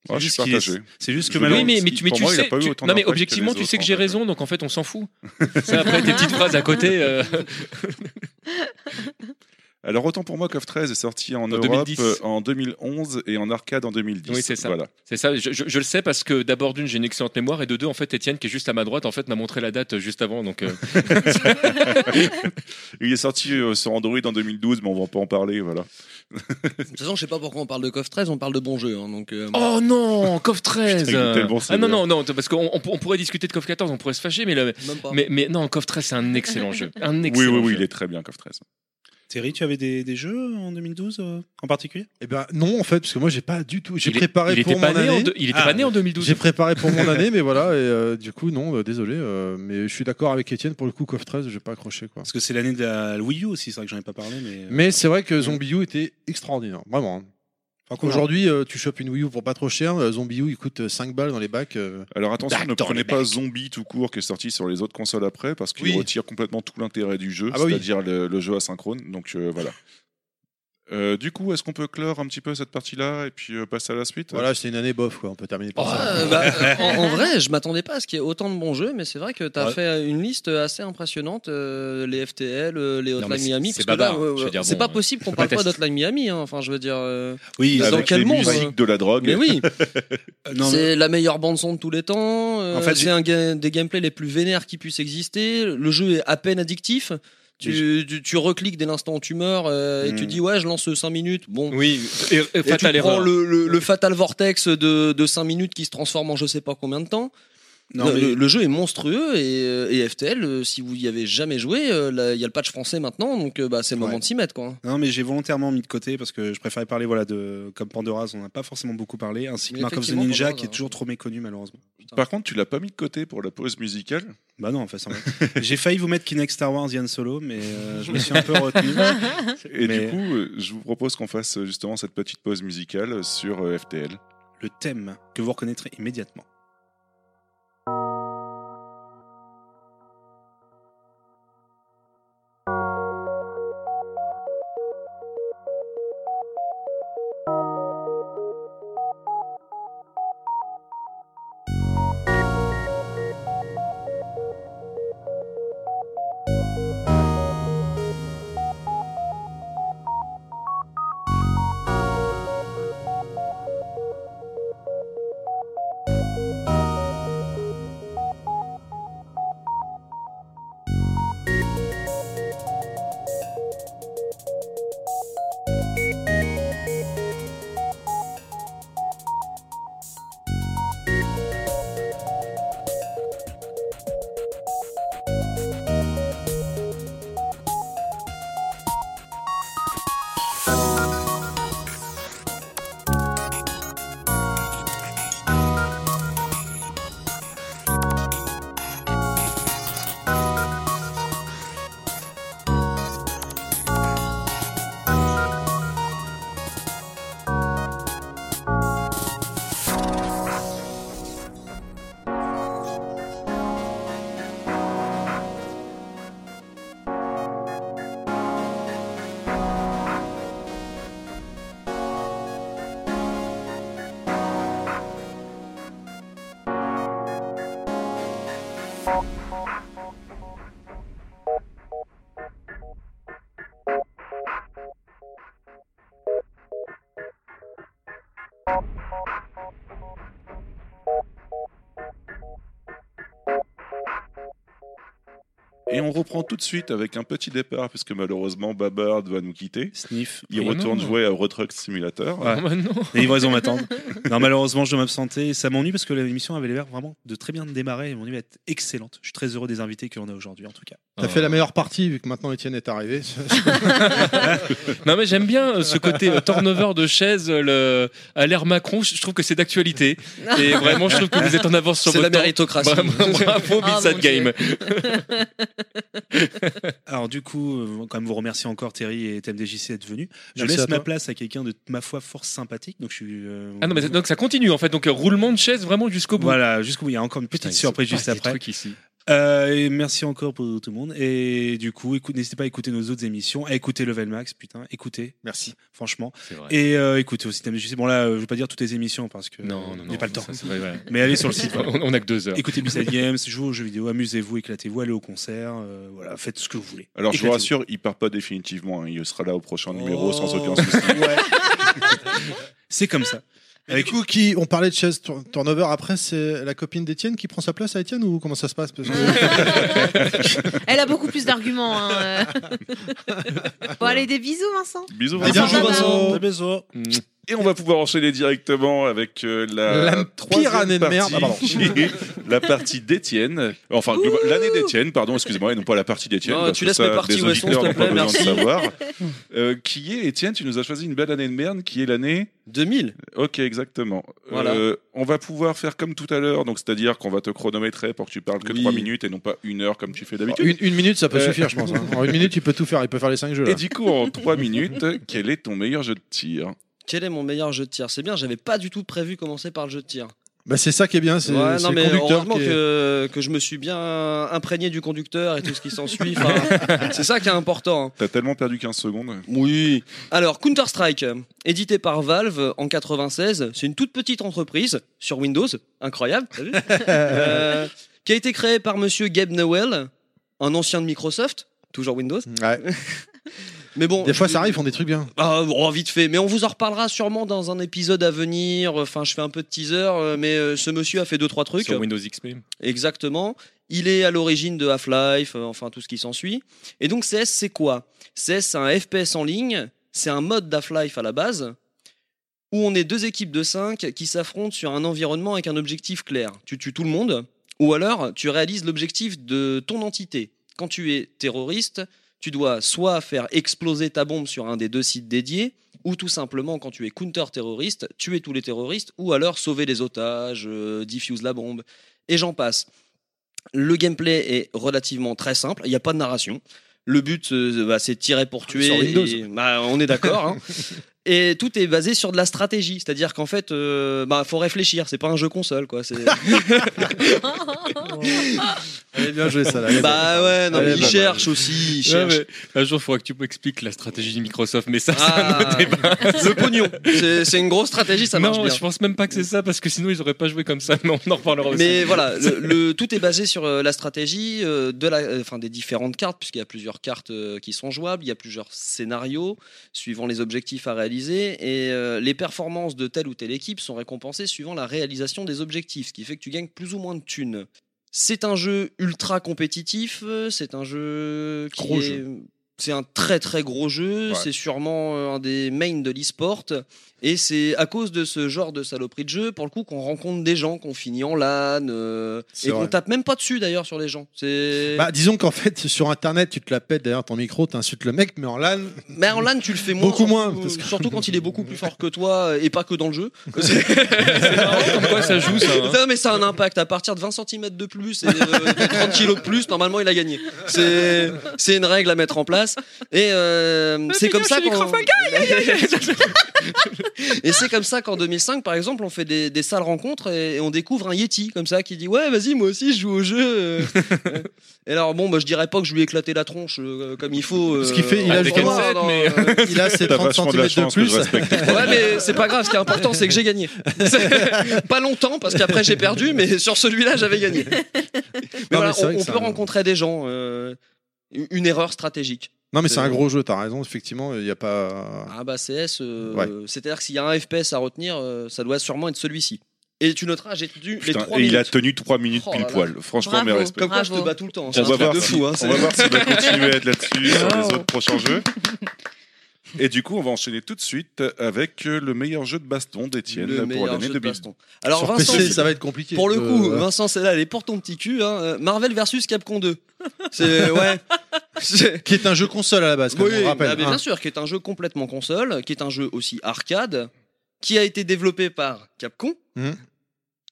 Speaker 2: ouais, je
Speaker 3: juste
Speaker 2: suis
Speaker 3: qu'il est-
Speaker 2: partagé.
Speaker 3: C'est juste que
Speaker 2: Je veux
Speaker 6: Oui,
Speaker 2: dire,
Speaker 3: maintenant.
Speaker 6: mais, mais
Speaker 2: il-
Speaker 6: tu, mais
Speaker 2: pour
Speaker 6: tu
Speaker 2: moi, il a
Speaker 6: sais,
Speaker 2: pas eu
Speaker 6: tu-
Speaker 2: autant
Speaker 6: non mais
Speaker 2: d'impact que les
Speaker 6: objectivement, tu sais que
Speaker 2: autres,
Speaker 6: j'ai
Speaker 2: en fait.
Speaker 6: raison, donc en fait, on s'en fout. Ça après tes petites phrases à côté. euh,
Speaker 2: Alors autant pour moi, KOF 13 est sorti en,
Speaker 6: En
Speaker 2: Europe
Speaker 6: 2010.
Speaker 2: euh, en 2011 et en arcade en 2010.
Speaker 6: Oui, c'est ça.
Speaker 2: Voilà.
Speaker 6: c'est ça. Je, je- je le sais parce que d'abord d'une, j'ai une excellente mémoire et de deux, en fait, Étienne qui est juste à ma droite, en fait, m'a montré la date juste avant. Donc euh,
Speaker 2: Il est sorti euh, sur Android en 2012, mais on va pas en parler. Voilà.
Speaker 1: De toute façon, je sais pas pourquoi on parle de KOF 13, on parle de bons jeux. hein, donc, euh,
Speaker 6: oh non, CoF
Speaker 2: Putain,
Speaker 6: 13.
Speaker 2: il est tellement
Speaker 6: ah non
Speaker 2: sévère.
Speaker 6: non non, parce qu'on on- on pourrait discuter de CoF 14, on pourrait se fâcher, mais le-
Speaker 1: même pas.
Speaker 6: mais, mais non, CoF 13, c'est un excellent jeu. Un
Speaker 2: oui,
Speaker 6: excellent
Speaker 2: oui, oui,
Speaker 6: jeu.
Speaker 2: il est très bien, KOF 13.
Speaker 3: Terry, tu avais des, des jeux en 2012 euh, en particulier
Speaker 5: Eh ben non, en fait, parce que moi j'ai pas du tout. J'ai
Speaker 6: Il est-
Speaker 5: préparé
Speaker 6: il était
Speaker 5: pour mon
Speaker 6: pas né en
Speaker 5: année.
Speaker 6: deux- Il était
Speaker 3: Ah,
Speaker 6: pas né en
Speaker 5: J'ai
Speaker 6: 2012.
Speaker 5: préparé pour mon année, mais voilà, et euh, du coup, non, euh, désolé, euh, mais je suis d'accord avec Étienne, pour le coup, KOF 13, j'ai pas accroché, quoi.
Speaker 3: Parce que c'est l'année de la Wii U aussi, c'est vrai que j'en ai pas parlé, mais. euh,
Speaker 5: Mais c'est vrai que Zombie U était extraordinaire, vraiment. hein.
Speaker 3: Enfin, qu'on-
Speaker 5: Aujourd'hui, euh, tu chopes une Wii U pour pas trop cher, euh, Zombie U, il coûte 5 balles dans les bacs. euh.
Speaker 2: Alors attention,
Speaker 6: Back
Speaker 2: ne
Speaker 6: dans
Speaker 2: prenez
Speaker 6: les
Speaker 2: pas Zombie tout court qui est sorti sur les autres consoles après, parce qu'il
Speaker 5: Oui.
Speaker 2: retire complètement tout l'intérêt du jeu,
Speaker 5: Ah bah oui.
Speaker 2: c'est-à-dire le, le jeu asynchrone. Donc euh, voilà. Euh, du coup, est-ce qu'on peut clore un petit peu cette partie-là et puis euh, passer à la suite
Speaker 5: Voilà, c'est une année bof, quoi, on peut terminer
Speaker 1: Ouais,
Speaker 5: par ça.
Speaker 1: euh, bah, euh, en, en vrai, je m'attendais pas à ce qu'il y ait autant de bons jeux, mais c'est vrai que tu as
Speaker 6: Ouais.
Speaker 1: fait une liste assez impressionnante euh, les FTL, euh, les
Speaker 6: Non, mais
Speaker 1: Hotline
Speaker 6: c'est-
Speaker 1: Miami.
Speaker 6: c'est
Speaker 1: parce que là,
Speaker 6: bavard,
Speaker 1: ouais, ouais,
Speaker 6: je veux dire,
Speaker 1: c'est
Speaker 6: bon,
Speaker 1: pas
Speaker 6: euh,
Speaker 1: possible qu'on
Speaker 6: pas
Speaker 1: parle pas
Speaker 6: tester.
Speaker 1: d'Hotline Miami. hein. Enfin, je veux dire. euh,
Speaker 3: Oui,
Speaker 1: Dans
Speaker 2: Avec
Speaker 1: quel
Speaker 2: les
Speaker 1: monde,
Speaker 2: musiques
Speaker 1: euh
Speaker 2: de la drogue.
Speaker 1: Mais oui,
Speaker 3: euh, non, mais-
Speaker 1: c'est la meilleure bande son de tous les temps. euh,
Speaker 3: En fait, j'ai-
Speaker 1: c'est un ga- des gameplays les plus vénères qui puissent exister. Le jeu est à peine addictif. Tu, tu, tu recliques dès l'instant où tu meurs euh, et
Speaker 3: Hmm.
Speaker 1: tu dis ouais je lance 5 minutes bon
Speaker 6: Oui, et, et
Speaker 1: Et tu
Speaker 6: Fatal
Speaker 1: prends
Speaker 6: Error.
Speaker 1: le, le- le fatal vortex de, de 5 minutes qui se transforme en je sais pas combien de temps.
Speaker 3: non,
Speaker 1: le,
Speaker 3: mais-
Speaker 1: le- le jeu est monstrueux et, euh, et FTL, euh, si vous y avez jamais joué, euh, là, il y a le patch français maintenant, donc euh, bah, c'est le moment
Speaker 3: Ouais.
Speaker 1: de s'y mettre. Quoi.
Speaker 3: Non, mais j'ai volontairement mis de côté parce que je préférais parler voilà, de. Comme Pandora's, on n'a pas forcément beaucoup parlé, ainsi que
Speaker 1: Mais
Speaker 3: Mark of the
Speaker 1: effectivement,
Speaker 3: Ninja
Speaker 1: Pandora's,
Speaker 3: qui est
Speaker 1: hein.
Speaker 3: toujours trop méconnu malheureusement.
Speaker 2: Par contre, tu l'as pas mis de côté pour la pause musicale.
Speaker 3: Bah non, enfin, ça va. j'ai failli vous mettre Kinect Star Wars Yann Solo, mais euh, je me suis un peu retenu.
Speaker 2: Et
Speaker 3: Mais-
Speaker 2: du coup, euh, je vous propose qu'on fasse euh, justement cette petite pause musicale euh, sur euh, FTL.
Speaker 3: Le thème que vous reconnaîtrez immédiatement.
Speaker 2: Et on reprend tout de suite avec un petit départ, puisque malheureusement Babard va nous quitter.
Speaker 3: Sniff.
Speaker 2: Il
Speaker 6: Oh
Speaker 2: retourne
Speaker 6: non.
Speaker 2: jouer à Eurotruck Simulator.
Speaker 3: Ouais.
Speaker 6: Oh, bah non.
Speaker 3: Les livraisons m'attendent. non, malheureusement, je dois m'absenter. Ça m'ennuie parce que l'émission avait l'air vraiment de très bien démarrer. et Mon va être excellente. Je suis très heureux des invités que l'on a aujourd'hui, en tout cas.
Speaker 5: T'as fait la meilleure partie vu que maintenant Étienne est arrivé.
Speaker 6: Non mais j'aime bien euh, ce côté euh, turnover de chaise euh, le... à l'ère Macron. Je je trouve que c'est d'actualité et vraiment je trouve que vous êtes en avance sur
Speaker 1: C'est la
Speaker 6: votre temps.
Speaker 1: méritocratie.
Speaker 6: Bravo, bravo
Speaker 4: Ah,
Speaker 6: Bilsat
Speaker 4: mon Dieu.
Speaker 6: Game.
Speaker 3: Alors, du coup, euh, quand même vous remercier encore, Thierry et TMDJC, d'être venus. Je
Speaker 5: Merci à
Speaker 3: laisse ma
Speaker 5: toi.
Speaker 3: place à quelqu'un de ma foi fort sympathique. Donc, je suis. euh,
Speaker 6: Ah non mais donc ça continue en fait donc euh, roulement de chaise vraiment jusqu'au bout.
Speaker 3: Voilà, jusqu'où il y a encore une petite
Speaker 6: Putain, ils
Speaker 3: surprise
Speaker 6: sont pas
Speaker 3: juste
Speaker 6: des
Speaker 3: après.
Speaker 6: trucs ici.
Speaker 3: Euh, et merci encore pour tout le monde. Et du coup, écoute- n'hésitez pas à écouter nos autres émissions, à écouter Level Max, putain, écoutez,
Speaker 5: Merci.
Speaker 3: franchement.
Speaker 6: C'est vrai.
Speaker 3: Et euh, écoutez aussi TMDJC. Bon, là, euh, je vais pas dire toutes les émissions parce que
Speaker 6: Non non
Speaker 3: euh,
Speaker 6: non.
Speaker 3: j'ai pas le temps.
Speaker 6: ça, c'est vrai, voilà.
Speaker 3: Mais allez sur le site. voilà.
Speaker 6: On on a que deux heures.
Speaker 3: Écoutez Beside Games, jouez aux jeux vidéo, amusez-vous, éclatez-vous, allez au concert, euh, voilà, faites ce que vous voulez.
Speaker 2: Alors je vous
Speaker 3: Éclatez-vous.
Speaker 2: rassure, il part pas définitivement. hein. Il sera là au prochain numéro sans
Speaker 5: Oh.
Speaker 2: aucun souci.
Speaker 3: Ouais. C'est comme ça.
Speaker 5: Et du coup, qui, on parlait de chaise tour- turnover. Après, c'est la copine d'Étienne qui prend sa place à Étienne ou comment ça se passe Parce que-
Speaker 4: Elle a beaucoup plus d'arguments. hein, euh. bon, allez, des bisous, Vincent.
Speaker 2: Bisous.
Speaker 5: Eh bien,
Speaker 2: Vincent.
Speaker 5: je vous
Speaker 4: Vincent.
Speaker 5: Des bisous.
Speaker 1: Mm.
Speaker 2: Et on va pouvoir enchaîner directement avec euh, la,
Speaker 5: La
Speaker 2: troisième
Speaker 5: pire année de
Speaker 2: partie,
Speaker 5: merde. Ah, pardon.
Speaker 2: qui est la partie d'Étienne. Enfin, globa-
Speaker 4: Ouh.
Speaker 2: l'année d'Étienne, pardon, excuse-moi, et non pas la partie d'Étienne.
Speaker 1: Non,
Speaker 2: parce
Speaker 1: tu
Speaker 2: que
Speaker 1: laisses mes
Speaker 2: ça,
Speaker 1: parties
Speaker 2: des
Speaker 1: où elles sont,
Speaker 2: auditeurs
Speaker 1: s'il te
Speaker 2: n'ont pas
Speaker 1: plaît,
Speaker 2: besoin de
Speaker 1: merci.
Speaker 2: savoir. Euh, qui est Étienne Tu nous as choisi une belle année de merde, qui est l'année
Speaker 1: 2000.
Speaker 2: Ok, exactement.
Speaker 1: Voilà.
Speaker 2: Euh, on va pouvoir faire comme tout à l'heure, donc c'est-à-dire qu'on va te chronométrer pour que tu parles que
Speaker 1: Oui.
Speaker 2: trois minutes et non pas une heure comme tu fais d'habitude.
Speaker 5: Une, une minute, ça peut
Speaker 2: Euh.
Speaker 5: suffire, je pense. hein. En une minute, il peut tout faire. Il peut faire les cinq jeux. là.
Speaker 2: Et du coup, en trois minutes, quel est ton meilleur jeu de tir
Speaker 1: Quel est mon meilleur jeu de tir C'est bien, j'avais pas du tout prévu commencer par le jeu de tir.
Speaker 5: Bah, c'est ça qui est bien. C'est
Speaker 1: Ouais,
Speaker 5: c'est
Speaker 1: non,
Speaker 5: le
Speaker 1: mais
Speaker 5: conducteur
Speaker 1: heureusement
Speaker 5: qui est-
Speaker 1: que, que je me suis bien imprégné du conducteur et tout ce qui s'ensuit. Enfin, c'est ça qui est important. hein.
Speaker 2: T'as tellement perdu 15 secondes.
Speaker 1: Oui. Alors, Counter-Strike, euh, édité par Valve euh, en 96, c'est une toute petite entreprise sur Windows, incroyable, t'as vu Euh, qui a été créée par monsieur Gabe Newell, un ancien de Microsoft, toujours Windows.
Speaker 5: Ouais.
Speaker 1: Mais bon,
Speaker 5: Des fois,
Speaker 1: je-
Speaker 5: ça arrive, ils font des trucs bien.
Speaker 1: ah, bon, vite fait, mais on vous en reparlera sûrement dans un épisode à venir. Enfin, je fais un peu de teaser, euh, mais euh, ce monsieur a fait deux trois trucs.
Speaker 6: Sur Windows XP.
Speaker 1: Exactement. Il est à l'origine de Half-Life, euh, enfin tout ce qui s'ensuit. Et donc CS, c'est quoi CS, c'est un FPS en ligne, c'est un mode d'Half-Life à la base, où on est deux équipes de 5 qui s'affrontent sur un environnement avec un objectif clair. Tu tues tout le monde, ou alors tu réalises l'objectif de ton entité. Quand tu es terroriste, tu dois soit faire exploser ta bombe sur un des deux sites dédiés, ou tout simplement, quand tu es counter-terroriste, tuer tous les terroristes, ou alors sauver les otages, euh, diffuse la bombe et j'en passe. Le gameplay est relativement très simple, il n'y a pas de narration. Le but, euh, bah, c'est de tirer pour tuer.
Speaker 5: Sur Windows.
Speaker 1: et- bah, on est d'accord. hein. Et tout est basé sur de la stratégie, c'est-à-dire qu'en fait, euh, bah, faut réfléchir. C'est pas un jeu console, quoi. c'est- bah,
Speaker 5: Allez, bien joué, ça. Là. Allez,
Speaker 1: bah ouais, non,
Speaker 5: Elle
Speaker 1: mais
Speaker 5: est
Speaker 1: il
Speaker 5: pas
Speaker 1: cherche aussi, il cherche.
Speaker 6: un jour, il faudra que tu m'expliques la stratégie de Microsoft, mais ça,
Speaker 1: Ah, le pognon, c'est c'est une grosse stratégie, ça marche
Speaker 6: non,
Speaker 1: bien.
Speaker 6: je pense même pas que c'est ça, parce que sinon, ils auraient pas joué comme ça. Mais on en reparlera aussi.
Speaker 1: Mais voilà, le, le- tout est basé sur euh, la stratégie euh, de la, euh, enfin, des différentes cartes, puisqu'il y a plusieurs cartes euh, qui sont jouables, il y a plusieurs scénarios suivant les objectifs à réaliser, et euh, les performances de telle ou telle équipe sont récompensées suivant la réalisation des objectifs, ce qui fait que tu gagnes plus ou moins de thunes. C'est un jeu ultra compétitif, euh, c'est un jeu qui
Speaker 5: Gros
Speaker 1: est-
Speaker 5: jeu.
Speaker 1: C'est un très très gros jeu,
Speaker 2: Ouais.
Speaker 1: c'est sûrement euh, un des mains de l'e-sport. Et c'est à cause de ce genre de saloperie de jeu, pour le coup, qu'on rencontre des gens qu'on finit en LAN euh,
Speaker 5: C'est
Speaker 1: et qu'on
Speaker 5: vrai.
Speaker 1: tape même pas dessus d'ailleurs sur les gens. C'est.
Speaker 5: Bah, disons qu'en fait, sur internet, tu te la pètes derrière ton micro, t'insultes le mec, mais en LAN,
Speaker 1: mais en LAN, tu le fais moins.
Speaker 5: Beaucoup moins,
Speaker 1: surtout-
Speaker 5: parce que-
Speaker 1: Surtout quand il est beaucoup plus fort que toi euh, et pas que dans le jeu.
Speaker 6: Comme quoi, ça joue, ça. hein.
Speaker 1: Non, mais ça a un impact. À partir de 20 cm de plus et euh, de 30 kg de plus, normalement, il a gagné. C'est c'est une règle à mettre en place. Et euh, c'est comme ça qu'on. et c'est comme ça qu'en 2005, par exemple, on fait des, des sales rencontres et, et on découvre un Yeti comme ça qui dit ouais, vas-y, moi aussi, je joue au jeu. euh. et alors bon, bah, je dirais pas que je lui ai éclaté la tronche euh, comme il faut.
Speaker 5: Ce qui fait, il
Speaker 1: en
Speaker 5: a
Speaker 1: tournoi,
Speaker 5: joué un set,
Speaker 1: dans-
Speaker 6: mais-
Speaker 1: euh,
Speaker 5: il a ses
Speaker 2: T'as
Speaker 5: 30
Speaker 2: vachement
Speaker 5: cm
Speaker 2: de la
Speaker 5: de
Speaker 2: chance que
Speaker 5: plus.
Speaker 2: je respecte.
Speaker 1: Ouais, mais c'est pas grave, ce qui est important, c'est que j'ai gagné. C'est- pas longtemps, parce qu'après j'ai perdu, mais sur celui-là, j'avais gagné. Mais voilà,
Speaker 5: mais c'est vrai
Speaker 1: on,
Speaker 5: que
Speaker 1: on
Speaker 5: c'est
Speaker 1: peut
Speaker 5: un-
Speaker 1: rencontrer des gens. euh, une une erreur stratégique.
Speaker 5: Non, mais c'est un gros jeu, t'as raison, effectivement, il n'y a pas.
Speaker 1: Ah bah CS, euh,
Speaker 5: Ouais.
Speaker 1: euh, c'est-à-dire que s'il y a un FPS à retenir, euh, ça doit sûrement être celui-ci. Et tu noteras, j'ai tenu les
Speaker 2: Putain,
Speaker 1: trois
Speaker 2: et il a
Speaker 1: minutes.
Speaker 2: tenu 3 minutes
Speaker 1: Oh là
Speaker 2: pile
Speaker 1: là.
Speaker 2: poil. Franchement,
Speaker 4: Bravo.
Speaker 2: mes respects.
Speaker 1: Comme quoi, je te
Speaker 4: Bravo.
Speaker 1: bats tout le temps. C'est
Speaker 2: On va,
Speaker 1: un truc
Speaker 2: voir
Speaker 1: de
Speaker 2: si,
Speaker 1: fou. hein,
Speaker 2: on
Speaker 1: c'est-
Speaker 2: va voir s'il va continuer à être là-dessus sur les
Speaker 6: Wow.
Speaker 2: autres prochains jeux. Et du coup, on va enchaîner tout de suite avec euh, le meilleur jeu de baston d'Étienne
Speaker 1: le
Speaker 2: pour
Speaker 1: meilleur
Speaker 2: l'année
Speaker 1: jeu de
Speaker 2: 2000.
Speaker 1: baston. Alors,
Speaker 5: Sur
Speaker 1: Vincent,
Speaker 5: PC, ça va être compliqué.
Speaker 1: pour le
Speaker 5: Euh,
Speaker 1: coup,
Speaker 5: ouais.
Speaker 1: Vincent, c'est là, elle est pour ton petit cul. hein. Euh, Marvel versus Capcom 2. C'est. Ouais. C'est-
Speaker 5: qui est un jeu console à la base, comme
Speaker 1: Oui,
Speaker 5: on le rappelle.
Speaker 1: bah, mais
Speaker 5: hein.
Speaker 1: bien sûr, qui est un jeu complètement console, qui est un jeu aussi arcade, qui a été développé par Capcom.
Speaker 5: Mhm.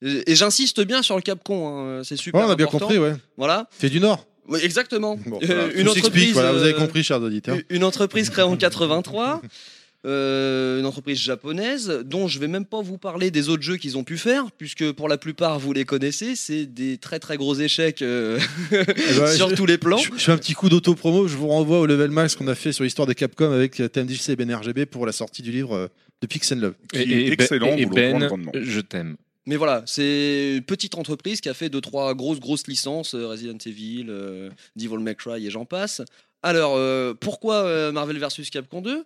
Speaker 1: Et et j'insiste bien sur le Capcom, hein, c'est super.
Speaker 5: Ouais, Oh, on a bien
Speaker 1: important.
Speaker 5: compris, ouais.
Speaker 1: Voilà,
Speaker 5: C'est du Nord.
Speaker 1: Oui, exactement.
Speaker 5: Bon,
Speaker 1: Euh,
Speaker 5: voilà,
Speaker 1: une
Speaker 5: tout s'explique,
Speaker 1: entreprise,
Speaker 5: voilà, vous avez
Speaker 1: euh,
Speaker 5: compris, chers auditeurs.
Speaker 1: une- une entreprise créée en 83, euh, une entreprise japonaise dont je vais même pas vous parler des autres jeux qu'ils ont pu faire, puisque pour la plupart vous les connaissez, c'est des très très gros échecs euh,
Speaker 5: Eh ben,
Speaker 1: sur
Speaker 5: je-
Speaker 1: tous les plans.
Speaker 5: Je, je fais un petit coup d'auto-promo, je vous renvoie au level max qu'on a fait sur l'histoire des Capcom avec euh, TMDJC et BNRGB pour la sortie du livre euh, de Pix and Love.
Speaker 2: Qui est excellent,
Speaker 6: et
Speaker 2: vous le recommande
Speaker 6: Ben,
Speaker 2: grandement.
Speaker 6: je t'aime.
Speaker 1: Mais voilà, c'est une petite entreprise qui a fait deux trois grosses grosses licences, euh, Resident Evil, euh, Devil May Cry et j'en passe. Alors euh, pourquoi euh, Marvel vs Capcom 2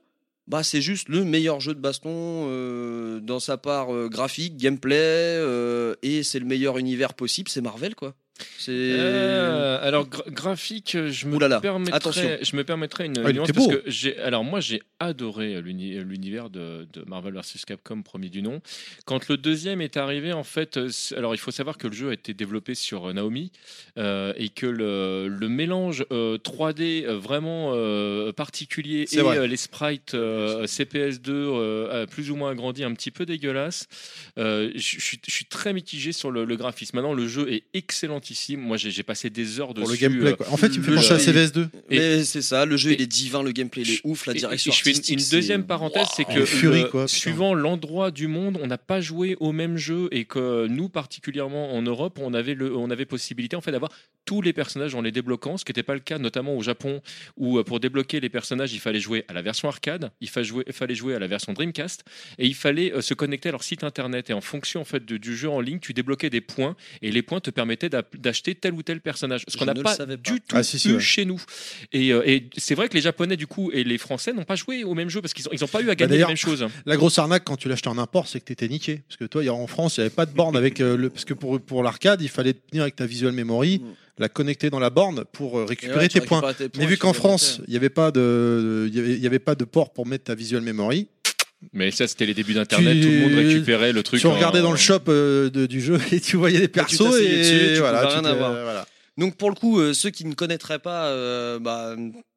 Speaker 1: Bah c'est juste le meilleur jeu de baston euh, dans sa part euh, graphique, gameplay euh, et c'est le meilleur univers possible, c'est Marvel quoi. C'est
Speaker 6: Euh, alors gra- graphique, euh, je me
Speaker 1: Ouh là là,
Speaker 6: permettrais,
Speaker 1: attention.
Speaker 6: je me permettrais une
Speaker 5: Ah, il
Speaker 6: nuance
Speaker 5: était
Speaker 6: parce
Speaker 5: beau.
Speaker 6: que j'ai, alors moi j'ai adoré l'uni- l'univers de, de Marvel vs Capcom, premier du nom. Quand le deuxième est arrivé, en fait, euh, c'est- alors il faut savoir que le jeu a été développé sur euh, Naomi euh, et que le, le mélange euh, 3D euh, vraiment euh, particulier
Speaker 5: C'est
Speaker 6: et
Speaker 5: vrai.
Speaker 6: euh, les sprites euh, CPS2 euh, euh, plus ou moins agrandis, un petit peu dégueulasse. Euh, je je suis je suis très mitigé sur le, le graphisme. Maintenant, le jeu est excellentissime. Moi, j'ai j'ai passé des heures dessus.
Speaker 5: Pour le gameplay,
Speaker 6: euh,
Speaker 5: quoi. En fait, il me fait
Speaker 1: le
Speaker 5: penser à
Speaker 1: jeu,
Speaker 5: CVS2.
Speaker 1: mais c'est ça, le jeu il
Speaker 6: et-
Speaker 1: est divin, le gameplay il est ouf, la
Speaker 6: et- et-
Speaker 1: direction
Speaker 6: et je fais une-
Speaker 1: artistique,
Speaker 6: une,
Speaker 1: c'est-
Speaker 6: deuxième parenthèse, c'est
Speaker 5: Waouh.
Speaker 6: que
Speaker 5: Et Fury,
Speaker 6: le-
Speaker 5: quoi, putain.
Speaker 6: suivant l'endroit du monde, on n'a pas joué au même jeu et que nous, particulièrement en Europe, on avait, le, on avait possibilité en fait d'avoir tous les personnages en les débloquant, ce qui n'était pas le cas notamment au Japon où euh, pour débloquer les personnages, il fallait jouer à la version arcade, il fa- jouer- il fallait jouer à la version Dreamcast et il fallait euh, se connecter à leur site internet et en fonction en fait de- du jeu en ligne, tu débloquais des points et les points te permettaient d'ap- d'acheter tel ou tel personnage, ce
Speaker 1: Je
Speaker 6: qu'on n'a
Speaker 1: ne le
Speaker 6: pas
Speaker 1: savais pas.
Speaker 6: du tout
Speaker 5: Ah, si, si,
Speaker 6: eu
Speaker 5: ouais.
Speaker 6: chez nous. Et, euh, et c'est vrai que les Japonais, du coup, et les Français n'ont pas joué au même jeu parce qu'ils n'ont ils ont pas eu à gagner les
Speaker 5: d'ailleurs,
Speaker 6: mêmes choses.
Speaker 5: La grosse arnaque quand tu l'achetais en import, c'est que t'étais niqué. Parce que toi, il y a- en France, il n'y avait pas de borne avec euh, le. Parce que pour, pour l'arcade, il fallait tenir avec ta visual memory,
Speaker 1: Mm.
Speaker 5: la connecter dans la borne pour euh,
Speaker 1: Et ouais,
Speaker 5: récupérer
Speaker 1: tu
Speaker 5: tes points.
Speaker 1: récupères tes
Speaker 5: Mais
Speaker 1: points,
Speaker 5: vu
Speaker 1: tu
Speaker 5: qu'en
Speaker 1: les
Speaker 5: France, il n'y avait pas de, il y avait- il y avait pas de port pour mettre ta visual memory,
Speaker 6: Mais ça, c'était les débuts d'Internet,
Speaker 5: Tu-
Speaker 6: tout le monde récupérait le truc.
Speaker 5: tu
Speaker 6: en-
Speaker 5: regardais dans le shop euh, de- du jeu et tu voyais des persos et,
Speaker 1: t'asseyais dessus, tu
Speaker 5: voilà,
Speaker 1: pouvais rien
Speaker 5: te-
Speaker 1: avoir.
Speaker 5: voilà.
Speaker 1: Donc pour le coup, euh, ceux qui ne connaîtraient pas, euh, bah,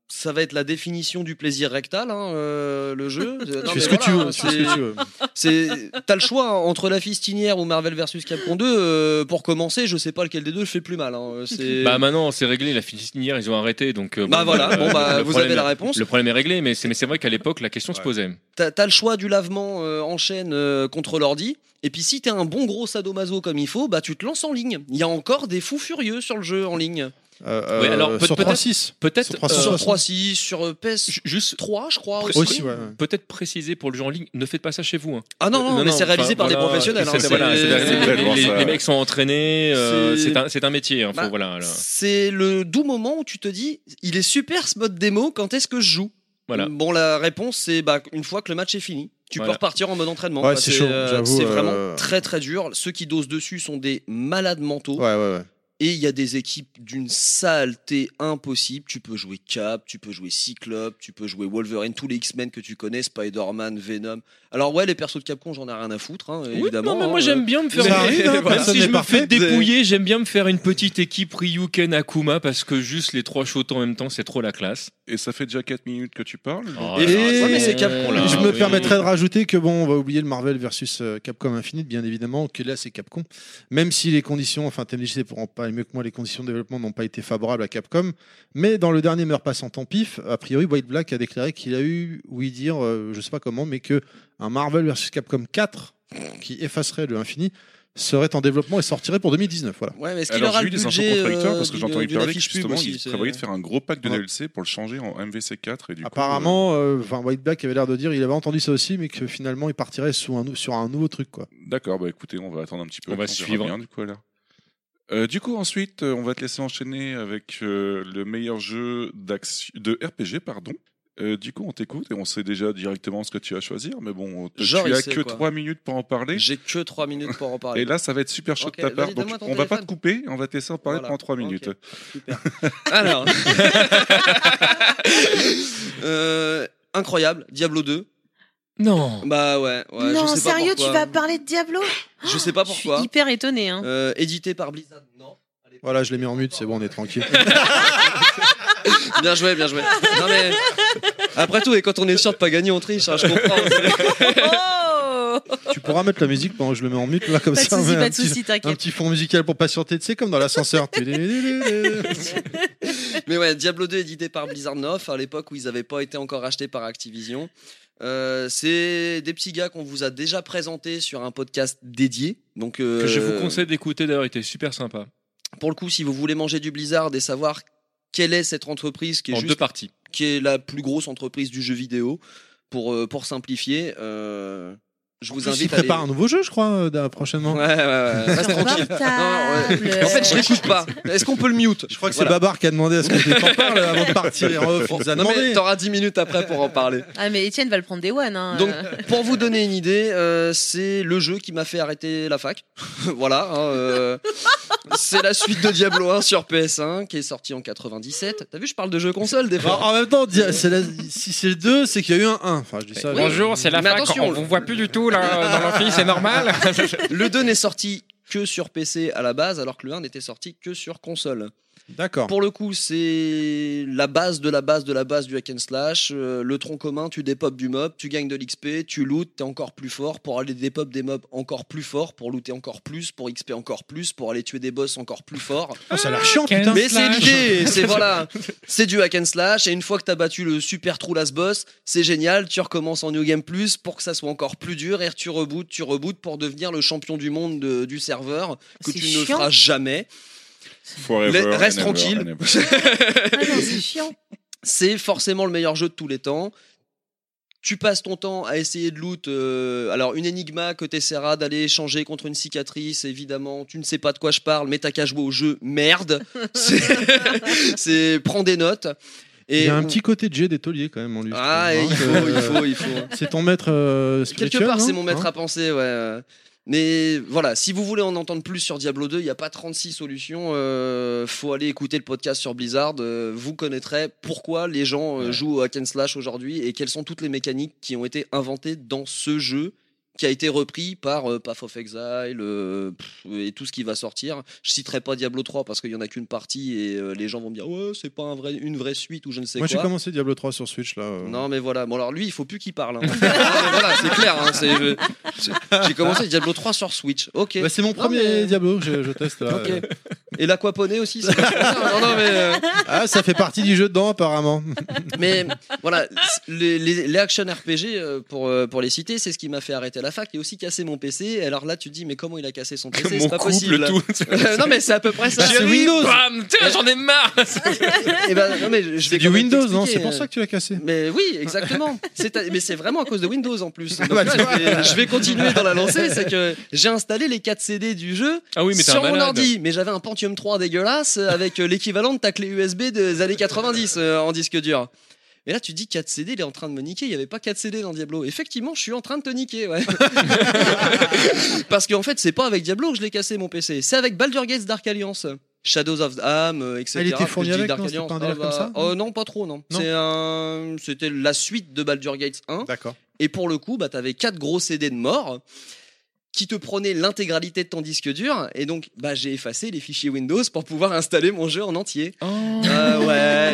Speaker 1: ça va être la définition du plaisir rectal, hein, euh, le jeu.
Speaker 5: Tu
Speaker 1: Non,
Speaker 5: fais
Speaker 1: mais
Speaker 5: ce que tu
Speaker 1: voilà,
Speaker 5: veux, tu fais ce que tu veux.
Speaker 1: c'est- c'est- T'as le choix hein, entre la fistinière ou Marvel versus Capcom 2. euh, pour commencer, je sais pas lequel des deux fait plus mal. hein, c'est-
Speaker 6: Bah maintenant, c'est réglé, la finissinière, ils ont arrêté. Donc, euh,
Speaker 1: Bah voilà, bon,
Speaker 6: euh,
Speaker 1: bah,
Speaker 6: le
Speaker 1: vous
Speaker 6: problème
Speaker 1: avez la
Speaker 6: est-
Speaker 1: réponse.
Speaker 6: Le problème est réglé, mais c'est mais c'est vrai qu'à l'époque, la question se posait.
Speaker 1: T'as t'as le choix du lavement euh, en chaîne euh, contre l'ordi. Et puis si t'es un bon gros sadomaso comme il faut, bah tu te lances en ligne. Il y a encore des fous furieux sur le jeu en ligne.
Speaker 5: Euh,
Speaker 6: Ouais,
Speaker 5: euh,
Speaker 6: alors, peut-
Speaker 5: sur
Speaker 6: peut-être-
Speaker 5: 3.6
Speaker 6: Peut-être.
Speaker 5: Sur 360.
Speaker 1: Sur 3.6, sur euh, PS
Speaker 6: ju- Juste
Speaker 1: 3, je crois.
Speaker 6: Pré-
Speaker 5: aussi, ouais. ouais.
Speaker 6: peut-être préciser pour le jeu en ligne, ne faites pas ça chez vous. hein.
Speaker 1: Ah non, non, mais c'est réalisé
Speaker 6: enfin,
Speaker 1: par des
Speaker 6: voilà,
Speaker 1: professionnels. hein,
Speaker 6: c'est- voilà, c'est-
Speaker 2: c'est-
Speaker 6: les-
Speaker 2: c'est-
Speaker 6: les,
Speaker 2: c'est-
Speaker 6: les mecs sont entraînés, euh,
Speaker 1: c'est-
Speaker 6: c'est un, c'est un métier. hein, faut-
Speaker 1: Bah,
Speaker 6: voilà, là.
Speaker 1: C'est le doux moment où tu te dis, il est super ce mode démo, quand est-ce que je joue
Speaker 6: Voilà.
Speaker 1: Bon, la réponse, c'est bah, une fois que le match est fini. Tu
Speaker 6: Voilà.
Speaker 1: peux repartir en mode entraînement.
Speaker 5: Ouais,
Speaker 1: quoi.
Speaker 5: c'est chaud, j'avoue,
Speaker 1: c'est
Speaker 5: euh,
Speaker 1: vraiment très très dur. Ceux qui dosent dessus sont des malades mentaux.
Speaker 5: Ouais, ouais, ouais.
Speaker 1: Et il y a des équipes d'une saleté impossible. Tu peux jouer Cap, tu peux jouer Cyclope, tu peux jouer Wolverine, tous les X-Men que tu connais, Spider-Man, Venom. Alors ouais, les persos de Capcom, j'en ai rien à foutre, hein,
Speaker 6: Oui,
Speaker 1: évidemment.
Speaker 6: non, mais
Speaker 1: hein,
Speaker 6: moi
Speaker 1: euh.
Speaker 6: j'aime bien me faire.
Speaker 5: Ça arrive, hein,
Speaker 6: Même
Speaker 5: personne
Speaker 6: si
Speaker 5: n'est
Speaker 6: je me
Speaker 5: parfait.
Speaker 6: fais dépouiller, j'aime bien me faire une petite équipe Ryuken Akuma parce que juste les trois shots en même temps, c'est trop la classe.
Speaker 2: Et ça fait déjà 4 minutes que tu parles.
Speaker 1: Ah,
Speaker 2: donc-
Speaker 6: Oh,
Speaker 5: Et-
Speaker 6: là,
Speaker 5: Ouais, mais c'est
Speaker 1: Capcom, là. Ah,
Speaker 5: je me
Speaker 6: oui.
Speaker 5: permettrais de rajouter que bon, on va oublier le Marvel versus euh, Capcom Infinite, bien évidemment, que là c'est Capcom. Même si les conditions, enfin TMDJC pourront pas mieux que moi, les conditions de développement n'ont pas été favorables à Capcom. Mais dans le dernier meurt passant en pif, a priori White Black a déclaré qu'il a eu, oui dire, euh, je sais pas comment, mais que un Marvel versus Capcom 4 qui effacerait le infini serait en développement et sortirait pour 2019. Voilà.
Speaker 1: Ouais, mais est-ce qu'il
Speaker 2: Alors
Speaker 1: aura
Speaker 2: j'ai eu
Speaker 1: le
Speaker 2: des infos
Speaker 1: budget
Speaker 2: contradictoires
Speaker 1: euh,
Speaker 2: parce que
Speaker 1: d'une-
Speaker 2: j'ai entendu
Speaker 1: d'une
Speaker 2: parler que
Speaker 1: affiche pub
Speaker 2: justement
Speaker 1: aussi,
Speaker 2: ils
Speaker 1: c'est- Ah.
Speaker 2: prévoyaient de faire un gros pack de
Speaker 5: Ouais.
Speaker 2: DLC pour le changer en MVC4 et du coup,
Speaker 5: Apparemment, euh, enfin White Black avait l'air de dire, il avait entendu ça aussi, mais que finalement il partirait sous un nou- sur un nouveau truc quoi.
Speaker 2: euh, D'accord, bah écoutez, on va attendre un petit peu.
Speaker 6: On va
Speaker 2: verra
Speaker 6: suivre.
Speaker 2: bien, du coup, alors. Euh, du coup, ensuite, euh, on va te laisser enchaîner avec euh, le meilleur jeu d'action- de RPG, pardon. Euh, du coup, on t'écoute et on sait déjà directement ce que tu vas choisir, mais bon, t-
Speaker 1: Genre,
Speaker 2: tu
Speaker 1: il
Speaker 2: as
Speaker 1: sait,
Speaker 2: que
Speaker 1: quoi.
Speaker 2: trois minutes pour en parler.
Speaker 1: J'ai que 3 minutes pour en parler.
Speaker 2: Et là, ça va être super chaud
Speaker 1: Ok,
Speaker 2: de ta
Speaker 1: vas-y,
Speaker 2: part. Donc,
Speaker 1: donne-moi ton
Speaker 2: on va pas te
Speaker 1: téléphone.
Speaker 2: couper, on va te laisser en parler
Speaker 1: Voilà.
Speaker 2: pendant trois
Speaker 1: Ok.
Speaker 2: minutes.
Speaker 1: Super. Alors. Euh, incroyable, Diablo 2.
Speaker 6: Non.
Speaker 1: Bah ouais, ouais
Speaker 4: non,
Speaker 1: je sais
Speaker 4: sérieux,
Speaker 1: pas pourquoi.
Speaker 4: tu vas parler de Diablo
Speaker 1: Je sais pas
Speaker 4: Je suis
Speaker 1: pourquoi.
Speaker 4: hyper étonnée. Hein.
Speaker 1: Euh, édité par Blizzard, non.
Speaker 5: Voilà, je l'ai mis en mute, c'est bon, on est tranquille.
Speaker 1: Bien joué, bien joué. Non mais après tout, et quand on est sûr de pas gagner, on triche. hein, je comprends.
Speaker 4: Oh
Speaker 5: tu pourras mettre la musique pendant que je le mets en mute là comme
Speaker 4: Pas de
Speaker 5: ça.
Speaker 4: soucis,
Speaker 5: mais
Speaker 4: pas
Speaker 5: un
Speaker 4: de
Speaker 5: petit-
Speaker 4: soucis,
Speaker 5: Un
Speaker 4: t'inquiète.
Speaker 5: petit fond musical pour patienter, tu sais, comme dans l'ascenseur.
Speaker 1: Mais ouais, Diablo 2 édité par Blizzard North à l'époque où ils n'avaient pas été encore achetés par Activision. Euh, c'est des petits gars qu'on vous a déjà présentés sur un podcast dédié. Donc euh,
Speaker 6: Que je vous conseille d'écouter d'ailleurs, il était super sympa.
Speaker 1: Pour le coup, si vous voulez manger du Blizzard et savoir quelle est cette entreprise qui est
Speaker 6: En
Speaker 1: juste
Speaker 6: deux parties.
Speaker 1: qui est la plus grosse entreprise du jeu vidéo. Pour, euh, pour simplifier, euh, je vous
Speaker 5: Vous
Speaker 1: invite à.
Speaker 5: prépare un
Speaker 1: aller-
Speaker 5: nouveau jeu, je crois, euh, d'un- prochainement.
Speaker 1: Ouais, ouais, ouais. Reste tranquille. Non, ouais. En fait, je l'écoute pas. Est-ce qu'on peut le mute
Speaker 5: Je crois que c'est
Speaker 1: Voilà.
Speaker 5: Babar qui a demandé à ce que tu t'en parles euh, avant de partir en off. On nous a
Speaker 1: Non, mais
Speaker 5: demandé.
Speaker 1: t'auras 10 minutes après pour en parler.
Speaker 4: Ah, mais Étienne va le prendre des one. Hein,
Speaker 1: Donc,
Speaker 4: euh.
Speaker 1: pour vous donner une idée, euh, c'est le jeu qui m'a fait arrêter la fac. voilà. hein, euh, c'est la suite de Diablo 1 sur PS1 qui est sorti en 97. T'as vu, je parle de jeux console des
Speaker 5: En-
Speaker 1: fois.
Speaker 5: en même temps, dia- c'est la- si c'est le 2, c'est qu'il y a eu un 1. Enfin, je dis ça. mais-
Speaker 8: Bonjour, c'est la
Speaker 1: Mais
Speaker 8: fac,
Speaker 1: attention.
Speaker 8: on vous voit plus du tout là, dans l'amphi, c'est normal
Speaker 1: Le 2 n'est sorti que sur PC à la base, alors que le 1 n'était sorti que sur console.
Speaker 5: D'accord.
Speaker 1: Pour le coup, c'est la base de la base de la base du hack and slash. euh, le tronc commun, tu dépopes du mob, tu gagnes de l'XP, tu lootes, t'es encore plus fort pour aller dépop des mobs encore plus fort, pour looter encore plus, pour XP encore plus, pour aller tuer des boss encore plus fort.
Speaker 5: Oh, ça a l'air chiant, putain.
Speaker 1: Mais c'est l'idée, c'est voilà, c'est du hack and slash. Et une fois que t'as battu le super trou last boss, c'est génial. Tu recommences en new game plus pour que ça soit encore plus dur et tu rebootes, tu rebootes pour devenir le champion du monde de- du serveur que
Speaker 4: C'est
Speaker 1: tu ne
Speaker 4: chiant.
Speaker 1: feras jamais.
Speaker 2: Forever
Speaker 1: Laisse- reste
Speaker 2: and ever
Speaker 1: tranquille.
Speaker 2: and ever.
Speaker 4: Ah non, c'est chiant.
Speaker 1: c'est forcément le meilleur jeu de tous les temps. Tu passes ton temps à essayer de loot. euh, alors, une Enigma que t'essaieras d'aller échanger contre une cicatrice, évidemment. Tu ne sais pas de quoi je parle, mais t'as qu'à jouer au jeu. Merde. C'est- C'est. Prends des notes. Et
Speaker 5: Il y a un petit côté de Jay des tauliers quand même en lui. je
Speaker 1: Ah,
Speaker 5: trouve, hein.
Speaker 1: il faut, il
Speaker 5: Euh,
Speaker 1: faut, il faut.
Speaker 5: C'est ton maître euh,
Speaker 1: Quelque
Speaker 5: spirituel,
Speaker 1: part,
Speaker 5: non
Speaker 1: c'est mon maître
Speaker 5: Hein
Speaker 1: à penser, ouais. euh. Mais voilà, si vous voulez en entendre plus sur Diablo 2, il n'y a pas 36 solutions. euh, faut aller écouter le podcast sur Blizzard. euh, vous connaîtrez pourquoi les gens euh,
Speaker 6: Ouais.
Speaker 1: jouent au hack and slash aujourd'hui et quelles sont toutes les mécaniques qui ont été inventées dans ce jeu qui a été repris par euh, Path of Exile euh, pff, et tout ce qui va sortir. Je citerai pas Diablo 3 parce qu'il y en a qu'une partie et euh, les gens vont me dire ouais c'est pas un vrai, une vraie suite ou je ne sais
Speaker 5: Moi, j'ai
Speaker 1: quoi.
Speaker 5: commencé Diablo 3 sur Switch là. euh.
Speaker 1: Non mais voilà, bon alors lui il faut plus qu'il parle. hein. Non, mais voilà, c'est clair. hein, c'est- je- J'ai commencé Diablo 3 sur Switch, ok.
Speaker 5: Bah, c'est mon premier
Speaker 1: mais-
Speaker 5: Diablo que je, je teste là.
Speaker 1: Ok.
Speaker 5: Euh,
Speaker 1: Et l'aquaponé aussi, c'est vachement bien. non, non, mais, euh,
Speaker 5: Ah, ça fait partie du jeu dedans apparemment.
Speaker 1: Ah, mais voilà, les, les- les action RPG, euh, pour, euh, pour les citer, c'est ce qui m'a fait arrêter la fac et aussi casser mon PC. Alors là, tu te dis, mais comment il a cassé son PC
Speaker 2: Mon
Speaker 1: C'est pas possible. Euh,
Speaker 2: couple, tout.
Speaker 1: non, mais c'est à peu près ça.
Speaker 5: c'est Windows.
Speaker 8: Bam, tiens, j'en ai marre
Speaker 1: Eh ben, non, mais je vais
Speaker 5: C'est du
Speaker 1: quand même
Speaker 5: Windows, non
Speaker 1: t'expliquer,
Speaker 5: C'est pour
Speaker 1: euh,
Speaker 5: ça que tu l'as cassé.
Speaker 1: Mais oui, exactement. C'est à- Mais c'est vraiment à cause de Windows en plus. Donc
Speaker 5: bah,
Speaker 1: là,
Speaker 5: tu
Speaker 1: je,
Speaker 5: vois.
Speaker 1: vais, je vais continuer dans la lancée. C'est que j'ai installé les 4 CD du jeu
Speaker 6: Ah oui, mais t'es un
Speaker 1: sur mon
Speaker 6: malade.
Speaker 1: ordi, mais j'avais un Pentium 3 dégueulasse euh, avec euh, l'équivalent de ta clé USB des années 90 euh, en disque dur. Et là, tu te dis 4 CD, il est en train de me niquer. Il n'y avait pas 4 CD dans Diablo. Effectivement, je suis en train de te niquer. Ouais. Parce qu'en fait, c'est pas avec Diablo que je l'ai cassé mon PC. C'est avec Baldur's Gates Dark Alliance. Shadows of Ham, euh, etc.
Speaker 5: Elle était
Speaker 1: Parce que je
Speaker 5: fournie
Speaker 1: dis
Speaker 5: avec,
Speaker 1: Dark
Speaker 5: non C'était
Speaker 1: Alliance.
Speaker 5: pas un délire
Speaker 1: Ah
Speaker 5: comme ça
Speaker 1: oh non, pas trop, non.
Speaker 5: Non.
Speaker 1: C'est un- C'était la suite de Baldur's Gates 1.
Speaker 5: D'accord.
Speaker 1: Et pour le coup, bah, tu avais 4 gros CD de mort qui te prenaient l'intégralité de ton disque dur. Et donc, bah, j'ai effacé les fichiers Windows pour pouvoir installer mon jeu en entier.
Speaker 6: Oh.
Speaker 1: Euh,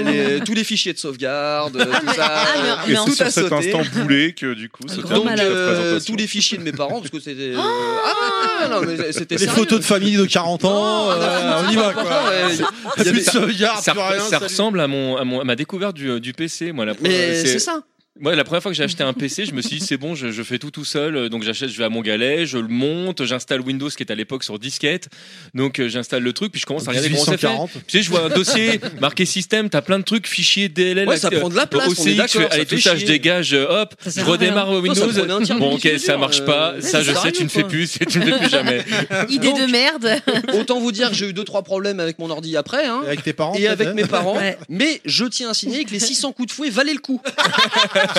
Speaker 1: ouais, les- tous les fichiers de sauvegarde, euh, tout ça.
Speaker 4: Ah, mais-
Speaker 1: euh,
Speaker 4: mais
Speaker 2: Et
Speaker 4: en-
Speaker 1: tout
Speaker 2: c'est sur
Speaker 1: a
Speaker 2: cet
Speaker 1: sauté.
Speaker 2: instant boulet que du coup se
Speaker 4: grand
Speaker 1: Donc,
Speaker 2: termine cette
Speaker 1: euh,
Speaker 2: présentation.
Speaker 1: tous les fichiers de mes parents, parce que c'était. euh, Ah, non, mais c'était
Speaker 5: Les
Speaker 1: sérieux. Ah,
Speaker 5: photos de famille de 40 ans.
Speaker 1: Non,
Speaker 5: euh,
Speaker 1: non,
Speaker 5: on y va quoi.
Speaker 1: Ouais,
Speaker 5: Il y a plus de
Speaker 6: Ça,
Speaker 5: sauvegarde,
Speaker 6: ça
Speaker 5: plus rien. salut.
Speaker 6: ressemble à, mon, à, mon- à ma découverte du, du PC, moi, la
Speaker 1: Mais
Speaker 6: première-
Speaker 1: Euh, c'est ça.
Speaker 6: Moi, la première fois que j'ai acheté un PC, je me suis dit c'est bon, je, je fais tout tout seul. Euh, Donc j'achète, je vais à mon galet, je le monte, j'installe Windows qui est à l'époque sur disquette. Donc euh, j'installe le truc, puis je commence à regarder comment c'est fait.
Speaker 5: 1840.
Speaker 6: Tu sais, je vois un dossier marqué système, t'as plein de trucs, fichiers, DLL,
Speaker 1: Ouais, ça
Speaker 6: acti-
Speaker 1: prend de la place, on est
Speaker 6: OCI, tu
Speaker 1: d'accord,
Speaker 6: fais,
Speaker 1: ça
Speaker 6: allez,
Speaker 1: fait
Speaker 6: tout ça, je
Speaker 1: chier.
Speaker 6: dégage, euh, hop,
Speaker 4: Ça
Speaker 6: je
Speaker 4: sert à
Speaker 6: redémarre
Speaker 4: rien.
Speaker 1: Ça, ça
Speaker 6: Windows.
Speaker 1: prenait un tiers de
Speaker 6: Bon,
Speaker 1: midi,
Speaker 6: ok,
Speaker 1: je
Speaker 6: ça
Speaker 4: hein.
Speaker 1: jure,
Speaker 6: marche
Speaker 1: euh,
Speaker 6: pas,
Speaker 1: ouais,
Speaker 6: ça je
Speaker 4: sert à
Speaker 6: sais,
Speaker 4: rien,
Speaker 6: tu ne fais
Speaker 4: quoi.
Speaker 6: plus, tu ne le fais plus jamais.
Speaker 4: Idée de merde.
Speaker 1: Autant vous dire que j'ai eu 2-3 problèmes avec mon ordi après, hein,
Speaker 5: Et Avec tes parents
Speaker 1: et avec
Speaker 5: peut-être,
Speaker 1: mes
Speaker 5: hein
Speaker 1: parents.
Speaker 4: Ouais.
Speaker 1: Mais je tiens à signaler que les 600 coups de fouet valaient le coup.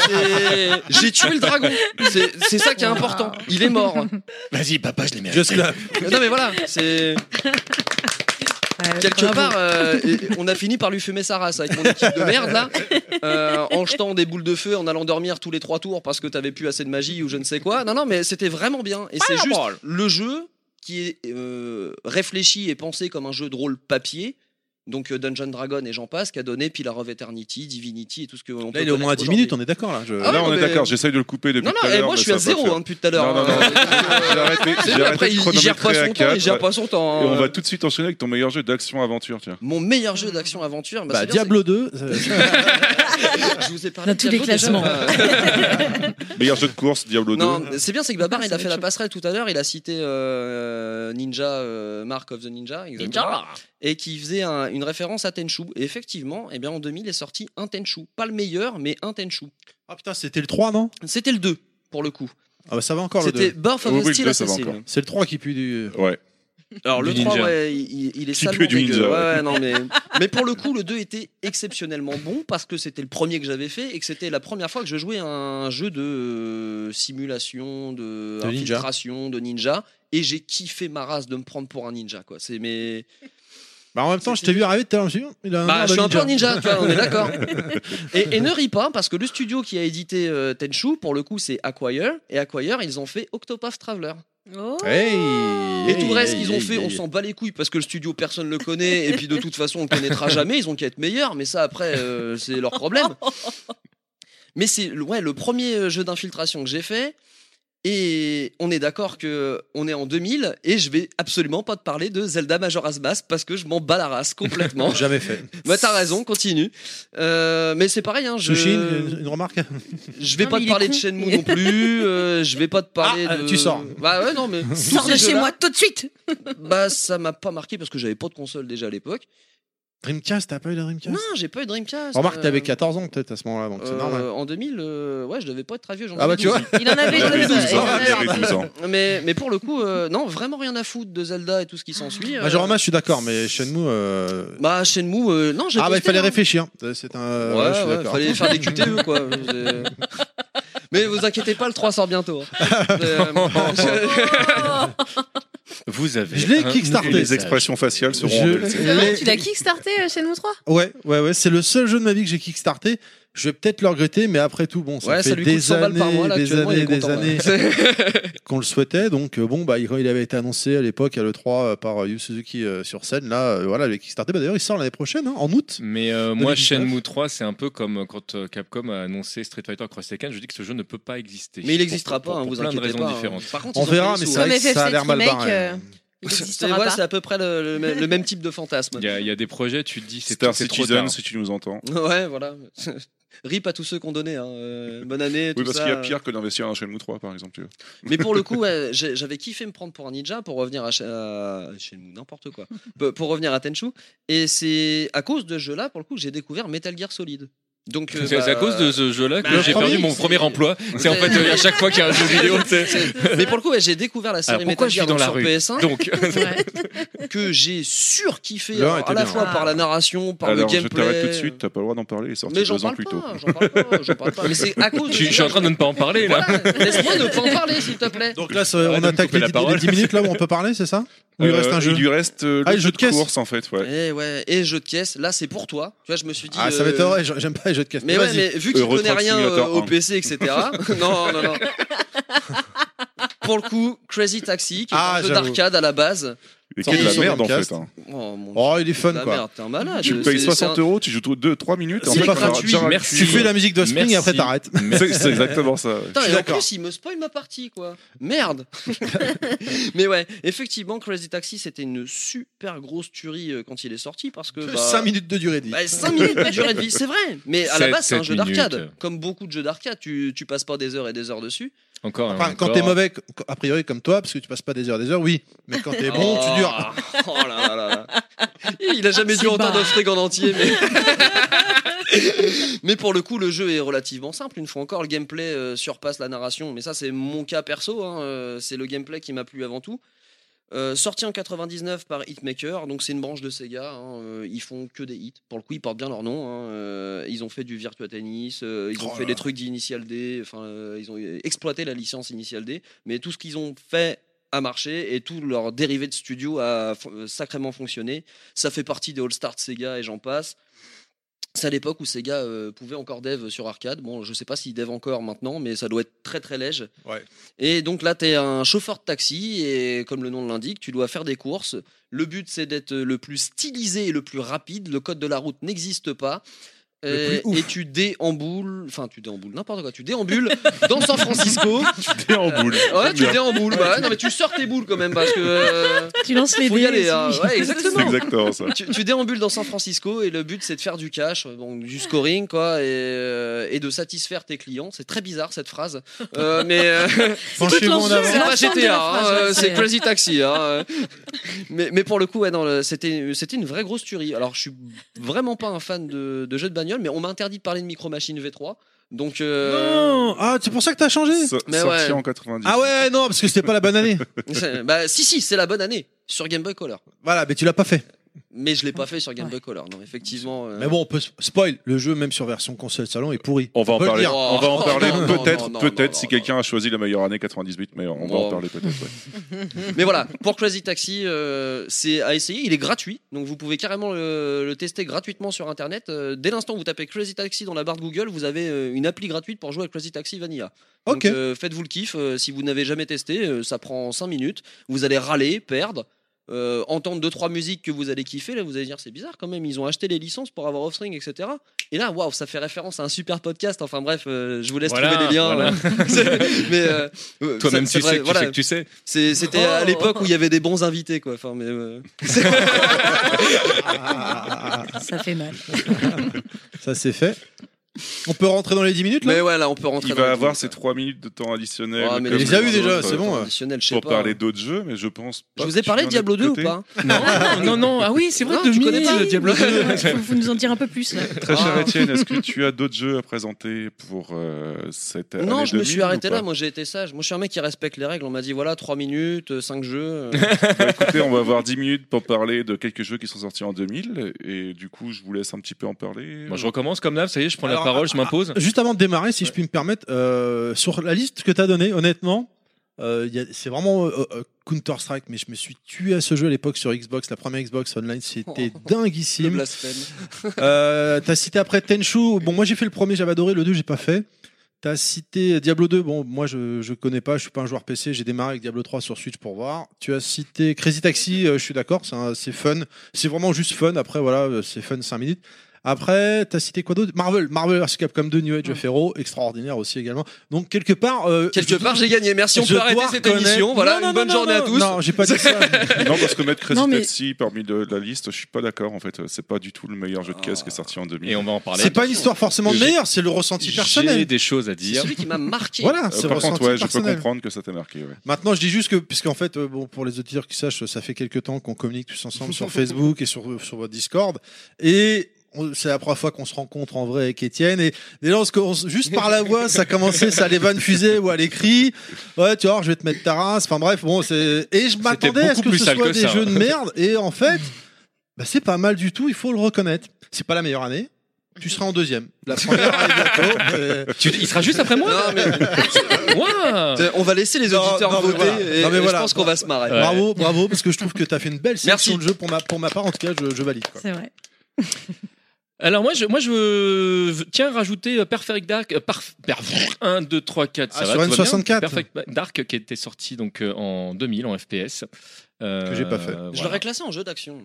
Speaker 1: C'est- J'ai tué le dragon. C'est- C'est ça qui est
Speaker 4: Wow.
Speaker 1: important. Il est mort.
Speaker 6: Vas-y, papa, je les mets. à
Speaker 5: Just clap.
Speaker 1: Non mais voilà, c'est quelque part, euh, et- et on a fini par lui fumer sa race avec mon équipe de merde là, euh, en jetant des boules de feu, en allant dormir tous les trois tours parce que t'avais plus assez de magie ou je ne sais quoi. Non non, mais c'était vraiment bien et c'est juste le jeu qui est euh, réfléchi et pensé comme un jeu de rôle papier. Donc euh, Dungeon Dragon et j'en passe, qui a donné Pillar of Eternity, Divinity et tout ce que on peut
Speaker 5: Là, il est au moins à
Speaker 1: connaître
Speaker 5: 10 minutes,
Speaker 1: aujourd'hui.
Speaker 5: on est d'accord là. je-
Speaker 1: Ah ouais,
Speaker 2: là, on
Speaker 1: non,
Speaker 2: est
Speaker 1: mais-
Speaker 2: d'accord, j'essaye de le couper depuis
Speaker 1: Non
Speaker 2: tout
Speaker 1: non,
Speaker 2: à
Speaker 1: et
Speaker 2: l'heure.
Speaker 1: moi
Speaker 2: mais
Speaker 1: je suis
Speaker 2: ça
Speaker 1: à
Speaker 2: va pas
Speaker 1: zéro
Speaker 2: le
Speaker 1: hein, depuis tout à l'heure.
Speaker 2: Non, non,
Speaker 1: hein.
Speaker 2: non. faire. J'ai arrêté,
Speaker 1: C'est-
Speaker 2: j'ai
Speaker 1: Après,
Speaker 2: arrêté de
Speaker 1: il il gère pas
Speaker 2: chronométrer à
Speaker 1: son temps, il
Speaker 2: 4.
Speaker 1: gère pas son temps.
Speaker 2: Et on
Speaker 1: hein.
Speaker 2: va tout de suite enchaîner avec ton meilleur jeu d'action-aventure, tiens.
Speaker 1: Mon meilleur jeu d'action aventure, bah,
Speaker 5: Bah,
Speaker 1: c'est bien,
Speaker 5: Diablo 2, euh,
Speaker 1: c'est que Je vous ai parlé
Speaker 7: Dans tous
Speaker 1: de Diablo
Speaker 7: les
Speaker 1: déjà. Euh,
Speaker 2: Meilleur jeu de course, Diablo 2.
Speaker 1: non, c'est bien, c'est que Babar, il a
Speaker 7: c'est
Speaker 1: fait la
Speaker 7: chaud.
Speaker 1: passerelle tout à l'heure. Il a cité euh, Ninja, euh, Mark of the Ninja, exactement, et qui faisait un- une référence à Tenchu. Et effectivement, eh bien, en 2000 est sorti un Tenchu, pas le meilleur, mais un Tenchu.
Speaker 5: Ah putain, c'était le 3, non
Speaker 1: C'était le 2 pour le coup.
Speaker 5: Ah bah ça va encore le
Speaker 1: C'était
Speaker 5: 2.
Speaker 1: Birth
Speaker 2: Oui,
Speaker 1: of
Speaker 2: oui,
Speaker 1: the
Speaker 2: le
Speaker 1: Steel
Speaker 2: deux, ça va
Speaker 1: Assassin.
Speaker 2: encore.
Speaker 5: C'est le 3 qui pue du.
Speaker 2: Ouais.
Speaker 1: Alors le
Speaker 6: Du
Speaker 1: 3,
Speaker 6: ninja.
Speaker 1: ouais, il, il est
Speaker 2: Qui
Speaker 1: salement
Speaker 2: pue du
Speaker 1: dégueu.
Speaker 2: ninja,
Speaker 1: Ouais,
Speaker 2: ouais.
Speaker 1: ouais, non, mais... mais pour le coup, le 2 était exceptionnellement bon parce que c'était le premier que j'avais fait et que c'était la première fois que je jouais à un jeu de euh, simulation, de,
Speaker 5: De ninja.
Speaker 1: infiltration, de ninja. Et j'ai kiffé ma race de me prendre pour un ninja. Quoi. C'est mes...
Speaker 5: Bah en même temps, je t'ai vu arriver tout à l'heure, je me suis dit, il a un
Speaker 1: bah,
Speaker 5: air
Speaker 1: je
Speaker 5: de
Speaker 1: suis un peu
Speaker 5: ninja.
Speaker 1: un ninja, tu vois, on est d'accord. Et, et ne ris pas parce que le studio qui a édité euh, Tenchu, pour le coup, c'est Acquire. Et Acquire, ils ont fait Octopath Traveler.
Speaker 4: Oh.
Speaker 5: Hey
Speaker 1: Et tout le reste
Speaker 5: hey,
Speaker 1: qu'ils ont
Speaker 5: hey,
Speaker 1: fait,
Speaker 5: hey,
Speaker 1: on
Speaker 5: hey.
Speaker 1: s'en bat les couilles parce que le studio personne le connaît et puis de toute façon on le connaîtra jamais. Ils ont qu'à être meilleurs, mais ça après euh, c'est leur problème. Mais c'est ouais le premier euh, jeu d'infiltration que j'ai fait et on est d'accord que on est en 2000 et je vais absolument pas te parler de Zelda Majora's Mask parce que je m'en bats la race complètement.
Speaker 5: Jamais fait.
Speaker 1: bah t'as raison, continue. Euh, mais c'est pareil, hein, je
Speaker 5: Sushi, euh, une, une remarque
Speaker 1: je vais
Speaker 4: Non,
Speaker 1: pas
Speaker 4: mais
Speaker 1: te
Speaker 4: il est
Speaker 1: parler de
Speaker 4: con.
Speaker 1: Shenmue non plus. euh, je vais pas te parler
Speaker 5: Ah, euh,
Speaker 1: de
Speaker 5: tu sors.
Speaker 1: Bah ouais non mais
Speaker 4: Sors de
Speaker 1: Tous ces
Speaker 4: chez
Speaker 1: jeux-là,
Speaker 4: moi tout de suite.
Speaker 1: bah ça m'a pas marqué parce que j'avais pas de console déjà à l'époque.
Speaker 5: Dreamcast, t'as pas eu de Dreamcast
Speaker 1: Non, j'ai pas eu Dreamcast.
Speaker 5: Remarque,
Speaker 1: euh,
Speaker 5: t'avais 14 ans peut-être à ce moment-là, donc c'est
Speaker 1: euh,
Speaker 5: normal.
Speaker 1: En 2000, euh, ouais, je devais pas être très vieux. j'en
Speaker 5: Ah bah
Speaker 1: avais
Speaker 5: tu vois,
Speaker 1: 12.
Speaker 4: Il en avait
Speaker 2: J'avais
Speaker 4: 12.
Speaker 2: 12 ans.
Speaker 5: Ah,
Speaker 2: J'avais 12
Speaker 4: ans.
Speaker 2: ans.
Speaker 1: Mais, mais pour le coup, euh, non, vraiment rien à foutre de Zelda et tout ce qui s'ensuit. euh,
Speaker 5: Majorama, je suis d'accord, mais Shenmue. euh,
Speaker 1: Bah, Shenmue, euh, non, j'ai
Speaker 5: Ah bah il
Speaker 1: testé,
Speaker 5: fallait
Speaker 1: hein.
Speaker 5: réfléchir. Euh, C'est un.
Speaker 1: Ouais,
Speaker 5: ouais, je suis
Speaker 1: ouais,
Speaker 5: d'accord.
Speaker 1: fallait faire des QTE quoi. C'est- Mais vous inquiétez pas, le 3 sort bientôt. hein. C'est, euh,
Speaker 4: Oh,
Speaker 6: Vous avez.
Speaker 5: Je l'ai
Speaker 6: un
Speaker 5: kickstarté.
Speaker 6: nouveau
Speaker 2: Les expressions faciales seront en
Speaker 5: Je-
Speaker 2: DLC.
Speaker 5: l'ai-
Speaker 4: Tu l'as kickstarté euh, Shenmue 3
Speaker 5: Ouais, ouais, ouais. C'est le seul jeu de ma vie que j'ai kickstarté. Je vais peut-être le regretter, mais après tout, bon, ça
Speaker 1: Ouais,
Speaker 5: fait
Speaker 1: ça lui coûte
Speaker 5: des
Speaker 1: 100 balles
Speaker 5: années,
Speaker 1: par mois là.
Speaker 5: des
Speaker 1: actuellement, il
Speaker 5: années,
Speaker 1: est
Speaker 5: des
Speaker 1: content, hein.
Speaker 5: années
Speaker 1: ouais.
Speaker 5: qu'on le souhaitait. Donc euh, bon, bah il- quand il avait été annoncé à l'époque à le 3 euh, par euh, Yu Suzuki euh, sur scène, là, euh, voilà, le kickstarté. Bah, d'ailleurs, il sort l'année prochaine, hein, en août.
Speaker 6: Mais euh, moi,
Speaker 5: 2019.
Speaker 6: Shenmue 3, c'est un peu comme euh, quand euh, Capcom a annoncé Street Fighter Cross Tekken. Je dis que ce jeu ne peut pas exister.
Speaker 1: Mais il n'existera
Speaker 6: Pour-
Speaker 1: pas, hein,
Speaker 6: pour- pour
Speaker 1: vous
Speaker 6: plein de
Speaker 1: inquiétez
Speaker 6: raisons
Speaker 1: pas. hein.
Speaker 6: différentes.
Speaker 1: Par contre,
Speaker 5: On
Speaker 1: ils ont fait
Speaker 5: verra,
Speaker 1: les
Speaker 5: mais
Speaker 1: sous,
Speaker 5: c'est
Speaker 1: ouais.
Speaker 5: vrai que
Speaker 4: Comme
Speaker 5: ça a
Speaker 4: FF7
Speaker 5: l'air mal
Speaker 4: remake,
Speaker 5: barré.
Speaker 4: euh, Il
Speaker 1: C'est
Speaker 4: n'existera
Speaker 1: ouais,
Speaker 4: pas.
Speaker 1: c'est à peu près le, le- le même type de fantasme.
Speaker 6: Il y, a, il y a des projets, tu te dis, c'est
Speaker 2: Star
Speaker 6: c'est trop
Speaker 2: Citizen,
Speaker 6: tard.
Speaker 2: si tu nous entends.
Speaker 1: Ouais, voilà. Rip à tous ceux qu'on donnait. hein. Euh, Bonne année.
Speaker 2: Oui,
Speaker 1: tout
Speaker 2: parce
Speaker 1: ça.
Speaker 2: qu'il y a pire que d'investir dans Shenmue 3, par exemple. tu vois.
Speaker 1: Mais pour le coup, ouais, j'ai- j'avais kiffé me prendre pour un ninja pour revenir à, Sh- à Shenmue, n'importe quoi. Pe- Pour revenir à Tenchu. Et c'est à cause de ce jeu-là, pour le coup, j'ai découvert Metal Gear Solid. Donc, euh,
Speaker 6: C'est c'est à
Speaker 1: bah,
Speaker 6: cause de ce jeu-là que
Speaker 1: bah,
Speaker 6: j'ai
Speaker 5: le
Speaker 6: perdu
Speaker 1: premier,
Speaker 6: mon
Speaker 1: c'est-
Speaker 6: premier emploi. C'est en fait euh, à chaque fois qu'il y a un jeu vidéo. c'est-
Speaker 1: Mais pour le coup, ouais, j'ai découvert la série
Speaker 6: Alors, pourquoi
Speaker 1: Metal
Speaker 6: je
Speaker 1: Gear
Speaker 6: suis dans
Speaker 1: donc
Speaker 6: la
Speaker 1: sur
Speaker 6: rue
Speaker 1: PS1
Speaker 6: Donc,
Speaker 7: Ouais.
Speaker 1: que j'ai surkiffé
Speaker 5: L'heure
Speaker 1: alors,
Speaker 5: était
Speaker 1: à la
Speaker 5: bien,
Speaker 1: fois
Speaker 4: ouais.
Speaker 1: par la narration, par
Speaker 2: Alors,
Speaker 1: le
Speaker 2: je
Speaker 1: gameplay.
Speaker 2: t'arrête tout de suite, t'as pas le droit d'en parler, il est sorti
Speaker 1: Mais j'en
Speaker 2: deux ans
Speaker 1: parle,
Speaker 2: plus tôt.
Speaker 1: pas, j'en parle pas, j'en parle pas. Mais c'est à cause de
Speaker 6: je, je suis en train de ne pas en parler là.
Speaker 1: Voilà, laisse-moi ne pas en parler, s'il te plaît.
Speaker 5: Donc là, ça-
Speaker 6: Arrête
Speaker 5: on
Speaker 6: de me
Speaker 5: attaque
Speaker 6: couper
Speaker 5: les,
Speaker 6: la
Speaker 5: dix-
Speaker 6: parole.
Speaker 5: les 10 minutes là où on peut parler, c'est ça Ou il
Speaker 2: Euh,
Speaker 5: reste un jeu
Speaker 2: Il lui reste euh, le
Speaker 5: Ah,
Speaker 2: jeu de
Speaker 5: caisse.
Speaker 2: course, en fait. ouais.
Speaker 1: Et Eh ouais, et jeu de caisse, là c'est pour toi. Tu vois, je me suis dit.
Speaker 5: Ah, ça
Speaker 1: euh,
Speaker 5: m'étonnerait, j'a- j'aime pas les jeux de caisse.
Speaker 1: Mais,
Speaker 5: Mais
Speaker 1: ouais,
Speaker 5: vas-y.
Speaker 1: mais vu que tu
Speaker 2: Euro
Speaker 1: connais
Speaker 2: Truck
Speaker 1: rien euh,
Speaker 2: Simulator
Speaker 1: au
Speaker 2: 1.
Speaker 1: PC, etc. non, non, non. Pour le coup, Crazy Taxi, qui est
Speaker 5: Ah,
Speaker 1: un jeu
Speaker 5: j'avoue.
Speaker 1: d'arcade à la base,
Speaker 2: Et qui est de la
Speaker 5: Sorti
Speaker 2: merde en
Speaker 5: sur
Speaker 2: fait.
Speaker 5: Dreamcast.
Speaker 2: hein.
Speaker 1: Oh, mon
Speaker 5: Oh, il est fun,
Speaker 1: Dieu, ta
Speaker 5: quoi.
Speaker 1: merde, t'es un malade.
Speaker 2: Tu
Speaker 1: C'est-
Speaker 2: payes
Speaker 1: c'est
Speaker 2: 60
Speaker 1: un-
Speaker 2: euros, tu joues 2-3 minutes.
Speaker 1: C'est
Speaker 2: ensuite, t'as-
Speaker 1: gratuit,
Speaker 2: t'as un
Speaker 6: merci.
Speaker 5: Tu fais la musique de Spring
Speaker 6: Merci.
Speaker 5: et après t'arrêtes.
Speaker 2: C'est c'est exactement ça. ouais.
Speaker 5: Je
Speaker 1: Putain,
Speaker 5: suis
Speaker 1: et en
Speaker 5: d'accord.
Speaker 1: plus, il me spoil ma partie, quoi. Merde Mais ouais, effectivement, Crazy Taxi, c'était une super grosse tuerie euh, quand il est sorti parce que.
Speaker 5: 5 minutes de durée de vie.
Speaker 1: 5 Bah, minutes de durée de vie, c'est vrai! Mais à la
Speaker 6: Sept-
Speaker 1: base, c'est un
Speaker 6: sept
Speaker 1: jeu
Speaker 6: minutes.
Speaker 1: d'arcade. Comme beaucoup de jeux d'arcade, tu, tu passes pas des heures et des heures dessus.
Speaker 6: Encore. hein,
Speaker 5: Enfin, quand
Speaker 6: encore.
Speaker 5: t'es mauvais, qu- a priori comme toi, parce que tu passes pas des heures, des heures, oui. Mais quand t'es bon, tu dures.
Speaker 1: Oh là là là là. Il a jamais dû
Speaker 4: C'est
Speaker 1: entendre
Speaker 4: bas.
Speaker 1: Offrig en entier, mais. mais pour le coup, le jeu est relativement simple. Une fois encore, le gameplay euh, surpasse la narration. Mais ça, c'est mon cas perso. hein. Euh, C'est le gameplay qui m'a plu avant tout. Euh, sorti en 99 par Hitmaker, donc c'est une branche de Sega. hein. Euh, ils font que des hits. Pour le coup, ils portent bien leur nom. hein. Euh, ils ont fait du Virtua Tennis, euh, ils ont
Speaker 5: Oh
Speaker 1: fait
Speaker 5: là
Speaker 1: des
Speaker 5: là.
Speaker 1: trucs d'Initial D. Enfin, euh, ils ont exploité la licence Initial D. Mais tout ce qu'ils ont fait a marché et tout leur dérivé de studio a fo- euh, sacrément fonctionné. Ça fait partie des All-Star de Sega et j'en passe. C'est à l'époque où Sega euh, pouvait encore dev sur arcade. Bon, je sais pas s'ils dev encore maintenant, mais ça doit être très très léger.
Speaker 5: Ouais.
Speaker 1: Et donc là, tu es un chauffeur de taxi et comme le nom l'indique, tu dois faire des courses. Le but, c'est d'être le plus stylisé et le plus rapide. Le code de la route n'existe pas. Euh, et tu déambules, enfin tu déambules, n'importe quoi, tu déambules dans San Francisco.
Speaker 2: T'es en boule.
Speaker 1: Ouais, tu
Speaker 2: Bien.
Speaker 1: déambules, bah ouais, non mais tu sors tes boules quand même parce que. euh,
Speaker 4: Tu lances les
Speaker 1: Faut y
Speaker 4: dés
Speaker 1: aller,
Speaker 4: aussi.
Speaker 1: hein. Ouais,
Speaker 2: C'est
Speaker 1: exactement.
Speaker 2: exactement ça.
Speaker 1: tu, tu déambules dans San Francisco et le but c'est de faire du cash, euh, donc du scoring quoi, et, euh, et de satisfaire tes clients. C'est très bizarre cette phrase, Euh, mais euh,
Speaker 5: Penchez-vous en
Speaker 4: l'enjeu.
Speaker 5: avant.
Speaker 1: c'est pas
Speaker 4: l'ensemble de la
Speaker 1: GTA,
Speaker 4: phrase,
Speaker 1: hein,
Speaker 4: ouais,
Speaker 1: euh, c'est
Speaker 4: c'est-
Speaker 1: Crazy Taxi. hein, euh. mais, mais pour le coup, ouais, non, le- c'était c'était une vraie grosse tuerie. Alors je suis vraiment pas un fan de, de jeux de bagnole, mais on m'a interdit de parler de Micro Machine V3, donc. euh,
Speaker 5: Non Ah, c'est pour ça que t'as changé
Speaker 2: So-
Speaker 1: Mais
Speaker 2: sorti
Speaker 1: ouais.
Speaker 2: en 90.
Speaker 5: Ah ouais, non, parce que c'était pas la bonne année.
Speaker 1: c'est- bah, si, si, c'est la bonne année sur Game Boy Color.
Speaker 5: Voilà, mais tu l'as pas fait.
Speaker 1: Mais je l'ai
Speaker 4: Ah.
Speaker 1: pas fait sur Game Boy Color, non, effectivement. euh,
Speaker 5: Mais bon, on peut s- spoil. Le jeu, même sur version console salon, est pourri.
Speaker 2: On va en
Speaker 5: peut le
Speaker 2: parler.
Speaker 5: dire.
Speaker 2: On va en
Speaker 1: Oh,
Speaker 2: parler
Speaker 1: non, non,
Speaker 2: peut-être,
Speaker 1: non, non,
Speaker 2: peut-être
Speaker 1: non,
Speaker 2: si
Speaker 1: non,
Speaker 2: quelqu'un a choisi la meilleure année 98, mais on va en
Speaker 1: Bon.
Speaker 2: parler peut-être. ouais.
Speaker 1: Mais voilà, pour Crazy Taxi, euh, c'est à essayer. Il est gratuit, donc vous pouvez carrément le, le tester gratuitement sur Internet. Euh, dès l'instant où vous tapez Crazy Taxi dans la barre de Google, vous avez euh, une appli gratuite pour jouer à Crazy Taxi Vanilla. Donc,
Speaker 5: Ok.
Speaker 1: euh, faites-vous le kiff. Euh, si vous n'avez jamais testé, euh, ça prend 5 minutes. Vous allez râler, perdre. euh, entendre deux trois musiques que vous allez kiffer là vous allez dire c'est bizarre quand même ils ont acheté les licences pour avoir Offspring etc et là waouh ça fait référence à un super podcast enfin bref euh, je vous laisse
Speaker 6: Voilà,
Speaker 1: trouver les liens
Speaker 6: voilà.
Speaker 1: mais euh, euh,
Speaker 6: Toi-même,
Speaker 1: ça-
Speaker 6: tu, sais,
Speaker 1: c'est vrai,
Speaker 6: que tu
Speaker 1: voilà.
Speaker 6: sais que tu sais.
Speaker 1: C'est- C'était à
Speaker 4: Oh.
Speaker 1: l'époque où il y avait des bons invités, quoi. Enfin, mais, euh,
Speaker 5: Ah,
Speaker 4: Ça fait mal.
Speaker 5: ça, c'est fait. On peut rentrer dans les 10 minutes, là
Speaker 1: mais ouais, là, on peut rentrer
Speaker 2: Il
Speaker 1: dans
Speaker 2: va
Speaker 1: les
Speaker 2: avoir
Speaker 1: trucs,
Speaker 2: ces
Speaker 1: là.
Speaker 2: 3 minutes de temps additionnel.
Speaker 1: Ah, mais
Speaker 2: comme
Speaker 5: les a eu
Speaker 2: les
Speaker 5: déjà,
Speaker 2: autres,
Speaker 5: c'est bon. hein.
Speaker 1: Traditionnel, je sais
Speaker 2: Pour
Speaker 1: pas.
Speaker 2: parler d'autres jeux, mais je pense.
Speaker 1: Je
Speaker 2: pas
Speaker 1: vous
Speaker 2: que
Speaker 1: ai
Speaker 2: tu
Speaker 1: parlé
Speaker 2: en
Speaker 1: de
Speaker 2: as
Speaker 1: Diablo 2 ou
Speaker 2: traité.
Speaker 1: pas hein
Speaker 8: Non, non, ah oui, c'est vrai,
Speaker 1: Non, tu
Speaker 8: Dominique,
Speaker 1: connais pas
Speaker 8: le Diablo 2.
Speaker 4: Faut vous nous en dire un peu plus là.
Speaker 2: Très cher
Speaker 1: Ah.
Speaker 2: Étienne, est-ce que tu as d'autres jeux à présenter pour euh, cette année
Speaker 1: Non, je me
Speaker 2: 2000
Speaker 1: suis
Speaker 2: ou
Speaker 1: arrêté
Speaker 2: pas
Speaker 1: là. Moi, j'ai été sage. Moi, je suis un mec qui respecte les règles. On m'a dit, voilà, 3 minutes, 5 jeux. euh,
Speaker 2: Bah, écoutez, on va avoir 10 minutes pour parler de quelques jeux qui sont sortis en 2000, et du coup, je vous laisse un petit peu en parler.
Speaker 6: Bon, je recommence comme là, ça y est, je prends
Speaker 5: Alors,
Speaker 6: la
Speaker 1: ah,
Speaker 6: parole, je m'impose.
Speaker 5: Juste avant de démarrer, si je puis me permettre, euh, sur la liste que tu as donnée, honnêtement, euh, il y a- c'est vraiment euh, euh, Counter-Strike, mais je me suis tué à ce jeu à l'époque sur Xbox, la première Xbox Online, c'était
Speaker 1: le
Speaker 5: dinguissime.
Speaker 1: blasphème.
Speaker 5: Euh, T'as cité après Tenchu, bon moi j'ai fait le premier, j'avais adoré, le 2 j'ai pas fait. T'as cité Diablo 2, bon moi je, je connais pas, je suis pas un joueur PC, j'ai démarré avec Diablo 3 sur Switch pour voir. Tu as cité Crazy Taxi, euh, je suis d'accord, c'est un- c'est fun, c'est vraiment juste fun, après voilà, euh, c'est fun 5 minutes. Après, t'as cité quoi d'autre Marvel, Marvel vs Capcom 2 New Age of Hero, extraordinaire aussi également. Donc quelque part... euh,
Speaker 1: Quelque
Speaker 5: je-
Speaker 1: part, j'ai gagné. Merci, on
Speaker 5: je
Speaker 1: peut arrêter
Speaker 5: dois
Speaker 1: cette
Speaker 5: reconnaître-
Speaker 1: émission. Voilà,
Speaker 5: Non, non,
Speaker 1: une bonne
Speaker 5: non,
Speaker 1: journée
Speaker 5: non,
Speaker 1: à tous.
Speaker 5: Non, j'ai pas dit ça.
Speaker 2: Non, parce que mettre Crazy
Speaker 4: Non, mais-
Speaker 2: Taxi parmi de la liste, je suis pas d'accord en fait. C'est pas du tout le meilleur
Speaker 1: Ah.
Speaker 2: jeu de caisse qui est sorti en 2000.
Speaker 6: Et on va en parler.
Speaker 5: C'est pas une histoire forcément
Speaker 6: J'ai-
Speaker 5: meilleure, c'est le ressenti
Speaker 6: J'ai
Speaker 5: personnel.
Speaker 6: des choses à
Speaker 1: C'est
Speaker 6: dire.
Speaker 1: celui qui m'a marqué.
Speaker 5: Voilà,
Speaker 2: Euh,
Speaker 5: c'est le
Speaker 2: par contre,
Speaker 5: ressenti
Speaker 2: ouais, je peux
Speaker 5: personnel.
Speaker 2: comprendre que ça t'a marqué.
Speaker 6: Euh,
Speaker 2: ouais.
Speaker 5: Maintenant, je dis juste que, puisqu'en fait, euh, bon, pour les auditeurs qui sachent, ça fait quelques temps qu'on communique tous ensemble sur Facebook et sur, sur votre Discord. Et on- c'est la première fois qu'on se rencontre en vrai avec Étienne. Et déjà, on se- on se- juste par la voix, ça commençait, ça les vannes fusées ou à l'écrit. Ouais, tu vois, je vais te mettre ta race. Enfin bref, bon, c'est. Et je m'attendais à
Speaker 6: beaucoup
Speaker 5: ce que
Speaker 6: plus
Speaker 5: ce
Speaker 6: sale
Speaker 5: soit
Speaker 6: que
Speaker 5: des
Speaker 6: ça.
Speaker 5: jeux de merde. Et en fait, bah, c'est pas mal du tout, il faut le reconnaître. C'est pas la meilleure année. Tu seras en deuxième. La première année bientôt. euh,
Speaker 6: Tu- il sera juste après moi
Speaker 1: Non, mais-
Speaker 6: Waouh
Speaker 1: Euh, on va laisser les
Speaker 5: Non,
Speaker 1: auditeurs
Speaker 5: non, mais
Speaker 1: voter.
Speaker 5: voilà.
Speaker 1: et-
Speaker 5: Non, mais
Speaker 1: et
Speaker 5: voilà.
Speaker 1: je pense qu'on va se marrer.
Speaker 6: Ouais.
Speaker 5: Bravo, bravo, parce que je trouve que t'as fait une belle sélection
Speaker 1: Merci.
Speaker 5: de jeu pour ma, pour ma part. En tout cas, je, je valide. quoi.
Speaker 4: C'est
Speaker 6: Euh,
Speaker 4: vrai.
Speaker 6: Alors moi je, moi je veux- tiens rajouter euh, Perfect Dark euh, Parf- Perf- 1 2 3 4 ça
Speaker 5: Ah,
Speaker 6: va,
Speaker 5: sur
Speaker 6: tout va bien
Speaker 5: N64.
Speaker 6: Perfect Dark qui était sorti donc euh, en 2000 en FPS Que
Speaker 5: j'ai pas fait.
Speaker 1: Je l'aurais classé en jeu d'action.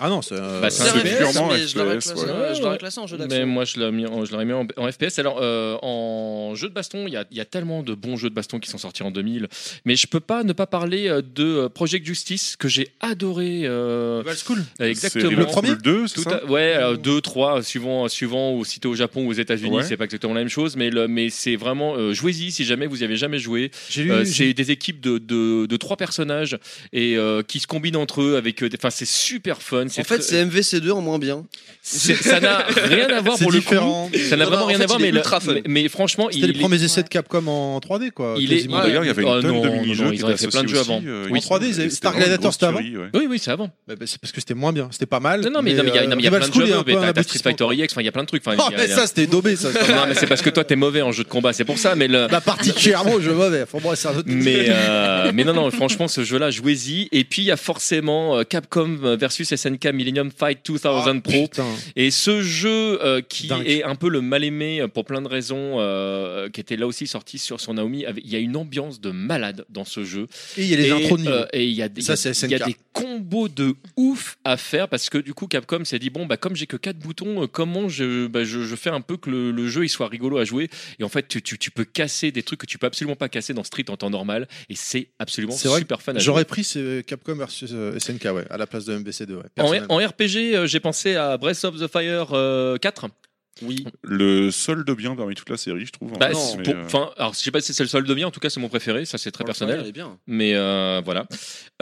Speaker 5: Ah non, c'est. euh,
Speaker 6: Bah,
Speaker 1: C'est
Speaker 6: un
Speaker 1: un
Speaker 6: FPS,
Speaker 1: FPS,
Speaker 2: purement
Speaker 1: mais je l'aurais
Speaker 2: FPS,
Speaker 1: classé,
Speaker 2: ouais.
Speaker 1: ouais, je l'aurais classé en jeu
Speaker 6: Mais
Speaker 1: d'action.
Speaker 6: moi, je l'aurais mis, en- je l'aurais mis en, en FPS. Alors, euh, en jeu de baston, il y a, il y a tellement de bons jeux de baston qui sont sortis en 2000. Mais je peux pas ne pas parler euh, de euh, Project Justice que j'ai adoré. euh,
Speaker 5: School.
Speaker 6: exactement.
Speaker 5: Le premier
Speaker 2: 2,
Speaker 6: Tout
Speaker 2: c'est ça
Speaker 6: à- ouais, alors deux, trois, suivant, suivant ou si t'es au Japon ou aux États-Unis,
Speaker 2: Ouais.
Speaker 6: c'est pas exactement la même chose, mais, le- mais c'est vraiment euh, jouez-y si jamais vous y avez jamais joué.
Speaker 5: J'ai lu.
Speaker 6: Euh,
Speaker 5: j'ai-
Speaker 6: c'est des équipes de, de, de trois personnages et euh, qui se combinent entre eux avec. euh, des- Enfin, c'est super fun.
Speaker 1: En fait,
Speaker 6: tr-
Speaker 1: c'est MVC2 en moins bien.
Speaker 6: c'est- ça n'a rien à voir
Speaker 5: C'est
Speaker 6: pour le coup.
Speaker 5: différent.
Speaker 6: Ça n'a
Speaker 1: Non,
Speaker 6: vraiment
Speaker 1: non, en
Speaker 6: rien
Speaker 1: fait,
Speaker 6: à voir,
Speaker 1: il est
Speaker 6: mais, le-
Speaker 1: ultra fun.
Speaker 6: mais, mais franchement,
Speaker 5: C'était les
Speaker 6: il est-
Speaker 5: premiers essais de Capcom en 3D, quoi.
Speaker 6: Il est-
Speaker 5: quasiment.
Speaker 1: Ouais.
Speaker 2: D'ailleurs, il y avait une
Speaker 6: Oh
Speaker 2: tonne de
Speaker 6: non, non,
Speaker 2: mini-jeux
Speaker 6: ils
Speaker 2: qui
Speaker 6: auraient
Speaker 2: étaient associés
Speaker 6: fait plein de jeux
Speaker 2: aussi,
Speaker 6: avant.
Speaker 2: euh,
Speaker 5: En
Speaker 2: ils-
Speaker 5: 3D, ils avaient-
Speaker 2: c'était
Speaker 5: Star
Speaker 2: vraiment une
Speaker 5: Gladiator,
Speaker 2: grosse
Speaker 5: c'était avant.
Speaker 2: tuerie, ouais.
Speaker 6: Oui, oui, c'est avant.
Speaker 5: Bah, bah, c'est parce que c'était moins bien. C'était pas mal. euh,
Speaker 6: Non, non, mais non, mais il y a, il y a- il y a
Speaker 5: Rival
Speaker 6: plein de
Speaker 5: School est un
Speaker 6: jeux.
Speaker 5: peu
Speaker 6: mais
Speaker 5: un
Speaker 6: T'as t'as Street
Speaker 5: abrutissement.
Speaker 6: Fighter EX, enfin, il y a plein de trucs. enfin,
Speaker 5: Oh,
Speaker 6: il y a-
Speaker 5: mais
Speaker 6: il y a-
Speaker 5: ça, c'était daubé, ça. c'est pas
Speaker 6: Non,
Speaker 5: mal.
Speaker 6: mais c'est parce que toi, t'es mauvais en jeu de combat, c'est pour ça. Mais le,
Speaker 5: Bah, particulièrement, je mauvais. Faut moi, c'est un autre.
Speaker 6: mais, euh, mais non, non, franchement, ce jeu-là, jouez-y. Et puis, il y a forcément euh, Capcom versus SNK Millennium Fight
Speaker 5: Ah,
Speaker 6: 2000 Pro.
Speaker 5: putain.
Speaker 6: Et ce jeu euh, qui
Speaker 5: Dingue.
Speaker 6: est un peu le mal-aimé pour plein de raisons, euh, qui était là aussi sorti sur, sur Naomi, avec- il y a une ambiance de malade dans ce jeu.
Speaker 5: Et il y a les
Speaker 6: et,
Speaker 5: intros de niveau.
Speaker 6: euh, et il y a des,
Speaker 5: Ça, c'est
Speaker 6: il y a
Speaker 5: SNK.
Speaker 6: des combos de ouf à faire parce que du coup Capcom s'est dit bon bah comme j'ai que quatre boutons euh, comment je, bah, je, je fais un peu que le, le jeu il soit rigolo à jouer et en fait tu, tu, tu peux casser des trucs que tu peux absolument pas casser dans Street en temps normal et c'est absolument
Speaker 5: C'est vrai
Speaker 6: super fun à jouer.
Speaker 5: J'aurais pris ce Capcom versus euh, SNK, ouais, à la place de MBC2. Ouais,
Speaker 6: En,
Speaker 5: personnellement.
Speaker 6: en RPG euh, j'ai pensé à Breath of the Fire euh, 4
Speaker 1: Oui.
Speaker 2: Le seul de bien parmi toute la série, je trouve. en
Speaker 6: Bah,
Speaker 2: fait,
Speaker 1: non,
Speaker 6: c'est
Speaker 2: mais,
Speaker 6: pour-
Speaker 2: euh,
Speaker 6: enfin, alors, je sais pas si c'est le seul de bien, en tout cas, c'est mon préféré, ça c'est très personnel.
Speaker 1: Elle est bien.
Speaker 6: Mais euh, voilà.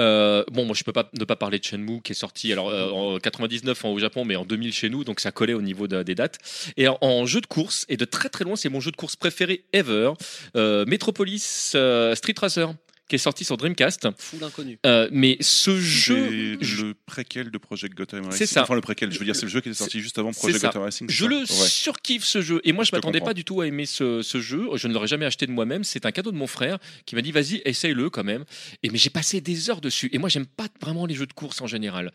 Speaker 6: Euh, bon, moi je peux pas ne pas parler de Shenmue qui est sorti alors euh, en 99 en- au Japon, mais en 2000 chez nous, donc ça collait au niveau de- des dates. Et en, en jeu de course, et de très très loin, c'est mon jeu de course préféré ever, euh, Metropolis euh, Street Racer, qui est sorti sur Dreamcast.
Speaker 1: Fou d'inconnu.
Speaker 6: Euh, mais ce jeu,
Speaker 2: c'est
Speaker 6: je,
Speaker 2: le préquel de Project Gotham Racing.
Speaker 6: ça.
Speaker 2: Enfin, le préquel, je veux dire, c'est le jeu qui est sorti juste avant
Speaker 6: c'est
Speaker 2: Project
Speaker 6: ça.
Speaker 2: Gotham Racing.
Speaker 6: je
Speaker 2: c'est
Speaker 6: le
Speaker 2: ça Ouais.
Speaker 6: surkiffe ce jeu. Et moi je
Speaker 2: Je te
Speaker 6: m'attendais
Speaker 2: comprends.
Speaker 6: pas du tout à aimer ce, ce jeu. Je ne l'aurais jamais acheté de moi-même. C'est un cadeau de mon frère qui m'a dit vas-y essaye-le quand même. Et mais j'ai passé des heures dessus. Et moi j'aime pas vraiment les jeux de course en général.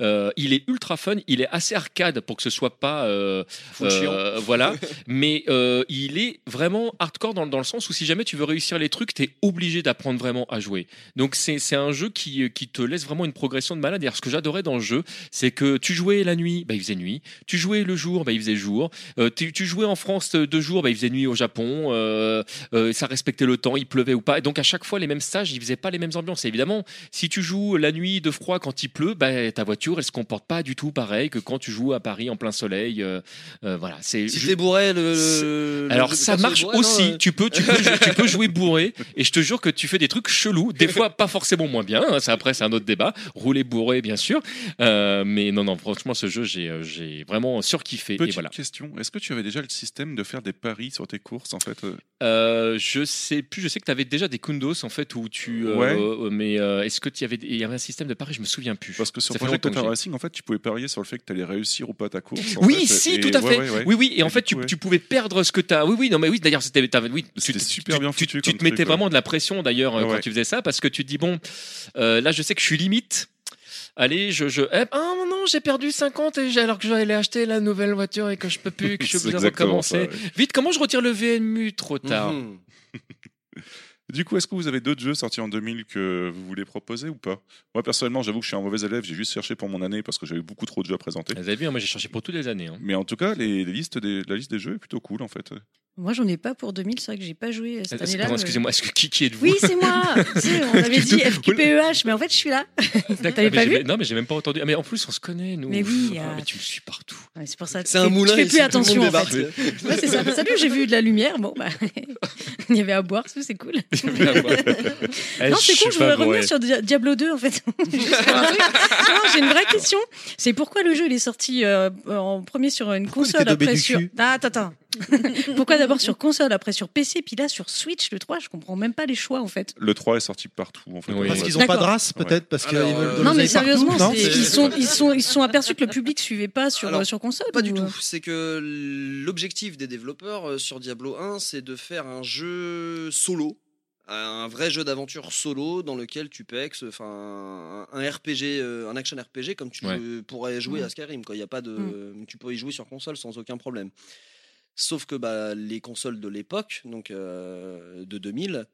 Speaker 6: Euh, il est ultra fun, il est assez arcade pour que ce soit pas euh,
Speaker 1: Full
Speaker 6: euh, voilà, mais euh, il est vraiment hardcore dans, dans le sens où si jamais tu veux réussir les trucs, t'es obligé d'apprendre vraiment à jouer. Donc c'est c'est un jeu qui, euh, qui te laisse vraiment une progression de malade. D'ailleurs, ce que j'adorais dans le jeu, c'est que tu jouais la nuit, bah, il faisait nuit. Tu jouais le jour, bah, il faisait jour. Euh, tu, tu jouais en France euh, deux jours, bah, il faisait nuit au Japon. Euh, euh, ça respectait le temps, il pleuvait ou pas. Et donc à chaque fois, les mêmes stages, ils faisaient pas les mêmes ambiances. Et évidemment, si tu joues la nuit de froid quand il pleut, bah, ta voiture, elle se comporte pas du tout pareil que quand tu joues à Paris en plein soleil. Euh, euh, voilà, c'est.
Speaker 1: Si
Speaker 6: je-
Speaker 1: t'es bourré, le- le. le-
Speaker 6: alors
Speaker 1: le
Speaker 6: ça
Speaker 1: perso est
Speaker 6: marche
Speaker 2: hein,
Speaker 1: bourré, non,
Speaker 6: aussi.
Speaker 1: euh,
Speaker 6: Tu peux, tu peux, jou- tu peux jouer bourré. Et je te jure que tu fais des trucs chelous. Des fois, pas forcément moins bien. hein, ça après, c'est un autre débat. Rouler bourré, bien sûr. Euh, mais non, non. Franchement, ce jeu, j'ai, euh, j'ai vraiment surkiffé. Et
Speaker 2: Petite
Speaker 6: voilà.
Speaker 2: question, est-ce que tu avais déjà le système de faire des paris sur tes courses en fait euh,
Speaker 6: Euh, je sais plus. Je sais que tu avais déjà des kundos en fait où tu. euh,
Speaker 2: Ouais.
Speaker 6: euh, mais euh, est-ce que tu avais, il y avait un système de pari Je me souviens plus.
Speaker 2: Parce que sur
Speaker 6: Ça fait
Speaker 2: Project
Speaker 6: longtemps que
Speaker 2: Gotham
Speaker 6: j'ai-
Speaker 2: Racing, en fait, tu pouvais parier sur le fait que tu allais réussir ou pas ta course. en fait,
Speaker 6: Oui, si,
Speaker 2: et-
Speaker 6: tout à
Speaker 2: ouais,
Speaker 6: fait.
Speaker 2: ouais, ouais.
Speaker 6: Oui, oui, et en
Speaker 2: Et
Speaker 6: fait,
Speaker 2: du
Speaker 6: tu,
Speaker 2: coup, ouais.
Speaker 6: tu pouvais perdre ce que tu as. Oui, oui, non, mais oui, d'ailleurs, c'était, t'avais- oui, tu,
Speaker 2: C'était
Speaker 6: tu-
Speaker 2: super
Speaker 6: tu-
Speaker 2: bien
Speaker 6: tu-
Speaker 2: foutu
Speaker 6: Tu,
Speaker 2: comme
Speaker 6: te mettais
Speaker 2: truc, ouais.
Speaker 6: vraiment de la pression, d'ailleurs, euh, quand
Speaker 2: Ouais.
Speaker 6: tu faisais ça, parce que tu te dis, bon, euh, là, je sais que je suis limite. Allez, je. je eh, ah non, j'ai perdu 50 et j'ai- alors que j'allais acheter la nouvelle voiture et que je peux plus, que je
Speaker 2: C'est
Speaker 6: suis obligé de
Speaker 2: exactement
Speaker 6: recommencer.
Speaker 2: ça, ouais.
Speaker 6: Vite, comment je retire le VMU trop tard
Speaker 1: mhm.
Speaker 2: Du coup, est-ce que vous avez d'autres jeux sortis en 2000 que vous voulez proposer ou pas Moi, personnellement, j'avoue que je suis un mauvais élève, j'ai juste cherché pour mon année parce que j'avais beaucoup trop de jeux à présenter.
Speaker 6: Vous avez vu, hein, moi, j'ai cherché pour toutes les années. hein.
Speaker 2: Mais en tout cas, les, les listes des, la liste des jeux est plutôt cool en fait.
Speaker 7: Moi, j'en ai pas pour 2000, c'est vrai que j'ai pas joué euh, cette
Speaker 1: Eh,
Speaker 6: Est-ce-
Speaker 7: année-là.
Speaker 6: pardon,
Speaker 7: mais-
Speaker 6: Excusez-moi, est-ce que qui, qui êtes-vous
Speaker 7: Oui, c'est moi Tu sais, On avait dit FQPEH, E mais en fait, je suis là. T'avais
Speaker 6: Mais
Speaker 7: pas
Speaker 6: j'ai-
Speaker 7: vu
Speaker 6: mais- Non, mais j'ai même pas entendu. Ah, mais en plus, on se connaît, nous.
Speaker 7: Mais oui,
Speaker 6: Ah,
Speaker 7: euh,
Speaker 6: mais tu me suis partout.
Speaker 7: Ouais, C'est pour ça.
Speaker 1: C'est un moulin.
Speaker 7: Tu fais
Speaker 1: ici,
Speaker 7: plus
Speaker 1: tout le monde
Speaker 7: attention, en
Speaker 1: débarque.
Speaker 7: fait. Ouais, c'est ça. Salut, j'ai vu de la lumière. Bon, bah, il y avait à boire, ça, c'est cool.
Speaker 6: Ah,
Speaker 2: Eh,
Speaker 6: Eh,
Speaker 7: non, c'est cool, je voudrais revenir sur Dia- Diablo 2, en fait. Juste pour un truc. Non, j'ai une vraie question. C'est pourquoi le jeu, il est sorti euh, en premier sur une
Speaker 5: Pourquoi il était
Speaker 7: console,
Speaker 5: daubé
Speaker 7: après
Speaker 5: du
Speaker 7: sur...
Speaker 5: cul
Speaker 7: Ah, attends, attends. pourquoi d'abord sur console, après sur PC, puis là, sur Switch, le 3, je comprends même pas les choix, en fait.
Speaker 2: Le 3 est sorti partout en fait.
Speaker 6: Oui.
Speaker 2: Ouais.
Speaker 5: Parce qu'ils ont pas de
Speaker 7: D'accord.
Speaker 5: race, peut-être, parce qu'ils
Speaker 1: Alors,
Speaker 5: veulent
Speaker 1: euh,
Speaker 5: de
Speaker 7: Non, mais
Speaker 5: l'oseille partout,
Speaker 7: sérieusement,
Speaker 5: non
Speaker 7: c'est-
Speaker 1: C'est-
Speaker 7: ils, sont, ils, sont, ils sont aperçus que le public suivait pas sur,
Speaker 1: Alors,
Speaker 7: euh, sur console
Speaker 1: Pas du
Speaker 7: ou,
Speaker 1: tout.
Speaker 7: euh,
Speaker 1: C'est que l'objectif des développeurs euh, sur Diablo 1, c'est de faire un jeu solo, euh, un vrai jeu d'aventure solo dans lequel tu pex, enfin un- un RPG, euh, un action RPG comme tu
Speaker 6: Ouais.
Speaker 1: euh, pourrais jouer
Speaker 7: Mm.
Speaker 1: à Skyrim. Quoi. Il Y a pas de, tu peux y jouer sur console sans aucun problème. Sauf que bah, les consoles de l'époque, donc euh, de 2000,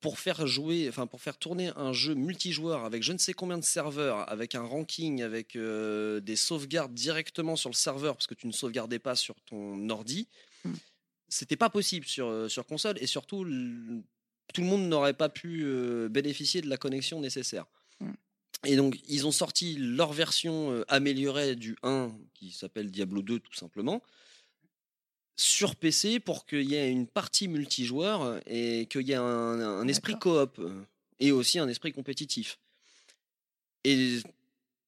Speaker 1: pour faire jouer, enfin pour faire tourner un jeu multijoueur avec je ne sais combien de serveurs, avec un ranking, avec euh, des sauvegardes directement sur le serveur parce que tu ne sauvegardais pas sur ton ordi, c'était pas possible sur euh, sur console et surtout l- tout le monde n'aurait pas pu euh, bénéficier de la connexion nécessaire.
Speaker 9: Mm.
Speaker 1: Et donc ils ont sorti leur version euh, améliorée du 1 qui s'appelle Diablo 2 tout simplement sur PC pour qu'il y ait une partie multijoueur et qu'il y ait un, un esprit coop euh, et aussi un esprit compétitif. Et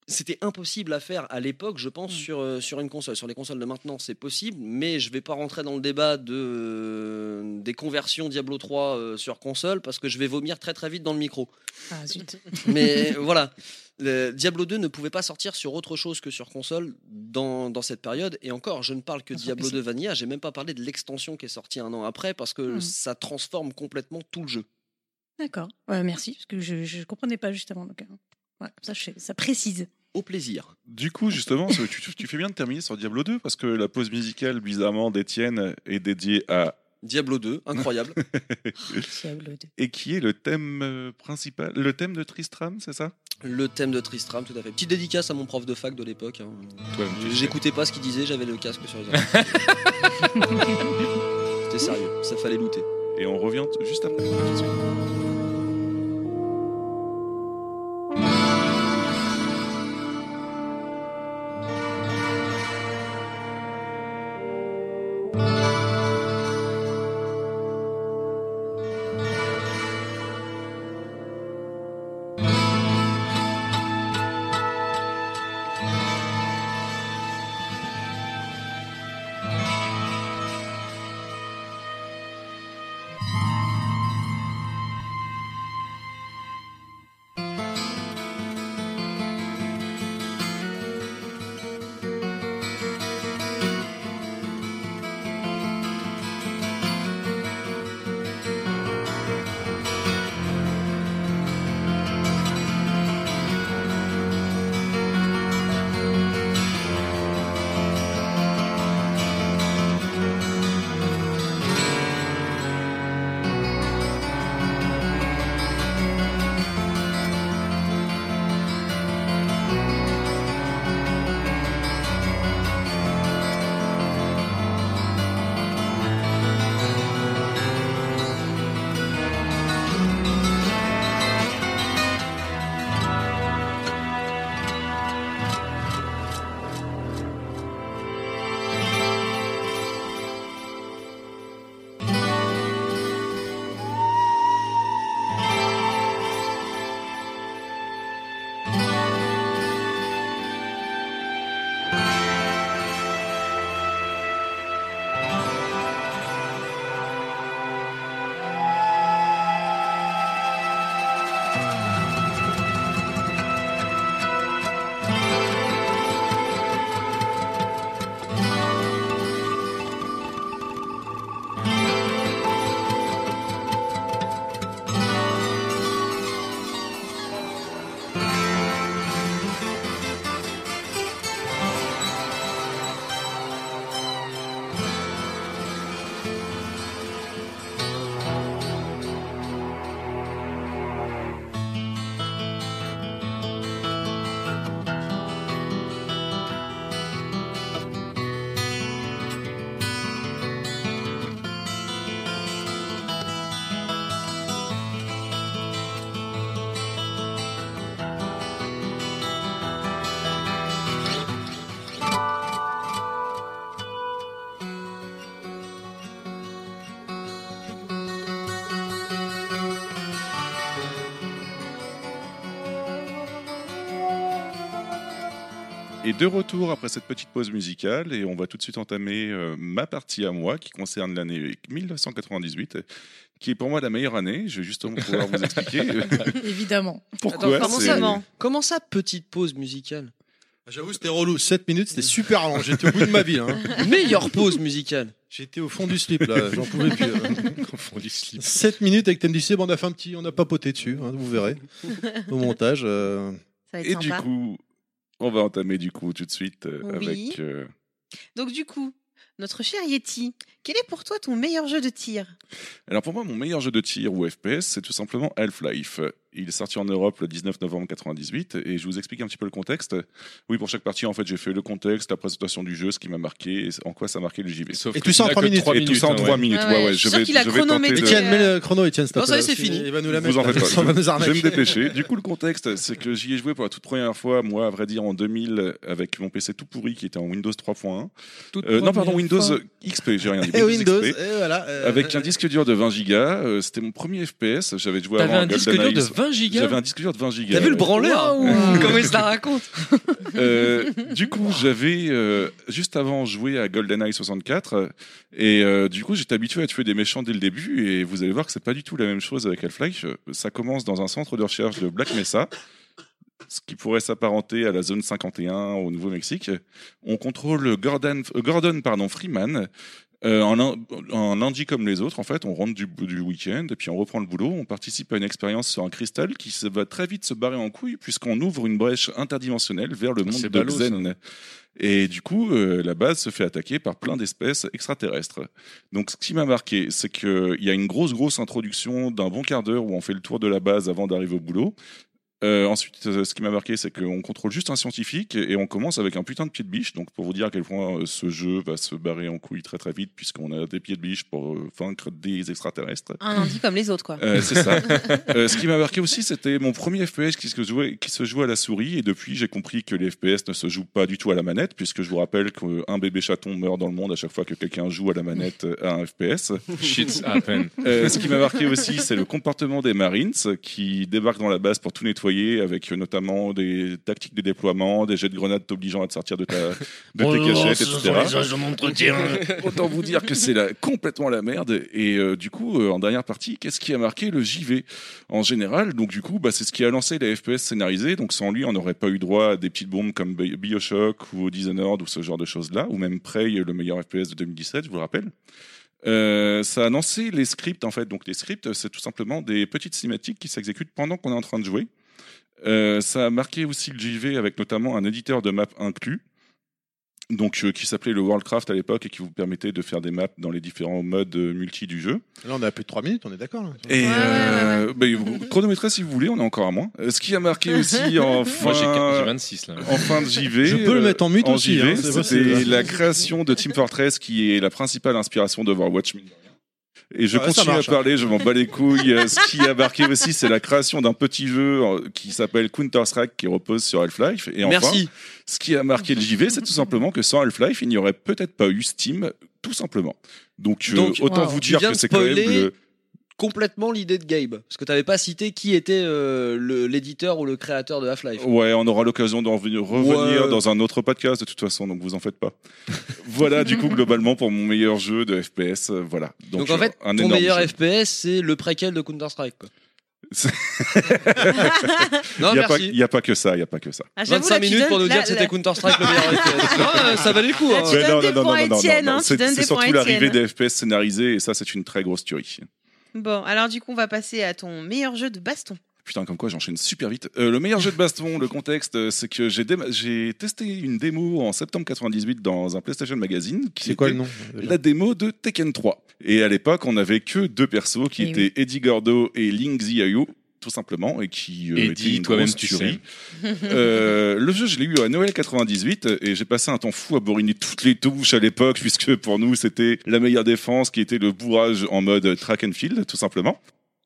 Speaker 1: c'était impossible à faire à l'époque, je pense, sur, euh, sur une console. Sur les consoles de maintenant, c'est possible, mais je vais pas rentrer dans le débat de, euh, des conversions Diablo 3 euh, sur console parce que je vais vomir très très vite dans le micro.
Speaker 7: Ah zut.
Speaker 1: Mais euh, voilà, Le Diablo 2 ne pouvait pas sortir sur autre chose que sur console dans, dans cette période. Et encore, je ne parle que de
Speaker 9: sur
Speaker 1: Diablo
Speaker 9: PC.
Speaker 1: 2 Vanilla, j'ai même pas parlé de l'extension qui est sortie un an après parce que
Speaker 7: Mhm.
Speaker 1: ça transforme complètement tout le jeu.
Speaker 7: D'accord. Ouais, merci, parce que je ne comprenais pas juste avant. Donc, euh, voilà, ça, je sais- ça précise.
Speaker 1: Au plaisir.
Speaker 2: Du coup, justement, ce- tu, tu fais bien de terminer sur Diablo 2 parce que la pause musicale, bizarrement, d'Étienne est dédiée à
Speaker 1: Diablo 2, incroyable.
Speaker 7: Diablo 2.
Speaker 2: et qui est le thème euh, principal, le thème de Tristram, c'est ça
Speaker 1: Le thème de Tristram, tout à fait. Petite dédicace à mon prof de fac de l'époque. hein.
Speaker 2: Toi-même, tu le sais.
Speaker 1: J'écoutais pas ce qu'il disait, j'avais le casque sur les oreilles. C'était sérieux, ça fallait looter.
Speaker 2: Et on revient t- juste après. Et de retour après cette petite pause musicale, et on va tout de suite entamer euh, ma partie à moi qui concerne l'année 1998, qui est pour moi la meilleure année. Je vais justement pouvoir vous expliquer.
Speaker 7: Évidemment.
Speaker 2: Pourquoi
Speaker 4: Attends, comment
Speaker 2: c'est-
Speaker 4: ça Comment
Speaker 1: Comment ça, petite pause musicale
Speaker 5: Ah, J'avoue, c'était relou. 7 minutes, c'était super long. J'étais au bout de ma vie. hein.
Speaker 1: Meilleure pause musicale
Speaker 5: J'étais au fond du slip, là. J'en pouvais plus.
Speaker 6: Au fond du slip.
Speaker 5: 7 minutes avec TMDC, bon, on a fait un petit, on a papoté dessus, hein, vous verrez, au montage. euh,
Speaker 4: Ça va être
Speaker 2: Et
Speaker 4: sympa.
Speaker 2: du coup, on va entamer du coup tout de suite euh,
Speaker 4: Oui.
Speaker 2: avec. euh,
Speaker 4: Donc du coup, Notre cher Yeti, quel est pour toi ton meilleur jeu de tir
Speaker 2: Alors pour moi, mon meilleur jeu de tir ou FPS, c'est tout simplement Half-Life. Il est sorti en Europe le 19 novembre 98 et je vous explique un petit peu le contexte. Oui, pour chaque partie, en fait, j'ai fait le contexte, la présentation du jeu, ce qui m'a marqué, et en quoi ça marquait le JV.
Speaker 6: Sauf
Speaker 5: Et
Speaker 6: que
Speaker 5: tout ça en
Speaker 6: tu n'as
Speaker 5: trois
Speaker 6: que
Speaker 5: minutes.
Speaker 6: trois hein,
Speaker 2: et tout ça en
Speaker 6: ouais.
Speaker 2: 3 minutes.
Speaker 4: Ah
Speaker 2: ouais,
Speaker 4: ouais,
Speaker 2: ouais,
Speaker 4: je suis
Speaker 2: Je
Speaker 4: sûr
Speaker 2: vais,
Speaker 4: qu'il a
Speaker 2: je vais tenter
Speaker 4: chronométré.
Speaker 2: de-
Speaker 4: Et
Speaker 5: Etienne, mets le chrono, Etienne, s'il te
Speaker 1: Non, ça y
Speaker 5: plaît.
Speaker 1: est, c'est fini.
Speaker 5: Il va nous la mettre.
Speaker 2: Vous en faites pas.
Speaker 5: là, parce qu'on va nous
Speaker 2: Je vais me
Speaker 5: arnaquer.
Speaker 2: dépêcher. Du coup, le contexte, c'est que j'y ai joué pour la toute première fois, moi, à vrai dire, en 2000, avec mon PC tout pourri qui était en Windows 3.1.
Speaker 6: Toute
Speaker 2: Euh, non,
Speaker 6: première
Speaker 2: pardon, Windows
Speaker 6: fois.
Speaker 2: XP, j'ai rien dit.
Speaker 5: Et Windows,
Speaker 2: XP,
Speaker 5: et voilà. euh,
Speaker 2: Avec un disque dur de 20 gigas, euh, c'était mon premier FPS. J'avais joué
Speaker 6: T'avais
Speaker 2: avant à
Speaker 6: un disque dur
Speaker 2: GoldenEye.
Speaker 6: de 20 gigas
Speaker 2: J'avais un disque dur de 20 gigas.
Speaker 1: T'as vu le branleur
Speaker 6: Waouh.
Speaker 1: Comment il se la raconte
Speaker 2: Euh, du coup, j'avais euh, juste avant joué à GoldenEye 64 euh, et euh, du coup, j'étais habitué à tuer des méchants dès le début et vous allez voir que c'est pas du tout la même chose avec Half-Life. Euh, Ça commence dans un centre de recherche de Black Mesa. Ce qui pourrait s'apparenter à la zone 51 au Nouveau-Mexique. On contrôle Gordon, euh, Gordon pardon, Freeman, euh, un, lun- un lundi comme les autres, en fait, on rentre du, du week-end et puis on reprend le boulot. On participe à une expérience sur un cristal qui se va très vite se barrer en couille puisqu'on ouvre une brèche interdimensionnelle vers le monde
Speaker 6: Ah, C'est
Speaker 2: de
Speaker 6: ballot, ça.
Speaker 2: Xen. Et du coup, euh, la base se fait attaquer par plein d'espèces extraterrestres. Donc, ce qui m'a marqué, c'est qu'il y a une grosse, grosse introduction d'un bon quart d'heure où on fait le tour de la base avant d'arriver au boulot. Euh, ensuite, euh, ce qui m'a marqué, c'est qu'on contrôle juste un scientifique et on commence avec un putain de pied de biche. Donc, pour vous dire à quel point euh, ce jeu va se barrer en couille très très vite, puisqu'on a des pieds de biche pour euh, vaincre des extraterrestres.
Speaker 4: Un lundi comme les autres, quoi.
Speaker 2: Euh, c'est ça. Euh, ce qui m'a marqué aussi, c'était mon premier FPS qui se, jouait, qui se jouait à la souris. Et depuis, j'ai compris que les FPS ne se jouent pas du tout à la manette, puisque je vous rappelle qu'un bébé chaton meurt dans le monde à chaque fois que quelqu'un joue à la manette euh, à un FPS.
Speaker 6: Shit's happen.
Speaker 2: Euh, ce qui m'a marqué aussi, c'est le comportement des Marines qui débarquent dans la base pour tout nettoyer, avec euh, notamment des tactiques de déploiement, des jets de grenades t'obligeant à te sortir de, ta, de tes cachettes, etc. Autant vous dire que c'est la- complètement la merde. Et euh, du coup, euh, en dernière partie, qu'est-ce qui a marqué le JV en général Donc du coup, bah, c'est ce qui a lancé les FPS scénarisés. Donc sans lui, on n'aurait pas eu droit à des petites bombes comme Bi- Bioshock ou Dishonored ou ce genre de choses-là, ou même Prey, le meilleur FPS de 2017, je vous le rappelle. Euh, ça a lancé les scripts en fait. Donc les scripts, c'est tout simplement des petites cinématiques qui s'exécutent pendant qu'on est en train de jouer. Euh, ça a marqué aussi le JV avec notamment un éditeur de maps inclus. Donc, euh, qui s'appelait le Worldcraft à l'époque et qui vous permettait de faire des maps dans les différents modes euh, multi du jeu.
Speaker 5: Là, on a plus de 3 minutes, on est d'accord. là.
Speaker 2: Et
Speaker 4: Ouais, ouais,
Speaker 2: euh, ben, vous- chronométrez si vous voulez, on est encore à moins. Euh, ce qui a marqué aussi en fin,
Speaker 6: Moi, j'ai qu- j'ai 26 là.
Speaker 2: en fin de JV.
Speaker 5: Je peux le
Speaker 2: euh,
Speaker 5: mettre en mute
Speaker 2: en
Speaker 5: aussi,
Speaker 2: JV,
Speaker 5: hein, c'est
Speaker 2: c'était
Speaker 5: possible.
Speaker 2: la création de Team Fortress qui est la principale inspiration de Overwatch. mine de rien. Et je
Speaker 5: Ouais, ça
Speaker 2: continue
Speaker 5: marche,
Speaker 2: à
Speaker 5: hein.
Speaker 2: parler, je m'en bats les couilles. Euh, ce qui a marqué aussi, c'est la création d'un petit jeu euh, qui s'appelle Counter-Strike qui repose sur Half-Life. Et enfin,
Speaker 1: Merci.
Speaker 2: ce qui a marqué le JV, c'est tout simplement que sans Half-Life, il n'y aurait peut-être pas eu Steam, tout simplement. Donc, euh,
Speaker 1: Donc,
Speaker 2: autant
Speaker 7: wow.
Speaker 2: vous
Speaker 1: Tu
Speaker 2: dire
Speaker 1: viens
Speaker 2: que
Speaker 1: de
Speaker 2: c'est quand même
Speaker 1: spoiler
Speaker 2: le...
Speaker 1: Complètement l'idée de Gabe. Parce que t'avais pas cité qui était euh, le- l'éditeur ou le créateur de Half-Life.
Speaker 4: Oh,
Speaker 2: Ouais, on aura l'occasion d'en revenir- revenir
Speaker 1: Ouais.
Speaker 2: dans un autre podcast de toute façon, donc vous en faites pas. voilà, du coup, globalement, pour mon meilleur jeu de FPS, euh, voilà.
Speaker 1: Donc, en fait,
Speaker 2: un
Speaker 1: ton
Speaker 2: énorme
Speaker 1: meilleur
Speaker 2: jeu.
Speaker 1: FPS, c'est le préquel de Counter-Strike. quoi.
Speaker 2: C'est-
Speaker 1: non,
Speaker 2: Il n'y a, pas-
Speaker 1: merci.
Speaker 2: y a pas que ça, il n'y a pas que ça.
Speaker 4: Ah, j'avoue,
Speaker 1: 25
Speaker 4: là, tu
Speaker 1: minutes pour
Speaker 4: donnes-
Speaker 1: nous
Speaker 4: là,
Speaker 1: dire que
Speaker 4: là-
Speaker 1: c'était Counter-Strike le meilleur FPS. Non, euh, ça valait le coup. hein.
Speaker 4: Là, tu donnes des points à Étienne, hein, tu
Speaker 2: C'est
Speaker 4: donnes
Speaker 2: c'est
Speaker 4: des points
Speaker 2: surtout
Speaker 4: à
Speaker 2: l'arrivée
Speaker 4: Étienne.
Speaker 2: des FPS scénarisés, et ça, c'est une très grosse tuerie.
Speaker 4: Bon, alors du coup, on va passer à ton meilleur jeu de baston.
Speaker 2: Putain, comme quoi j'enchaîne super vite. Euh, le meilleur jeu de baston, le contexte, euh, c'est que j'ai déma- j'ai testé une démo en septembre 98 dans un PlayStation Magazine. qui
Speaker 5: C'est quoi
Speaker 2: était-
Speaker 5: le nom
Speaker 2: la démo de Tekken 3. Et à l'époque, on n'avait que deux persos qui
Speaker 7: Eh
Speaker 2: étaient Eddie Gordo et Ling Xiaoyu tout simplement et qui euh,
Speaker 6: Eddie,
Speaker 2: étaient une
Speaker 6: toi-même,
Speaker 2: grosse
Speaker 6: tu
Speaker 2: tuerie. Euh, le jeu je l'ai eu à Noël 98 et j'ai passé un temps fou à bourriner toutes les touches à l'époque puisque pour nous c'était la meilleère défense qui était le bourrage en mode track and field tout simplement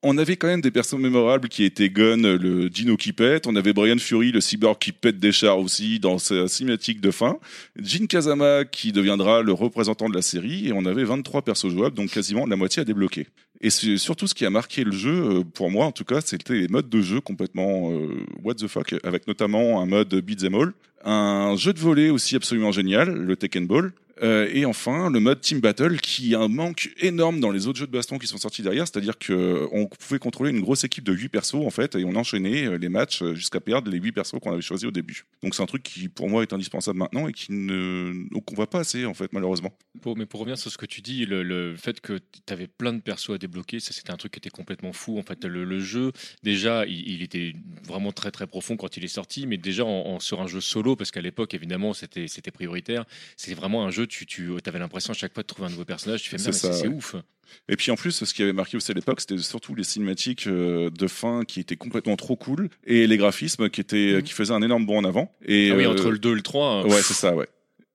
Speaker 2: on avait quand même des persos mémorables qui étaient Gun, le dino qui pète. On avait Brian Fury, le cyborg qui pète des chars aussi dans sa cinématique de fin. Jin Kazama qui deviendra le représentant de la série. Et on avait 23 persos jouables, donc quasiment la moitié à débloquer. Et c'est surtout ce qui a marqué le jeu, euh, pour moi en tout cas, c'était les modes de jeu complètement euh, what the fuck, avec notamment un mode beat'em all, un jeu de volet aussi absolument génial, le Tekken Ball. Euh, et enfin, le mode Team Battle qui a un manque énorme dans les autres jeux de baston qui sont sortis derrière, c'est-à-dire que euh, on pouvait contrôler une grosse équipe de 8 persos en fait et on enchaînait euh, les matchs euh, jusqu'à perdre les 8 persos qu'on avait choisis au début. Donc c'est un truc qui pour moi est indispensable maintenant et qui ne qu'on voit pas assez en fait malheureusement.
Speaker 6: Pour- mais pour revenir sur ce que tu dis, le, le fait que tu avais plein de persos à débloquer, ça c'était un truc qui était complètement fou. En fait, le, le jeu, déjà, il, il était vraiment très très profond quand il est sorti, mais déjà en- en- sur un jeu solo, nouveau, parce qu'à l'époque, évidemment, c'était c'était prioritaire. C'est vraiment un jeu, tu, tu avais l'impression à chaque fois de trouver un nouveau personnage, tu fais
Speaker 2: C'est
Speaker 6: merde, mais
Speaker 2: ça,
Speaker 6: c'est c'est
Speaker 2: ouais.
Speaker 6: ouf.
Speaker 2: Et puis en plus, ce qui avait marqué aussi à l'époque, c'était surtout les cinématiques euh, de fin qui étaient complètement trop cool et les graphismes qui, étaient, qui faisaient un énorme bond en avant. Et,
Speaker 6: Mhm. Ah oui,
Speaker 2: euh,
Speaker 6: entre le 2 et le 3. euh,
Speaker 2: Ouais, c'est ça, ouais.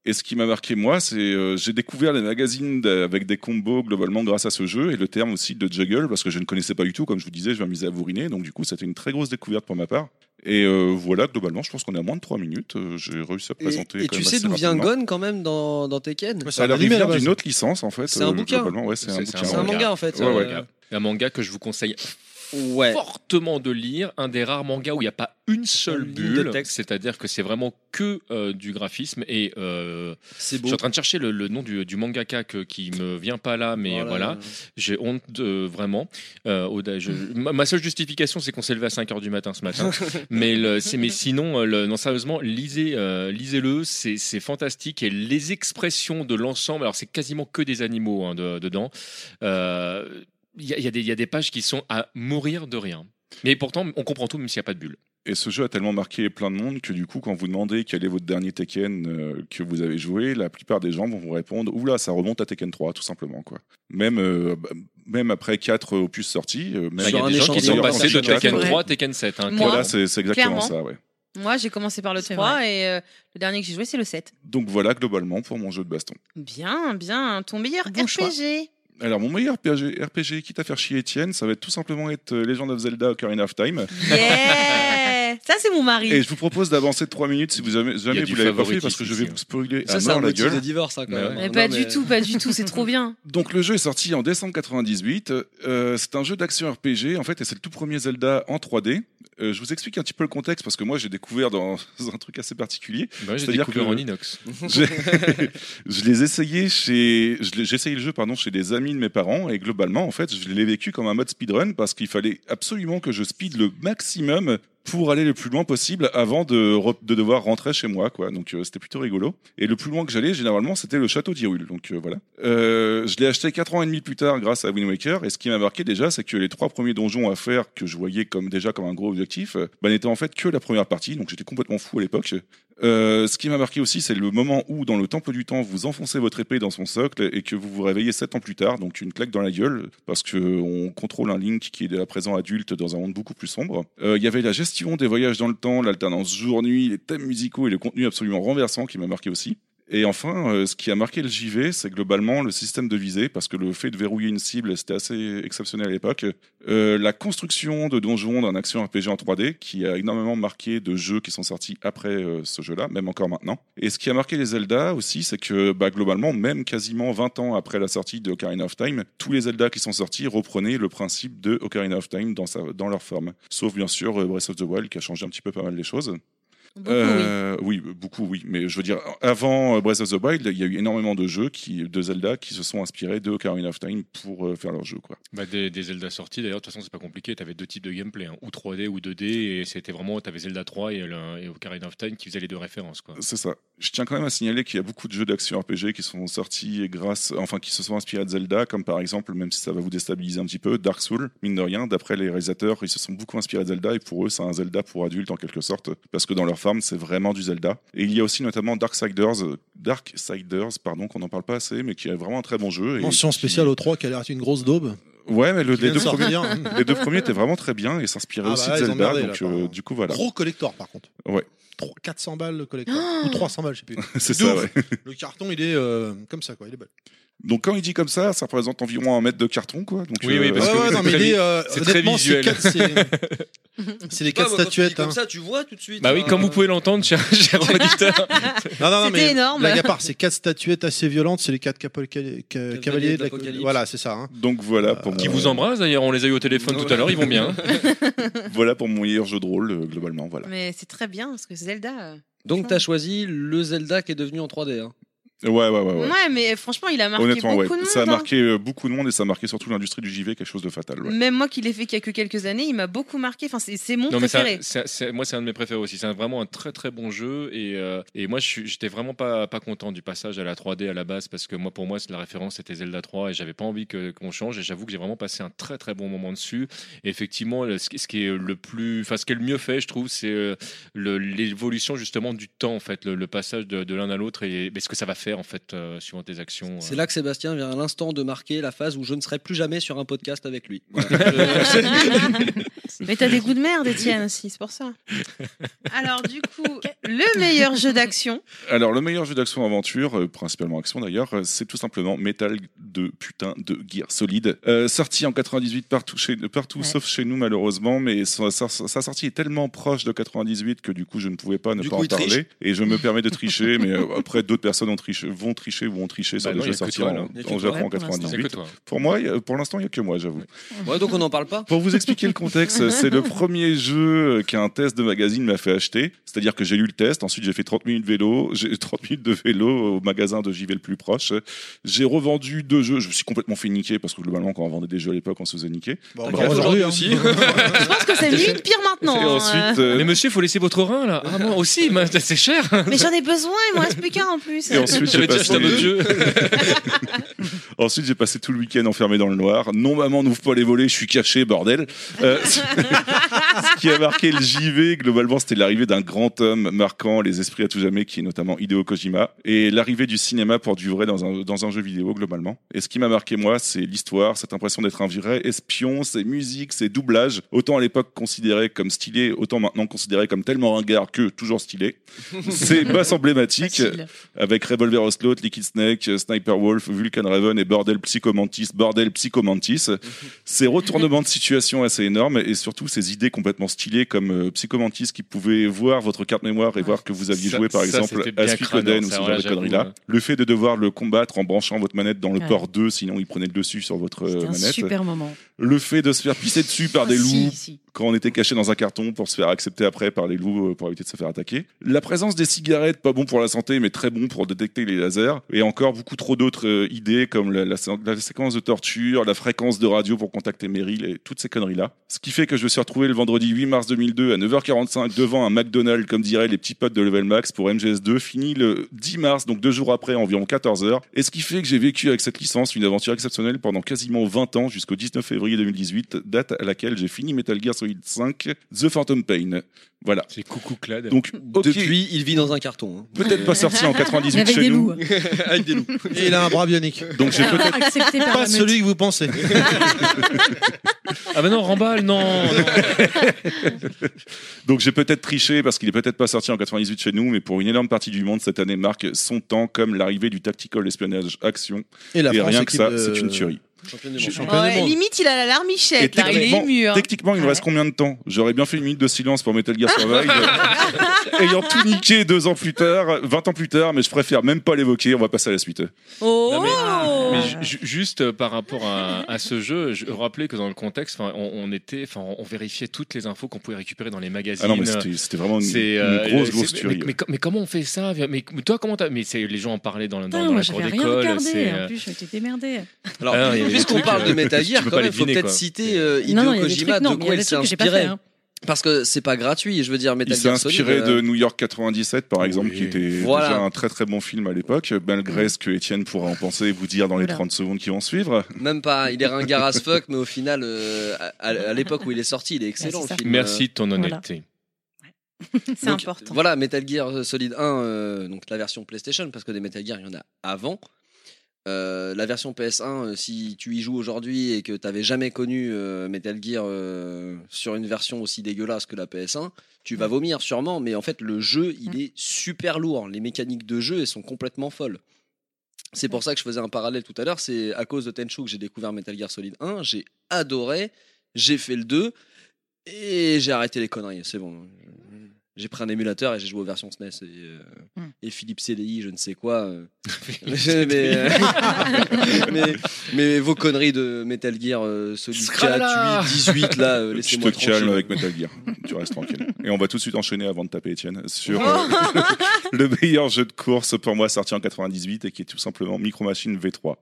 Speaker 2: Et ce qui m'a marqué, moi, c'est euh, j'ai découvert les magazines d'a- avec des combos globalement grâce à ce jeu et le terme aussi de juggle parce que je ne connaissais pas du tout. Comme je vous disais, je m'amusais à bourriner. Donc, du coup, c'était une très grosse découverte pour ma part. Et euh, voilà, globalement, je pense qu'on est à moins de 3 minutes. Euh, J'ai réussi à
Speaker 1: Et-
Speaker 2: présenter.
Speaker 1: Et,
Speaker 2: quand
Speaker 1: tu
Speaker 2: même
Speaker 1: sais
Speaker 2: assez
Speaker 1: d'où vient
Speaker 2: rapidement.
Speaker 1: Gon quand même dans, dans Tekken
Speaker 5: Ouais, c'est un
Speaker 2: Elle
Speaker 5: animé, à la
Speaker 2: vient
Speaker 5: base.
Speaker 2: d'une autre licence, en fait.
Speaker 1: C'est un
Speaker 2: euh,
Speaker 1: bouquin.
Speaker 2: Globalement, ouais, c'est un
Speaker 6: C'est- c'est
Speaker 2: bouquin.
Speaker 6: un
Speaker 1: C'est
Speaker 2: ouais.
Speaker 1: un manga en fait.
Speaker 6: c'est un
Speaker 2: Ouais, ouais.
Speaker 6: manga. euh, Un manga que je vous conseille
Speaker 1: Ouais.
Speaker 6: fortement de lire, un des rares mangas où il n'y a pas une seule
Speaker 1: Une ligne de
Speaker 6: bulle,
Speaker 1: texte.
Speaker 6: c'est-à-dire que c'est vraiment que euh, du graphisme et euh,
Speaker 1: C'est
Speaker 6: je
Speaker 1: beau.
Speaker 6: suis en train de chercher le, le nom du, du mangaka que- qui me vient pas là,
Speaker 1: Oh
Speaker 6: mais voilà, j'ai honte de- vraiment. Euh, Oda, je- ma, ma seule justification c'est qu'on s'est levé à 5 heures du matin ce matin, mais, le- c'est- mais sinon, euh, le- non sérieusement, lisez, euh, lisez-le, c'est, c'est fantastique et les expressions de l'ensemble, alors c'est quasiment que des animaux hein, de- dedans. Euh, il y, a- il y a des- il y a des pages qui sont à mourir de rien. Mais pourtant, on comprend tout même s'il n'y a pas de bulle.
Speaker 2: Et ce jeu a tellement marqué plein de monde que du coup, quand vous demandez quel est votre dernier Tekken euh, que vous avez joué, la plupart des gens vont vous répondre Oula, ça remonte à Tekken 3, tout simplement. quoi. Même, euh, bah, même après 4 opus sortis, euh, même
Speaker 6: Bah, Il y
Speaker 1: Sur
Speaker 6: a
Speaker 1: un
Speaker 6: des gens qui
Speaker 1: échantillon
Speaker 6: sont passés de
Speaker 1: particulier.
Speaker 6: Tekken
Speaker 4: Ouais.
Speaker 6: 3 à Tekken 7. hein,
Speaker 4: Moi,
Speaker 2: Voilà, c'est c'est exactement
Speaker 4: Clairement.
Speaker 2: ça, ouais.
Speaker 4: Moi, j'ai commencé par le
Speaker 7: C'est
Speaker 4: 3 et euh, le dernier que j'ai joué, c'est le 7.
Speaker 2: Donc voilà, globalement, pour mon jeu de baston.
Speaker 4: Bien, bien. Ton meilleur
Speaker 7: Bon
Speaker 4: RPG.
Speaker 7: choix.
Speaker 2: Alors, mon meilleur RPG, RPG quitte à faire chier Étienne, ça va être tout simplement être euh, Legend of Zelda Ocarina of Time. Ah
Speaker 4: Yeah Ça, c'est mon mari.
Speaker 2: Et je vous propose d'avancer de 3 minutes si vous jamais, jamais
Speaker 6: du
Speaker 2: vous l'avez pas fait,
Speaker 6: favoritisme
Speaker 2: parce que je vais
Speaker 6: ici, hein.
Speaker 2: vous spoiler à
Speaker 1: Ça, c'est
Speaker 2: mort
Speaker 1: un
Speaker 2: la
Speaker 1: motif
Speaker 2: gueule.
Speaker 1: de divorce, ça, quand
Speaker 6: Mais
Speaker 1: même.
Speaker 6: ouais.
Speaker 4: Mais
Speaker 1: Non,
Speaker 4: pas
Speaker 1: mais-
Speaker 4: du tout, pas du tout. C'est trop bien.
Speaker 2: Donc le jeu est sorti en décembre 98. Euh, c'est un jeu d'action RPG en fait et c'est le tout premier Zelda en 3D. Euh, je vous explique un petit peu le contexte parce que moi j'ai découvert dans un truc assez particulier.
Speaker 6: Bah ouais, j'ai
Speaker 2: C'est-à-dire
Speaker 6: découvert
Speaker 2: que-
Speaker 6: en inox.
Speaker 2: J'ai- je les essayé chez, je l'ai- j'ai essayé le jeu pardon chez des amis de mes parents et globalement en fait je l'ai vécu comme un mode speedrun parce qu'il fallait absolument que je speed le maximum pour aller le plus loin possible avant de, re- de devoir rentrer chez moi quoi. Donc euh, c'était plutôt rigolo. Et le plus loin que j'allais généralement c'était le château d'Hyrule. Donc euh, voilà. Euh, je l'ai acheté quatre ans et demi plus tard grâce à Wind Waker et ce qui m'a marqué déjà c'est que les trois premiers donjons à faire que je voyais comme déjà comme un gros objectif euh, bah, n'étaient en fait que la première partie donc j'étais complètement fou à l'époque. Euh, ce qui m'a marqué aussi, c'est le moment où, dans le temple du temps, vous enfoncez votre épée dans son socle et que vous vous réveillez sept ans plus tard, donc une claque dans la gueule, parce que on contrôle un Link qui est à présent adulte dans un monde beaucoup plus sombre. Euh, Il y avait la gestion des voyages dans le temps, l'alternance jour-nuit, les thèmes musicaux et le contenu absolument renversant qui m'a marqué aussi. Et enfin, euh, ce qui a marqué le JV, c'est globalement le système de visée, parce que le fait de verrouiller une cible, c'était assez exceptionnel à l'époque. Euh, la construction de donjons d'un action RPG en 3D, qui a énormément marqué de jeux qui sont sortis après euh, ce jeu-là, même encore maintenant. Et ce qui a marqué les Zelda aussi, c'est que bah, globalement, même quasiment 20 ans après la sortie de Ocarina of Time, tous les Zelda qui sont sortis reprenaient le principe de Ocarina of Time dans, sa- dans leur forme. Sauf bien sûr euh, Breath of the Wild, qui a changé un petit peu pas mal les choses.
Speaker 4: Beaucoup, oui.
Speaker 2: Euh, oui. beaucoup, oui. Mais je veux dire, avant euh, Breath of the Wild, il y a eu énormément de jeux qui, de Zelda qui se sont inspirés de Ocarina of Time pour euh, faire leur jeu. Quoi.
Speaker 6: Bah, des, des Zelda sorties, d'ailleurs, de toute façon, c'est pas compliqué. Tu avais deux types de gameplay, hein, ou 3D ou 2D, et c'était vraiment. Tu avais Zelda 3 et, le- et Ocarina of Time qui faisaient les deux références. Quoi.
Speaker 2: C'est ça. Je tiens quand même à signaler qu'il y a beaucoup de jeux d'action RPG qui sont sortis grâce, enfin, qui se sont inspirés de Zelda, comme par exemple, même si ça va vous déstabiliser un petit peu, Dark Souls, mine de rien, d'après les réalisateurs, ils se sont beaucoup inspirés de Zelda et pour eux, c'est un Zelda pour adultes en quelque sorte, parce que dans leur forme, c'est vraiment du Zelda. Et il y a aussi notamment Darksiders, euh, Darksiders, pardon, qu'on n'en parle pas assez, mais qui est vraiment un très bon jeu. et
Speaker 5: Mention
Speaker 2: qui-
Speaker 5: spéciale au 3 qui a l'air d'être une grosse daube.
Speaker 2: Ouais, mais le,
Speaker 5: Qui
Speaker 2: les,
Speaker 5: vient de
Speaker 2: deux premiers,
Speaker 5: sortir.
Speaker 2: les deux premiers étaient vraiment très bien et s'inspiraient
Speaker 5: Ah
Speaker 2: aussi
Speaker 5: bah,
Speaker 2: de
Speaker 5: ils ont
Speaker 2: Zelda.
Speaker 5: merdé, là,
Speaker 2: donc,
Speaker 5: apparemment.
Speaker 2: euh, du coup, voilà.
Speaker 5: Gros collector par contre.
Speaker 2: Ouais.
Speaker 5: Trois- 400 balles le collector. Ou 300 balles, je sais plus.
Speaker 2: C'est
Speaker 5: De
Speaker 2: ça,
Speaker 5: ouf.
Speaker 2: ouais.
Speaker 5: Le carton, il est euh, comme ça, quoi. Il est belle.
Speaker 2: Donc, quand il dit comme ça, ça représente environ un mètre de carton, quoi. Donc,
Speaker 6: Oui, oui, parce
Speaker 5: Ah Ouais,
Speaker 6: que
Speaker 5: ouais,
Speaker 6: c'est
Speaker 5: non, mais
Speaker 6: très
Speaker 5: il est,
Speaker 6: vi-
Speaker 5: euh,
Speaker 6: c'est très
Speaker 5: honnêtement, c'est
Speaker 6: visuel.
Speaker 5: quatre- C'est c'est les
Speaker 1: Ouais,
Speaker 5: quatre
Speaker 1: bah, quand tu dis
Speaker 5: statuettes. hein.
Speaker 1: Comme ça, tu vois tout de suite.
Speaker 6: Bah oui,
Speaker 1: hein.
Speaker 6: comme vous pouvez l'entendre, cher, cher auditeur.
Speaker 5: Non, non, non,
Speaker 4: C'était
Speaker 5: mais
Speaker 4: énorme.
Speaker 5: blague à part, c'est quatre statuettes assez violentes. C'est les quatre capo- ca- ca- cavaliers de la.
Speaker 1: l'Apocalypse.
Speaker 5: Voilà, c'est ça. hein.
Speaker 2: Donc, voilà pour,
Speaker 6: Qui
Speaker 2: mon,
Speaker 6: vous embrasse, d'ailleurs, on les a eu au téléphone tout à l'heure, ils vont bien. hein.
Speaker 2: voilà pour mon meilleur jeu de rôle, euh, globalement. Voilà.
Speaker 4: Mais c'est très bien parce que Zelda. euh,
Speaker 1: Donc, t'as choisi le Zelda qui est devenu en 3D. hein.
Speaker 2: Ouais, ouais, ouais. ouais.
Speaker 4: Ouais. mais franchement, il a marqué
Speaker 2: Honnêtement, ouais.
Speaker 4: beaucoup de monde.
Speaker 2: ça a
Speaker 4: hein.
Speaker 2: marqué euh, beaucoup de monde et ça a marqué surtout l'industrie du JV, quelque chose de fatal. ouais.
Speaker 4: Même moi qui l'ai fait qu'il y a que quelques années, il m'a beaucoup marqué. Enfin, c'est c'est mon
Speaker 6: Non, mais c'est un-
Speaker 4: préféré.
Speaker 6: c'est un- c'est- moi, c'est un de mes préférés aussi. C'est un- vraiment un très très bon jeu. Et, euh, et moi, je suis- j'étais vraiment pas, pas content du passage à la 3D à la base parce que moi, pour moi, c'est- la référence c'était Zelda 3 et j'avais pas envie que- qu'on change. Et j'avoue que j'ai vraiment passé un très très bon moment dessus. Et effectivement, le- ce, qui- ce qui est le plus, enfin, ce qui est le mieux fait, je trouve, c'est euh, le- l'évolution justement du temps en fait, le, le passage de, de l'un à l'autre et, et ce que ça va faire en fait euh, suivant tes actions.
Speaker 1: C'est là que Sébastien vient à l'instant de marquer la phase où je ne serai plus jamais sur un podcast avec lui.
Speaker 4: mais t'as des goûts de merde, Étienne, aussi, c'est pour ça. Alors, du coup, le meilleur jeu d'action.
Speaker 2: Alors, le meilleur jeu d'action-aventure, euh, principalement action d'ailleurs, euh, c'est tout simplement Metal de putain de Gear Solid. Euh, sorti en 98 partout, chez, partout
Speaker 4: Ouais.
Speaker 2: sauf chez nous, malheureusement, mais sa, sa- sa sortie est tellement proche de 98 que du coup, je ne pouvais pas ne
Speaker 1: Du
Speaker 2: pas
Speaker 1: coup,
Speaker 2: en
Speaker 1: il
Speaker 2: parler.
Speaker 1: triche.
Speaker 2: Et je me permets de tricher, mais euh, après, d'autres personnes ont triché, vont tricher ou ont triché sur
Speaker 6: Bah
Speaker 2: des
Speaker 6: non, il y
Speaker 2: jeux
Speaker 6: a que
Speaker 2: sortis
Speaker 6: toi,
Speaker 2: en,
Speaker 6: là.
Speaker 4: Il y a que
Speaker 2: en
Speaker 4: toi.
Speaker 2: Japon en
Speaker 4: Ouais, pour l'instant.
Speaker 6: C'est que
Speaker 2: 98.
Speaker 6: toi.
Speaker 2: Pour moi, il y a- pour l'instant, il n'y a que moi, j'avoue.
Speaker 1: Ouais, donc on n'en parle pas.
Speaker 2: Pour vous expliquer le contexte, c'est le premier jeu qu'un test de magazine m'a fait acheter. C'est-à-dire que j'ai lu le test, ensuite j'ai fait 30 minutes de vélo, j'ai 30 minutes de vélo au magasin de JV le plus proche. J'ai revendu deux jeux, je me suis complètement fait niquer parce que globalement quand on vendait des jeux à l'époque on se faisait niquer.
Speaker 5: Bon,
Speaker 1: T'inquiète,
Speaker 5: bravo,
Speaker 1: aujourd'hui
Speaker 5: hein.
Speaker 1: aussi.
Speaker 4: Je pense que c'est limite pire maintenant.
Speaker 2: Et
Speaker 4: hein.
Speaker 2: ensuite, euh,
Speaker 6: Mais monsieur, faut laisser votre rein là. Ah, moi aussi, mais c'est cher.
Speaker 4: Mais j'en ai besoin, il m'en reste plus qu'un en plus.
Speaker 2: Et ensuite,
Speaker 6: J'avais
Speaker 2: j'ai
Speaker 6: déjà acheté un autre
Speaker 2: passé-
Speaker 6: jeu.
Speaker 2: ensuite j'ai passé tout le week-end enfermé dans le noir. Non maman n'ouvre pas les volets, je suis caché bordel. Euh, Ce qui a marqué le JV, globalement, c'était l'arrivée d'un grand homme marquant les esprits à tout jamais, qui est notamment Hideo Kojima, et l'arrivée du cinéma pour du vrai dans un, dans un jeu vidéo, globalement. Et ce qui m'a marqué, moi, c'est l'histoire, cette impression d'être un vrai espion, ses musiques, ses doublages, autant à l'époque considéré comme stylé, autant maintenant considéré comme tellement ringard que toujours stylé. Ses basses emblématiques,
Speaker 7: Facile.
Speaker 2: avec Revolver Ocelot, Liquid Snake, euh, Sniper Wolf, Vulcan Raven et Bordel Psychomantis, Bordel Psychomantis. Ces retournements de situation assez énormes et surtout ces idées complètement stylées comme euh, Psychomantis qui pouvait voir votre carte mémoire et voir que vous aviez
Speaker 6: Ça-
Speaker 2: joué par
Speaker 6: ça,
Speaker 2: exemple
Speaker 6: c'était bien
Speaker 2: à Suikoden
Speaker 6: crâneur,
Speaker 2: ou ce
Speaker 6: ça,
Speaker 2: genre
Speaker 6: ouais,
Speaker 2: de
Speaker 6: j'avoue, ouais.
Speaker 2: conneries-là. Le fait de devoir le combattre en branchant votre manette dans le
Speaker 7: Ouais.
Speaker 2: port 2, sinon il prenait le dessus sur votre euh,
Speaker 7: C'était un
Speaker 2: manette.
Speaker 7: super moment.
Speaker 2: Le fait de se faire pisser dessus par des
Speaker 7: Ah, si,
Speaker 2: loups
Speaker 7: si.
Speaker 2: quand on était caché dans un carton pour se faire accepter après par les loups euh, pour éviter de se faire attaquer. La présence des cigarettes, pas bon pour la santé, mais très bon pour détecter les lasers. Et encore beaucoup trop d'autres euh, idées comme la, la sé- la séquence de torture, la fréquence de radio pour contacter Meryl et toutes ces conneries-là. Ce qui fait que je me suis retrouvé le vendredi 8 mars 2002 à 9h45 devant un McDonald's, comme diraient les petits potes de Level Max pour MGS2, fini le 10 mars, donc deux jours après, environ 14h. Et ce qui fait que j'ai vécu avec cette licence une aventure exceptionnelle pendant quasiment 20 ans jusqu'au 19 février 2018, date à laquelle j'ai fini Metal Gear Solid 5, The Phantom Pain. Voilà.
Speaker 6: C'est coucou Clad.
Speaker 2: Donc, ok,
Speaker 1: Depuis, il vit dans un carton. hein.
Speaker 2: peut-être pas sorti en
Speaker 7: Mais
Speaker 2: 98
Speaker 7: avec
Speaker 2: chez
Speaker 7: des
Speaker 2: nous.
Speaker 7: loups.
Speaker 1: Avec des loups.
Speaker 5: Et il a un bras bionique.
Speaker 2: Donc j'ai peut-être
Speaker 7: Accepté par
Speaker 5: Pas
Speaker 7: la meute.
Speaker 5: celui que vous pensez.
Speaker 6: Ah bah non, remballe, non. non.
Speaker 2: Donc j'ai peut-être triché parce qu'il est peut-être pas sorti en 98 chez nous, mais pour une énorme partie du monde, cette année marque son temps comme l'arrivée du tactical espionnage action.
Speaker 5: la
Speaker 2: et
Speaker 5: France,
Speaker 2: rien que
Speaker 5: équipe
Speaker 2: ça,
Speaker 5: de-
Speaker 2: c'est une tuerie.
Speaker 1: Championne
Speaker 5: Je-
Speaker 1: du monde.
Speaker 5: Plein de
Speaker 4: Ouais,
Speaker 5: monde.
Speaker 4: limite, il a l'alarme Michel. là, Il est ému. hein.
Speaker 2: techniquement, il me reste combien de temps J'aurais bien fait une minute de silence pour Metal Gear Survive. Ayant tout niqué deux ans plus tard, 20 ans plus tard, mais je préfère même pas l'évoquer. On va passer à la suite.
Speaker 4: Oh
Speaker 6: Non, mais- Mais ju- ju- juste euh, par rapport à, à ce jeu, je rappelais que dans le contexte, 'fin, on, on était, 'fin, on vérifiait toutes les infos qu'on pouvait récupérer dans les magazines.
Speaker 2: Ah non, mais c'était c'était vraiment une,
Speaker 6: C'est,
Speaker 2: une
Speaker 6: euh,
Speaker 2: grosse,
Speaker 6: c'est-
Speaker 2: grosse
Speaker 6: mais-
Speaker 2: tuerie.
Speaker 6: Mais, mais co- mais comment on fait ça Mais toi, comment t'as Mais c'est les gens en parlaient dans, la-
Speaker 7: Putain,
Speaker 6: dans, dans
Speaker 7: Ah, moi
Speaker 6: la
Speaker 7: j'avais
Speaker 6: cour
Speaker 7: rien
Speaker 6: d'école.
Speaker 7: regardé.
Speaker 6: c'est,
Speaker 7: En
Speaker 6: euh,
Speaker 7: plus, je m'étais démerdée.
Speaker 1: Alors,
Speaker 6: Ah, il y a des
Speaker 1: puisqu'on
Speaker 6: trucs,
Speaker 1: parle de
Speaker 6: euh,
Speaker 1: Metal Gear,
Speaker 6: tu peux
Speaker 1: quand
Speaker 6: pas les
Speaker 1: même, faut
Speaker 6: deviner,
Speaker 1: peut-être
Speaker 6: quoi.
Speaker 1: citer euh,
Speaker 7: non, non,
Speaker 1: Hideo
Speaker 7: il y a des
Speaker 1: Kojima,
Speaker 7: trucs, non,
Speaker 1: de
Speaker 7: mais il y
Speaker 1: quoi
Speaker 7: a
Speaker 1: il
Speaker 7: des
Speaker 1: s'est
Speaker 7: trucs que j'ai pas fait.
Speaker 1: inspiré.
Speaker 7: hein.
Speaker 1: Parce que c'est pas gratuit, je veux dire, Metal
Speaker 2: Il s'est
Speaker 1: Gear Solid.
Speaker 2: inspiré
Speaker 1: euh,
Speaker 2: de New York 97, par exemple, qui était
Speaker 1: Voilà.
Speaker 2: déjà un très très bon film à l'époque, malgré ce que Étienne pourra en penser et vous dire dans les
Speaker 7: Oula.
Speaker 2: 30 secondes qui vont suivre.
Speaker 1: Même pas, il est ringard as fuck, mais au final, euh, à, à l'époque où il est sorti, il est excellent
Speaker 7: Ouais, c'est ça.
Speaker 1: le film. euh.
Speaker 6: Merci de ton
Speaker 7: Voilà.
Speaker 6: honnêteté.
Speaker 4: C'est
Speaker 1: Donc,
Speaker 4: important.
Speaker 1: Voilà, Metal Gear Solid 1, euh, donc la version PlayStation, parce que des Metal Gear, il y en a avant. Euh, la version PS1, euh, si tu y joues aujourd'hui et que tu n'avais jamais connu euh, Metal Gear euh, sur une version aussi dégueulasse que la PS1, tu
Speaker 4: Mm.
Speaker 1: vas vomir sûrement, mais en fait le jeu, il est super lourd. Les mécaniques de jeu, elles sont complètement folles. C'est
Speaker 4: Mm.
Speaker 1: pour ça que je faisais un parallèle tout à l'heure, c'est à cause de Tenchu que j'ai découvert Metal Gear Solid 1, j'ai adoré, j'ai fait le 2 et j'ai arrêté les conneries, c'est bon. j'ai pris un émulateur et j'ai joué aux versions SNES et, euh,
Speaker 7: Hmm.
Speaker 1: et Philippe Cédéi, je ne sais quoi. euh. mais, mais, euh, mais- mais vos conneries de Metal Gear euh, Solid 4, 8, 18, là, euh,
Speaker 2: Tu
Speaker 1: laissez-moi
Speaker 2: te
Speaker 1: tranquille.
Speaker 2: calmes avec Metal Gear. tu restes tranquille. Et on va tout de suite enchaîner avant de taper Étienne
Speaker 4: Oh.
Speaker 2: sur euh, le meilleur jeu de course pour moi sorti en 98 et qui est tout simplement Micro Machine V3.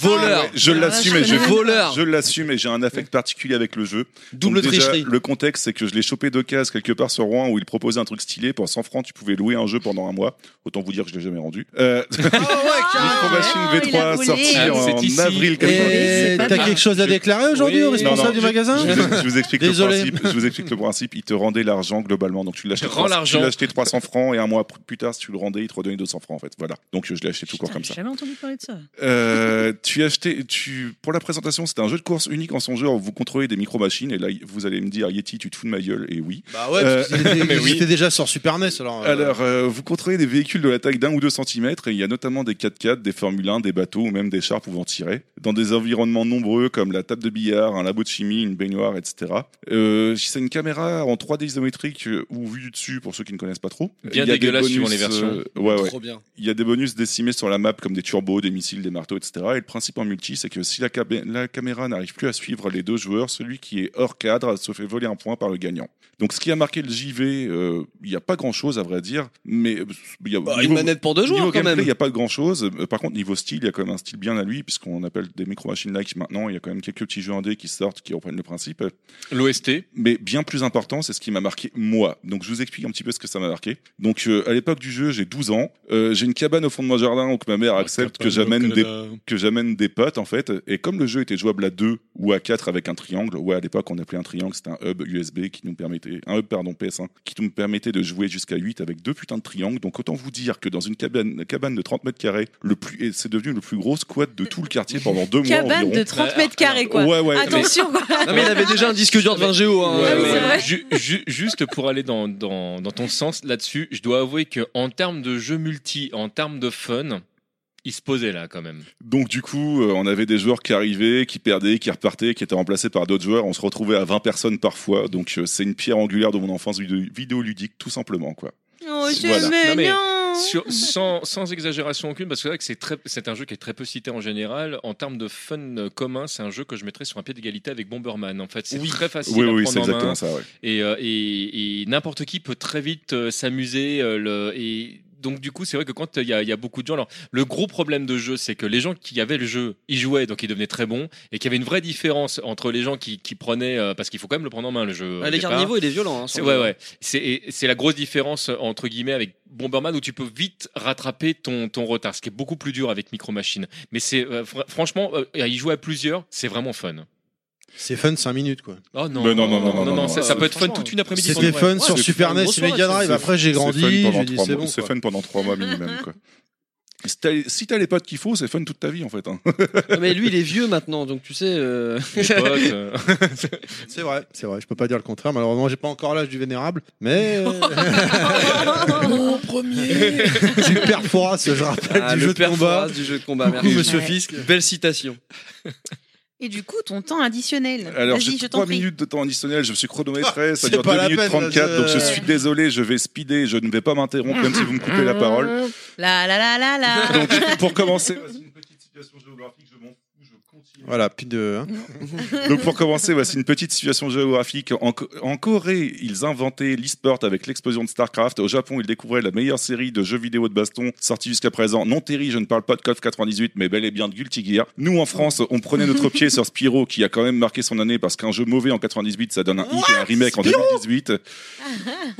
Speaker 1: Voleur,
Speaker 4: Ah,
Speaker 2: Je
Speaker 1: Ah,
Speaker 2: l'assume et je
Speaker 1: voleur,
Speaker 2: Je l'assume et j'ai un affect particulier avec le jeu.
Speaker 1: double
Speaker 2: Donc déjà,
Speaker 1: tricherie.
Speaker 2: Le contexte, c'est que je l'ai chopé d'occasion quelque part sur Rouen où il proposait un truc stylé. Pour 100 francs, tu pouvais louer un jeu pendant un mois. Autant vous dire que je l'ai jamais rendu. Euh, Micro Machine
Speaker 4: Ah, Oh, il a Eh,
Speaker 2: V3
Speaker 4: volé.
Speaker 2: sorti
Speaker 6: Ah,
Speaker 2: en
Speaker 6: c'est ici.
Speaker 2: avril 98.
Speaker 5: Et
Speaker 7: c'est pas
Speaker 5: t'as
Speaker 7: grave.
Speaker 5: quelque chose à
Speaker 6: Je-
Speaker 5: déclarer aujourd'hui
Speaker 6: Oui.
Speaker 5: au responsable
Speaker 2: Non, non,
Speaker 5: du
Speaker 2: je-
Speaker 5: magasin
Speaker 2: je, vous- je vous explique le
Speaker 5: Désolé.
Speaker 2: principe. Je vous explique le principe. Il te rendait l'argent globalement. Donc tu l'achetais
Speaker 6: Rends
Speaker 2: 300
Speaker 6: l'argent.
Speaker 2: tu l'achetais 300 francs et un mois plus tard, si tu le rendais, il te redonnait 200 francs en fait. Voilà. Donc je l'ai acheté tout court
Speaker 7: Putain,
Speaker 2: comme
Speaker 7: J'ai
Speaker 2: ça.
Speaker 7: jamais entendu parler de ça.
Speaker 2: Euh, tu achetais, tu pour la présentation, c'était un jeu de course unique en son genre. où Vous contrôlez des micro machines et là, vous allez me dire Yeti, tu te fous de ma gueule. Et oui.
Speaker 5: Bah ouais,
Speaker 2: Euh,
Speaker 5: parce qu'ils étaient-
Speaker 2: mais
Speaker 5: ils
Speaker 2: oui.
Speaker 5: étaient déjà sur Super NES alors. euh,
Speaker 2: Alors, euh, vous contrôlez des véhicules de la taille d'un ou deux centimètres, et il y a notamment des 4x4, des Formule 1, des bateaux ou même des chars pouvant tirer, dans des environnements nombreux comme la table de billard, un labo de chimie, une baignoire, etc. Euh, c'est une caméra en 3D isométrique euh, ou vue du dessus pour ceux qui ne connaissent pas trop.
Speaker 6: Bien
Speaker 2: Il y a des
Speaker 6: dégueulasse suivant les
Speaker 2: bonus,
Speaker 6: versions.
Speaker 2: euh, ouais, ouais.
Speaker 1: Trop bien.
Speaker 2: Il y a des bonus décimés sur la map comme des turbos, des missiles, des marteaux, etc. Et le principe en multi, c'est que si la, cab- la caméra n'arrive plus à suivre les deux joueurs, celui qui est hors cadre se fait voler un point par le gagnant. Donc ce qui a marqué le JV, euh, il n'y a pas grand-chose à vrai dire, mais euh, il y a
Speaker 1: Bah, une
Speaker 2: niveau-
Speaker 1: manette pour deux
Speaker 2: niveau
Speaker 1: joueurs quand
Speaker 2: gameplay,
Speaker 1: même.
Speaker 2: Il n'y a pas grand chose. Par contre, niveau style, il y a quand même un style bien à lui, puisqu'on appelle des micro-machines like maintenant. Il y a quand même quelques petits jeux indés qui sortent, qui reprennent le principe.
Speaker 6: L'OST,
Speaker 2: Mais bien plus important, c'est ce qui m'a marqué moi. Donc je vous explique un petit peu ce que ça m'a marqué. Donc euh, à l'époque du jeu, j'ai 12 ans. Euh, j'ai une cabane au fond de mon jardin donc ma mère accepte que j'amène des que j'amène des potes en fait. Et comme le jeu était jouable à deux ou à quatre avec un triangle, ouais à l'époque on appelait un triangle, c'était un hub USB qui nous permettait, un hub pardon PS1, qui nous permettait de jouer jusqu'à 8 avec deux putains de triangles. Donc autant vous dire que dans une cabane, cabane de 30 mètres carrés, le plus, et c'est devenu le plus gros squat de tout le quartier pendant deux mois
Speaker 4: Cabane
Speaker 2: environ.
Speaker 4: de 30 mètres carrés, quoi.
Speaker 2: Ouais ouais. mais-
Speaker 4: Attention, quoi.
Speaker 1: Non, mais il avait déjà un disque dur de 20 Go. hein.
Speaker 6: Ouais,
Speaker 7: Ah oui,
Speaker 6: ouais,
Speaker 7: c'est
Speaker 6: ouais.
Speaker 7: vrai.
Speaker 6: Ju- ju- juste pour aller dans, dans, dans ton sens là-dessus, je dois avouer que en termes de jeux multi, en termes de fun, il se posait là quand même.
Speaker 2: Donc du coup, euh, on avait des joueurs qui arrivaient, qui perdaient, qui repartaient, qui étaient remplacés par d'autres joueurs. On se retrouvait à 20 personnes parfois. Donc euh, c'est une pierre angulaire de mon enfance vidéo- vidéoludique, tout simplement quoi.
Speaker 4: Oh, c'est
Speaker 2: Voilà.
Speaker 6: Non, mais-
Speaker 4: mignon.
Speaker 6: Sur- sans, sans exagération aucune, parce que c'est vrai que c'est très- c'est un jeu qui est très peu cité en général. En termes de fun euh, commun, c'est un jeu que je mettrais sur un pied d'égalité avec Bomberman. En fait, c'est très facile
Speaker 2: oui
Speaker 6: à
Speaker 2: oui, c'est
Speaker 6: prendre en main.
Speaker 2: exactement ça. ouais.
Speaker 6: et, euh, et- et n'importe qui peut très vite euh, s'amuser euh, le- et donc du coup c'est vrai que quand il y, a- il y a beaucoup de gens alors le gros problème de jeu c'est que les gens qui avaient le jeu ils jouaient donc ils devenaient très bons et qu'il y avait une vraie différence entre les gens qui, qui prenaient euh, parce qu'il faut quand même le prendre en main le jeu au
Speaker 1: Ah, L'écart
Speaker 6: départ.
Speaker 1: de niveau, il est violent. hein,
Speaker 6: C'est-
Speaker 1: sans-
Speaker 6: ouais, ouais. C'est, et c'est la grosse différence euh, entre guillemets avec Bomberman où tu peux vite rattraper ton, ton retard, ce qui est beaucoup plus dur avec Micro Machine. Mais c'est euh, fr- franchement, euh, y jouer à plusieurs, c'est vraiment fun.
Speaker 5: C'est fun 5 minutes quoi.
Speaker 6: Oh non,
Speaker 2: Mais non, non, non, non, non,
Speaker 6: ça,
Speaker 2: non,
Speaker 6: ça
Speaker 1: euh,
Speaker 6: peut être fun
Speaker 1: franchement,
Speaker 6: toute une après-midi. sans
Speaker 5: C'était
Speaker 6: le-
Speaker 5: fun sur
Speaker 1: c'est
Speaker 5: Super
Speaker 1: une
Speaker 5: NES
Speaker 1: grosse
Speaker 5: et Mega
Speaker 1: soirée,
Speaker 5: Drive.
Speaker 1: c'est-
Speaker 5: Après j'ai
Speaker 2: C'est
Speaker 5: grandi,
Speaker 2: fun pendant
Speaker 5: j'ai dit
Speaker 2: trois
Speaker 5: c'est
Speaker 2: mois-
Speaker 5: bon.
Speaker 2: c'est
Speaker 5: quoi.
Speaker 2: fun pendant trois mois minimum quoi. Si t'as, si t'as les potes qu'il faut, c'est fun toute ta vie en fait. hein.
Speaker 1: Non, Mais lui, il est vieux maintenant, donc tu sais. euh,
Speaker 6: les potes, euh,
Speaker 5: C'est vrai, c'est vrai. Je peux pas dire le contraire. Malheureusement, j'ai pas encore l'âge du vénérable, mais euh,
Speaker 8: Mon premier
Speaker 5: du perfora, ce je rappelle
Speaker 1: ah,
Speaker 5: du
Speaker 1: le
Speaker 5: jeu de
Speaker 1: père
Speaker 5: combat.
Speaker 1: Fouras du jeu de combat.
Speaker 5: Coucou,
Speaker 1: merci.
Speaker 5: Monsieur
Speaker 4: Ouais.
Speaker 5: Fisk.
Speaker 1: Belle citation.
Speaker 4: Et du coup, ton temps additionnel.
Speaker 2: Alors
Speaker 4: Vas-y,
Speaker 2: j'ai
Speaker 4: je t'en
Speaker 2: 3
Speaker 4: prie.
Speaker 2: minutes de temps additionnel, je me suis chronométré, ça
Speaker 5: c'est
Speaker 2: dure
Speaker 5: pas
Speaker 2: 2
Speaker 5: la
Speaker 2: minutes
Speaker 5: peine,
Speaker 2: 34,
Speaker 5: là,
Speaker 2: donc
Speaker 5: je-
Speaker 2: je suis désolé, je vais speeder, je ne vais pas m'interrompre même si vous me coupez la parole.
Speaker 4: La la la la la.
Speaker 2: Donc pour commencer, voici une petite situation géographique, je m'en fous, je continue.
Speaker 5: Voilà, plus de. hein.
Speaker 2: Donc pour commencer, voici une petite situation géographique. En, Co- en Corée, ils inventaient l'e-sport avec l'explosion de StarCraft. Au Japon, ils découvraient la meilleure série de jeux vidéo de baston sortie jusqu'à présent. Non, Terry, je ne parle pas de CoF 98, mais bel et bien de Guilty Gear. Nous, en France, on prenait notre pied sur Spyro, qui a quand même marqué son année parce qu'un jeu mauvais en 98, ça donne un hit et un remake en 2018.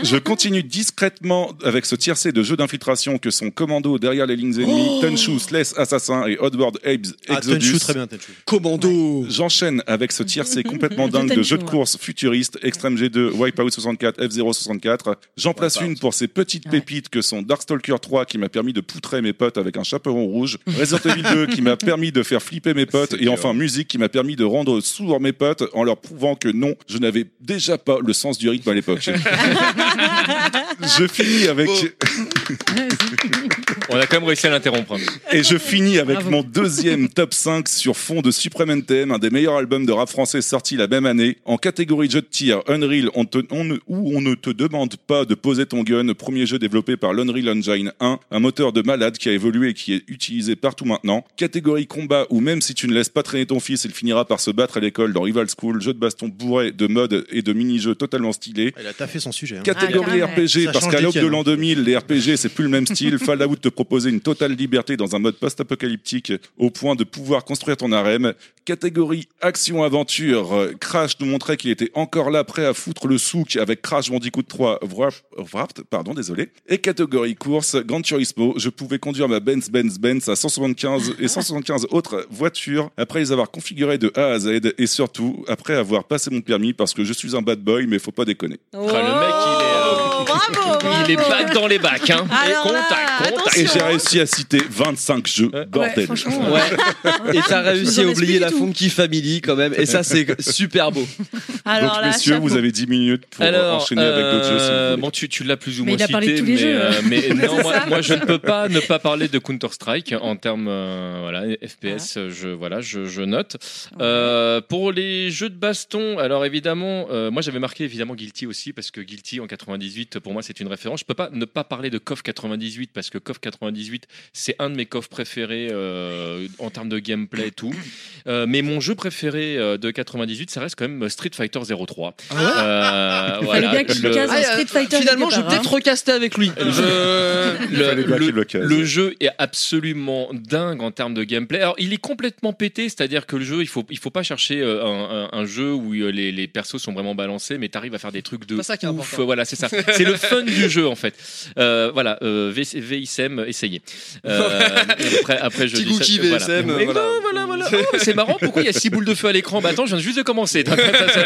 Speaker 2: Je continue discrètement avec ce tiercé de jeux d'infiltration que sont Commando derrière les lignes ennemies, Tenchu, Sless, Assassin et Oddworld Apes
Speaker 5: Ah,
Speaker 2: Exodus.
Speaker 5: Tenchu, très bien, Tenchu.
Speaker 1: Commando.
Speaker 2: J'enchaîne avec ce tiercé complètement
Speaker 7: De
Speaker 2: dingue de
Speaker 7: Tenchu,
Speaker 2: jeux de
Speaker 7: ouais.
Speaker 2: course futuristes, Extreme G2, Wipeout 64, F0 64. J'en place
Speaker 1: Wipeout.
Speaker 2: une pour ces petites
Speaker 7: Ouais.
Speaker 2: pépites que sont Darkstalker 3 qui m'a permis de poutrer mes potes avec un chaperon rouge, Resident Evil 2 qui m'a permis de faire flipper mes potes
Speaker 6: C'est
Speaker 2: et
Speaker 6: dur.
Speaker 2: enfin musique qui m'a permis de rendre sourds mes potes en leur prouvant que non, je n'avais déjà pas le sens du rythme à l'époque. je finis avec
Speaker 7: Vas-y.
Speaker 6: On a quand même réussi à l'interrompre. hein.
Speaker 2: Et je finis avec
Speaker 7: Bravo.
Speaker 2: mon deuxième top 5 sur fond de Supreme NTM, un des meilleurs albums de rap français sorti la même année. En catégorie jeu de tir, Unreal, on te- on ne- où on ne te demande pas de poser ton gun, premier jeu développé par l'Unreal Engine 1, un moteur de malade qui a évolué et qui est utilisé partout maintenant. Catégorie combat, où même si tu ne laisses pas traîner ton fils, il finira par se battre à l'école dans Rival School, jeu de baston bourré de modes et de mini-jeux totalement stylés.
Speaker 5: Elle a taffé son sujet. hein.
Speaker 2: Catégorie
Speaker 4: Ah, carrément.
Speaker 2: RPG,
Speaker 5: Ça
Speaker 2: parce
Speaker 5: change hein.
Speaker 2: qu'à
Speaker 5: des
Speaker 2: l'aube de
Speaker 5: canons.
Speaker 2: l'an 2000, les RPG, c'est plus le même style. Fallout te proposait une totale liberté dans un mode post-apocalyptique au point de pouvoir construire ton harem. Catégorie action-aventure, euh, Crash nous montrait qu'il était encore là, prêt à foutre le souk avec Crash Bandicoot 3 Wrapped, Wrapped, pardon, désolé. Et catégorie course, Gran Turismo, je pouvais conduire ma Benz Benz Benz à 175 et 175 autres voitures après les avoir configurées de A à Z et surtout après avoir passé mon permis parce que je suis un bad boy mais faut pas déconner. euh,
Speaker 6: le
Speaker 4: mec, il est. Oh, Bravo, bravo.
Speaker 6: Il est pas dans les bacs, hein.
Speaker 4: Alors là,
Speaker 6: contact, contact.
Speaker 2: Et
Speaker 4: attention.
Speaker 2: j'ai réussi à citer 25 jeux,
Speaker 6: Ouais,
Speaker 2: bordel.
Speaker 7: franchement,
Speaker 1: Ouais. Et t'as
Speaker 7: vous
Speaker 1: réussi
Speaker 7: en laisse
Speaker 1: à
Speaker 7: plus
Speaker 1: oublier
Speaker 7: du
Speaker 1: la
Speaker 7: tout.
Speaker 1: Funky Family quand même. Et ça, c'est super beau.
Speaker 4: Alors
Speaker 2: Donc,
Speaker 4: là,
Speaker 2: messieurs,
Speaker 4: chapeau.
Speaker 2: vous avez 10 minutes pour
Speaker 6: Alors,
Speaker 2: enchaîner avec d'autres jeux. si vous
Speaker 6: euh,
Speaker 2: voulez.
Speaker 6: bon, tu, tu l'as plus ou
Speaker 7: Mais
Speaker 6: moins
Speaker 7: il a parlé de
Speaker 6: cité,
Speaker 7: tous les
Speaker 6: mais,
Speaker 7: jeux.
Speaker 6: euh, mais non,
Speaker 4: c'est
Speaker 6: moi,
Speaker 4: ça.
Speaker 6: moi, je ne peux pas ne pas parler de Counter Strike en termes euh, voilà FPS. Je voilà, je, je note. Euh, pour les jeux de baston, alors évidemment, euh, moi j'avais marqué évidemment Guilty aussi parce que Guilty en 98 pour moi c'est une référence. Je peux pas ne pas parler de KOF 98 parce que KOF 98 c'est un de mes KOF préférés euh, en termes de gameplay et tout. Euh, mais mon jeu préféré euh, de 98 ça reste quand même Street Fighter 03. Euh,
Speaker 7: Ah Fallait bien qu'il
Speaker 6: le-
Speaker 7: case un
Speaker 1: Ah,
Speaker 7: Street Fighter.
Speaker 1: Finalement,
Speaker 7: quelque
Speaker 1: je vais
Speaker 7: part, hein.
Speaker 1: peut-être recaster avec lui.
Speaker 6: Je-
Speaker 2: fallait bien
Speaker 6: le,
Speaker 2: qu'il le
Speaker 6: le-
Speaker 2: case.
Speaker 6: le jeu est absolument dingue en termes de gameplay. Alors, il est complètement pété, c'est-à-dire que le jeu, il faut, il faut pas chercher euh, un, un- un jeu où euh, les, les persos sont vraiment balancés, mais t'arrives à faire des trucs de
Speaker 8: C'est pas ça qui est
Speaker 6: ouf.
Speaker 8: important.
Speaker 6: Voilà, c'est ça. C'est le fun du jeu en fait. Euh, voilà, euh, V- VSM, essayez. Euh, après, après, je
Speaker 1: Petit
Speaker 6: dis ça-
Speaker 1: Gucci
Speaker 6: voilà.
Speaker 8: E
Speaker 1: VSM,
Speaker 6: Mais
Speaker 1: voilà.
Speaker 6: non, voilà, voilà. Oh, mais c'est marrant. Pourquoi il y a six boules de feu à l'écran Bah attends, je viens juste de commencer.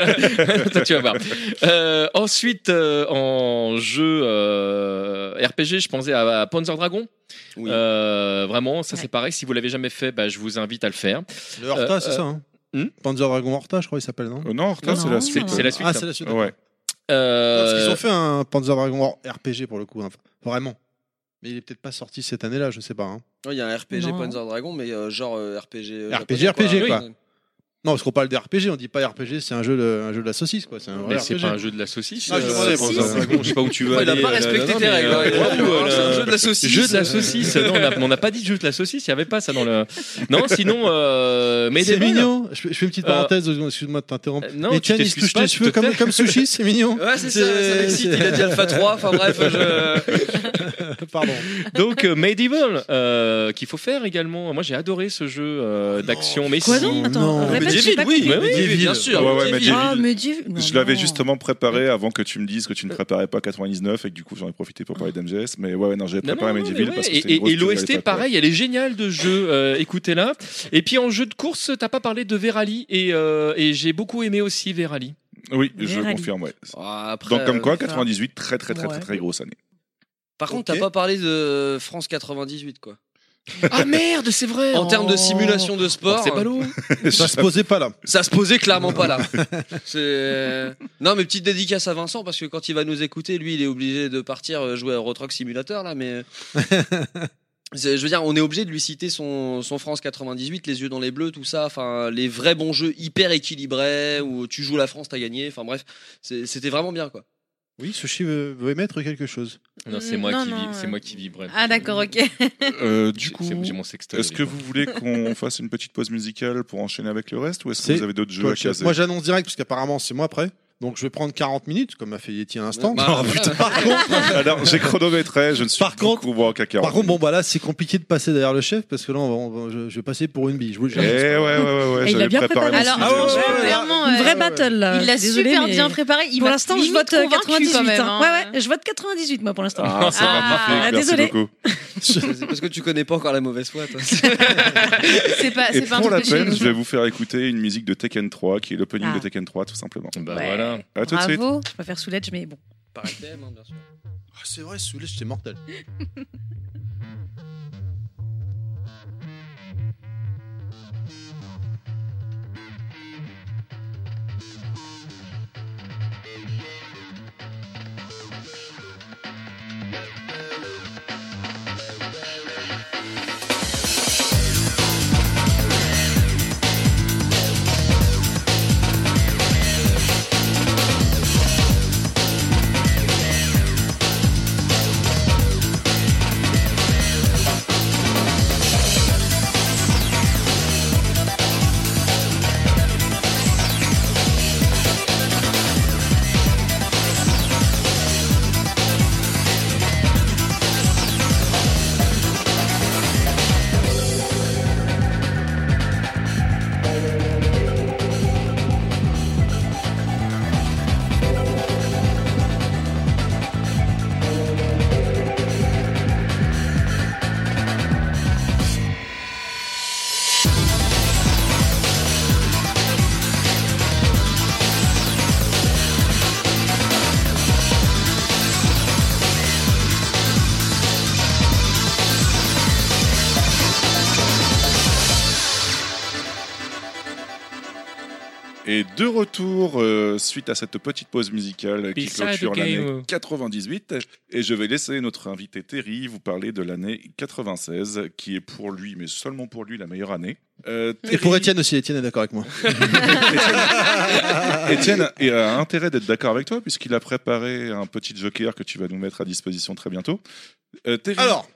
Speaker 6: Toi, tu vas voir. Euh, ensuite, euh, en jeu euh, RPG, je pensais à, à Panzer Dragon.
Speaker 1: Oui.
Speaker 6: Euh, vraiment, ça c'est
Speaker 4: Ouais.
Speaker 6: pareil. Si vous l'avez jamais fait, bah, je vous invite à le faire.
Speaker 5: Le Horta,
Speaker 6: Euh,
Speaker 5: c'est
Speaker 6: euh,
Speaker 5: ça. Hein
Speaker 6: hmm
Speaker 5: Panzer Dragon Horta, je crois, il s'appelle, non
Speaker 2: Euh, non, en retard,
Speaker 7: Non,
Speaker 2: c'est la suite.
Speaker 6: C'est la suite.
Speaker 5: Ah,
Speaker 6: ça.
Speaker 5: c'est la suite.
Speaker 2: Ouais.
Speaker 6: Euh,
Speaker 5: Parce qu'ils ont fait un Panzer Dragon Hor- RPG pour le coup, hein. vraiment. Mais il est peut-être pas sorti cette année-là, je sais pas. hein.
Speaker 1: Ouais, Oh, Il y a un RPG
Speaker 7: Non.
Speaker 1: Panzer Dragon, mais euh, genre euh, RPG. euh,
Speaker 5: RPG,
Speaker 1: japonais,
Speaker 5: quoi. Non, parce qu'on parle de RPG, on dit pas RPG, c'est un jeu de, un jeu de la saucisse, quoi. C'est un vrai
Speaker 6: Mais c'est
Speaker 5: RPG.
Speaker 6: pas un jeu de la saucisse.
Speaker 5: Ah, je
Speaker 6: euh,
Speaker 5: sais,
Speaker 6: Panzer
Speaker 5: Panzer
Speaker 6: Dragon, je sais pas où tu veux
Speaker 1: Ouais, il a
Speaker 6: aller,
Speaker 1: pas
Speaker 6: euh,
Speaker 1: respecté
Speaker 6: non,
Speaker 1: tes
Speaker 6: mais,
Speaker 1: règles.
Speaker 6: euh,
Speaker 1: ouais.
Speaker 6: bravo,
Speaker 1: Ouais, c'est
Speaker 6: euh,
Speaker 1: un jeu de la saucisse.
Speaker 6: Jeu de la saucisse, non, on a- on n'a pas dit jeu de la saucisse, il n'y avait pas ça dans le. Non, sinon. Euh, mais
Speaker 5: C'est
Speaker 6: des
Speaker 5: mignon. Je, fais- je fais une petite
Speaker 6: Euh,
Speaker 5: parenthèse, excuse-moi de t'interrompre.
Speaker 6: Euh, non,
Speaker 5: Et
Speaker 6: tu
Speaker 5: tiens, il se
Speaker 6: t'excuses
Speaker 5: touche
Speaker 6: pas,
Speaker 5: les
Speaker 6: tu
Speaker 5: cheveux
Speaker 6: te
Speaker 5: comme,
Speaker 6: tais.
Speaker 5: comme sushi, c'est mignon.
Speaker 1: Ouais, c'est ça, ça m'excite, il a dit Alpha 3, enfin bref, je...
Speaker 5: Pardon.
Speaker 6: Euh, Donc euh, Medieval, euh, qu'il faut faire également. Moi j'ai adoré ce jeu euh, d'action. Mais
Speaker 7: Quoi
Speaker 6: si,
Speaker 7: donc
Speaker 5: non.
Speaker 7: Attends, répète,
Speaker 1: Medieval,
Speaker 7: j'ai pas
Speaker 1: oui,
Speaker 6: Mais oui,
Speaker 1: Medieval, bien
Speaker 5: Medieval.
Speaker 1: sûr.
Speaker 2: Ouais, ouais,
Speaker 4: Oh,
Speaker 2: Medieval.
Speaker 7: Ah, mais Dieu. non,
Speaker 2: Je l'avais
Speaker 7: non.
Speaker 2: justement préparé avant que tu me dises que
Speaker 6: Euh.
Speaker 2: tu ne préparais pas 99 et que du coup j'en ai profité pour parler d'MGS. Mais ouais, ouais, non, j'avais
Speaker 6: Non,
Speaker 2: préparé
Speaker 6: non, non,
Speaker 2: Medieval
Speaker 6: mais
Speaker 2: parce
Speaker 6: ouais,
Speaker 2: que c'est une
Speaker 6: et-
Speaker 2: grosse
Speaker 6: Et
Speaker 2: tuerie à
Speaker 6: l'OST,
Speaker 2: l'époque,
Speaker 6: pareil, elle est géniale de jeu. euh, Écoutez-la. Et puis en jeu de course, t'as pas parlé de Verali et, euh, et j'ai beaucoup aimé aussi Verali.
Speaker 2: ouais. Oui, je
Speaker 7: Verali.
Speaker 2: confirme, ouais.
Speaker 1: Ah, après,
Speaker 2: Donc, comme
Speaker 1: euh,
Speaker 2: quoi, 98, très, très, très, très,
Speaker 7: Ouais.
Speaker 2: très grosse année.
Speaker 1: Par contre,
Speaker 5: Ok.
Speaker 1: t'as pas parlé de France 98, quoi.
Speaker 6: Ah merde, c'est vrai.
Speaker 1: En termes de simulation de
Speaker 2: Oh,
Speaker 1: sport,
Speaker 6: c'est pas lourd.
Speaker 5: Ça se posait pas là.
Speaker 1: ça se posait clairement pas là. C'est- euh, Non, mais petite dédicace à Vincent, parce que quand il va nous écouter, lui, il est obligé de partir euh, jouer à Euro Truck Simulator, là, mais... C'est- Je veux dire, on est obligé de lui citer son, son France 98, les yeux dans les bleus, tout ça, enfin, les vrais bons jeux hyper équilibrés, où tu joues la France, t'as gagné, enfin bref, c'est- c'était vraiment bien, quoi.
Speaker 5: Oui, sushi veut, veut émettre quelque chose.
Speaker 6: Non, c'est moi,
Speaker 4: Mm, Non,
Speaker 6: qui
Speaker 4: non,
Speaker 6: vi- c'est
Speaker 4: ouais.
Speaker 6: moi qui vibre.
Speaker 4: Ah d'accord, ok.
Speaker 2: Euh, du coup,
Speaker 6: j'ai mon sextoy.
Speaker 2: est-ce que vous voulez qu'on fasse une petite pause musicale pour enchaîner avec le reste ou est-ce que
Speaker 5: C'est
Speaker 2: vous avez d'autres jeux
Speaker 5: Toi,
Speaker 2: à caser
Speaker 5: moi j'annonce direct, parce qu'apparemment c'est moi après. Donc je vais prendre 40 minutes, comme a fait Yeti à l'instant.
Speaker 1: Bah,
Speaker 5: Par contre,
Speaker 2: Alors, j'ai chronométré, je ne suis
Speaker 5: Par
Speaker 2: plus
Speaker 5: contre-
Speaker 2: courant qu'à 40.
Speaker 5: Par contre, bon, bah là, c'est compliqué de passer derrière le chef parce que là, on va, on va- je, je vais passer pour une bille. Je vous le
Speaker 2: Eh ouais,
Speaker 5: dis.
Speaker 2: ouais, ouais, ouais,
Speaker 7: Et il a
Speaker 2: j'avais
Speaker 7: bien préparé
Speaker 2: mon
Speaker 7: son
Speaker 4: Alors,
Speaker 2: sujet
Speaker 5: Ah ouais, ouais,
Speaker 2: aussi.
Speaker 5: ouais, ouais.
Speaker 4: clairement,
Speaker 7: Une
Speaker 4: euh,
Speaker 7: vraie battle là.
Speaker 4: il l'a
Speaker 7: Désolé,
Speaker 4: super
Speaker 7: mais-
Speaker 4: bien préparé. Il
Speaker 7: Pour
Speaker 4: m'a
Speaker 7: l'instant, je
Speaker 4: limite
Speaker 7: vote euh,
Speaker 4: convaincu
Speaker 7: 98.
Speaker 4: quand même.
Speaker 7: hein. Ouais, ouais, je vote 98 moi pour l'instant.
Speaker 2: Ah, c'est
Speaker 4: Ah.
Speaker 2: magnifique,
Speaker 7: Ah,
Speaker 2: merci
Speaker 7: désolé.
Speaker 2: beaucoup.
Speaker 1: C'est parce que tu connais pas encore la mauvaise foi, toi.
Speaker 4: C'est pas,
Speaker 2: Et
Speaker 4: Ah, c'est pas un
Speaker 2: pour la
Speaker 4: truc de chez
Speaker 2: peine,
Speaker 4: nous.
Speaker 2: je vais vous faire écouter une musique de Tekken 3, qui est l'opening de
Speaker 4: Ah.
Speaker 2: Tekken 3, tout simplement.
Speaker 6: Bah
Speaker 7: Ouais. Euh,
Speaker 6: voilà.
Speaker 2: À tout de suite.
Speaker 4: Bravo.
Speaker 7: Je préfère Soulage, mais bon.
Speaker 1: Par thème, hein, bien sûr.
Speaker 5: Ah, C'est vrai, celui-là, j'étais mortel.
Speaker 9: Thank
Speaker 2: Et de retour euh, suite à cette petite pause musicale qui
Speaker 6: Beside
Speaker 2: clôture
Speaker 6: the game.
Speaker 2: l'année 98. Et je vais laisser notre invité Terry vous parler de l'année 96, qui est pour lui, mais seulement pour lui, la meilleure année. Euh,
Speaker 5: Et
Speaker 2: Terry-
Speaker 5: pour Étienne aussi, Étienne est d'accord avec moi.
Speaker 2: Étienne il a intérêt d'être d'accord avec toi, puisqu'il a préparé un petit joker que tu vas nous mettre à disposition très bientôt. Euh, Terry,
Speaker 5: Alors,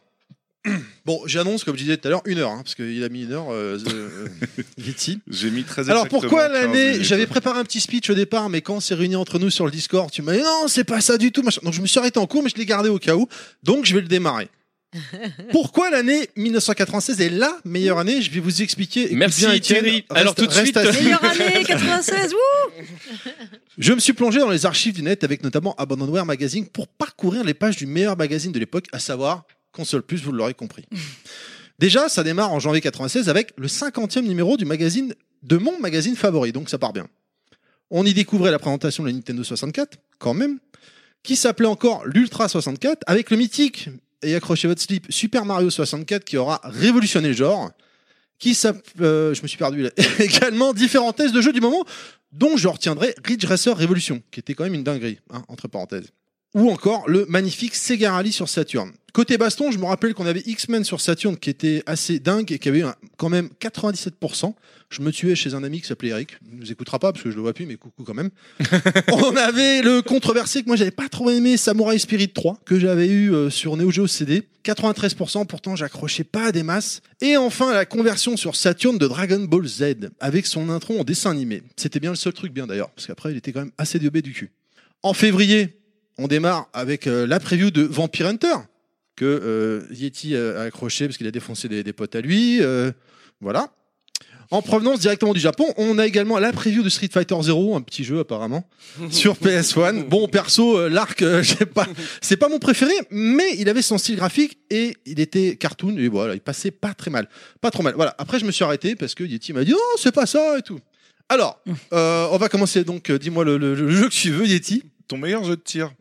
Speaker 5: bon, j'annonce, comme je disais tout à l'heure, une heure, hein, parce qu'il a mis une heure, euh, euh, Viti.
Speaker 2: j'ai mis très
Speaker 5: Alors
Speaker 2: exactement
Speaker 5: pourquoi
Speaker 2: 15
Speaker 5: l'année
Speaker 2: minutes.
Speaker 5: J'avais préparé un petit speech au départ, mais quand on s'est réunis entre nous sur le Discord, tu m'as dit non, c'est pas ça du tout. machin. Donc je me suis arrêté en cours, mais je l'ai gardé au cas où. Donc je vais le démarrer. pourquoi l'année 1996 est la meilleure année Je vais vous expliquer. Écoute
Speaker 6: Merci,
Speaker 5: bien, Étienne,
Speaker 6: Thierry.
Speaker 5: reste-
Speaker 6: Alors, tout de
Speaker 5: reste
Speaker 6: suite-
Speaker 5: assis.
Speaker 7: Meilleure année 96, wouh
Speaker 5: Je me suis plongé dans les archives du net avec notamment Abandonware Magazine pour parcourir les pages du meilleur magazine de l'époque, à savoir Console Plus, vous l'aurez compris. Déjà, ça démarre en janvier 96 avec le 50e numéro du magazine de mon magazine favori, donc ça part bien. On y découvrait la présentation de la Nintendo 64, quand même, qui s'appelait encore l'Ultra 64, avec le mythique, et accrochez votre slip, Super Mario 64 qui aura révolutionné le genre, qui s'appelle, je me suis perdu là, également différents tests de jeux du moment, dont je retiendrai Ridge Racer Revolution, qui était quand même une dinguerie, hein, entre parenthèses. Ou encore le magnifique Sega Rally sur Saturn. Côté baston, je me rappelle qu'on avait X-Men sur Saturn qui était assez dingue et qui avait un- quand même 97%. Je me tuais chez un ami qui s'appelait Eric. Il nous écoutera pas parce que je le vois plus, mais coucou quand même. On avait le controversé que moi j'avais pas trop aimé, Samurai Spirit 3, que j'avais eu euh, sur Neo Geo CD. 93%, pourtant j'accrochais pas à des masses. Et enfin la conversion sur Saturn de Dragon Ball Z, avec son intro en dessin animé. C'était bien le seul truc bien d'ailleurs, parce qu'après il était quand même assez diobé du cul. En février, on démarre avec euh, la preview de Vampire Hunter, que euh, Yeti euh, a accroché parce qu'il a défoncé des, des potes à lui. euh, voilà. En provenance directement du Japon, on a également la preview de Street Fighter 0, un petit jeu apparemment, sur PS1. Bon, perso, euh, l'arc, euh, je sais pas, c'est pas mon préféré, mais il avait son style graphique et il était cartoon et voilà, il passait pas très mal, pas trop mal. Voilà. Après, je me suis arrêté parce que Yeti m'a dit non, c'est pas ça et tout. Alors, euh, on va commencer donc. euh, Dis-moi le, le- le jeu que tu veux, Yeti.
Speaker 2: ton meilleur jeu de tir,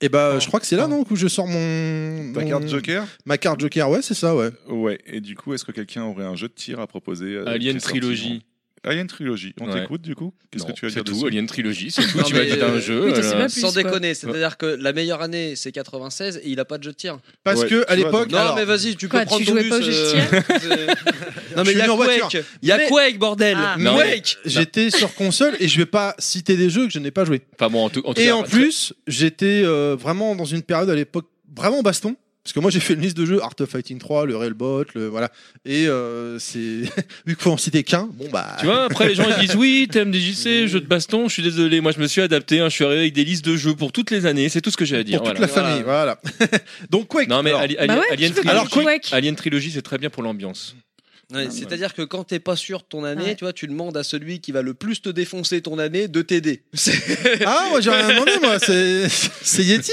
Speaker 5: Et bah, je crois que c'est là non où je sors mon,
Speaker 2: ta
Speaker 5: mon-
Speaker 2: carte Joker
Speaker 5: ma carte Joker. Ouais, c'est ça, ouais.
Speaker 2: Ouais, et du coup, est-ce que quelqu'un aurait un jeu de tir à proposer euh,
Speaker 6: Alien
Speaker 2: qui est sorti
Speaker 6: Trilogy.
Speaker 2: en- Alien Trilogy, on
Speaker 6: Ouais.
Speaker 2: t'écoute du coup Qu'est-ce que
Speaker 6: Non,
Speaker 2: tu as à
Speaker 6: C'est
Speaker 2: dire
Speaker 6: tout,
Speaker 2: dessus
Speaker 6: Alien Trilogy, c'est tout.
Speaker 1: Non,
Speaker 6: tu m'as
Speaker 1: mais,
Speaker 6: dit t'as un
Speaker 1: euh,
Speaker 6: jeu.
Speaker 7: oui, toi, c'est
Speaker 6: alors.
Speaker 7: pas plus,
Speaker 1: Sans
Speaker 7: quoi.
Speaker 1: déconner, c'est-à-dire que la meilleure année c'est 96 et il a pas de jeu de tir.
Speaker 5: Parce
Speaker 2: Ouais,
Speaker 5: que à
Speaker 2: tu vois,
Speaker 5: l'époque,
Speaker 1: Non
Speaker 5: alors,
Speaker 1: mais vas-y, tu peux
Speaker 7: Quoi, tu
Speaker 1: prendre ton
Speaker 7: jouais
Speaker 1: bus.
Speaker 7: pas au jeu de
Speaker 1: euh, non
Speaker 5: Je
Speaker 1: mais il y
Speaker 5: suis
Speaker 1: a
Speaker 5: venu en voiture.
Speaker 1: Quake, il y a
Speaker 5: Mais-
Speaker 1: Quake bordel.
Speaker 4: Ah.
Speaker 1: Non,
Speaker 6: mais-
Speaker 1: Quake.
Speaker 5: j'étais sur console et je vais pas citer des jeux que je n'ai pas joué.
Speaker 6: Enfin bon, en tout, en tout
Speaker 5: Et
Speaker 6: cas,
Speaker 5: en
Speaker 6: très-
Speaker 5: plus, j'étais euh, vraiment dans une période à l'époque vraiment baston. Parce que moi j'ai fait une liste de jeux Art of Fighting 3, le Railbot, le voilà. Et euh, c'est vu qu'on en citait qu'un, bon bah.
Speaker 6: Tu vois, après les gens ils disent oui, thème DJC, jeu de baston, je suis désolé, moi je me suis adapté, hein, je suis arrivé avec des listes de jeux pour toutes les années, c'est tout ce que j'ai à dire.
Speaker 5: pour toute
Speaker 6: voilà.
Speaker 5: la famille, voilà. Donc Quake.
Speaker 6: Non mais
Speaker 5: alors,
Speaker 6: Ali- Ali-
Speaker 7: Bah ouais,
Speaker 6: Alien,
Speaker 7: tu peux
Speaker 6: Trilogy,
Speaker 5: Alors,
Speaker 7: pas Quake.
Speaker 6: Alien Trilogy, c'est très bien pour l'ambiance.
Speaker 1: Ouais,
Speaker 6: Ah,
Speaker 1: C'est-à-dire que quand t'es pas sûr de ton année,
Speaker 7: Ah Ouais.
Speaker 1: tu vois, tu demandes à celui qui va le plus te défoncer ton année de t'aider.
Speaker 5: Ah moi j'ai rien demandé moi, c'est c'est Yeti.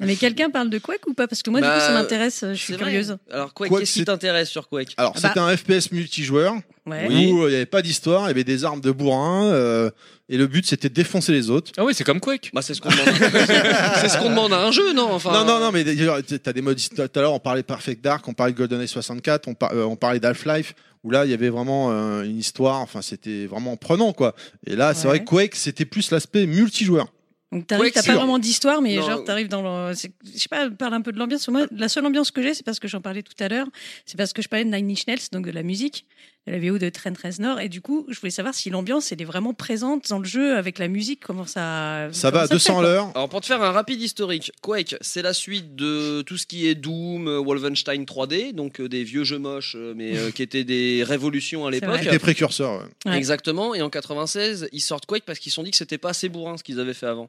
Speaker 7: Non, Mais quelqu'un parle de Quake ou pas Parce que moi, du
Speaker 1: Bah,
Speaker 7: coup, ça m'intéresse, euh, je suis
Speaker 1: C'est vrai.
Speaker 7: curieuse.
Speaker 1: Alors Quake,
Speaker 5: Quake,
Speaker 1: qu'est-ce
Speaker 5: c'est-
Speaker 1: qui t'intéresse sur Quake
Speaker 5: Alors
Speaker 7: Ah
Speaker 5: c'était un FPS multijoueur
Speaker 7: Ouais.
Speaker 1: Oui.
Speaker 5: où euh, il n'y avait pas d'histoire, il y avait des armes de bourrin euh, et le but c'était de défoncer les autres.
Speaker 6: Ah oui, c'est comme Quake.
Speaker 1: Bah c'est ce qu'on demande. c'est ce qu'on demande à un jeu, non Enfin. euh,
Speaker 5: Non, non, non, mais d'ailleurs, t'as des modes. Tout à l'heure, on parlait de Perfect Dark, on parlait de GoldenEye 64, on, par- euh, on parlait d'Half-Life, où là, il y avait vraiment euh, une histoire, enfin, c'était vraiment prenant, quoi. Et là, c'est
Speaker 7: Ouais.
Speaker 5: vrai que Quake, c'était plus l'aspect multijoueur.
Speaker 7: Donc t'arrives,
Speaker 1: Quake
Speaker 7: t'as pas
Speaker 1: sûr.
Speaker 7: vraiment d'histoire, mais
Speaker 1: Non.
Speaker 7: genre t'arrives dans le, c'est- je sais pas, parle un peu de l'ambiance. Moi, la seule ambiance que j'ai, c'est parce que j'en parlais tout à l'heure, c'est parce que je parlais de Nine Inch Nails, donc de la musique, de la VO de Trent Reznor, et du coup, je voulais savoir si l'ambiance elle est vraiment présente dans le jeu avec la musique, comment ça.
Speaker 5: Ça
Speaker 7: comment
Speaker 5: va à
Speaker 7: te
Speaker 5: 200
Speaker 7: fait,
Speaker 5: à
Speaker 7: quoi.
Speaker 5: l'heure.
Speaker 1: Alors pour te faire un rapide historique, Quake, c'est la suite de tout ce qui est Doom, euh, Wolfenstein 3D, donc euh, des vieux jeux moches, euh, mais euh, qui étaient des révolutions à
Speaker 7: C'est
Speaker 1: l'époque.
Speaker 5: Des précurseurs. ouais.
Speaker 7: Ouais.
Speaker 1: Exactement. Et en 96, ils sortent Quake parce qu'ils se sont dit que c'était pas assez bourrin ce qu'ils avaient fait avant.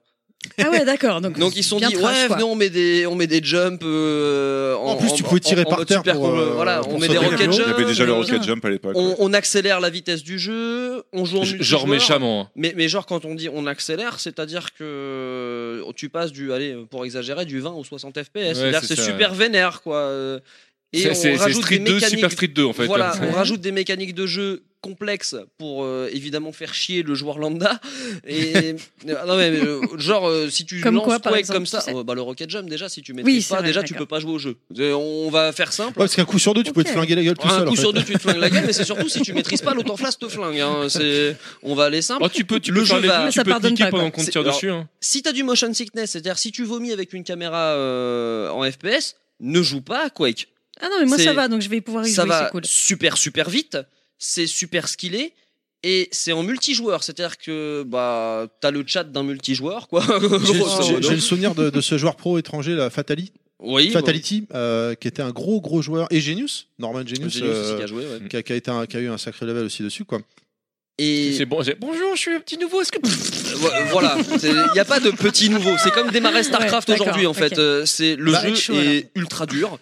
Speaker 7: Ah ouais, d'accord. Donc,
Speaker 1: Donc ils se sont
Speaker 7: bien
Speaker 1: dit
Speaker 7: trash,
Speaker 1: ouais,
Speaker 7: quoi.
Speaker 1: venez on met des on met des jumps. euh,
Speaker 5: En plus, tu pouvais tirer par
Speaker 1: mode
Speaker 5: terre
Speaker 1: super
Speaker 5: pour,
Speaker 1: combo.
Speaker 5: euh,
Speaker 1: voilà,
Speaker 5: pour
Speaker 1: on met
Speaker 5: sauter
Speaker 1: des
Speaker 5: les
Speaker 1: rocket
Speaker 5: haut.
Speaker 2: Il
Speaker 1: jumps.
Speaker 2: y avait déjà le
Speaker 1: euh,
Speaker 2: Rocket Jump à l'époque.
Speaker 1: On,
Speaker 2: ouais.
Speaker 1: on accélère la vitesse du jeu, on joue en
Speaker 6: Genre
Speaker 1: multijoueur.
Speaker 6: méchamment. hein.
Speaker 1: Mais, mais genre quand on dit on accélère, c'est-à-dire que tu passes du, allez, pour exagérer, du 20 au 60 fps. C'est-à-dire que
Speaker 6: c'est
Speaker 1: c'est
Speaker 6: ça.
Speaker 1: super vénère, quoi. Euh, Et
Speaker 6: C'est-
Speaker 1: on
Speaker 6: C'est c'est
Speaker 1: rajoute
Speaker 6: Street
Speaker 1: des
Speaker 6: 2,
Speaker 1: mécaniques.
Speaker 6: Super Street 2 en fait.
Speaker 1: voilà,
Speaker 6: hein.
Speaker 1: on rajoute des mécaniques de jeu complexe pour euh, évidemment faire chier le joueur lambda. Et euh, non mais euh, genre euh, si tu
Speaker 7: Comme
Speaker 1: lances
Speaker 7: quoi, par
Speaker 1: Quake
Speaker 7: exemple,
Speaker 1: comme ça,
Speaker 7: tu sais
Speaker 1: euh, bah, le Rocket Jump déjà si tu maîtrises
Speaker 7: c'est
Speaker 1: pas
Speaker 7: vrai,
Speaker 1: déjà tu
Speaker 7: d'accord.
Speaker 1: peux pas jouer au jeu. Euh, on va faire simple.
Speaker 5: parce qu'un coup sur deux, tu peux te
Speaker 7: Ok.
Speaker 5: flinguer la gueule tout
Speaker 1: un
Speaker 5: seul.
Speaker 1: coup
Speaker 5: en fait.
Speaker 1: sur deux, tu te flingues la gueule, mais c'est surtout si tu maîtrises pas l'autorflash te flingue. hein. C'est- On va aller simple.
Speaker 6: Oh, tu peux, tu
Speaker 1: Le
Speaker 6: peux
Speaker 1: jeu
Speaker 6: faire les
Speaker 1: va-
Speaker 6: deux,
Speaker 1: Mais
Speaker 6: tu
Speaker 7: ça
Speaker 6: peux te
Speaker 7: pardonne
Speaker 6: niquer
Speaker 7: pas, quoi.
Speaker 6: pendant qu'on te tire
Speaker 1: C'est-
Speaker 6: dessus. hein.
Speaker 1: Si t'as du motion sickness, c'est-à-dire si tu vomis avec une caméra euh, en FPS, ne joue pas à Quake.
Speaker 7: Ah non, mais moi ça
Speaker 1: C'est-
Speaker 7: va, donc je vais pouvoir y
Speaker 1: ça
Speaker 7: jouer,
Speaker 1: va
Speaker 7: Ah c'est cool.
Speaker 1: super super vite, c'est super skillé et c'est en multijoueur, c'est-à-dire que bah t'as le chat d'un multijoueur quoi.
Speaker 5: J'ai-
Speaker 1: Grosso
Speaker 5: J'ai
Speaker 1: modo.
Speaker 5: j'ai le souvenir de, de ce joueur pro étranger, la Fatali,
Speaker 1: oui,
Speaker 5: Fatality, euh, qui était un gros gros joueur. Et Genius, Norman
Speaker 1: bon,
Speaker 5: Genius,
Speaker 1: Genius aussi
Speaker 5: euh,
Speaker 1: qui a joué, ouais.
Speaker 5: qui, a, qui a été un- qui a eu un sacré level aussi dessus. Quoi.
Speaker 1: Et
Speaker 6: C'est bon, c'est- bonjour, je suis un petit nouveau. Est-ce que
Speaker 1: vo- voilà, il n'y a pas de petit nouveau. C'est comme démarrer StarCraft
Speaker 7: Ouais, d'accord,
Speaker 1: aujourd'hui en fait.
Speaker 7: ok.
Speaker 1: Euh, C'est le
Speaker 5: Bah,
Speaker 1: jeu
Speaker 7: chaud,
Speaker 1: est ultra dur.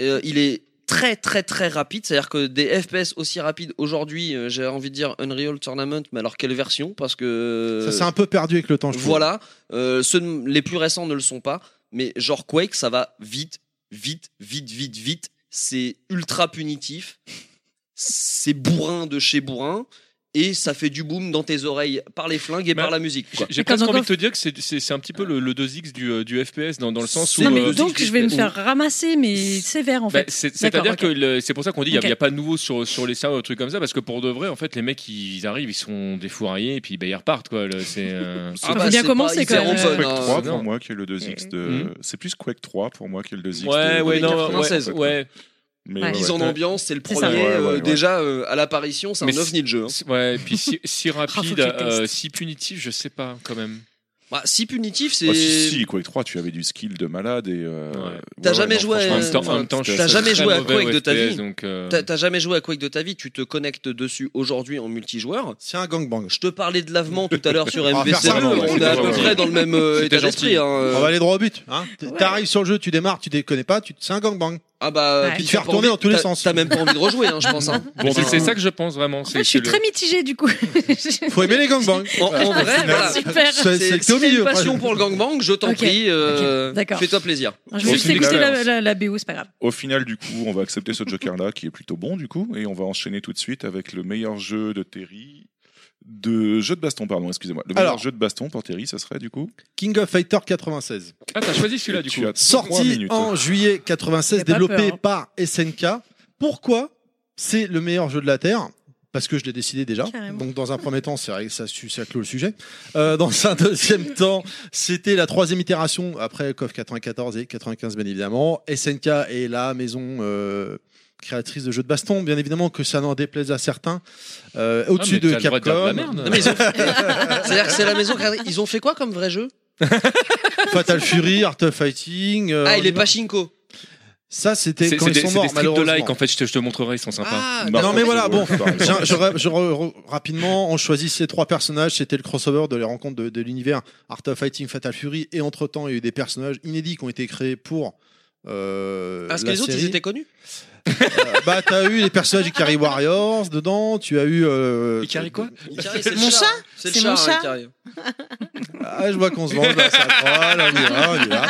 Speaker 1: Euh, il est très très très rapide, c'est-à-dire que des FPS aussi rapides aujourd'hui, euh, j'ai envie de dire Unreal Tournament, mais alors quelle version Parce que
Speaker 5: Ça s'est un peu perdu avec le temps, je trouve.
Speaker 1: Euh, Voilà, euh, ceux de- les plus récents ne le sont pas, mais genre Quake, ça va vite, vite, vite, vite, vite. C'est ultra punitif, c'est bourrin de chez bourrin, et ça fait du boom dans tes oreilles par les flingues et
Speaker 6: Bah,
Speaker 1: par la musique. quoi.
Speaker 6: J'ai
Speaker 7: Et quand
Speaker 6: presque envie
Speaker 7: encore-
Speaker 6: de te dire que c'est- c'est c'est un petit peu le, le 2x du, euh, du FPS dans, dans le sens où.
Speaker 1: C'est-
Speaker 7: Non, mais
Speaker 1: euh,
Speaker 7: donc je vais me
Speaker 1: ou-
Speaker 7: faire ramasser, mais sévère en
Speaker 6: Bah,
Speaker 7: fait.
Speaker 6: c'est-
Speaker 7: D'accord,
Speaker 6: C'est-à-dire
Speaker 7: ok.
Speaker 6: que le- c'est pour ça qu'on dit il
Speaker 7: Ok.
Speaker 6: n'y a, pas de nouveau sur, sur les serveurs, des trucs comme ça, parce que pour de vrai, en fait, les mecs ils arrivent, ils sont défourraillés et puis bah, ils repartent quoi. le- C'est euh,
Speaker 1: Ah
Speaker 7: faut
Speaker 1: bah,
Speaker 7: bien
Speaker 1: c'est
Speaker 7: commencer,
Speaker 1: pas
Speaker 7: quand
Speaker 1: hyper
Speaker 7: même.
Speaker 1: open,
Speaker 2: Quake
Speaker 1: hein.
Speaker 2: 3
Speaker 6: non.
Speaker 2: pour moi qui est le 2X de.
Speaker 6: Mhm.
Speaker 2: C'est plus Quake 3 pour moi qui est le 2X
Speaker 6: Ah, Ouais,
Speaker 2: de.
Speaker 6: ouais,
Speaker 2: de
Speaker 6: non,
Speaker 1: 96,
Speaker 6: ouais, ouais.
Speaker 2: Mais
Speaker 7: Ouais.
Speaker 2: ouais, Oh,
Speaker 1: Mise en
Speaker 6: ouais.
Speaker 1: ambiance, c'est le
Speaker 7: C'est ça.
Speaker 1: premier.
Speaker 2: Ouais, ouais,
Speaker 1: euh,
Speaker 2: ouais.
Speaker 1: Déjà, euh, à l'apparition, c'est un
Speaker 6: Mais
Speaker 1: ovni de jeu. hein.
Speaker 6: C'est- Ouais, et puis si, si
Speaker 7: Ah, faut
Speaker 6: rapide,
Speaker 7: que je teste.
Speaker 6: euh, si punitif, je sais pas quand même.
Speaker 1: Bah, si punitif, c'est.
Speaker 2: Oh, si, si, Quake 3, tu avais du skill de malade et. euh,
Speaker 6: Ouais.
Speaker 2: ouais,
Speaker 1: T'as
Speaker 2: ouais,
Speaker 1: jamais
Speaker 2: non,
Speaker 1: joué à-
Speaker 2: franchement,
Speaker 6: en même temps, en même temps,
Speaker 1: Euh, t'as
Speaker 6: je suis
Speaker 1: jamais
Speaker 6: très
Speaker 1: joué à
Speaker 6: mauvais
Speaker 1: Quake
Speaker 6: au
Speaker 1: de ta
Speaker 6: FPS,
Speaker 1: vie.
Speaker 6: donc, euh,
Speaker 1: T'as t'as jamais joué à Quake de ta vie, tu te connectes dessus aujourd'hui en multijoueur.
Speaker 5: C'est un gangbang.
Speaker 1: Je te parlais de lavement tout à l'heure sur
Speaker 5: va faire
Speaker 1: MVC.
Speaker 5: ça, non,
Speaker 1: on
Speaker 5: ouais.
Speaker 1: est à peu
Speaker 6: Ouais,
Speaker 1: près
Speaker 6: ouais.
Speaker 1: dans le même euh,
Speaker 6: C'était
Speaker 1: état d'esprit.
Speaker 6: gentil.
Speaker 1: hein, euh.
Speaker 5: On va aller droit au but. Hein. T-
Speaker 7: Ouais.
Speaker 5: T'arrives sur le jeu, tu démarres, tu déconnes pas, tu... c'est un gangbang.
Speaker 1: Ah bah,
Speaker 7: Ouais.
Speaker 5: Tu
Speaker 1: puis
Speaker 5: te
Speaker 1: t'as
Speaker 5: fais
Speaker 1: pas
Speaker 5: retourner
Speaker 1: envie-
Speaker 5: dans tous les
Speaker 1: t'as-
Speaker 5: sens.
Speaker 1: T'as même pas envie de rejouer, hein, je pense. hein.
Speaker 6: Bon, c'est
Speaker 1: ben,
Speaker 6: c'est ça que je pense vraiment.
Speaker 7: En
Speaker 6: c'est
Speaker 7: fait, Ah, je suis
Speaker 6: que le-
Speaker 7: très mitigée du coup. Je-
Speaker 5: Faut aimer les gangbangs.
Speaker 1: En, en vrai, voilà.
Speaker 7: Super.
Speaker 5: C'est-
Speaker 1: C'est-
Speaker 5: c'est que
Speaker 1: si
Speaker 5: au
Speaker 1: t'as une
Speaker 5: milieu,
Speaker 1: passion
Speaker 5: presque.
Speaker 1: pour le gangbang, je t'en
Speaker 7: Ok,
Speaker 1: prie, euh,
Speaker 7: ok, d'accord.
Speaker 1: fais-toi plaisir.
Speaker 7: Je vais
Speaker 6: Bon,
Speaker 7: juste
Speaker 6: c'est une
Speaker 7: écouter la,
Speaker 6: expérience.
Speaker 7: la, la BO, c'est pas grave.
Speaker 2: Au final, du coup, on va accepter ce Joker-là, qui est plutôt bon, du coup, et on va enchaîner tout de suite avec le meilleur jeu de Terry. De jeu de baston, pardon, excusez-moi. Le meilleur
Speaker 5: Alors.
Speaker 2: jeu de baston pour Terry, ça serait, du coup
Speaker 5: King of Fighter 96.
Speaker 6: Ah, t'as choisi celui-là
Speaker 2: Et
Speaker 6: du
Speaker 2: tu
Speaker 6: coup.
Speaker 2: as trois
Speaker 5: Sorti
Speaker 2: minutes.
Speaker 5: en juillet
Speaker 7: J'ai
Speaker 5: 96,
Speaker 7: pas
Speaker 5: développé
Speaker 7: peur, hein.
Speaker 5: par SNK. Pourquoi c'est le meilleur jeu de la Terre parce que je l'ai décidé déjà.
Speaker 7: Carrément.
Speaker 5: Donc dans un premier temps, c'est vrai que ça, su- ça clôt le sujet. Euh, dans un deuxième temps, c'était la troisième itération après KOF 94 et 95 bien évidemment. SNK est la maison euh, créatrice de jeux de baston, bien évidemment que ça n'en déplaise à certains. Euh, Au-dessus
Speaker 6: Ah, mais
Speaker 5: de
Speaker 6: t'as le droit dire de la
Speaker 5: Capcom,
Speaker 6: merde.
Speaker 1: Non, mais ils ont- C'est-à-dire que c'est la maison. Ils ont fait quoi comme vrai jeu
Speaker 5: Fatal Fury, Art of Fighting. euh,
Speaker 1: Ah, il est
Speaker 5: on-
Speaker 1: Pachinko.
Speaker 5: Ça, c'était
Speaker 6: C'est
Speaker 5: quand
Speaker 6: c'est
Speaker 5: ils
Speaker 6: des,
Speaker 5: sont
Speaker 6: c'est des
Speaker 5: morts,
Speaker 6: strips de
Speaker 5: malheureusement.
Speaker 6: like en fait, je te, je te montrerai, ils sont sympas.
Speaker 1: Ah,
Speaker 2: Mark
Speaker 5: non, mais
Speaker 2: of
Speaker 5: voilà,
Speaker 2: the
Speaker 5: bon.
Speaker 2: Wolf, pardon.
Speaker 5: Je- je ra- je re- re- rapidement, on choisit ces trois personnages. C'était le crossover de les rencontres de, de l'univers Art of Fighting, Fatal Fury. Et entre-temps, il y a eu des personnages inédits qui ont été créés pour. Euh,
Speaker 1: Parce que
Speaker 5: la
Speaker 1: les autres,
Speaker 5: série.
Speaker 1: ils étaient connus.
Speaker 5: Euh, bah, t'as eu les personnages Ikari Warriors dedans. Tu as eu.
Speaker 7: Ah,
Speaker 5: euh,
Speaker 6: Ikari quoi
Speaker 1: Ikari, c'est le
Speaker 4: Mon chat
Speaker 1: C'est le
Speaker 4: C'est
Speaker 1: chat,
Speaker 4: mon
Speaker 1: hein,
Speaker 4: chat
Speaker 1: Ikari.
Speaker 5: Ah, je vois qu'on se vend, bah, ça troll, on y va, on y va.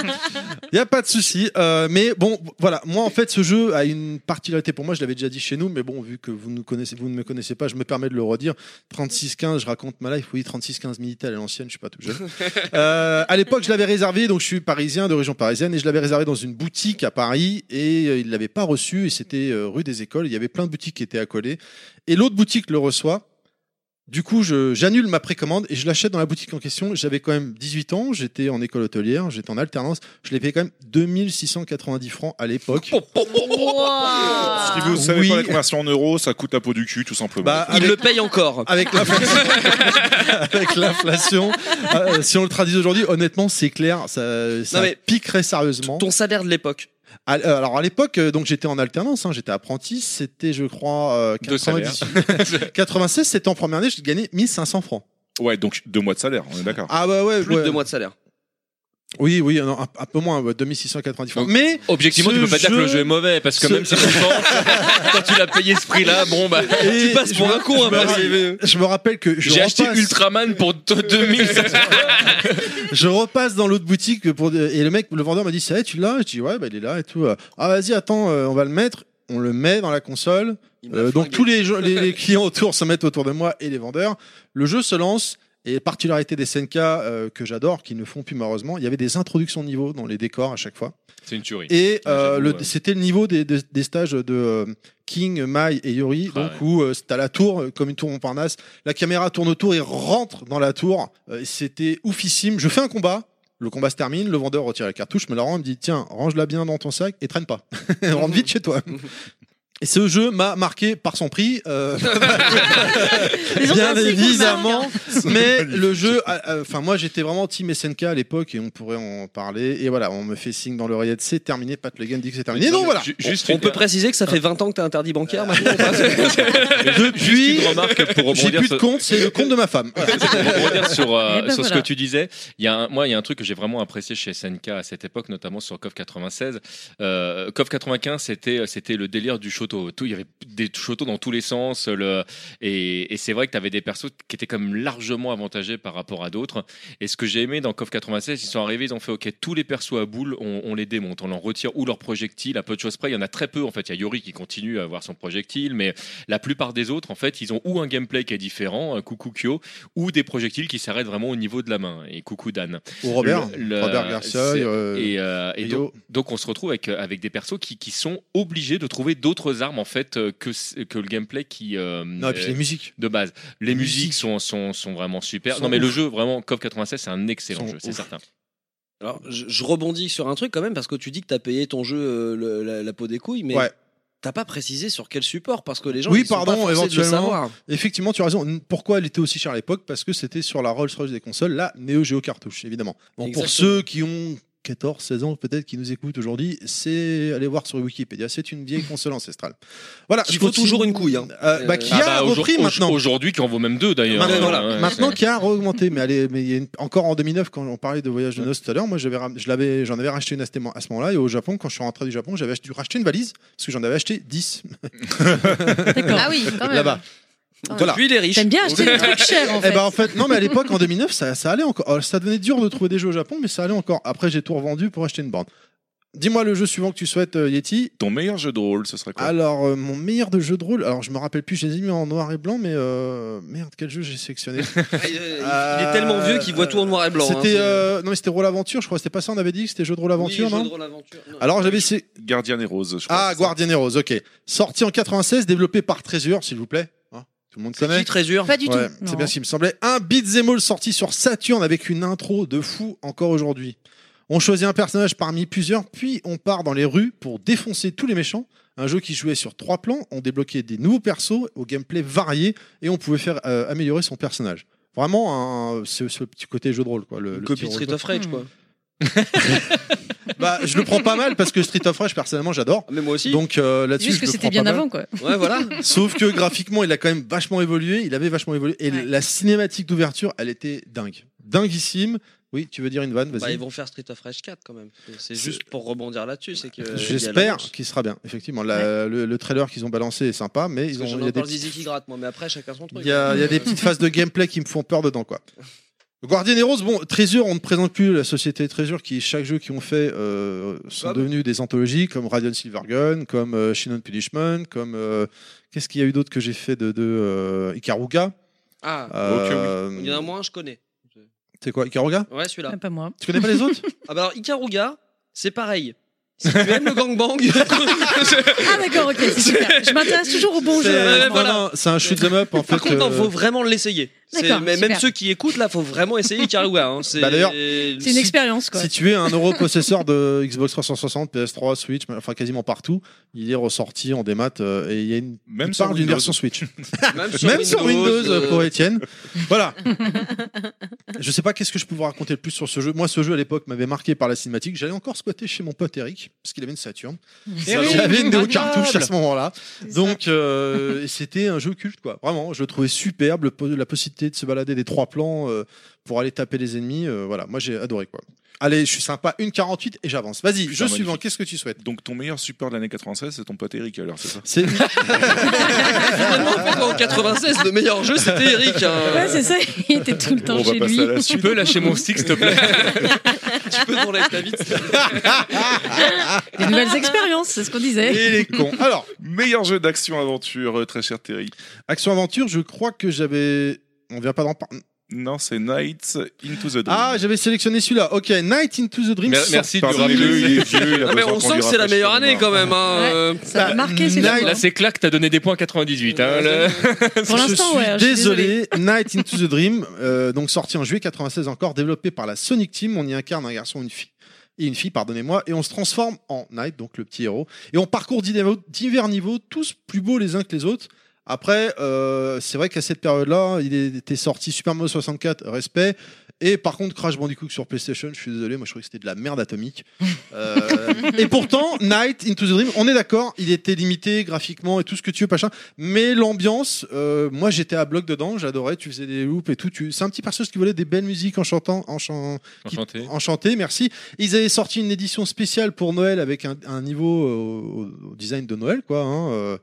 Speaker 5: Il n'y a pas de souci. Euh, mais bon, voilà, moi en fait, ce jeu a une particularité pour moi, je l'avais déjà dit chez nous, mais bon, vu que vous, nous connaissez, vous ne me connaissez pas, je me permets de le redire. 36-15, je raconte ma life, oui, 36-15 Minitel à l'ancienne, je suis pas tout jeune. Euh, à l'époque, je l'avais réservé, donc je suis parisien, de région parisienne, et je l'avais réservé dans une boutique à Paris, et euh, il ne l'avait pas reçu, et c'était euh, rue des écoles, il y avait plein de boutiques qui étaient accolées, et l'autre boutique le reçoit. Du coup, je- j'annule ma précommande et je l'achète dans la boutique en question. J'avais quand même 18 ans, j'étais en école hôtelière, j'étais en alternance. Je l'ai payé quand même 2690 francs à
Speaker 1: Oh,
Speaker 5: l'époque.
Speaker 2: Si
Speaker 4: Waouh.
Speaker 2: vous savez
Speaker 5: Oui.
Speaker 2: pas la conversion en euros, ça coûte la peau du cul, tout simplement.
Speaker 5: Bah,
Speaker 1: Il
Speaker 5: Avec-
Speaker 1: le paye encore.
Speaker 5: Avec l'inflation, avec l'inflation, euh, si on le traduit aujourd'hui, honnêtement, c'est clair, ça, ça
Speaker 1: Non, mais-
Speaker 5: piquerait sérieusement.
Speaker 1: Ton salaire de l'époque.
Speaker 5: À- euh, alors à l'époque, euh, donc j'étais en alternance, hein, j'étais apprenti, c'était je crois euh,
Speaker 6: Deux salaires.
Speaker 5: 98. 96, c'était en première année, je gagnais 1500 francs.
Speaker 2: Ouais, donc deux mois de salaire, on est d'accord.
Speaker 5: Ah bah ouais,
Speaker 1: Plus
Speaker 5: ouais.
Speaker 1: de deux mois de salaire.
Speaker 5: Oui, oui, non, un, un peu moins, ouais, 2690 francs.
Speaker 6: Donc,
Speaker 5: Mais
Speaker 6: Objectivement,
Speaker 5: Ce
Speaker 6: tu peux pas dire que
Speaker 5: jeu-
Speaker 6: le jeu est mauvais parce que
Speaker 5: ce-
Speaker 6: même si tu penses, quand tu l'as payé ce prix-là, bon bah.
Speaker 5: Et
Speaker 1: Tu
Speaker 5: je
Speaker 1: passes pour
Speaker 5: me- Euh,
Speaker 1: un con, hein,
Speaker 5: je me-
Speaker 1: parce que-
Speaker 5: Je me rappelle que je
Speaker 6: J'ai acheté
Speaker 5: repasse,
Speaker 6: Ultraman pour 2000.
Speaker 5: je repasse dans l'autre boutique pour et le mec, le vendeur m'a dit ça, y est, tu l'as Je dis ouais, bah il est là et tout. Ah vas-y, attends, euh, on va le mettre. on le met dans la console.
Speaker 1: Il m'a
Speaker 5: Euh, donc
Speaker 1: flingué.
Speaker 5: tous les, gens- les, les clients autour se mettent autour de moi et les vendeurs. Le jeu se lance. Et particularité des SNK euh, que j'adore, qui ne font plus malheureusement, il y avait des introductions de niveau dans les décors à chaque fois.
Speaker 6: C'est une tuerie.
Speaker 5: Et euh,
Speaker 6: j'avoue,
Speaker 5: le-
Speaker 6: ouais.
Speaker 5: c'était le niveau des, des- des stages de euh, King, Mai et Yori,
Speaker 6: Ah
Speaker 5: donc où euh, t'as la tour, euh, comme une tour Montparnasse, la caméra tourne autour et rentre dans la tour. Euh, et c'était oufissime. Je fais un combat. Le combat se termine, le vendeur retire la cartouche, me la rend, il me dit tiens, range-la bien dans ton sac et traîne pas. Rentre vite chez toi. Et ce jeu m'a marqué par son prix, euh, bien évidemment, mais le jeu, a- a- enfin moi j'étais vraiment team SNK à l'époque et on pourrait en parler. Et voilà, on me fait signe dans l'oreillette, c'est terminé, Pat Le Guen dit que c'est terminé. Et donc voilà,
Speaker 6: Ju-
Speaker 1: On,
Speaker 6: Juste
Speaker 1: on
Speaker 6: une-
Speaker 1: peut préciser que ça fait 20 ans que t'es interdit
Speaker 5: Ah.
Speaker 1: bancaire maintenant. ou pas
Speaker 5: depuis,
Speaker 6: Juste une remarque pour
Speaker 5: j'ai
Speaker 6: rebondir
Speaker 5: plus de
Speaker 6: sur-
Speaker 5: compte, c'est le compte de ma femme. Voilà.
Speaker 6: pour rebondir sur, euh,
Speaker 7: Eh ben
Speaker 6: sur ce
Speaker 7: voilà.
Speaker 6: que tu disais, il y a un- moi, il y a un truc que j'ai vraiment apprécié chez SNK à cette époque, notamment sur KOF 96. Euh, KOF 95, c'était c'était le délire du shoto. Tout, il y avait des shotos dans tous les sens. Le, et et c'est vrai que tu avais des persos qui étaient comme largement avantagés par rapport à d'autres. Et ce que j'ai aimé dans KOF 96, ils sont arrivés, ils ont fait OK, tous les persos à boules, on, on les démonte, on en retire ou leurs projectiles, à peu de choses près. Il y en a très peu en fait. Il y a Yori qui continue à avoir son projectile, mais la plupart des autres, en fait, ils ont ou un gameplay qui est différent, euh, coucou Kyo, ou des projectiles qui s'arrêtent vraiment au niveau de la main. Et coucou Dan.
Speaker 5: Ou Robert,
Speaker 6: Le- le-
Speaker 5: Robert Garcia,
Speaker 6: c'est-
Speaker 5: euh,
Speaker 6: Et, euh, et donc,
Speaker 5: Rio.
Speaker 6: donc on se retrouve avec, euh, avec des persos qui, qui sont obligés de trouver d'autres armes en fait euh, que, c- que le gameplay qui euh,
Speaker 5: Non, et puis les
Speaker 6: euh,
Speaker 5: musiques.
Speaker 6: de base. Les
Speaker 5: musiques
Speaker 6: musiques sont, sont, sont vraiment super.
Speaker 5: sont
Speaker 6: non mais le
Speaker 5: ouf.
Speaker 6: jeu vraiment CoP 96 c'est un excellent
Speaker 5: Sont
Speaker 6: jeu, c'est
Speaker 5: ouf.
Speaker 6: certain.
Speaker 1: Alors, je, je rebondis sur un truc quand même, parce que tu dis que t'as payé ton jeu euh, le- la, la peau des couilles, mais
Speaker 5: Ouais.
Speaker 1: t'as pas précisé sur quel support, parce que les gens.
Speaker 5: Oui,
Speaker 1: ils sont
Speaker 5: pardon,
Speaker 1: pas forcés de le
Speaker 5: éventuellement.
Speaker 1: savoir.
Speaker 5: Effectivement, tu as raison. Pourquoi elle était aussi chère à l'époque Parce que c'était sur la Rolls-Royce des consoles, la Neo Geo cartouche, évidemment. Bon,
Speaker 1: Exactement.
Speaker 5: pour ceux qui ont 14, 16 ans peut-être qui nous écoutent aujourd'hui, c'est aller voir sur Wikipédia. C'est une vieille console ancestrale. Voilà.
Speaker 1: Qui
Speaker 5: je
Speaker 1: vaut
Speaker 5: continue.
Speaker 1: toujours une couille, hein.
Speaker 5: Euh, bah, qui
Speaker 1: Ah
Speaker 5: a
Speaker 6: bah, aujourd-
Speaker 5: repris
Speaker 6: au-
Speaker 5: maintenant.
Speaker 6: Aujourd'hui qui en vaut même deux d'ailleurs.
Speaker 5: Maintenant,
Speaker 6: Euh,
Speaker 1: voilà.
Speaker 6: ouais,
Speaker 5: Maintenant
Speaker 6: c'est-
Speaker 5: qui a augmenté, mais, elle est- mais il y a une- encore en 2009 quand on parlait de voyage de noces tout à l'heure, moi j'avais ram- je l'avais- j'en avais, racheté une à ce moment- à ce moment-là et au Japon quand je suis rentré du Japon j'avais acheté- dû racheter une valise parce que j'en avais acheté 10
Speaker 7: hein. D'accord.
Speaker 4: Ah oui, quand même.
Speaker 5: là-bas. Voilà.
Speaker 1: Depuis, il est riche.
Speaker 7: J'aime bien acheter des trucs chers en fait.
Speaker 5: Eh ben en fait, non, mais à l'époque, en 2009, ça, ça allait encore. Alors, Ça devenait dur de trouver des jeux au Japon, mais ça allait encore. Après, j'ai tout revendu pour acheter une borne. Dis-moi le jeu suivant que tu souhaites, euh, Yeti.
Speaker 2: Ton meilleur jeu de rôle, ce serait quoi
Speaker 5: Alors, euh, mon meilleur de jeu de rôle, alors je me rappelle plus, je les ai mis en noir et blanc, mais euh, merde, quel jeu j'ai sélectionné Euh,
Speaker 1: Ah, il, euh, il est tellement vieux qu'il voit tout en noir et blanc. hein,
Speaker 5: C'était.
Speaker 1: c'est-
Speaker 5: euh, non, mais c'était Rôle Aventure, je crois, c'était pas ça, on avait dit que c'était jeu de rôle aventure,
Speaker 1: Oui, jeu
Speaker 5: non
Speaker 1: de rôle aventure. Non.
Speaker 5: Alors, j'avais. sé-
Speaker 2: Guardian et Rose, je crois.
Speaker 5: Ah,
Speaker 2: c'est ça.
Speaker 5: Guardian Heroes, ok. Sorti en 96, développé par Treasure, s'il vous plaît. Hein, tout le monde
Speaker 1: C'est
Speaker 5: connaît.
Speaker 1: qui, Trésure
Speaker 4: Pas du
Speaker 5: Ouais,
Speaker 4: tout.
Speaker 5: C'est
Speaker 7: Non.
Speaker 5: bien ce qui me semblait. Un Beat'em All sorti sur Saturn avec une intro de fou encore aujourd'hui. On choisit un personnage parmi plusieurs, puis on part dans les rues pour défoncer tous les méchants. Un jeu qui jouait sur trois plans, on débloquait des nouveaux persos au gameplay varié et on pouvait faire euh, améliorer son personnage. Vraiment, un- ce, ce petit côté jeu de rôle. Quoi, le,
Speaker 1: Une
Speaker 5: le Hmm.
Speaker 1: copie
Speaker 5: petit
Speaker 1: de Street
Speaker 5: rôle.
Speaker 1: of Rage, quoi.
Speaker 5: Bah, je le prends pas mal parce que Street of Rage, personnellement, j'adore.
Speaker 1: Ah, Mais moi aussi.
Speaker 5: Donc euh, là-dessus,
Speaker 7: Juste
Speaker 5: je
Speaker 7: que
Speaker 5: le
Speaker 7: c'était
Speaker 5: prends
Speaker 7: bien
Speaker 5: pas mal.
Speaker 7: avant quoi.
Speaker 1: Ouais, voilà.
Speaker 5: Sauf que graphiquement, il a quand même vachement évolué. Il avait vachement évolué. Et
Speaker 4: Ouais.
Speaker 5: la cinématique d'ouverture, elle était dingue. Dinguissime. Oui, tu veux dire une vanne
Speaker 1: Bah,
Speaker 5: Vas-y.
Speaker 1: ils vont faire Street of Rage 4 quand même. C'est
Speaker 5: C'est-
Speaker 1: juste pour rebondir là-dessus, c'est que. euh, il y a
Speaker 5: J'espère
Speaker 1: l'annonce.
Speaker 5: qu'il sera bien. Effectivement, la- le, le trailer qu'ils ont balancé est sympa, mais
Speaker 1: Parce
Speaker 5: ils
Speaker 1: que
Speaker 5: ont,
Speaker 1: J'en
Speaker 5: il y a
Speaker 1: ai
Speaker 5: des
Speaker 1: parle Zizi
Speaker 5: petites,
Speaker 1: qui gratte, moi, mais après, chacun son truc.
Speaker 5: il y a- il y a des petites phases de gameplay qui me font peur dedans, quoi. Guardian Heroes, bon, Treasure, on ne présente plus la société Treasure qui, chaque jeu qu'ils ont fait, euh, sont
Speaker 1: Comme.
Speaker 5: devenus des anthologies comme Radiant Silvergun, comme euh, Shin on Punishment, comme. euh, Qu'est-ce qu'il y a eu d'autre que j'ai fait de, de euh, Ikaruga
Speaker 1: Ah,
Speaker 5: Euh,
Speaker 1: il y en a moins, je connais.
Speaker 5: C'est quoi, Ikaruga
Speaker 1: Ouais, celui-là.
Speaker 7: Ah, Pas moi.
Speaker 5: Tu connais pas les autres
Speaker 1: Ah, bah alors, Ikaruga, c'est pareil. Si tu aimes le gangbang.
Speaker 7: Ah d'accord, ok, c'est super. Je m'intéresse toujours au bon
Speaker 5: C'est
Speaker 7: jeu.
Speaker 1: Ouais, ouais,
Speaker 5: non,
Speaker 1: voilà.
Speaker 5: non, c'est un shoot them up en
Speaker 1: Par
Speaker 5: fait.
Speaker 1: contre, non,
Speaker 5: euh,
Speaker 1: faut vraiment l'essayer. C'est-
Speaker 7: D'accord,
Speaker 1: Mais même
Speaker 7: super.
Speaker 1: ceux qui écoutent, là, faut vraiment essayer Ikaruga. Hein. C'est
Speaker 5: Bah, d'ailleurs,
Speaker 7: C'est une
Speaker 5: Si-
Speaker 7: expérience quoi.
Speaker 5: Si tu es un euro possesseur de Xbox 360, PS3, Switch, enfin quasiment partout, il est ressorti en démat euh, et il y a une
Speaker 2: Même
Speaker 5: il
Speaker 2: sur
Speaker 5: parle d'une
Speaker 2: Windows.
Speaker 5: version Switch.
Speaker 1: même
Speaker 5: Même sur Windows euh,
Speaker 1: euh,
Speaker 5: pour Étienne. Voilà. je sais pas qu'est-ce que je peux vous raconter le plus sur ce jeu. Moi, ce jeu à l'époque m'avait marqué par la cinématique. J'allais encore squatter chez mon pote Eric parce qu'il avait une Saturn. Et
Speaker 1: Eric,
Speaker 5: J'avais une déo
Speaker 1: incroyable.
Speaker 5: cartouche à ce moment-là.
Speaker 4: C'est ça.
Speaker 5: Donc euh, c'était un jeu culte quoi. Vraiment, je le trouvais superbe, le po- la possibilité de se balader des trois plans euh, pour aller taper les ennemis. euh, voilà, moi j'ai adoré quoi. Allez, je suis sympa, 1,48 et j'avance. Vas-y,
Speaker 2: Putain,
Speaker 5: jeu suivant,
Speaker 2: magnifique.
Speaker 5: qu'est-ce que tu souhaites
Speaker 2: Ah. Donc ton meilleur super de l'année 96, c'est ton pote Eric alors, c'est ça
Speaker 5: C'est
Speaker 1: Finalement, pourquoi en 96, le meilleur jeu, c'était Eric. hein.
Speaker 7: Ouais, c'est ça, il était tout le temps
Speaker 2: On va
Speaker 7: chez
Speaker 2: passer
Speaker 7: lui.
Speaker 2: à la suite.
Speaker 6: Tu peux lâcher mon stick, s'il te plaît
Speaker 1: Tu peux t'enlever ta vite.
Speaker 7: Des nouvelles expériences, c'est ce qu'on disait.
Speaker 5: Il est con. Alors,
Speaker 2: Meilleur jeu d'action-aventure, euh, très cher Terry.
Speaker 5: action-aventure, je crois que j'avais. On vient pas d'en parler.
Speaker 2: Non, c'est Nights Into the Dream.
Speaker 5: Ah, j'avais sélectionné celui-là. Ok, Night into the Dream.
Speaker 6: Mer-
Speaker 5: sans-
Speaker 6: Merci de nous
Speaker 2: Pardonnez-le,
Speaker 6: rappeler.
Speaker 2: il est vieux, il a
Speaker 1: Ah, mais
Speaker 2: besoin
Speaker 1: on
Speaker 2: qu'on
Speaker 1: sent
Speaker 2: lui
Speaker 1: que c'est la
Speaker 2: rafraîchisse
Speaker 1: meilleure
Speaker 2: le
Speaker 1: année
Speaker 2: mémoire.
Speaker 1: quand même. hein.
Speaker 7: Ouais.
Speaker 1: Euh,
Speaker 7: Ça
Speaker 5: Bah,
Speaker 7: a marqué chez
Speaker 5: Night-
Speaker 6: Là,
Speaker 7: lui.
Speaker 6: c'est clac, t'as donné des points à 98. hein, là.
Speaker 7: Pour l'instant,
Speaker 5: je
Speaker 7: ouais, hein,
Speaker 5: suis
Speaker 7: je suis désolée.
Speaker 5: désolé. Night into the Dream, euh, donc sorti en juillet 96 encore, développé par la Sonic Team. On y incarne un garçon, une fille et une fille, pardonnez-moi, et on se transforme en Knight, donc le petit héros. Et on parcourt divers, divers niveaux, tous plus beaux les uns que les autres. Après, euh, c'est vrai qu'à cette période-là, il était sorti Super Mario 64, respect. Et par contre, Crash Bandicoot sur PlayStation, je suis désolé, moi je trouvais que c'était de la merde atomique. Euh, et pourtant, Night into the Dream, on est d'accord, il était limité graphiquement et tout ce que tu veux, machin. Mais l'ambiance, euh, moi j'étais à bloc dedans, j'adorais, tu faisais des loops et tout. Tu... C'est un petit personnage qui voulait des belles musiques en chantant, en chantant
Speaker 6: Enchanté.
Speaker 5: Enchanté, merci. Ils avaient sorti une édition spéciale pour Noël avec un, un niveau euh, au, au design de Noël, quoi. hein, euh,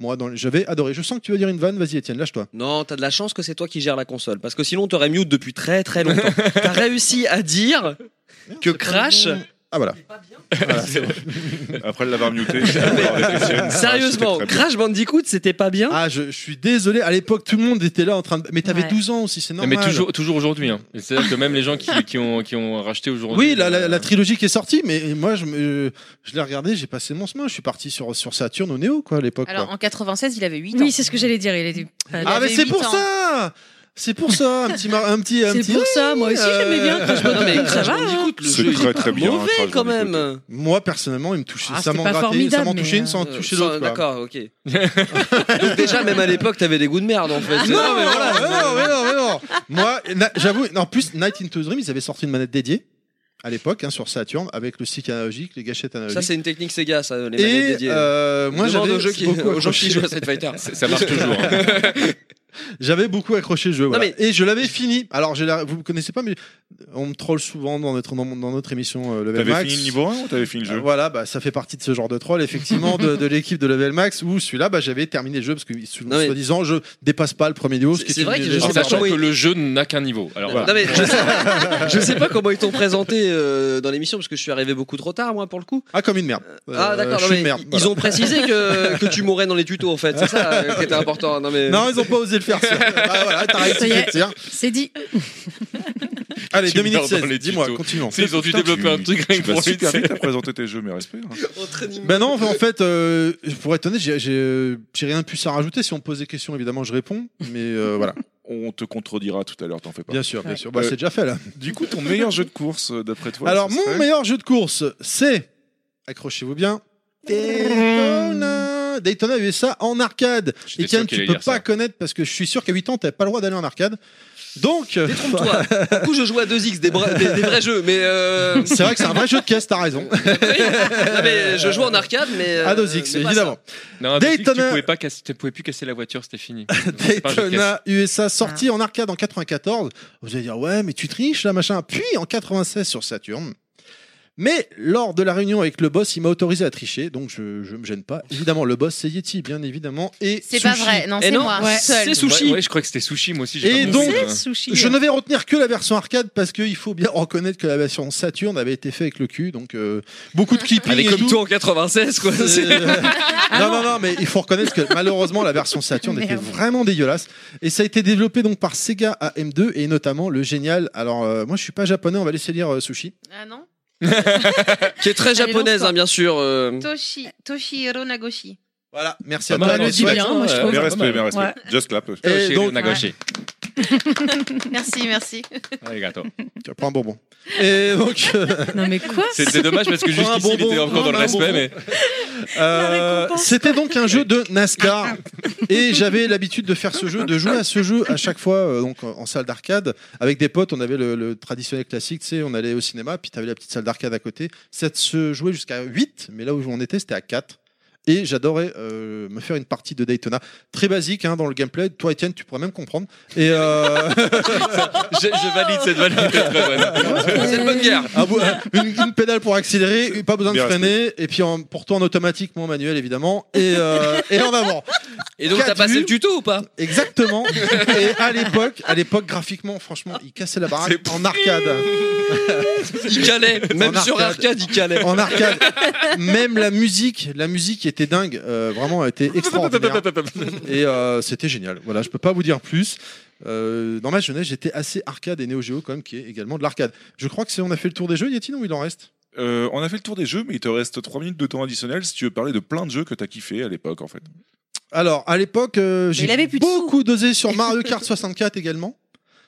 Speaker 5: moi, dans, les- j'avais adoré. Je sens que tu vas dire une vanne. Vas-y, Étienne, lâche-toi.
Speaker 1: Non, t'as de la chance que c'est toi qui gères la console. Parce que sinon, t'aurais mute depuis très très longtemps. t'as réussi à dire que Crash.
Speaker 5: Ah voilà.
Speaker 2: Après l'avoir muté, je vais avoir des questions.
Speaker 1: Sérieusement,
Speaker 2: Ah, c'était très bien.
Speaker 1: Crash Bandicoot, c'était pas bien.
Speaker 5: Ah, je, je suis désolé. À l'époque, tout le monde était là en train de. Mais t'avais
Speaker 7: Ouais.
Speaker 5: 12 ans aussi, c'est
Speaker 6: Non,
Speaker 5: normal.
Speaker 6: mais toujours, toujours aujourd'hui. hein. C'est-à-dire que même les gens qui, qui ont, qui ont racheté aujourd'hui.
Speaker 5: Oui, la, la- la
Speaker 6: euh,
Speaker 5: trilogie qui est sortie, mais moi, je, me- je l'ai regardé, j'ai passé mon chemin. Je suis parti sur, sur Saturn au Néo, quoi, à l'époque.
Speaker 4: Alors,
Speaker 5: quoi.
Speaker 4: en 96, il avait 8 ans.
Speaker 7: Oui, c'est ce que j'allais dire. Il était pas
Speaker 5: Ah, mais
Speaker 4: avait
Speaker 5: c'est
Speaker 4: huit
Speaker 5: pour
Speaker 4: ans.
Speaker 5: ça C'est pour ça, un petit. mar- Un petit, un
Speaker 7: C'est
Speaker 5: petit- euh,
Speaker 7: pour ça, moi aussi j'aimais bien Crash
Speaker 1: Non, mais
Speaker 7: Bandicoot. Ça
Speaker 1: Crash
Speaker 7: va, hein.
Speaker 1: Bandicoot, le
Speaker 2: C'est
Speaker 1: jeu, il est
Speaker 2: très,
Speaker 1: pas
Speaker 2: très bien,
Speaker 1: mauvais
Speaker 2: Crash
Speaker 1: quand
Speaker 2: Bandicoot.
Speaker 1: même. Euh,
Speaker 5: Moi, personnellement, il me touchait.
Speaker 7: Ah,
Speaker 5: ça
Speaker 7: c'était
Speaker 5: m'en
Speaker 7: pas
Speaker 5: grattait, ça
Speaker 7: formidable,
Speaker 5: m'en
Speaker 7: mais,
Speaker 5: touchait une,
Speaker 7: euh,
Speaker 5: ça en touchait
Speaker 1: ça,
Speaker 5: l'autre. quoi.
Speaker 1: D'accord, ok. Donc déjà, même à l'époque, t'avais des goûts de merde en fait.
Speaker 5: Ah, Non, mais voilà, mais non, mais non, mais non. Moi, na- j'avoue, en plus, Night into the Dream, ils avaient sorti une manette dédiée à l'époque hein, sur Saturn avec le stick analogique, les gâchettes analogiques.
Speaker 1: Ça, c'est une technique Sega, ça, les manettes
Speaker 5: et
Speaker 1: dédiées.
Speaker 5: euh, moi,
Speaker 1: Demande
Speaker 5: j'avais
Speaker 1: aux, jeux qui,
Speaker 5: beaucoup
Speaker 1: aux gens qui
Speaker 5: accroché-
Speaker 1: jouent à Street Fighter.
Speaker 6: ça- Ça marche toujours. hein.
Speaker 5: J'avais beaucoup accroché le jeu. voilà.
Speaker 1: mais-
Speaker 5: Et je l'avais fini. Alors, je la- vous me connaissez pas, mais on me troll souvent dans notre, dans, mon- dans notre émission euh, Level
Speaker 2: T'avais
Speaker 5: Max.
Speaker 2: fini le Ah niveau 1 ou t'avais fini le
Speaker 5: Euh,
Speaker 2: jeu
Speaker 5: Voilà, bah, ça fait partie de ce genre de troll, effectivement, de, de l'équipe de Level Max, où celui-là, bah, j'avais terminé le jeu, parce que, sou-
Speaker 1: Non, mais-
Speaker 5: soi-disant, je dépasse pas le premier niveau. ce qui
Speaker 1: C'est
Speaker 5: est
Speaker 1: vrai
Speaker 5: une
Speaker 1: que je
Speaker 5: légende. Ah,
Speaker 1: sais
Speaker 6: En
Speaker 1: pas
Speaker 6: Ah, sachant
Speaker 1: comment
Speaker 6: que
Speaker 1: il-
Speaker 6: le jeu n'a qu'un niveau. Alors, voilà.
Speaker 1: Non, mais je sais, je sais pas comment ils t'ont présenté euh, dans l'émission parce que je suis arrivé beaucoup trop tard moi pour le coup.
Speaker 5: Ah, comme une merde.
Speaker 1: ah
Speaker 5: Euh,
Speaker 1: d'accord,
Speaker 5: je suis
Speaker 1: non, mais
Speaker 5: une merde,
Speaker 1: ils
Speaker 5: voilà.
Speaker 1: ont précisé que, que tu mourrais dans les tutos en fait, c'est ça euh, qui était important. Non mais
Speaker 5: Non, ils ont pas osé le faire. ça. bah voilà, t'as
Speaker 7: Ça y
Speaker 5: rectifié
Speaker 7: est.
Speaker 5: le tir.
Speaker 7: Ah, C'est dit.
Speaker 5: Allez,
Speaker 6: Tu
Speaker 5: 2016,
Speaker 6: meurs dans les
Speaker 5: dis-moi,
Speaker 6: tutos.
Speaker 5: continuons.
Speaker 6: Tu sais, Ils ont dû
Speaker 2: Putain,
Speaker 6: développer un
Speaker 2: tu-
Speaker 6: truc rien
Speaker 2: Tu
Speaker 6: que pour
Speaker 2: vas
Speaker 6: lui.
Speaker 2: super
Speaker 6: tu sais.
Speaker 2: vite à présenter tes jeux, mais respect. hein.
Speaker 1: Entraînement.
Speaker 5: Ben non, en fait, euh, pour être honnête, j'ai- j'ai euh, j'ai rien de plus à rajouter. Si on me pose des questions, évidemment, je réponds. Mais euh, voilà,
Speaker 2: On te contredira tout à l'heure, t'en fais pas.
Speaker 5: bien sûr, bien
Speaker 7: Ouais.
Speaker 5: sûr. Bah,
Speaker 2: Euh,
Speaker 5: c'est déjà fait, là.
Speaker 2: Du coup, ton meilleur jeu de course, euh, d'après toi
Speaker 5: Alors,
Speaker 2: ce
Speaker 5: mon
Speaker 2: serait-
Speaker 5: meilleur jeu de course, c'est. Accrochez-vous bien. Daytona Daytona USA en arcade.
Speaker 6: J'étais sûr
Speaker 5: Etienne,
Speaker 6: qu'il
Speaker 5: tu
Speaker 6: allait
Speaker 5: peux pas
Speaker 6: dire ça.
Speaker 5: connaître parce que je suis sûr qu'à 8 ans, t'avais pas le droit d'aller en arcade. Donc, euh,
Speaker 1: Détrompe-toi. Du coup, je joue à 2X, des, bra- des- des vrais jeux, mais euh,
Speaker 5: c'est vrai que c'est un vrai jeu de caisse, t'as raison.
Speaker 6: Euh,
Speaker 1: oui. Non, mais je joue en arcade, mais euh,
Speaker 5: à 2X,
Speaker 1: mais pas
Speaker 5: évidemment.
Speaker 6: Non, parce que tu
Speaker 5: Daytona-
Speaker 6: pouvais pas casser- tu pouvais plus casser la voiture, c'était fini. C'est pas un jeu de caisse.
Speaker 5: Daytona USA sorti en arcade en 94. Vous allez dire ouais mais tu triches là machin. Puis en 96 sur Saturn. Mais lors de la réunion avec le boss, il m'a autorisé à tricher, donc je, je me gêne pas. Évidemment, le boss c'est Yeti, bien évidemment, et
Speaker 4: C'est pas
Speaker 5: Sushi.
Speaker 4: vrai, non,
Speaker 1: Et
Speaker 4: c'est
Speaker 1: non,
Speaker 4: moi.
Speaker 1: ouais.
Speaker 4: Seul.
Speaker 1: C'est sushi.
Speaker 6: Ouais, ouais, je crois que c'était sushi, moi aussi.
Speaker 5: Et
Speaker 6: j'ai pas
Speaker 5: donc-
Speaker 6: compris,
Speaker 7: C'est
Speaker 6: euh.
Speaker 7: sushi.
Speaker 5: Je ne vais retenir que la version arcade parce qu'il faut bien reconnaître que la version Saturn avait été faite avec le cul, donc euh, beaucoup de
Speaker 6: hein.
Speaker 5: clipping
Speaker 1: Allez,
Speaker 5: et
Speaker 1: comme
Speaker 5: tout.
Speaker 1: toi en 96, quoi.
Speaker 5: Euh,
Speaker 1: C'est-
Speaker 5: non, non, non, mais il faut reconnaître que malheureusement, la version Saturn était
Speaker 7: Merde.
Speaker 5: vraiment dégueulasse. Et ça a été développé donc par Sega AM2 et notamment le génial. Alors, euh, moi, je suis pas japonais, on va laisser lire euh, Sushi.
Speaker 4: Ah non
Speaker 1: Qui est très
Speaker 4: Allez,
Speaker 1: japonaise,
Speaker 4: lance-toi.
Speaker 1: hein, bien sûr. euh.
Speaker 4: Toshi, Toshihiro Nagoshi.
Speaker 5: Voilà, merci
Speaker 6: Pas
Speaker 5: à
Speaker 6: mal,
Speaker 5: toi.
Speaker 7: Elle le dit
Speaker 5: Ouais.
Speaker 7: bien, moi, je
Speaker 6: euh,
Speaker 7: trouve.
Speaker 2: Mais
Speaker 6: pas
Speaker 2: respect,
Speaker 6: mal.
Speaker 2: mais respect.
Speaker 7: Ouais.
Speaker 2: Just clap.
Speaker 5: Et
Speaker 6: Chez
Speaker 5: donc-
Speaker 6: Nagashi.
Speaker 4: Merci, merci.
Speaker 6: Allez, gâteau.
Speaker 5: Tiens, prends un bonbon. Et donc, euh,
Speaker 7: Non, mais quoi
Speaker 6: C'était dommage parce que
Speaker 5: Prends un
Speaker 6: jusqu'ici il était
Speaker 5: bonbon,
Speaker 6: encore dans le
Speaker 5: prends un
Speaker 6: respect,
Speaker 5: bonbon.
Speaker 6: mais
Speaker 5: euh,
Speaker 7: récompense.
Speaker 5: c'était donc un jeu de NASCAR et j'avais l'habitude de faire ce jeu, de jouer à ce jeu à chaque fois euh, donc en en salle d'arcade avec des potes. On avait le, le traditionnel classique, tu sais, on allait au cinéma puis t'avais la petite salle d'arcade à côté. Ça se jouait jusqu'à 8, mais là où on était, c'était à 4. Et j'adorais euh, me faire une partie de Daytona. Très basique hein, dans le gameplay. Toi, Étienne, tu pourrais même comprendre. Et euh,
Speaker 1: je, je valide cette validité. C'est une bonne guerre.
Speaker 5: un bout- un- une, une pédale pour accélérer, pas besoin de
Speaker 2: Bien
Speaker 5: freiner. Et puis en, pour toi en automatique, moi en manuel évidemment. Et, euh, et en avant.
Speaker 1: Et donc, t'as
Speaker 5: Quatre
Speaker 1: passé
Speaker 5: vues.
Speaker 1: le tuto ou pas
Speaker 5: Exactement. Et à l'époque, à l'époque graphiquement, franchement, il cassait la baraque
Speaker 2: C'est-
Speaker 5: en arcade.
Speaker 1: Il calait. Même
Speaker 5: En
Speaker 1: sur
Speaker 5: arcade.
Speaker 1: arcade, il calait.
Speaker 5: En arcade. Même la musique, la musique était dingue. Euh, vraiment, elle était extraordinaire. Et euh, c'était génial. Voilà, je peux pas vous dire plus. Euh, dans ma jeunesse, j'étais assez arcade et Neo Geo quand même, qui est également de l'arcade. Je crois que c'est on a fait le tour des jeux, Yétine, ou il en reste
Speaker 2: Euh, on a fait le tour des jeux, mais il te reste 3 minutes de temps additionnel si tu veux parler de plein de jeux que t'as kiffé à l'époque en fait.
Speaker 5: Alors, à l'époque, euh, j'ai
Speaker 4: il avait plus de
Speaker 5: beaucoup dosé sur Mario Kart 64 également.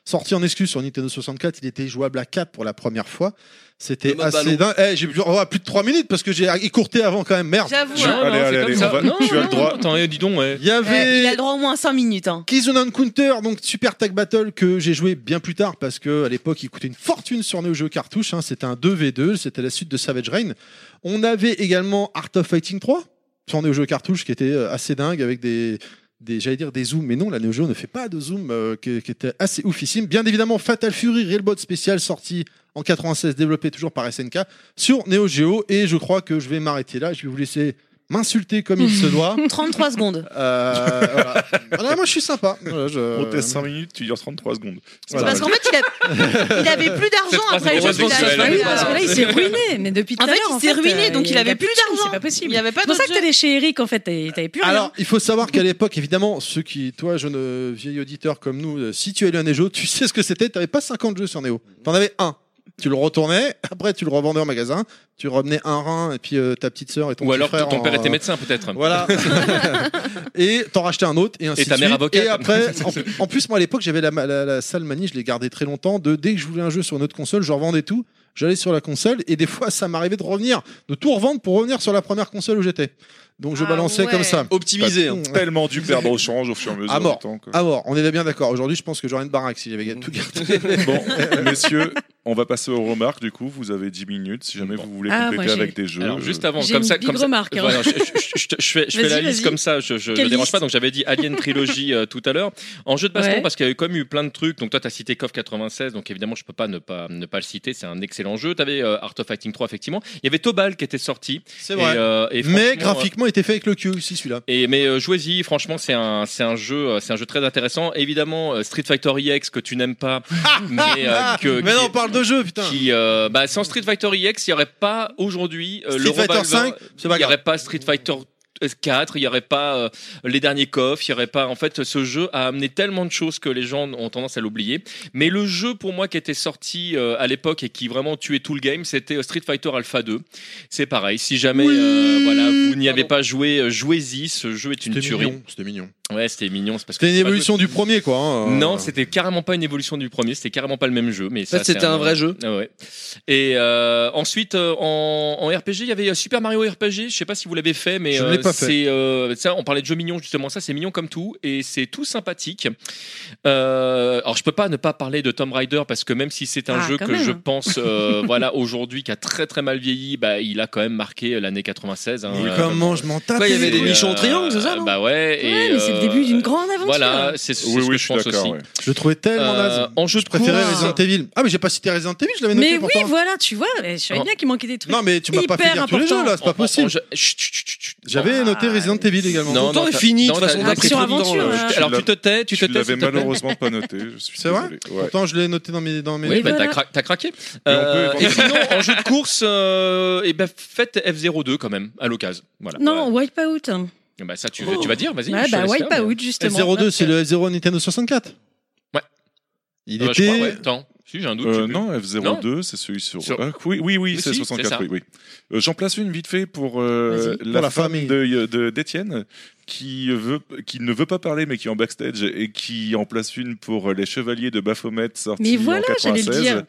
Speaker 5: Sorti en excuse sur Nintendo 64, il était jouable à 4 pour la première fois.
Speaker 1: Le
Speaker 5: C'était
Speaker 1: mode
Speaker 5: assez dingue. Eh, j'ai oh, plus de 3 minutes parce que j'ai écourté avant quand même, merde.
Speaker 4: J'avoue.
Speaker 2: Je-
Speaker 4: hein.
Speaker 2: allez, allez, allez, on va- tu as le droit.
Speaker 6: Attends, eh, dis donc, ouais.
Speaker 5: Il y
Speaker 4: Eh, il a le
Speaker 5: avait
Speaker 4: droit au moins 5 minutes. Hein.
Speaker 5: Kizuna Counter, donc Super Tag Battle que j'ai joué bien plus tard parce que à l'époque il coûtait une fortune sur nos jeux cartouches. hein. C'était un 2v2, c'était la suite de Savage Reign. On avait également Art of Fighting 3 sur Neo Geo cartouche qui était euh, assez dingue avec des des j'allais dire des zooms mais non la Neo Geo ne fait pas de zoom euh, qui, qui était assez oufissime. Bien évidemment Fatal Fury Railbot spécial sorti en 96 développé toujours par SNK sur Neo Geo et je crois que je vais m'arrêter là, je vais vous laisser m'insulter comme il se doit.
Speaker 4: 33 secondes.
Speaker 5: Euh, voilà. Voilà, moi je suis sympa. Voilà, je-
Speaker 2: Euh, On teste 5 minutes, tu dures 33 secondes. C'est
Speaker 5: Voilà.
Speaker 2: pas
Speaker 4: Parce
Speaker 2: mal.
Speaker 4: qu'en fait, il, a- il avait plus d'argent
Speaker 6: Cette
Speaker 4: après le jeu
Speaker 6: phrase est
Speaker 4: vidéo.
Speaker 6: homosexuelle.
Speaker 7: Ah oui, parce que là, il s'est ruiné. Mais depuis tout
Speaker 4: En
Speaker 7: à
Speaker 4: fait,
Speaker 7: l'heure,
Speaker 4: il s'est ruiné,
Speaker 7: euh,
Speaker 4: donc il
Speaker 7: a
Speaker 4: avait plus
Speaker 7: de sous,
Speaker 4: d'argent.
Speaker 7: C'est pas
Speaker 4: Il
Speaker 7: possible.
Speaker 4: n'y avait pas
Speaker 7: C'est pour
Speaker 4: d'autre
Speaker 7: ça que
Speaker 4: jeu.
Speaker 7: t'allais chez Eric, en fait. t'avais t'avais plus
Speaker 2: hein.
Speaker 5: Alors, il faut savoir qu'à l'époque, évidemment, ceux qui, toi, jeune euh, vieil auditeur comme nous, euh, si tu es le Neo, tu sais ce que c'était. T'avais pas 50 jeux sur Neo. T'en avais un. Tu le retournais, après tu le revendais en magasin, tu revenais un rein et puis euh, ta petite sœur et ton
Speaker 6: Ou
Speaker 5: petit
Speaker 6: alors
Speaker 5: frère
Speaker 6: ton
Speaker 5: en- euh,
Speaker 6: père était médecin, peut-être.
Speaker 5: Voilà. et t'en rachetais un autre et ainsi
Speaker 6: Et ta
Speaker 5: de
Speaker 6: mère
Speaker 5: suite.
Speaker 6: avocate.
Speaker 5: Et après, en, en plus, moi à l'époque, j'avais la, la, la salle manie, je l'ai gardée très longtemps. De dès que je voulais un jeu sur une autre console, je revendais tout. J'allais sur la console et des fois, ça m'arrivait de revenir, de tout revendre pour revenir sur la première console où j'étais. Donc je
Speaker 4: Ah
Speaker 5: balançais
Speaker 4: ouais.
Speaker 5: comme ça.
Speaker 1: Optimisé. hein.
Speaker 5: Mmh.
Speaker 2: tellement dû perdre au change au fur et à mesure
Speaker 5: À mort.
Speaker 2: du temps. quoi.
Speaker 5: Alors, Ah, on est bien d'accord. Aujourd'hui, je pense que j'aurais une baraque si j'avais tout gardé.
Speaker 2: Bon, messieurs, on va passer aux remarques. Du coup, vous avez 10 minutes si jamais
Speaker 6: Bon.
Speaker 2: vous voulez
Speaker 7: Ah, moi,
Speaker 2: compléter
Speaker 7: j'ai-
Speaker 2: avec des jeux.
Speaker 6: Alors juste avant,
Speaker 7: J'ai
Speaker 6: comme
Speaker 7: une
Speaker 6: ça,
Speaker 7: big
Speaker 6: comme ça-
Speaker 7: remarque, hein.
Speaker 6: Voilà, je, je- je- je fais, je fais
Speaker 7: Vas-y,
Speaker 6: la liste
Speaker 7: vas-y.
Speaker 6: comme ça, je, je, je
Speaker 7: Quelle
Speaker 6: dérange
Speaker 7: liste
Speaker 6: pas. Donc j'avais dit Alien Trilogy euh, tout à l'heure. En jeu de baston,
Speaker 7: Ouais.
Speaker 6: parce qu'il y avait quand même eu plein de trucs. Donc toi, t'as cité KOF 96, donc évidemment, je peux pas ne pas ne pas le citer. C'est un excellent jeu. T'avais avais Art of Fighting 3 effectivement. Il y avait Tobal qui était sorti.
Speaker 5: C'est
Speaker 6: Et, euh, et franchement,
Speaker 5: Mais graphiquement, il était fait avec le cul aussi, celui-là.
Speaker 6: et mais euh, jouez-y, franchement, c'est un c'est un jeu euh, c'est un jeu très intéressant. Évidemment, euh, Street Fighter EX que tu n'aimes pas, mais euh, que
Speaker 5: Ah, Mais non,
Speaker 6: qui-
Speaker 5: on parle de jeu, putain.
Speaker 6: qui euh, bah, sans Street Fighter EX, il n'y aurait pas aujourd'hui euh,
Speaker 5: Street
Speaker 6: le
Speaker 5: Fighter
Speaker 6: Revolver,
Speaker 5: 5, c'est pas
Speaker 6: il n'y aurait
Speaker 5: grave.
Speaker 6: pas Street Fighter 4, il n'y aurait pas euh, les derniers coffres, il n'y aurait pas. En fait, ce jeu a amené tellement de choses que les gens ont tendance à l'oublier. Mais le jeu pour moi qui était sorti euh, à l'époque et qui vraiment tuait tout le game, c'était euh, Street Fighter Alpha 2. C'est pareil. Si jamais euh, voilà, vous n'y avez
Speaker 1: Pardon.
Speaker 6: pas joué, euh, jouez-y. Ce jeu est une
Speaker 5: C'était
Speaker 6: tuerie.
Speaker 5: mignon. C'était mignon.
Speaker 6: Ouais, c'était mignon. c'est parce que
Speaker 5: C'était une
Speaker 6: c'est pas joué-
Speaker 5: évolution du premier, quoi. hein.
Speaker 2: Euh,
Speaker 6: non, c'était carrément pas une évolution du premier, c'était carrément pas le même jeu. Mais Ah
Speaker 1: fait, c'était un vrai jeu.
Speaker 6: Ouais. Et euh, ensuite, euh, en, en RPG, il y avait euh, Super Mario RPG. Je sais pas si vous l'avez fait, mais
Speaker 5: Je l'ai pas fait.
Speaker 6: c'est euh, ça. On parlait de jeux mignons justement. Ça, c'est mignon comme tout, et c'est tout sympathique. Euh, alors, je peux pas ne pas parler de Tomb Raider parce que même si c'est un
Speaker 7: Ah,
Speaker 6: jeu
Speaker 7: quand
Speaker 6: que
Speaker 7: même.
Speaker 6: je pense, euh, voilà, aujourd'hui, qui a très très mal vieilli, bah, il a quand même marqué l'année 96. hein.
Speaker 5: Mais
Speaker 6: Euh,
Speaker 5: comment je m'en tape
Speaker 1: Quoi, il y avait des
Speaker 6: et,
Speaker 1: nichons en
Speaker 6: euh,
Speaker 1: triangle, c'est ça, non
Speaker 6: Bah ouais. et,
Speaker 7: Ouais, mais c'est le
Speaker 6: euh,
Speaker 7: début d'une grande aventure.
Speaker 6: Voilà, c'est c'est
Speaker 2: Oui, oui,
Speaker 6: ce que
Speaker 2: je
Speaker 6: je
Speaker 2: suis
Speaker 6: pense aussi.
Speaker 2: d'accord. ouais.
Speaker 5: Je le trouvais tellement
Speaker 6: Euh,
Speaker 5: naze.
Speaker 6: en jeu
Speaker 5: Je
Speaker 6: de course,
Speaker 5: préférais Resident Evil. Ah, mais j'ai pas cité Resident Evil, je l'avais noté
Speaker 7: Mais oui,
Speaker 5: pourtant.
Speaker 7: voilà, tu vois, je savais
Speaker 6: Oh.
Speaker 7: bien qu'il manquait des trucs.
Speaker 5: Non, mais tu m'as pas fait
Speaker 7: Hyper
Speaker 5: dire tous les
Speaker 7: important. Ah,
Speaker 5: jeux là, c'est
Speaker 6: en- en-
Speaker 5: pas
Speaker 6: en
Speaker 5: possible.
Speaker 6: jeu- Chut, chut, chut, chut.
Speaker 5: J'avais noté Resident Evil également.
Speaker 6: Non,
Speaker 1: Ton temps
Speaker 6: non,
Speaker 1: est
Speaker 6: t'as-
Speaker 1: fini, de
Speaker 6: non,
Speaker 1: toute façon,
Speaker 6: t'as-
Speaker 1: t'as pris trop de temps.
Speaker 7: action-aventure,
Speaker 1: là.
Speaker 7: hein.
Speaker 6: Alors tu te tais, tu te
Speaker 2: Je
Speaker 6: tais.
Speaker 2: l'avais
Speaker 6: s'il te plaît.
Speaker 2: malheureusement pas noté. Je suis
Speaker 5: C'est vrai
Speaker 2: désolé. Ouais.
Speaker 5: Pourtant, je l'ai noté dans mes. Dans mes...
Speaker 6: Oui, bah,
Speaker 7: voilà.
Speaker 6: t'as cra- t'as craqué.
Speaker 2: Mais on peut
Speaker 6: Euh, et
Speaker 2: éventuellement-
Speaker 6: sinon, en jeu de course, euh, eh ben, faites F02 quand même, à l'occasion. Voilà.
Speaker 7: Non, Wipeout.
Speaker 6: Ouais. Bah, ça, tu, veux- tu vas dire, vas-y.
Speaker 7: Ouais,
Speaker 6: je te
Speaker 7: bah,
Speaker 6: laisse faire, mais-
Speaker 7: Wipeout, justement.
Speaker 5: F02, c'est le F0 Nintendo 64.
Speaker 6: Ouais.
Speaker 5: Il
Speaker 6: Ouais, Ah bah, je
Speaker 5: était.
Speaker 6: crois, ouais. Attends, si j'ai un doute. je sais
Speaker 2: Euh,
Speaker 6: plus.
Speaker 2: non, F02, c'est celui sur.
Speaker 6: Sur-
Speaker 2: Ah, oui, oui, oui,
Speaker 6: Oui,
Speaker 2: c'est
Speaker 6: si,
Speaker 2: 64.
Speaker 6: c'est ça.
Speaker 2: Oui, oui. Euh, J'en place une vite fait pour euh,
Speaker 5: Vas-y.
Speaker 2: la,
Speaker 5: Pour la
Speaker 2: femme
Speaker 5: famille.
Speaker 2: de- euh, de- d'Étienne qui veut, qui ne veut pas parler mais qui est en backstage et qui en place une pour euh, les Chevaliers de Baphomet sorti
Speaker 7: Mais voilà,
Speaker 2: en
Speaker 7: j'allais le
Speaker 2: 96
Speaker 7: dire.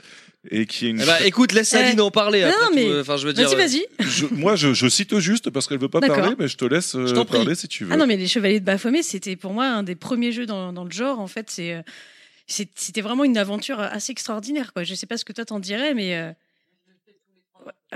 Speaker 2: et qui est une.
Speaker 6: ben,
Speaker 1: Eh bah, écoute, laisse Aline en parler.
Speaker 7: Non,
Speaker 1: après tout,
Speaker 7: mais-
Speaker 1: euh, Enfin, je veux dire.
Speaker 7: Vas-y, vas-y.
Speaker 2: Je- moi, je, je cite juste parce qu'elle veut pas
Speaker 7: D'accord.
Speaker 2: parler, mais je te laisse euh,
Speaker 1: Je t'en prie.
Speaker 2: parler si tu veux.
Speaker 7: Ah non, mais les Chevaliers de Baphomet, c'était pour moi un des premiers jeux dans, dans le genre. En fait, c'est, euh, c'est- c'était vraiment une aventure assez extraordinaire. Quoi. Je sais pas ce que toi t'en dirais, mais. euh,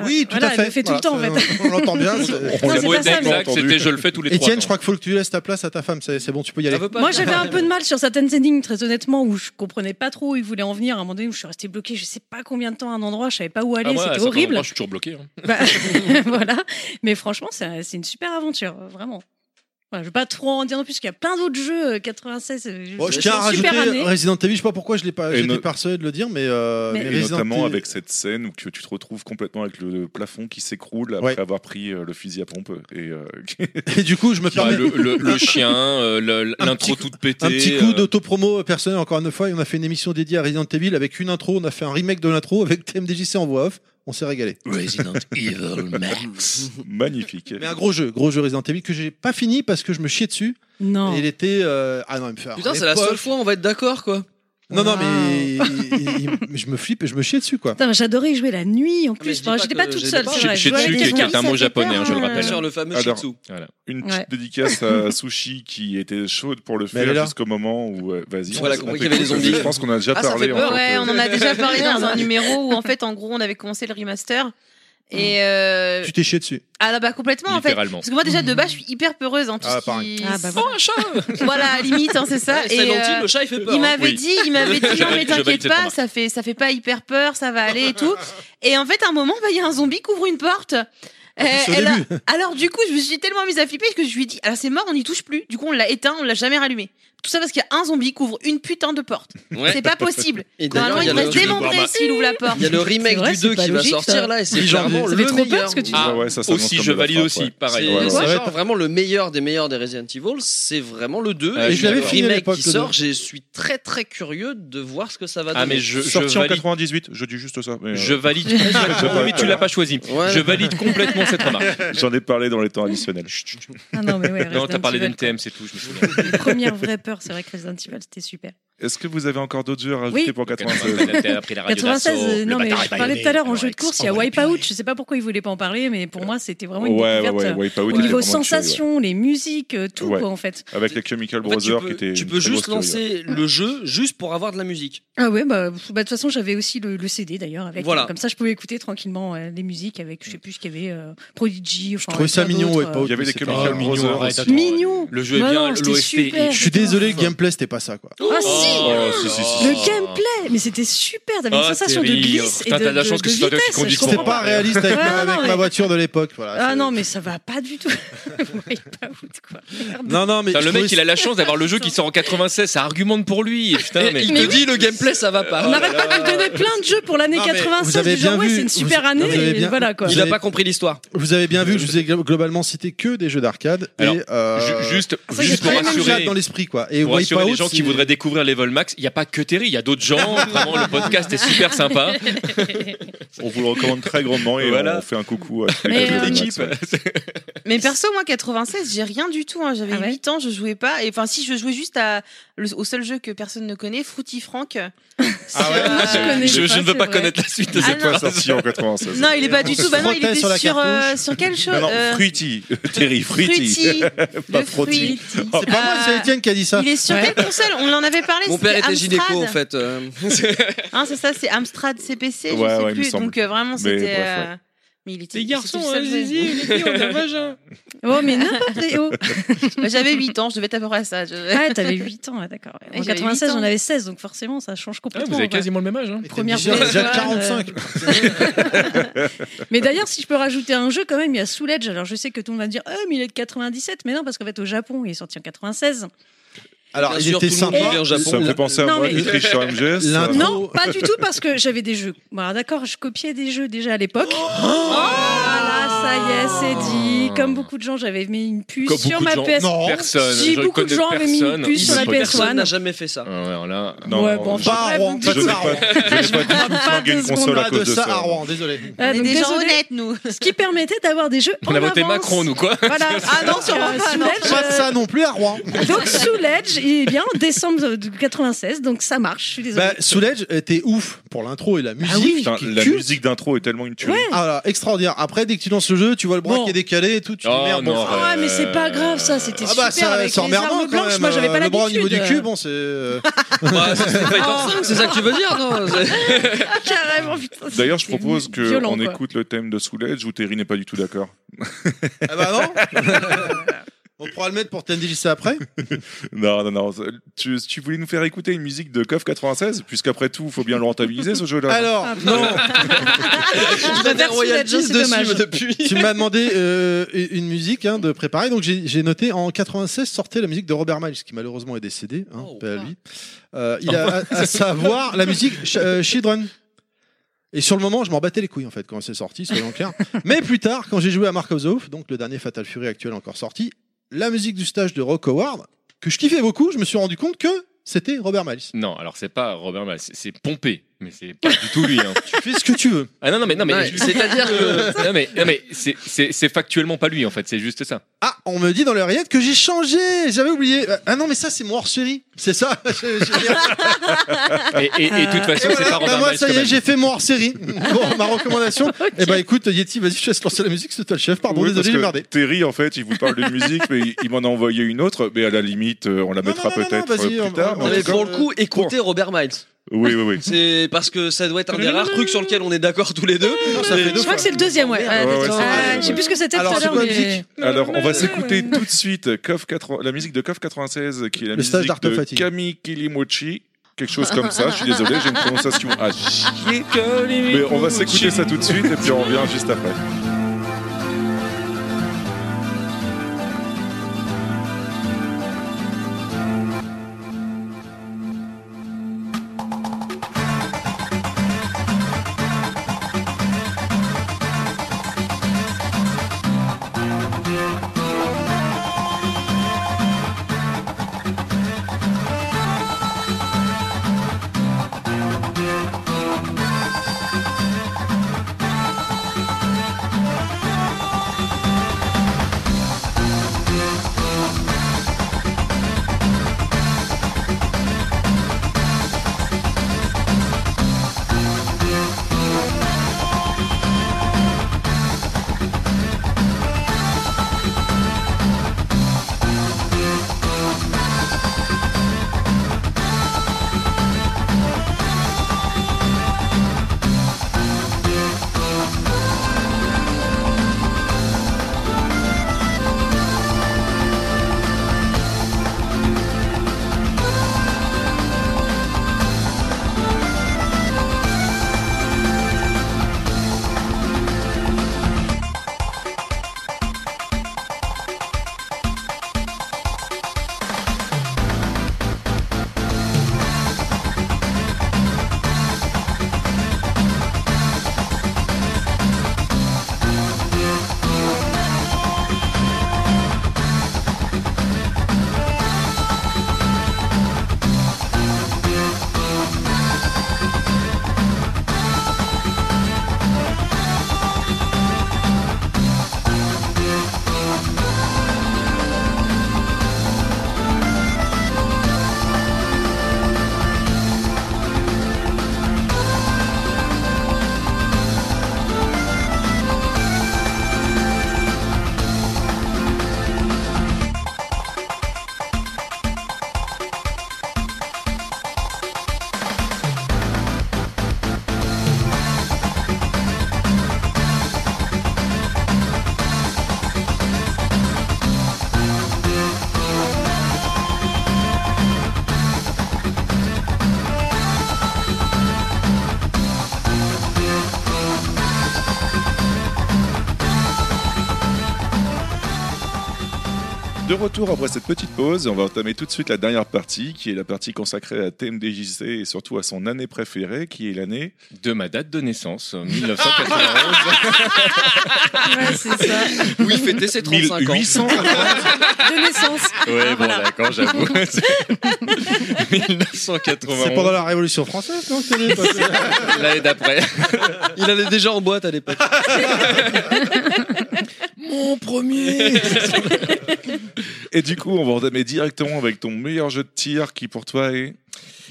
Speaker 5: Oui, tout
Speaker 7: Voilà,
Speaker 5: à
Speaker 7: elle
Speaker 5: fait.
Speaker 7: le fait tout le temps, en
Speaker 5: Voilà,
Speaker 7: fait.
Speaker 5: On l'entend bien. c'est-
Speaker 7: On Non,
Speaker 6: le
Speaker 7: c'est
Speaker 6: mot
Speaker 7: pas
Speaker 6: était
Speaker 7: ça, mais-
Speaker 6: exact, c'était je le fais tous les trois.
Speaker 5: Étienne, je
Speaker 6: ans.
Speaker 5: crois qu'il faut que tu laisses ta place à ta femme. C'est c'est bon, tu
Speaker 1: Ah euh,
Speaker 5: peux y aller.
Speaker 1: bah
Speaker 7: Moi, j'avais un peu de mal sur certaines énigmes, très honnêtement, où je comprenais pas trop où ils voulaient en venir. À un moment donné, où je suis restée bloquée, je sais pas combien de temps à un endroit, je savais pas où
Speaker 6: Ah
Speaker 7: aller,
Speaker 6: ouais, à
Speaker 7: c'était
Speaker 6: certains endroits,
Speaker 7: horrible.
Speaker 6: Je suis toujours bloqué. hein.
Speaker 7: Bah, voilà. Mais franchement, c'est c'est une super aventure, euh, vraiment. Voilà, je vais pas trop en dire non plus, parce qu'il y a plein d'autres jeux euh, 96. euh,
Speaker 5: Bon, Oh, je
Speaker 7: c'est
Speaker 5: tiens à
Speaker 7: une
Speaker 5: rajouter euh,
Speaker 7: super année.
Speaker 5: Resident Evil. Je sais pas pourquoi je l'ai pas.
Speaker 2: Et
Speaker 5: J'étais
Speaker 2: no-
Speaker 5: persuadé de le dire, mais, euh,
Speaker 7: Mais-
Speaker 5: mais
Speaker 2: Et
Speaker 5: Resident
Speaker 2: notamment
Speaker 5: Evil-
Speaker 2: avec cette scène où que tu te retrouves complètement avec le plafond qui s'écroule après
Speaker 5: Ouais.
Speaker 2: avoir pris euh, le fusil à pompe. Et, euh,
Speaker 5: Et du coup, je me
Speaker 6: Bah,
Speaker 5: permets.
Speaker 6: le, le- le chien, euh, le-
Speaker 5: Un
Speaker 6: l'intro
Speaker 5: petit-
Speaker 6: toute pétée.
Speaker 5: Un petit coup
Speaker 6: euh,
Speaker 5: d'autopromo personnel, encore une fois. et On a fait une émission dédiée à Resident Evil avec une intro. On a fait un remake de l'intro avec TMDJC en voix off. On s'est régalé.
Speaker 8: Resident Evil Max.
Speaker 2: magnifique.
Speaker 5: Mais un gros jeu, gros jeu Resident Evil que j'ai pas fini parce que je me chiais dessus.
Speaker 7: Non.
Speaker 5: Et il était. euh, Ah non, il me fait. alors,
Speaker 1: Putain,
Speaker 5: les
Speaker 1: c'est la seule
Speaker 5: pauvres-
Speaker 1: fois on va être d'accord quoi.
Speaker 5: Non, non,
Speaker 7: Waouh.
Speaker 5: mais
Speaker 7: Ah.
Speaker 5: il- il- il- je me flippe et je me chiais dessus, quoi.
Speaker 7: Putain, mais J'adorais y jouer la nuit en
Speaker 1: mais
Speaker 7: plus.
Speaker 1: je dis
Speaker 7: Enfin,
Speaker 1: pas
Speaker 7: J'étais
Speaker 1: que-
Speaker 7: pas toute
Speaker 1: je dis
Speaker 7: seule,
Speaker 1: pas
Speaker 7: c'est
Speaker 1: que-
Speaker 7: vrai.
Speaker 6: Chez-
Speaker 7: Je jouais
Speaker 6: chez
Speaker 7: avec
Speaker 6: dessus,
Speaker 7: des
Speaker 6: qui est un
Speaker 7: amis,
Speaker 6: mot
Speaker 7: ça fait
Speaker 6: japonais,
Speaker 7: peur,
Speaker 6: hein, je le
Speaker 7: hein.
Speaker 6: rappelle.
Speaker 1: Sur le fameux
Speaker 2: Alors-
Speaker 1: Shih Tzu.
Speaker 2: Une
Speaker 7: Ouais.
Speaker 2: petite dédicace à Sushi qui était chaude pour le
Speaker 5: elle est là.
Speaker 2: faire jusqu'au moment où. euh, Vas-y.
Speaker 1: Voilà,
Speaker 2: on-
Speaker 1: compris
Speaker 2: on
Speaker 1: qu'il y avait
Speaker 2: t'écoute,
Speaker 1: des zombies.
Speaker 2: Je pense qu'on a déjà
Speaker 1: Ah, ça
Speaker 2: parlé.
Speaker 1: fait peur.
Speaker 2: en fait,
Speaker 4: Ouais,
Speaker 2: euh,
Speaker 4: on en a déjà parlé dans un numéro où en fait, en gros, on avait commencé le remaster. Et euh...
Speaker 5: Tu t'es chié dessus.
Speaker 4: ah bah complètement en fait.
Speaker 6: Littéralement.
Speaker 4: Parce que moi déjà de base, je suis hyper peureuse en tout
Speaker 5: Ah,
Speaker 4: ce
Speaker 5: pareil.
Speaker 4: qui.
Speaker 7: Ah,
Speaker 4: voilà.
Speaker 7: bah voilà.
Speaker 6: Oh, un chat
Speaker 4: limite, hein, c'est ça.
Speaker 1: Ouais,
Speaker 4: Et,
Speaker 1: Silent
Speaker 4: euh,
Speaker 1: Hill, le chat il fait peur.
Speaker 4: Il
Speaker 1: hein.
Speaker 4: m'avait
Speaker 6: Oui.
Speaker 4: dit, il m'avait dit, non
Speaker 6: J'avais-
Speaker 4: mais
Speaker 6: j'avais
Speaker 4: t'inquiète
Speaker 6: cette
Speaker 4: pas,
Speaker 6: remarque.
Speaker 4: ça fait, ça fait pas hyper peur, ça va aller et tout. Et en fait, à un moment, bah, il y a un zombie qui ouvre une porte. Euh,
Speaker 5: Ah, c'est au
Speaker 4: elle a-
Speaker 5: début.
Speaker 4: Alors du coup, je me suis tellement mise à flipper que je lui ai dit, alors c'est mort, on n'y touche plus. Du coup, on l'a éteint, on l'a jamais rallumé. Tout ça parce qu'il y a un zombie qui ouvre une putain de porte.
Speaker 1: Ouais.
Speaker 4: C'est pas possible.
Speaker 1: Et d'ailleurs,
Speaker 4: Normalement,
Speaker 1: il y
Speaker 4: il
Speaker 1: a le-
Speaker 4: va se démembrer s'il ouvre la porte.
Speaker 1: il y a le remake
Speaker 7: C'est vrai,
Speaker 1: du
Speaker 7: c'est
Speaker 1: 2
Speaker 7: pas
Speaker 1: qui va
Speaker 7: logique,
Speaker 1: sortir
Speaker 7: ça.
Speaker 1: là et c'est
Speaker 5: Oui, j'en ai-
Speaker 1: vraiment
Speaker 7: ça
Speaker 1: le
Speaker 7: fait trop peur,
Speaker 1: meilleur.
Speaker 7: ce que tu dis.
Speaker 6: Ah,
Speaker 2: ouais, ça s'annonce
Speaker 6: aussi,
Speaker 2: comme
Speaker 6: je
Speaker 2: de la
Speaker 6: valide
Speaker 2: frappe,
Speaker 6: aussi.
Speaker 2: ouais.
Speaker 1: C'est
Speaker 6: Pareil.
Speaker 1: c'est
Speaker 2: ouais.
Speaker 1: genre
Speaker 5: Ça va être-
Speaker 1: vraiment le meilleur des meilleurs des Resident Evil, c'est vraiment le 2.
Speaker 6: Ah,
Speaker 1: et
Speaker 6: je l'avais
Speaker 1: le
Speaker 5: fini à
Speaker 1: remake
Speaker 5: l'époque,
Speaker 1: qui
Speaker 5: le
Speaker 1: sort,
Speaker 5: deux.
Speaker 1: je suis très très curieux de voir ce que ça va
Speaker 6: Ah, mais
Speaker 1: donner.
Speaker 6: je, je
Speaker 2: Sorti en
Speaker 6: valide.
Speaker 2: 98, je dis juste ça. mais, euh,
Speaker 6: Je valide complètement. Oui, tu l'as pas choisi.
Speaker 1: Ouais.
Speaker 6: Je valide complètement cette remarque.
Speaker 2: J'en ai parlé dans les temps additionnels. Chut, chut, chut.
Speaker 7: Ah non, mais ouais,
Speaker 6: Non, t'as
Speaker 7: Resident
Speaker 6: parlé
Speaker 7: Evil,
Speaker 6: d'NTM, c'est tout, je me souviens.
Speaker 7: quoi. Les premières vraies peurs, c'est vrai que Resident Evil, c'était super.
Speaker 2: Est-ce que vous avez encore d'autres jeux à rajouter
Speaker 7: Oui.
Speaker 2: pour 96
Speaker 7: 96,
Speaker 6: 96,
Speaker 7: euh, non, mais je parlais tout à l'heure en jeu de course, il y a Wipeout, je sais pas pourquoi ils voulaient pas en parler, mais pour moi, c'était vraiment une
Speaker 2: ouais, ouais,
Speaker 7: découverte.
Speaker 2: ouais,
Speaker 7: euh,
Speaker 2: Wipeout
Speaker 7: Au
Speaker 2: était
Speaker 7: niveau
Speaker 2: vraiment une tuerie, ouais.
Speaker 7: sensation, les musiques, euh, tout
Speaker 2: Ouais.
Speaker 7: quoi en fait.
Speaker 2: Avec les Chemical
Speaker 1: En fait, tu
Speaker 2: Brothers qui
Speaker 1: peux,
Speaker 2: était.
Speaker 1: tu
Speaker 2: une
Speaker 1: peux
Speaker 2: très
Speaker 1: juste
Speaker 2: grosse tuerie, ouais.
Speaker 1: lancer le jeu juste pour avoir de la musique.
Speaker 7: Ah ouais, bah pff, bah, de toute façon j'avais aussi le, le CD d'ailleurs avec.
Speaker 1: Voilà.
Speaker 7: euh, Comme ça je pouvais écouter tranquillement euh, les musiques avec, je sais plus ce qu'il y avait, euh, Prodigy. Enfin,
Speaker 5: Je trouvais ça
Speaker 7: plein
Speaker 5: mignon,
Speaker 7: d'autres,
Speaker 5: Wipeout.
Speaker 2: Il y avait
Speaker 5: mais
Speaker 2: des
Speaker 5: c'est
Speaker 2: Chemical
Speaker 5: pas-
Speaker 6: mignon,
Speaker 2: Brothers.
Speaker 6: arrête,
Speaker 7: euh,
Speaker 2: hein, aussi.
Speaker 7: Mignon.
Speaker 6: Le jeu est
Speaker 7: Bah
Speaker 6: bien,
Speaker 7: non, c'était
Speaker 6: l'OST
Speaker 7: super.
Speaker 5: Je suis désolé, le gameplay c'était pas ça, quoi.
Speaker 7: Ah si
Speaker 2: Oh, si, si, si.
Speaker 7: Le gameplay, mais c'était super, t'avais une
Speaker 6: Ah,
Speaker 7: sensation de
Speaker 6: Terry,
Speaker 7: glisse et de,
Speaker 6: putain, t'as de la
Speaker 7: de-
Speaker 6: chance
Speaker 7: de
Speaker 6: que ce soit toi qui
Speaker 7: vitesse,
Speaker 6: conduis
Speaker 7: je
Speaker 6: ton
Speaker 5: C'était
Speaker 7: comprends
Speaker 5: pas
Speaker 7: pas.
Speaker 5: réaliste avec, ma,
Speaker 7: Ouais, non,
Speaker 5: avec
Speaker 7: mais-
Speaker 5: ma voiture de l'époque. Voilà,
Speaker 7: Ah
Speaker 5: c'est-
Speaker 7: non, mais ça va pas du tout. Wipeout, quoi. Merde.
Speaker 5: non, non, mais
Speaker 6: Putain,
Speaker 5: je
Speaker 6: le mec,
Speaker 5: trouvais-
Speaker 6: il a la chance d'avoir le jeu qui sort en 96, ça argumente pour lui. Putain, mais... Euh,
Speaker 1: Il te dit le gameplay ça va pas.
Speaker 7: On n'arrête pas de lui donner plein de jeux pour l'année
Speaker 5: Non, mais
Speaker 7: 96,
Speaker 5: vous avez
Speaker 7: du genre,
Speaker 5: bien
Speaker 7: ouais,
Speaker 5: vu,
Speaker 7: c'est une
Speaker 5: vous-
Speaker 7: super
Speaker 5: non,
Speaker 7: année,
Speaker 5: vous avez
Speaker 7: et
Speaker 5: bien-
Speaker 7: voilà quoi.
Speaker 5: Il
Speaker 1: Il
Speaker 5: a
Speaker 1: a
Speaker 5: pas
Speaker 1: pas compris l'histoire.
Speaker 5: Vous avez bien vu, je vous ai glo- globalement cité que des jeux d'arcade. Et
Speaker 6: Alors,
Speaker 5: euh,
Speaker 6: Ju- Juste,
Speaker 7: ça, il y a
Speaker 6: juste
Speaker 7: pas
Speaker 6: pour
Speaker 7: les mêmes
Speaker 5: Jade
Speaker 6: rassurer,
Speaker 5: dans l'esprit, quoi. Et
Speaker 6: pour rassurer les
Speaker 5: Wipeout,
Speaker 6: gens
Speaker 5: c'est-
Speaker 6: qui voudraient découvrir Level Max, il n'y a pas que Terry, il y a d'autres gens. Vraiment, le podcast est super sympa.
Speaker 2: On vous le recommande très grandement et
Speaker 6: Voilà.
Speaker 2: on fait un coucou à toute
Speaker 7: Mais, euh,
Speaker 2: l'équipe.
Speaker 6: L'équipe.
Speaker 4: Mais perso, moi, 96, j'ai rien du tout. hein. J'avais
Speaker 7: Ah ouais
Speaker 4: 8 ans, je jouais pas. Et enfin, si je jouais juste à, le- au seul jeu que personne ne connaît, Fruity Frank.
Speaker 5: Ah ouais
Speaker 4: Sur,
Speaker 7: Moi, je
Speaker 4: euh,
Speaker 7: connais pas,
Speaker 6: Je, je ne veux
Speaker 7: c'est
Speaker 6: pas
Speaker 7: vrai.
Speaker 6: connaître la suite de
Speaker 4: Ah
Speaker 6: cette
Speaker 4: non.
Speaker 2: Pas
Speaker 6: phrase.
Speaker 2: sorti en 96.
Speaker 4: Non, il est pas du
Speaker 5: se
Speaker 4: tout. Bah non, il
Speaker 5: frottait
Speaker 4: était
Speaker 5: sur la
Speaker 4: sur, euh,
Speaker 5: cartouche.
Speaker 4: sur quelle chose
Speaker 2: Non, non,
Speaker 4: Euh,
Speaker 2: Fruity. Terry, Fruity.
Speaker 4: Fruity.
Speaker 2: Pas
Speaker 4: Le
Speaker 2: Fruity.
Speaker 4: fruit.
Speaker 5: C'est pas moi, c'est
Speaker 4: Euh,
Speaker 5: Étienne qui a dit ça.
Speaker 4: Il est sur quelle console On en avait parlé.
Speaker 1: Mon père
Speaker 4: c'était
Speaker 1: était gynéco
Speaker 4: Amstrad.
Speaker 1: en fait. euh.
Speaker 4: Hein, c'est ça, c'est Amstrad CPC,
Speaker 2: Ouais,
Speaker 4: je sais
Speaker 2: ouais, il me
Speaker 4: plus.
Speaker 2: semble.
Speaker 4: Donc euh, vraiment,
Speaker 2: Mais
Speaker 4: c'était.
Speaker 2: bref,
Speaker 4: euh,
Speaker 2: ouais.
Speaker 4: Mais il était.
Speaker 6: Les garçons,
Speaker 4: c'était
Speaker 6: hein,
Speaker 4: le seul jeu.
Speaker 6: zizi, les filles, on a vagin.
Speaker 7: Oh, mais n'importe quoi.
Speaker 4: Bah, J'avais 8 ans, je devais être à peu près à ça. je-
Speaker 7: Ah, t'avais 8 ans, ouais, d'accord.
Speaker 4: Ouais,
Speaker 7: En
Speaker 4: j'avais
Speaker 7: 96,
Speaker 4: huit ans.
Speaker 7: j'en avais 16, donc forcément, ça change
Speaker 6: Ah,
Speaker 7: complètement.
Speaker 6: vous avez
Speaker 7: quoi.
Speaker 6: quasiment le même âge. Hein.
Speaker 5: Étienne
Speaker 7: première
Speaker 5: Bizarre,
Speaker 7: PS1,
Speaker 5: Jade 45.
Speaker 7: Mais d'ailleurs, si je peux rajouter un jeu, quand même, il y a Soul Edge. Alors, je sais que tout le monde va dire, oh, mais il est de 97. Mais non, parce qu'en fait, au Japon, il est sorti en 96.
Speaker 5: Alors,
Speaker 1: Bien
Speaker 5: il
Speaker 1: sûr,
Speaker 5: était
Speaker 1: tout le monde
Speaker 5: sympa.
Speaker 1: vivait au Japon.
Speaker 2: Ça me fait penser à
Speaker 7: euh, Non,
Speaker 2: moi,
Speaker 7: mais-
Speaker 2: Nutrition MGS.
Speaker 5: L'un-
Speaker 2: euh,
Speaker 7: Non, pas du tout, parce que j'avais des jeux. Bon, alors, d'accord, je copiais des jeux déjà à l'époque.
Speaker 5: Oh
Speaker 7: voilà, ça y est, c'est dit. Comme beaucoup de gens, j'avais mis une puce
Speaker 6: Comme
Speaker 7: sur ma
Speaker 6: beaucoup de gens.
Speaker 7: PS.
Speaker 5: Non.
Speaker 6: Personne.
Speaker 7: Si,
Speaker 6: je
Speaker 7: beaucoup
Speaker 6: connais
Speaker 7: de gens avaient mis une
Speaker 6: personne.
Speaker 7: puce
Speaker 6: Ils
Speaker 7: sur la
Speaker 6: connaissent
Speaker 7: PS1.
Speaker 1: Personne n'a jamais fait ça.
Speaker 6: Ah ouais, alors là,
Speaker 2: Non,
Speaker 7: ouais,
Speaker 2: non,
Speaker 7: bon,
Speaker 2: je-
Speaker 7: enfin,
Speaker 5: Pas à
Speaker 7: bref,
Speaker 5: Rouen,
Speaker 7: bon,
Speaker 5: pas
Speaker 2: Je n'ai
Speaker 5: à Rouen.
Speaker 2: pas, je n'ai pas du tout
Speaker 7: pas
Speaker 2: flingué
Speaker 7: deux
Speaker 2: une console à
Speaker 5: Pas de
Speaker 2: cause de ça.
Speaker 5: ça à Rouen, désolé.
Speaker 6: Ah,
Speaker 7: euh,
Speaker 4: On est
Speaker 7: donc,
Speaker 4: des gens
Speaker 7: désolé.
Speaker 4: honnêtes, nous.
Speaker 7: Ce qui permettait d'avoir des jeux
Speaker 6: on
Speaker 7: en
Speaker 6: a voté
Speaker 7: avance.
Speaker 6: Macron, nous quoi.
Speaker 7: Voilà.
Speaker 4: Ah non,
Speaker 7: Donc,
Speaker 4: sûrement
Speaker 7: euh,
Speaker 4: pas,
Speaker 7: Soul
Speaker 4: non.
Speaker 7: Edge,
Speaker 5: Pas
Speaker 7: euh,
Speaker 5: de ça non plus à Rouen.
Speaker 7: Donc Soul Edge, eh bien, décembre de 96, donc ça marche, je suis désolée.
Speaker 5: Bah, Soul Edge était ouf pour l'intro et la musique.
Speaker 7: oui.
Speaker 5: qui
Speaker 2: Putain,
Speaker 5: est
Speaker 2: la
Speaker 5: culte.
Speaker 2: musique d'intro est tellement une tuerie.
Speaker 7: Ouais.
Speaker 5: Ah là, extraordinaire. Après, dès que tu lances le jeu, tu vois le bras
Speaker 7: Bon.
Speaker 5: qui est décalé et tout. Tu te dis,
Speaker 6: Oh,
Speaker 5: merde, bon,
Speaker 6: non,
Speaker 5: ah,
Speaker 7: Ah, mais c'est pas grave, ça, c'était
Speaker 5: bah,
Speaker 7: super
Speaker 5: ça-
Speaker 7: avec
Speaker 5: c'est
Speaker 7: les armes
Speaker 5: emmerdant quand
Speaker 7: blanches.
Speaker 5: même. hein,
Speaker 7: Moi, j'avais pas
Speaker 5: Le bras au niveau du cul,
Speaker 7: l'habitude.
Speaker 5: bon, c'est. euh,
Speaker 6: Ah,
Speaker 1: Bah, c'est Street Fighter V, c'est ça que tu veux dire, non C'est-
Speaker 7: Ah, carrément, putain. c'est-
Speaker 2: D'ailleurs, je
Speaker 7: c'est
Speaker 2: propose
Speaker 7: violent,
Speaker 2: qu'on
Speaker 7: quoi.
Speaker 2: écoute le thème de Soulage où Terry n'est pas du tout d'accord.
Speaker 5: Ah bah non On pourra le mettre pour TNDJC après
Speaker 2: Non, non, non. Tu, tu voulais nous faire écouter une musique de KOF 96, puisqu'après tout, il faut bien le rentabiliser ce
Speaker 7: Ah,
Speaker 2: jeu-là.
Speaker 5: Alors, non
Speaker 1: Je
Speaker 7: préfère Soulage,
Speaker 1: Royal Cheese
Speaker 7: c'est
Speaker 1: dessus
Speaker 7: dommage.
Speaker 1: mais depuis.
Speaker 5: Tu m'as demandé euh, une musique hein, de préparer, donc j'ai j'ai noté en 96 sortait la musique de Robert Miles, qui malheureusement est décédé, hein,
Speaker 1: Oh.
Speaker 5: paix à lui. Euh, il a à, à savoir la musique Ch- euh, Children. Et sur le moment, je m'en battais les couilles en fait quand c'est sorti, soyons clairs. Mais plus tard, quand j'ai joué à Mark of the Wolf, donc le dernier Fatal Fury actuel encore sorti, la musique du stage de Rock Howard, que je kiffais beaucoup, je me suis rendu compte que c'était Robert Miles.
Speaker 6: Non, alors c'est pas Robert Mal, c'est c'est Pompé, mais c'est pas du tout lui. hein.
Speaker 5: Tu fais ce que tu veux.
Speaker 6: Ah non, non, mais, non, mais,
Speaker 1: Ouais, C'est-à-dire que.
Speaker 6: non, mais, non, mais c'est- c'est c'est factuellement pas lui en fait, c'est juste ça.
Speaker 5: Ah, on me dit dans le Riot que j'ai changé, j'avais oublié. Ah non, mais ça, c'est mon hors série. C'est ça. Je- je- je-
Speaker 6: Et, et, et de toute
Speaker 5: Et
Speaker 6: façon, c'est
Speaker 5: voilà,
Speaker 6: pas
Speaker 5: bah
Speaker 6: Robert
Speaker 5: moi,
Speaker 6: Miles,
Speaker 5: ça
Speaker 6: quand
Speaker 5: y est,
Speaker 6: même.
Speaker 5: j'ai fait mon hors série. Bon, ma recommandation. Eh ben, écoute, Yeti, vas-y, je te laisse lancer la musique, c'est toi le chef. Pardon,
Speaker 2: Oui, parce
Speaker 5: Ah désolé, j'ai
Speaker 2: que
Speaker 5: merdé.
Speaker 2: Terry, en fait, il vous parle de musique, mais il, il m'en a envoyé une autre. Mais à la limite, euh, on la
Speaker 5: Non,
Speaker 2: mettra
Speaker 5: non, non, non,
Speaker 2: peut-être
Speaker 5: non,
Speaker 2: euh,
Speaker 5: vas-y,
Speaker 2: plus
Speaker 5: on-
Speaker 2: tard.
Speaker 5: on-
Speaker 2: mais en
Speaker 1: Mais
Speaker 2: tout cas-
Speaker 1: pour le coup, écoutez Robert Miles.
Speaker 2: Oui, oui, oui.
Speaker 1: C'est parce que ça doit être un des rares trucs sur lequel on est d'accord tous les deux. Mais-
Speaker 7: Je crois que c'est le deuxième, ouais. Ah,
Speaker 2: ouais,
Speaker 7: d'accord.
Speaker 2: c'est
Speaker 7: Ah,
Speaker 2: vrai.
Speaker 7: Je sais plus ce que c'était tout
Speaker 5: Alors,
Speaker 7: à
Speaker 5: c'est
Speaker 7: l'heure,
Speaker 5: quoi la
Speaker 7: mais.
Speaker 5: musique
Speaker 2: Alors, on va s'écouter tout de suite KOF 80 la musique de KOF 96, qui est la
Speaker 5: Le stage
Speaker 2: musique
Speaker 5: d'Arte
Speaker 2: de
Speaker 5: Fatigue.
Speaker 2: Kami Kilimochi. Quelque chose comme ça, je suis désolé, j'ai une prononciation à chier. Mais on va s'écouter ça tout de suite et puis on revient juste après. De retour après cette petite pause, on va entamer tout de suite la dernière partie, qui est la partie consacrée à TMDJC et surtout à son année préférée, qui est l'année.
Speaker 6: De ma date de naissance, euh, 1991.
Speaker 7: Ouais, c'est ça.
Speaker 1: Oui, fêtez ses 35 ans.
Speaker 2: 1800.
Speaker 7: De naissance.
Speaker 6: ouais, bon, d'accord, j'avoue. 1991.
Speaker 5: C'est pendant la Révolution française, non c'est les-
Speaker 6: l'année d'après.
Speaker 1: Il allait déjà en boîte à l'époque.
Speaker 6: Mon premier
Speaker 2: Et du coup, on va entamer directement avec ton meilleur jeu de tir, qui pour toi est.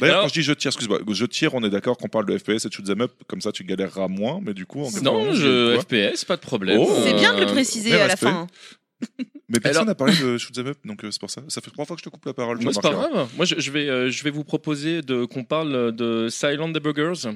Speaker 2: D'ailleurs,
Speaker 6: Alors-
Speaker 2: quand je dis je tire, excuse-moi, je tire, on est d'accord qu'on parle de FPS et de shoot'em up, comme ça tu galéreras moins, mais du coup. en
Speaker 6: Non,
Speaker 2: dépendant, tu
Speaker 6: je
Speaker 2: vois.
Speaker 6: FPS, pas de problème.
Speaker 2: Oh.
Speaker 4: C'est bien de le
Speaker 6: Euh,
Speaker 4: préciser
Speaker 2: mais
Speaker 4: à la
Speaker 2: respect.
Speaker 4: fin. hein.
Speaker 2: Mais personne n'a parlé de shoot'em up, donc euh, c'est pour ça. Ça fait trois fois que je te coupe la parole.
Speaker 6: Moi, c'est pas
Speaker 2: Jean-Marc.
Speaker 6: grave. Moi, je, je vais, euh, je vais vous proposer de, qu'on parle de Silent the Burgers,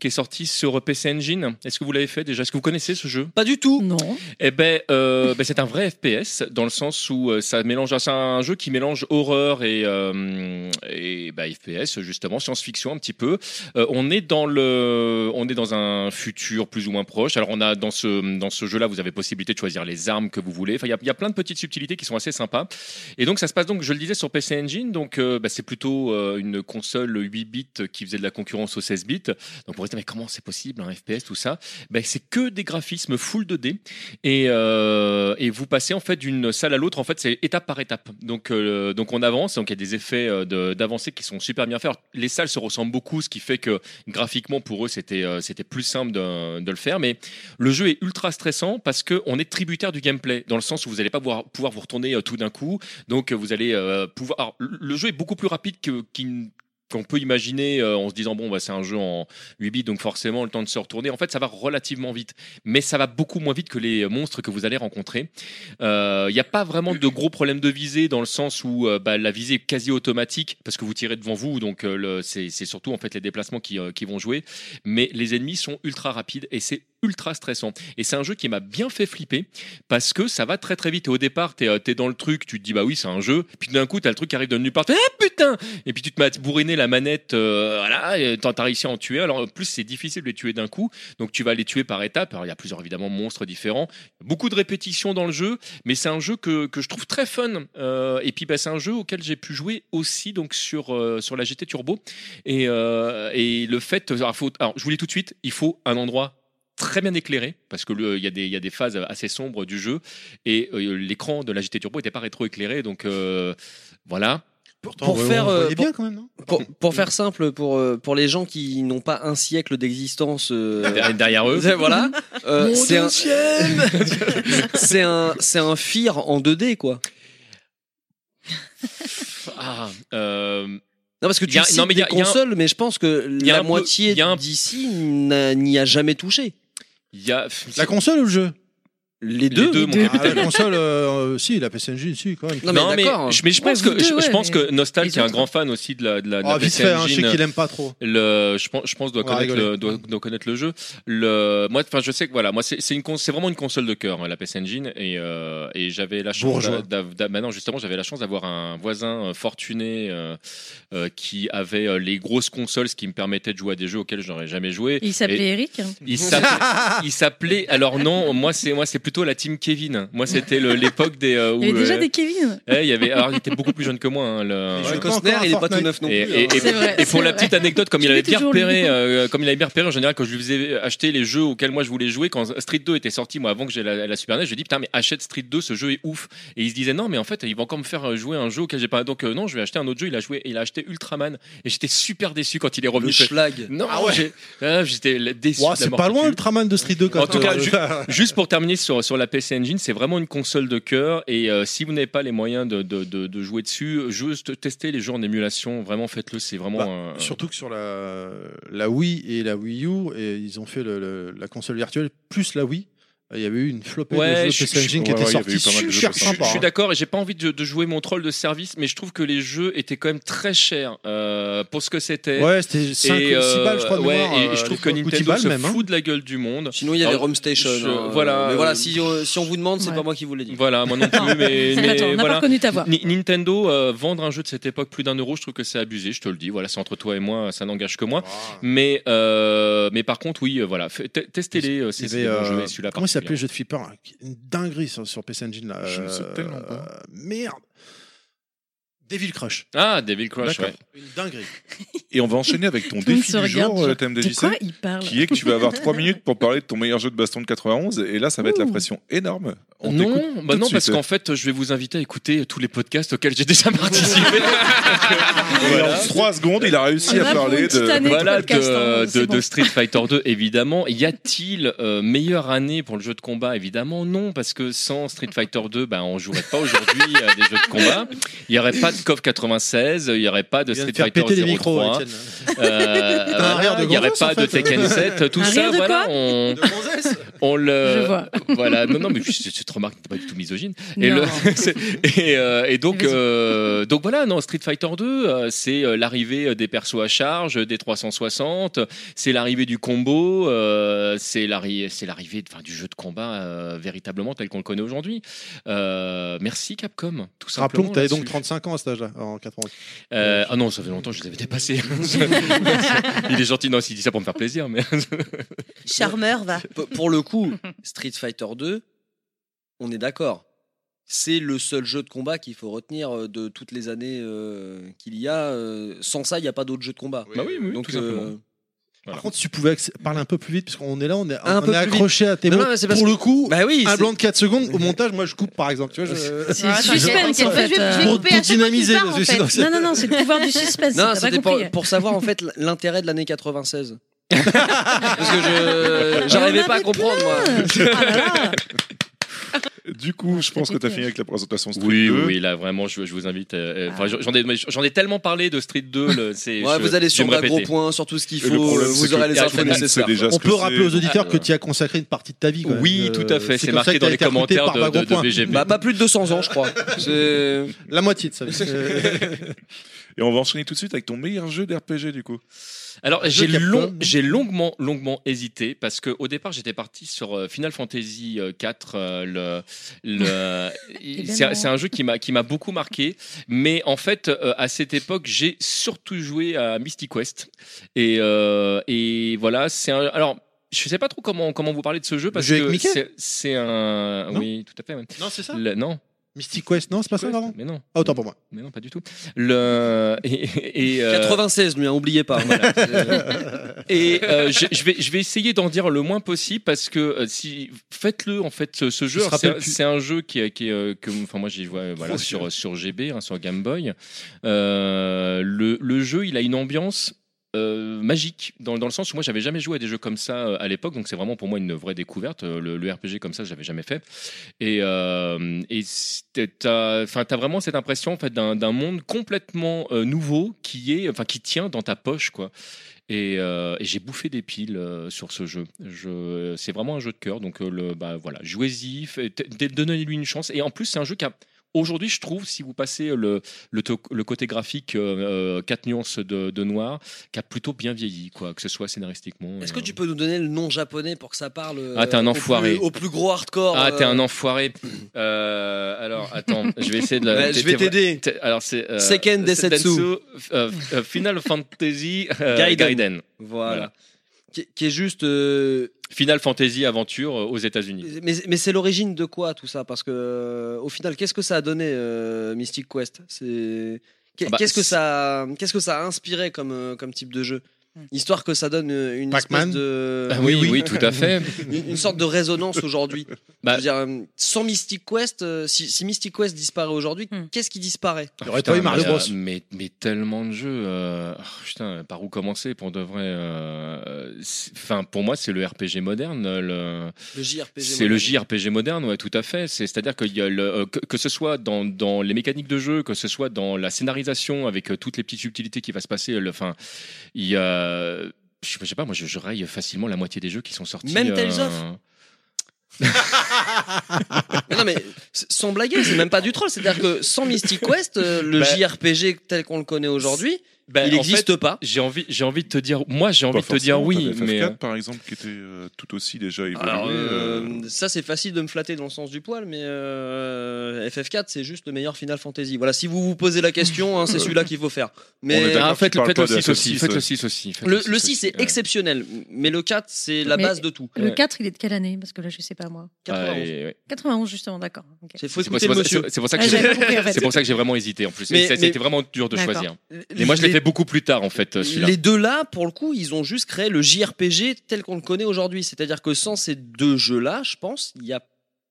Speaker 6: qui est sorti sur PC Engine. Est-ce que vous l'avez fait déjà Est-ce que vous connaissez ce jeu
Speaker 1: Pas du tout.
Speaker 7: Non.
Speaker 6: Eh ben, euh, ben, c'est un vrai FPS dans le sens où euh, ça mélange. C'est un jeu qui mélange horreur et, euh, et bah, FPS justement, science-fiction un petit peu. Euh, on est dans le, on est dans un futur plus ou moins proche. Alors on a dans ce dans ce jeu-là, vous avez possibilité de choisir les armes que vous voulez. Enfin, il y a, il y a plein de petites subtilités qui sont assez sympas. Et donc ça se passe donc, je le disais, sur PC Engine. Donc euh, bah, c'est plutôt euh, une console 8 bits qui faisait de la concurrence aux 16 bits. Donc pour rester, mais comment c'est possible un FPS tout ça Ben, c'est que des graphismes full 2D et, euh, et vous passez en fait d'une salle à l'autre en fait c'est étape par étape donc euh, donc on avance donc il y a des effets euh, de- d'avancée qui sont super bien faits Alors, les salles se ressemblent beaucoup ce qui fait que graphiquement pour eux c'était euh, c'était plus simple de, de le faire mais le jeu est ultra stressant parce que on est tributaire du gameplay dans le sens où vous allez pas pouvoir, pouvoir vous retourner euh, tout d'un coup donc euh, vous allez euh, pouvoir alors, le le jeu est beaucoup plus rapide que qu'il- qu'on peut imaginer euh, en se disant bon bah c'est un jeu en 8 bits donc forcément le temps de se retourner en fait ça va relativement vite mais ça va beaucoup moins vite que les monstres que vous allez rencontrer. Euh, Il n'y a pas vraiment de gros problèmes de visée dans le sens où euh, bah, la visée est quasi automatique parce que vous tirez devant vous, donc euh, le- c'est c'est surtout en fait les déplacements qui, euh, qui vont jouer. Mais les ennemis sont ultra rapides et c'est ultra stressant. Et c'est un jeu qui m'a bien fait flipper parce que ça va très très vite. Et au départ, t'es euh, t'es dans le truc, tu te dis bah oui c'est un jeu. Puis d'un coup t'as le truc qui arrive de nulle part. T'es, Ah putain Et puis tu te mets à te bourriner la manette. euh, voilà, et t'as t'as réussi à en tuer. Alors en plus c'est difficile de les tuer d'un coup. Donc tu vas les tuer par étapes. Alors il y a plusieurs évidemment monstres différents. Beaucoup de répétitions dans le jeu, mais c'est un jeu que, que je trouve très fun. Euh, et puis bah, c'est un jeu auquel j'ai pu jouer aussi donc sur euh, sur la GT Turbo. Et, euh, et le fait, alors, faut- alors, je vous dis tout de suite, il faut un endroit très bien éclairé parce que le- il y a des il y a des phases assez sombres du jeu et euh, l'écran de la GT Turbo n'était pas rétroéclairé donc euh, voilà
Speaker 5: Pourtant,
Speaker 1: Pour
Speaker 5: ouais, on
Speaker 1: faire,
Speaker 5: voyait
Speaker 1: euh,
Speaker 5: bien quand même, non
Speaker 1: Pour, pour faire simple, pour, euh, pour les gens qui n'ont pas un siècle d'existence, euh,
Speaker 6: derrière, derrière eux
Speaker 1: euh, voilà, euh,
Speaker 8: Mon
Speaker 1: c'est
Speaker 8: Dieu
Speaker 1: un,
Speaker 8: de ciel
Speaker 1: c'est un, c'est un fear en 2D quoi.
Speaker 6: Ah, euh,
Speaker 1: Non parce que tu
Speaker 6: Y a-
Speaker 1: cites
Speaker 6: non, mais
Speaker 1: des
Speaker 6: y a- y a un-
Speaker 1: consoles, mais je pense que
Speaker 6: y a
Speaker 1: la
Speaker 6: un peu-
Speaker 1: moitié
Speaker 6: y a un-
Speaker 1: d'ici n'a- n'y a jamais touché.
Speaker 6: il y a
Speaker 5: La console ou le jeu
Speaker 1: Les
Speaker 6: les
Speaker 1: deux.
Speaker 6: deux, mon capitaine.
Speaker 5: Ah, La console, euh, euh, si, la PS Engine, si, quand même.
Speaker 1: Non mais d'accord.
Speaker 6: je, mais je pense
Speaker 7: Ouais, vous
Speaker 6: que
Speaker 7: deux,
Speaker 6: je, je
Speaker 7: ouais,
Speaker 6: pense
Speaker 7: mais
Speaker 6: que Nostal
Speaker 7: les
Speaker 6: qui est un
Speaker 7: autres.
Speaker 6: grand fan aussi de la de la, de la
Speaker 5: Ah, vite
Speaker 6: PC
Speaker 5: fait, hein, je sais
Speaker 6: Engine,
Speaker 5: qu'il aime pas trop.
Speaker 6: le, je pense je pense doit
Speaker 5: On va
Speaker 6: connaître
Speaker 5: rigoler.
Speaker 6: le, doit, doit connaître le jeu. Le moi enfin je sais que voilà moi c'est c'est une cons- c'est vraiment une console de cœur hein, la PC Engine et euh, et j'avais la chance
Speaker 5: Bourgeois.
Speaker 6: maintenant justement j'avais la chance d'avoir un voisin euh, fortuné euh, euh, qui avait euh, les grosses consoles ce qui me permettait de jouer à des jeux auxquels je n'aurais jamais joué.
Speaker 7: Il s'appelait Eric.
Speaker 6: Il s'appelait, il s'appelait- alors non moi c'est moi c'est plutôt la team Kevin. Moi c'était le- l'époque des euh, où,
Speaker 7: Il y avait déjà
Speaker 6: euh,
Speaker 7: des Kevin.
Speaker 6: eh, il y avait, alors il était beaucoup plus jeune que moi. hein, le-
Speaker 5: Je
Speaker 1: Ouais,
Speaker 5: joue pas
Speaker 1: Costner,
Speaker 5: encore à
Speaker 1: il est pas tout
Speaker 5: Fortnite.
Speaker 1: neuf non
Speaker 6: et,
Speaker 1: plus.
Speaker 6: et-
Speaker 1: hein.
Speaker 6: et-
Speaker 7: C'est vrai,
Speaker 6: et pour
Speaker 7: c'est
Speaker 6: la
Speaker 7: vrai.
Speaker 6: petite anecdote, comme il
Speaker 7: Je
Speaker 6: avait
Speaker 7: l'ai
Speaker 6: bien
Speaker 7: toujours lu.
Speaker 6: repéré, euh, comme il avait bien repéré en général quand je lui faisais acheter les jeux auxquels moi je voulais jouer, quand Street 2 était sorti, moi avant que j'ai la, la Super NES, je lui ai dit putain mais achète Street 2, ce jeu est ouf. Et il se disait non mais en fait il va encore me faire euh, jouer à un jeu auquel j'ai pas, donc euh, non je vais acheter un autre jeu. Il a joué, il a acheté Ultraman et j'étais super déçu quand il est revenu. Il
Speaker 1: Le
Speaker 6: fait,
Speaker 1: schlag.
Speaker 6: non j'ai- ah, j'étais déçu.
Speaker 5: Ouah,
Speaker 6: de la
Speaker 5: c'est
Speaker 6: mort
Speaker 5: pas
Speaker 6: du
Speaker 5: loin
Speaker 6: cul.
Speaker 5: Ultraman de Street 2 quand
Speaker 6: En tout cas,
Speaker 5: euh,
Speaker 6: je- Juste pour terminer sur, sur la PC Engine, c'est vraiment une console de cœur. Et euh, si vous n'avez pas les moyens de, de, de- de jouer dessus, juste tester les jeux en émulation. Vraiment, faites-le. C'est vraiment.
Speaker 5: Bah,
Speaker 2: Euh,
Speaker 6: un-
Speaker 5: Surtout que sur la, la Wii et la Wii U, et ils ont fait le- le- la console virtuelle plus la Wii. Il y avait eu une flopée
Speaker 6: Ouais,
Speaker 5: de
Speaker 6: je-
Speaker 5: jeux
Speaker 6: je-
Speaker 5: PC Engine qui
Speaker 2: ouais,
Speaker 5: était
Speaker 2: ouais, il y avait eu
Speaker 5: sortie
Speaker 2: pas mal de jeux
Speaker 5: super
Speaker 2: PC
Speaker 6: Je, je
Speaker 5: sympa.
Speaker 6: suis
Speaker 5: hein.
Speaker 6: d'accord et j'ai pas envie de, de jouer mon troll de service, mais je trouve que les jeux étaient quand même très chers euh, pour ce que c'était.
Speaker 5: Ouais, c'était 5
Speaker 6: et,
Speaker 5: ou 6
Speaker 6: euh,
Speaker 5: balles, je crois. de
Speaker 6: ouais,
Speaker 5: mémoire,
Speaker 6: et,
Speaker 5: euh,
Speaker 6: je trouve que
Speaker 5: l'époque, ou 10
Speaker 6: Nintendo
Speaker 5: balles
Speaker 6: se
Speaker 5: même, hein.
Speaker 6: fout de la gueule du monde.
Speaker 1: Sinon il y avait
Speaker 6: Alors,
Speaker 1: Rome Station.
Speaker 6: Ah, je-
Speaker 1: hein.
Speaker 6: voilà,
Speaker 1: Mais
Speaker 6: euh,
Speaker 1: voilà, si, euh, si on vous demande, c'est
Speaker 7: Ouais.
Speaker 1: pas moi qui vous l'ai dit.
Speaker 6: Voilà, moi non plus, mais, mais
Speaker 7: Attends, on n'a pas
Speaker 6: voilà.
Speaker 7: reconnu ta voix.
Speaker 6: Ni- Nintendo, euh, vendre un jeu de cette époque plus d'un euro, je trouve que c'est abusé, je te le dis. Voilà, c'est entre toi et moi, ça n'engage que moi. hein. Mais, euh, mais par contre, oui, euh, voilà, fait- te- testez-les,
Speaker 5: Il
Speaker 6: euh,
Speaker 5: y
Speaker 6: c'est
Speaker 5: avait,
Speaker 6: c'est bon, je
Speaker 5: euh,
Speaker 6: vais celui-là.
Speaker 5: Comment il s'appelait le
Speaker 6: particulièrement.
Speaker 5: jeu de flipper là qui- Une dinguerie sur, sur PC Engine là.
Speaker 2: Je ne sais
Speaker 5: euh,
Speaker 2: tellement pas.
Speaker 5: Merde Devil Crush.
Speaker 6: Ah, Devil Crush, ouais.
Speaker 5: D'accord. Une dinguerie.
Speaker 2: Et on va enchaîner avec ton
Speaker 7: Tout le monde
Speaker 2: défi
Speaker 7: se
Speaker 2: du
Speaker 7: regarde,
Speaker 2: jour,
Speaker 7: genre,
Speaker 2: euh, thème des
Speaker 7: De quoi
Speaker 2: JC,
Speaker 7: il parle
Speaker 2: qui est que tu vas avoir 3 minutes pour parler de ton meilleur jeu de baston de 91. Et là, ça va être la
Speaker 7: Ouh.
Speaker 2: pression énorme. On t'écoute.
Speaker 6: Non, bah
Speaker 2: tout de
Speaker 6: non parce
Speaker 2: suite.
Speaker 5: euh.
Speaker 6: qu'en fait, je vais vous inviter à écouter euh, tous les podcasts auxquels j'ai déjà participé.
Speaker 2: Voilà. En 3 secondes, il a réussi
Speaker 7: On
Speaker 2: à
Speaker 7: va pour
Speaker 2: parler
Speaker 7: une petite
Speaker 2: de.
Speaker 7: année.
Speaker 6: voilà
Speaker 7: de podcast,
Speaker 6: de,
Speaker 7: hein, c'est
Speaker 6: de-
Speaker 7: bon.
Speaker 6: de Street Fighter 2 évidemment y a-t-il euh, meilleure année pour le jeu de combat euh, évidemment non parce que sans Street Fighter 2 ben on jouerait pas aujourd'hui à des jeux de combat il y aurait pas de KOF 96, il n'y aurait pas de
Speaker 5: vient
Speaker 6: Street
Speaker 5: de faire
Speaker 6: Fighter
Speaker 5: péter les
Speaker 6: 03,
Speaker 5: micros,
Speaker 2: hein.
Speaker 5: Étienne.
Speaker 6: euh,
Speaker 5: T'as un rire de
Speaker 6: il n'y aurait
Speaker 5: gonzesse,
Speaker 6: pas
Speaker 5: en
Speaker 6: de
Speaker 5: fait. euh,
Speaker 6: Tekken 7, tout
Speaker 7: Un
Speaker 6: ça,
Speaker 7: rire de
Speaker 6: voilà,
Speaker 7: quoi
Speaker 6: on,
Speaker 5: De gonzesse
Speaker 6: on le,
Speaker 7: Je vois.
Speaker 6: voilà, non, non, mais puis cette cette remarque n'est pas du tout misogyne. Et,
Speaker 7: Non.
Speaker 6: le- c'est- et, euh, et donc,
Speaker 7: Vas-y.
Speaker 6: euh, donc voilà, non, Street Fighter 2, euh, c'est euh, l'arrivée des persos à charge, euh, des 360, c'est l'arrivée du combo, euh, c'est l'arri- c'est l'arrivée enfin, du jeu de combat euh, véritablement tel qu'on le connaît aujourd'hui. Euh, merci Capcom, tout simplement.
Speaker 5: Rappelons que t'avais donc
Speaker 6: là-dessus.
Speaker 5: 35 ans à cet âge-là, en 91.
Speaker 6: Euh, ah non, ça fait longtemps que je les avais dépassés. Il est gentil, non, s'il dit ça pour me faire plaisir, mais.
Speaker 4: Charmeur va.
Speaker 1: P- pour le coup, Street Fighter 2, on est d'accord. C'est le seul jeu de combat qu'il faut retenir euh, de toutes les années euh, qu'il y a. euh, sans ça, il n'y a pas d'autres jeux de combat.
Speaker 6: Bah oui, oui,
Speaker 1: Donc,
Speaker 6: tout simplement.
Speaker 1: euh,
Speaker 6: Voilà.
Speaker 5: Par contre, si tu pouvais acc- parler un peu plus vite, parce qu'on est là, on est,
Speaker 1: Un
Speaker 5: on est
Speaker 1: peu plus
Speaker 5: accroché à tes
Speaker 1: Non,
Speaker 5: mots.
Speaker 1: non, mais c'est parce
Speaker 5: Pour le coup,
Speaker 1: bah oui,
Speaker 5: un
Speaker 1: c'est-
Speaker 5: blanc de 4 secondes, au montage, moi je coupe par exemple. Tu vois, je...
Speaker 7: C'est le suspense, en fait. euh,
Speaker 5: Pour- pour dynamiser, parce que sinon, c'est-
Speaker 7: Non, non, non, c'est le pouvoir du suspense.
Speaker 1: Non,
Speaker 7: t'as pas
Speaker 1: c'était pour,
Speaker 7: compris. Ah,
Speaker 1: pour savoir en fait l'intérêt de l'année 96. Parce que je j'arrivais
Speaker 7: en
Speaker 1: pas à
Speaker 7: avait
Speaker 1: comprendre moi.
Speaker 7: Ah là là.
Speaker 2: Du coup, je pense que tu as fini avec la présentation Street
Speaker 6: Oui,
Speaker 2: 2.
Speaker 6: oui, oui, là vraiment, je, je vous invite. euh, euh, enfin, J'en ai, j'en ai tellement parlé de Street 2. le- c'est-
Speaker 1: Ouais,
Speaker 6: je-
Speaker 1: vous allez
Speaker 6: je
Speaker 1: sur
Speaker 6: vais me
Speaker 1: gros
Speaker 6: répéter.
Speaker 1: point, sur tout ce qu'il
Speaker 2: Et
Speaker 1: faut,
Speaker 2: le problème, c'est
Speaker 1: vous
Speaker 2: que
Speaker 1: aurez les
Speaker 6: tout
Speaker 1: infos
Speaker 6: le monde sait
Speaker 1: nécessaires.
Speaker 2: déjà- Parce
Speaker 5: On
Speaker 2: que
Speaker 5: peut rappeler aux
Speaker 2: c'est-
Speaker 5: auditeurs
Speaker 6: Ah,
Speaker 5: que tu as consacré une partie de ta vie. quand même.
Speaker 6: Oui,
Speaker 5: Euh,
Speaker 6: tout à fait. C'est
Speaker 5: comme ça
Speaker 6: marqué
Speaker 5: que
Speaker 6: dans
Speaker 5: t'as
Speaker 6: les
Speaker 5: été recruté
Speaker 6: commentaires
Speaker 5: par
Speaker 6: de,
Speaker 5: Bagro
Speaker 6: de- de
Speaker 5: Point.
Speaker 6: BGP.
Speaker 1: Bah pas plus de 200 ans je crois. C'est
Speaker 5: La moitié de ça. Euh,
Speaker 2: Et on va enchaîner tout de suite avec ton meilleur jeu d'RPG du coup.
Speaker 6: Alors,
Speaker 5: jeu
Speaker 6: j'ai
Speaker 5: Capcom.
Speaker 6: long, j'ai longuement, longuement hésité parce que au départ, j'étais parti sur euh, Final Fantasy euh, 4. euh, le, le-
Speaker 5: Eh
Speaker 7: est
Speaker 5: ben
Speaker 6: c'est
Speaker 7: belle,
Speaker 6: c'est un jeu qui m'a, qui m'a beaucoup marqué. Mais en fait, euh, à cette époque, j'ai surtout joué à Mystic Quest. Et, euh, et voilà, c'est un. Alors. Je sais pas trop comment comment vous parler de ce jeu parce
Speaker 5: jeu avec
Speaker 6: que
Speaker 5: Mickey
Speaker 6: c'est- c'est un
Speaker 5: Non
Speaker 6: oui tout à fait ouais.
Speaker 5: Non, c'est ça
Speaker 6: Le- non
Speaker 5: Mystic Quest, non, c'est pas ça, pardon
Speaker 6: mais non.
Speaker 5: Ah, autant pour moi.
Speaker 6: Mais non, pas du tout. Le et, et, euh,
Speaker 1: 96 lui, hein, oubliez pas. voilà. C'est-
Speaker 6: et, euh, je, je vais je vais essayer d'en dire le moins possible parce que euh, si faites-le en fait ce, ce jeu
Speaker 5: se
Speaker 6: alors, c'est
Speaker 5: rappelle
Speaker 6: un-
Speaker 5: plus.
Speaker 6: c'est un jeu qui est, qui est, euh, que enfin moi j'ai vois euh, voilà sur sur GB hein, sur Game Boy Euh, le le jeu il a une ambiance euh, magique dans, dans le sens où moi j'avais jamais joué à des jeux comme ça euh, à l'époque donc c'est vraiment pour moi une vraie découverte Euh, le, le RPG comme ça j'avais jamais fait et euh, et c'était- t'as enfin t'as vraiment cette impression en fait d'un d'un monde complètement euh, nouveau qui est enfin qui tient dans ta poche quoi et, euh, et j'ai bouffé des piles euh, sur ce jeu. Je, c'est vraiment un jeu de cœur, donc euh, le, bah, voilà, jouez-y, fait- t- t- donnez-lui une chance. Et en plus, c'est un jeu qui a Aujourd'hui, je trouve, si vous passez le, le, to- le côté graphique, euh, euh, quatre nuances de, de noir, qui a plutôt bien vieilli, quoi, que ce soit scénaristiquement.
Speaker 1: Est-ce
Speaker 6: et,
Speaker 1: que tu peux nous donner le nom japonais pour que ça parle euh,
Speaker 6: Ah, t'es un
Speaker 1: au
Speaker 6: enfoiré.
Speaker 1: plus- Au plus, gros hardcore.
Speaker 6: Ah, t'es un
Speaker 1: euh,
Speaker 6: enfoiré. Euh, alors, attends, je vais essayer de la.
Speaker 1: ouais,
Speaker 6: euh, t'es-
Speaker 1: bah, je vais
Speaker 6: t'es-
Speaker 1: t'aider.
Speaker 6: t'es- Alors, c'est. euh,
Speaker 1: Seiken Densetsu.
Speaker 6: euh, euh, Final Fantasy euh,
Speaker 1: Gaiden.
Speaker 6: Gaiden.
Speaker 1: Voilà.
Speaker 6: Voilà.
Speaker 1: Qui, qui est juste euh,
Speaker 6: Final Fantasy Aventure euh, aux États-Unis.
Speaker 1: Mais, mais c'est l'origine de quoi tout ça Parce que euh, au final, qu'est-ce que ça a donné euh, Mystic Quest C'est qu'est-
Speaker 6: Ah bah,
Speaker 1: qu'est-ce que
Speaker 6: c'est-
Speaker 1: ça qu'est-ce que ça a inspiré comme euh, comme type de jeu Histoire que ça donne euh, une
Speaker 5: Pac-Man
Speaker 1: espèce de
Speaker 6: Ah oui, oui, tout à fait.
Speaker 1: une, une sorte de résonance aujourd'hui.
Speaker 6: Bah-
Speaker 1: Je veux dire, euh, sans Mystic Quest, euh, si, si Mystic Quest disparaît aujourd'hui,
Speaker 7: Hmm.
Speaker 1: qu'est-ce qui disparaît
Speaker 5: Il y aurait pas eu Mario
Speaker 6: mais,
Speaker 5: Bros.
Speaker 6: euh, mais, mais tellement de jeux. euh, oh, putain, par où commencer pour de vrai euh, c'est- Enfin, pour moi, c'est le RPG moderne. Le,
Speaker 1: Le JRPG.
Speaker 6: c'est le JRPG moderne, ouais, tout à fait. C'est- C'est-à-dire que, euh, que, que ce soit dans, dans les mécaniques de jeu, que ce soit dans la scénarisation, avec euh, toutes les petites subtilités qui va se passer, le- enfin, il y a. Je sais pas, moi je, je raye facilement la moitié des jeux qui sont sortis. euh,
Speaker 1: Même Tales of Non mais s- sans blaguer, c'est même pas du troll. C'est-à-dire que sans Mystic Quest, euh, le
Speaker 6: Bah-
Speaker 1: JRPG tel qu'on le connaît aujourd'hui,
Speaker 6: Ben,
Speaker 1: il
Speaker 6: en fait,
Speaker 1: n'existe pas.
Speaker 6: J'ai envie, j'ai envie de te dire, moi j'ai envie
Speaker 2: Pas
Speaker 6: de te dire
Speaker 2: forcément,
Speaker 6: oui,
Speaker 2: t'avais
Speaker 6: mais.
Speaker 2: FF4 par exemple qui était euh, tout aussi déjà évolué.
Speaker 1: Alors, euh,
Speaker 2: euh,
Speaker 1: ça, c'est facile de me flatter dans le sens du poil, mais euh, FF4, c'est juste le meilleur Final Fantasy. Voilà, si vous vous posez la question, hein, c'est celui-là qu'il faut faire.
Speaker 2: On est
Speaker 1: Mais
Speaker 2: d'accord.
Speaker 6: Ah,
Speaker 2: tu
Speaker 6: faites,
Speaker 2: parles
Speaker 6: faites
Speaker 2: pas
Speaker 6: le
Speaker 2: de
Speaker 6: 6 aussi,
Speaker 2: FF6,
Speaker 6: faites le
Speaker 2: euh.
Speaker 6: 6 aussi. faites
Speaker 1: le, le 6
Speaker 6: 6
Speaker 1: est
Speaker 6: euh,
Speaker 1: exceptionnel, mais le 4, c'est la
Speaker 7: Mais-
Speaker 1: base de tout.
Speaker 7: Le
Speaker 6: Ouais.
Speaker 7: 4, il est de quelle année Parce que là, je sais pas moi.
Speaker 6: ah,
Speaker 1: 91.
Speaker 6: et ouais.
Speaker 7: 91, justement, d'accord. ok.
Speaker 1: C'est faut
Speaker 6: C'est pour-
Speaker 1: écouter
Speaker 6: c'est pour-
Speaker 1: le monsieur.
Speaker 6: c'est- c'est pour ça que
Speaker 7: Ah,
Speaker 6: j'ai-
Speaker 7: j'avais compris, en fait.
Speaker 6: c'est pour ça que j'ai vraiment hésité en plus.
Speaker 1: Mais-
Speaker 6: Mais ça- C'était
Speaker 1: mais-
Speaker 6: vraiment dur de
Speaker 7: D'accord.
Speaker 6: choisir. Et moi je l'ai fait beaucoup plus tard en fait euh, celui-là.
Speaker 1: Les deux là, pour le coup, ils ont juste créé le JRPG tel qu'on le connaît aujourd'hui. C'est-à-dire que sans ces deux jeux-là, je pense, il n'y a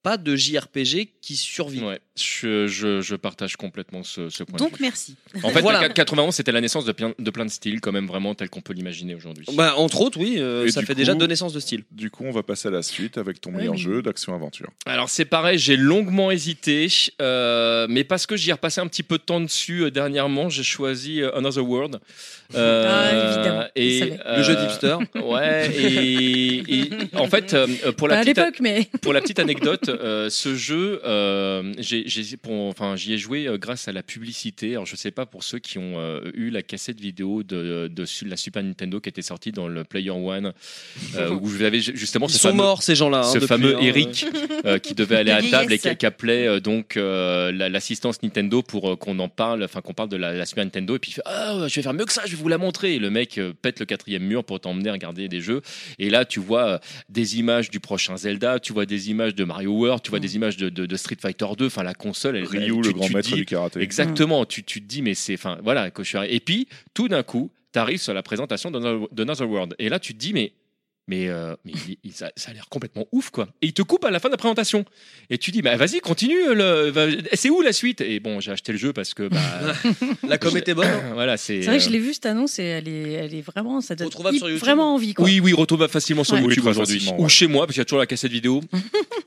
Speaker 1: pas de JRPG qui survit.
Speaker 6: Ouais. Je, je- je partage complètement ce, ce point de
Speaker 4: Donc
Speaker 6: vue.
Speaker 4: merci.
Speaker 6: En fait,
Speaker 1: Voilà.
Speaker 6: le 91, c'était la naissance de plein, de plein de styles, quand même, vraiment, tel qu'on peut l'imaginer aujourd'hui.
Speaker 1: Bah, entre autres, oui, euh,
Speaker 2: Et
Speaker 1: ça
Speaker 2: du
Speaker 1: fait déjà
Speaker 2: coup-
Speaker 1: deux naissances de style.
Speaker 2: Du coup, on va passer à la suite avec ton
Speaker 7: Ouais,
Speaker 2: meilleur
Speaker 7: mais-
Speaker 2: jeu d'action-aventure.
Speaker 6: Alors c'est pareil, j'ai longuement hésité, euh, mais parce que j'y ai repassé un petit peu de temps dessus euh, dernièrement, j'ai choisi euh, Another World. Euh,
Speaker 7: Ah, évidemment, je savais.
Speaker 1: Le jeu d'hipster.
Speaker 6: Ouais, et, et en fait, euh, pour, la
Speaker 7: Pas à
Speaker 6: petite,
Speaker 7: l'époque, mais
Speaker 6: pour la petite anecdote, euh, ce jeu, euh, j'ai- j'ai- pour- enfin, j'y ai joué euh, grâce à la publicité. Alors, je sais pas pour ceux qui ont euh, eu la cassette vidéo de, de su- la Super Nintendo qui était sortie dans le Player One, euh, où vous avez ju- justement
Speaker 1: Ils
Speaker 6: ce
Speaker 1: sont
Speaker 6: fameux,
Speaker 1: morts, ces gens-là. hein,
Speaker 6: ce
Speaker 1: depuis,
Speaker 6: fameux
Speaker 1: hein,
Speaker 6: Eric euh, qui devait aller
Speaker 4: La
Speaker 6: à table et
Speaker 4: vieillesse.
Speaker 6: qui, qui appelait euh, donc euh, la- l'assistance Nintendo pour euh, qu'on en parle, enfin qu'on parle de la, la Super Nintendo et puis il fait ah je vais faire mieux que ça, je vais vous la montrer. Et le mec euh, pète le quatrième mur pour t'emmener regarder des jeux et là tu vois euh, des images du prochain Zelda, tu vois des images de Mario World, tu vois des images de, de- de Street Fighter 2, enfin la console. Elle, elle-
Speaker 2: Ryu,
Speaker 6: tu-
Speaker 2: le grand
Speaker 6: tu
Speaker 2: maître
Speaker 6: dis-
Speaker 2: du karaté.
Speaker 6: Exactement, tu, tu te dis, mais c'est. Enfin, voilà, que je suis arrivé. Et puis, tout d'un coup, tu arrives sur la présentation d'Another d'Another World. Et là, tu te dis, mais. Mais, euh, mais il- il- ça, ça a l'air complètement ouf, quoi. Et il te coupe à la fin de la présentation. Et tu dis, bah vas-y, continue. le- va- c'est où la suite Et bon, j'ai acheté le jeu parce que. Bah,
Speaker 1: La com était bonne. hein.
Speaker 6: voilà, c'est.
Speaker 7: c'est vrai que je
Speaker 6: euh,
Speaker 7: l'ai vu cette annonce et elle est, elle est vraiment, ça donne
Speaker 1: Retrouvable sur YouTube.
Speaker 7: vraiment envie. Quoi.
Speaker 6: Oui, oui, retombe facilement sur
Speaker 7: Ouais.
Speaker 6: YouTube
Speaker 2: Oui, très
Speaker 6: aujourd'hui.
Speaker 2: facilement,
Speaker 6: Ou
Speaker 2: ouais.
Speaker 6: chez moi, parce qu'il y a toujours la cassette vidéo.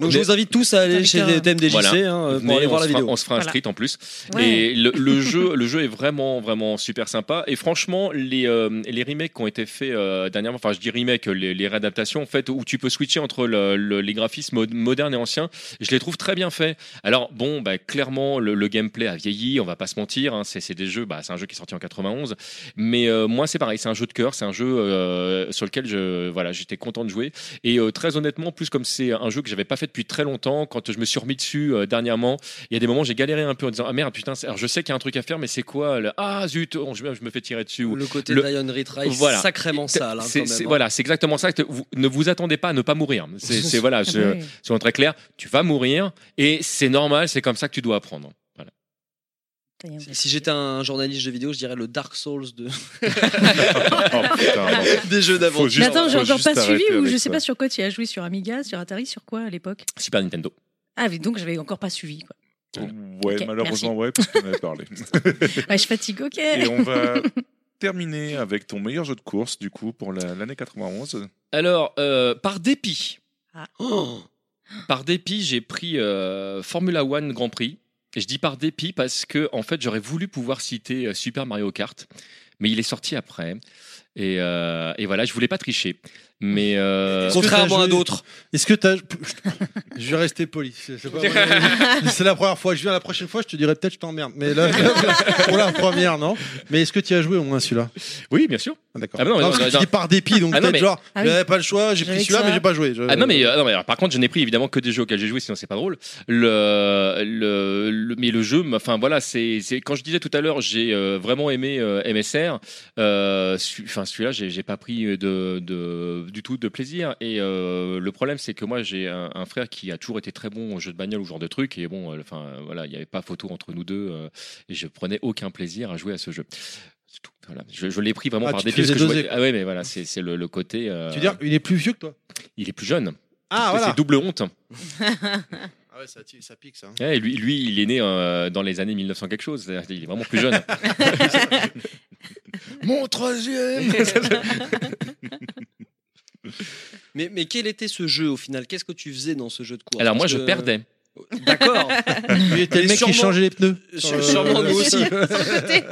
Speaker 1: Donc je
Speaker 6: Mais-
Speaker 1: vous invite tous à aller
Speaker 7: Putain,
Speaker 1: chez
Speaker 7: putain.
Speaker 1: les thèmes des
Speaker 6: Voilà.
Speaker 1: JC hein, pour
Speaker 6: Venez,
Speaker 1: aller
Speaker 6: on
Speaker 1: voir
Speaker 6: se
Speaker 1: la
Speaker 6: fera-
Speaker 1: vidéo.
Speaker 6: On se fera un
Speaker 7: Voilà.
Speaker 6: street en plus.
Speaker 7: Ouais.
Speaker 6: Et euh, le, le jeu, le jeu est vraiment, vraiment super sympa. Et franchement, les, euh, les remakes qui ont été faits euh, dernièrement, enfin, je dis remake, les, les réadaptations, en fait, où tu peux switcher entre le- le- les graphismes mod- modernes et anciens, je les trouve très bien faits. Alors, bon, bah, clairement, le, le gameplay a vieilli, on va pas se mentir. hein. c'est c'est des jeux, bah, c'est un jeu qui est sorti en 91. Mais euh, moi, c'est pareil, c'est un jeu de cœur, c'est un jeu euh, sur lequel je, voilà, j'étais content de jouer. Et euh, très honnêtement, plus comme c'est un jeu que j'avais pas fait depuis très longtemps, quand je me suis remis dessus euh, dernièrement, il y a des moments j'ai galéré un peu en disant ah merde putain, c'est- alors je sais qu'il y a un truc à faire, mais c'est quoi le- Ah zut, oh, je, je me fais tirer dessus. ou-
Speaker 1: Le côté
Speaker 6: Le-
Speaker 1: d'Ion Retry,
Speaker 6: Voilà.
Speaker 1: sacrément sale. hein,
Speaker 6: C'est-
Speaker 1: quand
Speaker 6: c'est-
Speaker 1: même, hein.
Speaker 6: Voilà, c'est exactement ça. que vous- ne vous attendez pas à ne pas mourir. C'est c'est- voilà,
Speaker 7: Ah
Speaker 6: je-
Speaker 7: ouais.
Speaker 6: soyons très clairs, tu vas mourir et c'est normal, c'est comme ça que tu dois apprendre. Voilà.
Speaker 7: Putain, il y a un
Speaker 1: Si j'étais un journaliste de vidéo, je dirais le Dark Souls de...
Speaker 2: Oh, putain, non.
Speaker 1: des jeux
Speaker 2: Faut
Speaker 1: d'avant.
Speaker 7: Mais
Speaker 2: juste-
Speaker 7: attends, j'ai
Speaker 2: faut
Speaker 7: encore
Speaker 2: juste
Speaker 7: pas
Speaker 2: arrêter
Speaker 7: suivi ou
Speaker 2: avec
Speaker 7: je sais
Speaker 2: ça.
Speaker 7: pas sur quoi tu as joué sur Amiga, sur Atari, sur quoi à l'époque
Speaker 6: Super Nintendo.
Speaker 7: Ah oui, donc j'avais encore pas suivi. Quoi.
Speaker 2: Ouais,
Speaker 7: Ok,
Speaker 2: malheureusement, ouais, parce qu'on en avait parlé.
Speaker 7: Ouais, je fatigue, ok.
Speaker 2: Et euh, on va terminer avec ton meilleur jeu de course, du coup, pour la- l'année 91.
Speaker 6: Alors euh, par dépit,
Speaker 1: Oh,
Speaker 6: Par dépit, j'ai pris euh, Formula One Grand Prix. Et je dis par dépit parce que, en fait, j'aurais voulu pouvoir citer euh, Super Mario Kart, mais il est sorti après. Et, euh, et voilà, je voulais pas tricher. Mais euh,
Speaker 5: Est-ce que t'as
Speaker 1: Contrairement
Speaker 5: joué-
Speaker 1: à d'autres.
Speaker 5: Est-ce que t'as. Je vais rester poli. C'est c'est pas vrai. C'est la première fois. Je viens la prochaine fois, je te dirai peut-être je t'emmerde. Mais là, pour la première, non. Mais est-ce que tu as joué au moins celui-là
Speaker 6: oui, bien sûr.
Speaker 5: Ah, D'accord.
Speaker 6: Ah, mais non, mais
Speaker 5: parce
Speaker 6: non,
Speaker 5: que
Speaker 6: non.
Speaker 5: tu dis par dépit, donc
Speaker 6: Ah, non,
Speaker 5: peut-être
Speaker 6: mais-
Speaker 5: genre,
Speaker 7: Ah oui.
Speaker 5: j'avais pas le choix, j'ai
Speaker 7: J'avais
Speaker 5: pris
Speaker 7: que
Speaker 5: celui-là,
Speaker 7: ça.
Speaker 5: mais j'ai pas joué. Je-
Speaker 6: Ah non mais, euh, non, mais alors, par contre je n'ai pris évidemment que des jeux auxquels j'ai joué sinon c'est pas drôle. Le, le, le- mais le jeu, enfin voilà c'est c'est- quand je disais tout à l'heure j'ai euh, vraiment aimé euh, MSR. euh, su- Enfin celui-là j'ai j'ai pas pris de, de du tout de plaisir et euh, le problème c'est que moi j'ai un, un frère qui a toujours été très bon au jeu de bagnole ou ce genre de truc et bon euh, enfin voilà il n'y avait pas photo entre nous deux euh, et je prenais aucun plaisir à jouer à ce jeu. C'est tout. Voilà. Je, je l'ai pris vraiment
Speaker 5: Ah,
Speaker 6: par
Speaker 5: tu te
Speaker 6: dépit. parce
Speaker 5: faisais
Speaker 6: que je
Speaker 5: doser,
Speaker 6: voyais- Ah ouais, mais voilà, c'est c'est le, le côté. euh,
Speaker 5: Tu veux dire, il est plus vieux que toi
Speaker 6: Il est plus jeune.
Speaker 5: Ah
Speaker 6: C'est double honte.
Speaker 5: Ah ouais, ça, ça pique ça.
Speaker 6: Ouais, lui, lui, il est né euh, dans les années 1900 quelque chose. C'est-à-dire qu'il est vraiment plus jeune. Mon troisième.
Speaker 1: Mais, mais quel était ce jeu au final Qu'est-ce que tu faisais dans ce jeu de course
Speaker 6: Alors moi,
Speaker 1: Parce
Speaker 6: je
Speaker 1: que-
Speaker 6: perdais.
Speaker 1: D'accord.
Speaker 5: Il était le mec
Speaker 1: Sûrement-
Speaker 5: qui changeait les pneus. Euh,
Speaker 1: Sû- Sûrement nous aussi.
Speaker 4: Côté.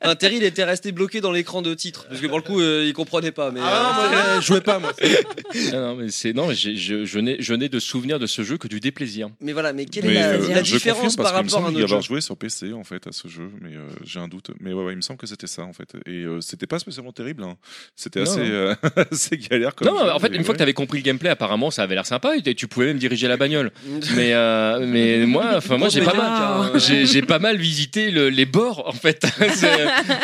Speaker 1: Un Terry, il était resté bloqué dans l'écran de titre. Parce que pour le coup, euh, il comprenait pas. Mais, euh,
Speaker 5: Ah non, moi, je jouais pas moi.
Speaker 6: Ah, Non, non, mais c'est non, j'ai- je, je n'ai, je n'ai de souvenir de ce jeu que du déplaisir.
Speaker 1: mais voilà, mais quelle
Speaker 2: Mais,
Speaker 1: est la,
Speaker 2: euh,
Speaker 1: la
Speaker 2: je confirme
Speaker 1: différence
Speaker 2: parce
Speaker 1: par
Speaker 2: qu'il me semble
Speaker 1: rapport à un
Speaker 2: y
Speaker 1: autre
Speaker 2: avoir
Speaker 1: jeu
Speaker 2: joué sur PC en fait à ce jeu, mais euh, j'ai un doute. Mais ouais, ouais, il me semble que c'était ça en fait. Et euh, c'était pas spécialement terrible. hein. C'était
Speaker 6: Non.
Speaker 2: assez, euh, assez galère. Comme
Speaker 6: Non,
Speaker 2: jeu,
Speaker 6: en fait,
Speaker 2: mais
Speaker 6: une fois
Speaker 2: ouais.
Speaker 6: que tu avais compris le gameplay, apparemment, ça avait l'air sympa. Et tu pouvais même diriger la bagnole. Mais, euh, mais moi, enfin, moi, j'ai pas mal.
Speaker 1: mal.
Speaker 6: J'ai, j'ai pas mal visité le- les bords en fait. C'est-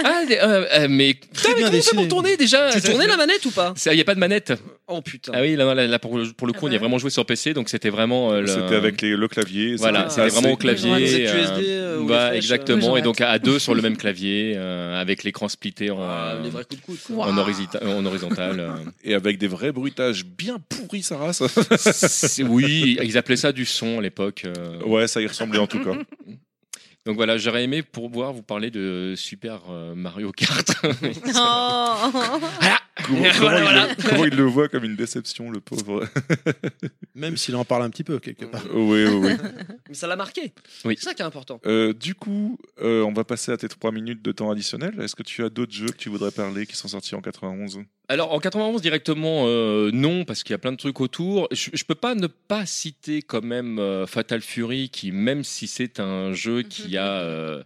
Speaker 6: ah, des- euh, euh, mais putain,
Speaker 5: bien
Speaker 6: mais comment on fait pour
Speaker 5: dessiné.
Speaker 6: tourner déjà
Speaker 1: Tu tournais la manette ou pas
Speaker 6: Il n'y a pas de manette.
Speaker 1: Oh putain.
Speaker 6: Ah oui, là, là, là, pour, le- pour le
Speaker 7: Ah
Speaker 6: coup, on y
Speaker 7: bah
Speaker 6: a vraiment joué sur PC, donc c'était vraiment. euh, le-
Speaker 2: C'était avec les- le clavier.
Speaker 6: Voilà,
Speaker 5: Ah,
Speaker 6: c'était vraiment au
Speaker 2: assez-
Speaker 6: clavier.
Speaker 1: Vous êtes
Speaker 6: euh,
Speaker 1: USD, euh, ou les
Speaker 6: bah,
Speaker 1: flèches,
Speaker 6: exactement,
Speaker 7: euh.
Speaker 6: et donc à à deux sur le même clavier, euh, avec l'écran splitté en,
Speaker 1: Ah, les vrais coups de coude. quoi.
Speaker 7: Ouah.
Speaker 6: en horizita- en horizontal. euh.
Speaker 2: Et avec des vrais bruitages bien pourris, sa race.
Speaker 6: C'est- oui, ils appelaient ça du son à l'époque. euh.
Speaker 2: ouais, ça y ressemblait en tout cas.
Speaker 6: Donc voilà, j'aurais aimé pouvoir vous parler de Super euh, Mario Kart.
Speaker 4: Oh.
Speaker 2: Comment, comment il le, comment il le voit comme une déception, le pauvre.
Speaker 5: Même s'il en parle un petit peu, quelque part.
Speaker 2: oui, oui, oui.
Speaker 1: Mais ça l'a marqué.
Speaker 6: Oui.
Speaker 1: C'est ça qui est important.
Speaker 2: Euh, du coup, euh, on va passer à tes trois minutes de temps additionnel. Est-ce que tu as d'autres jeux que tu voudrais parler qui sont sortis en 91
Speaker 6: Alors en 91 directement euh, non parce qu'il y a plein de trucs autour. Je, je peux pas ne pas citer quand même euh, Fatal Fury qui même si c'est un jeu
Speaker 1: Mhm.
Speaker 6: qui a euh,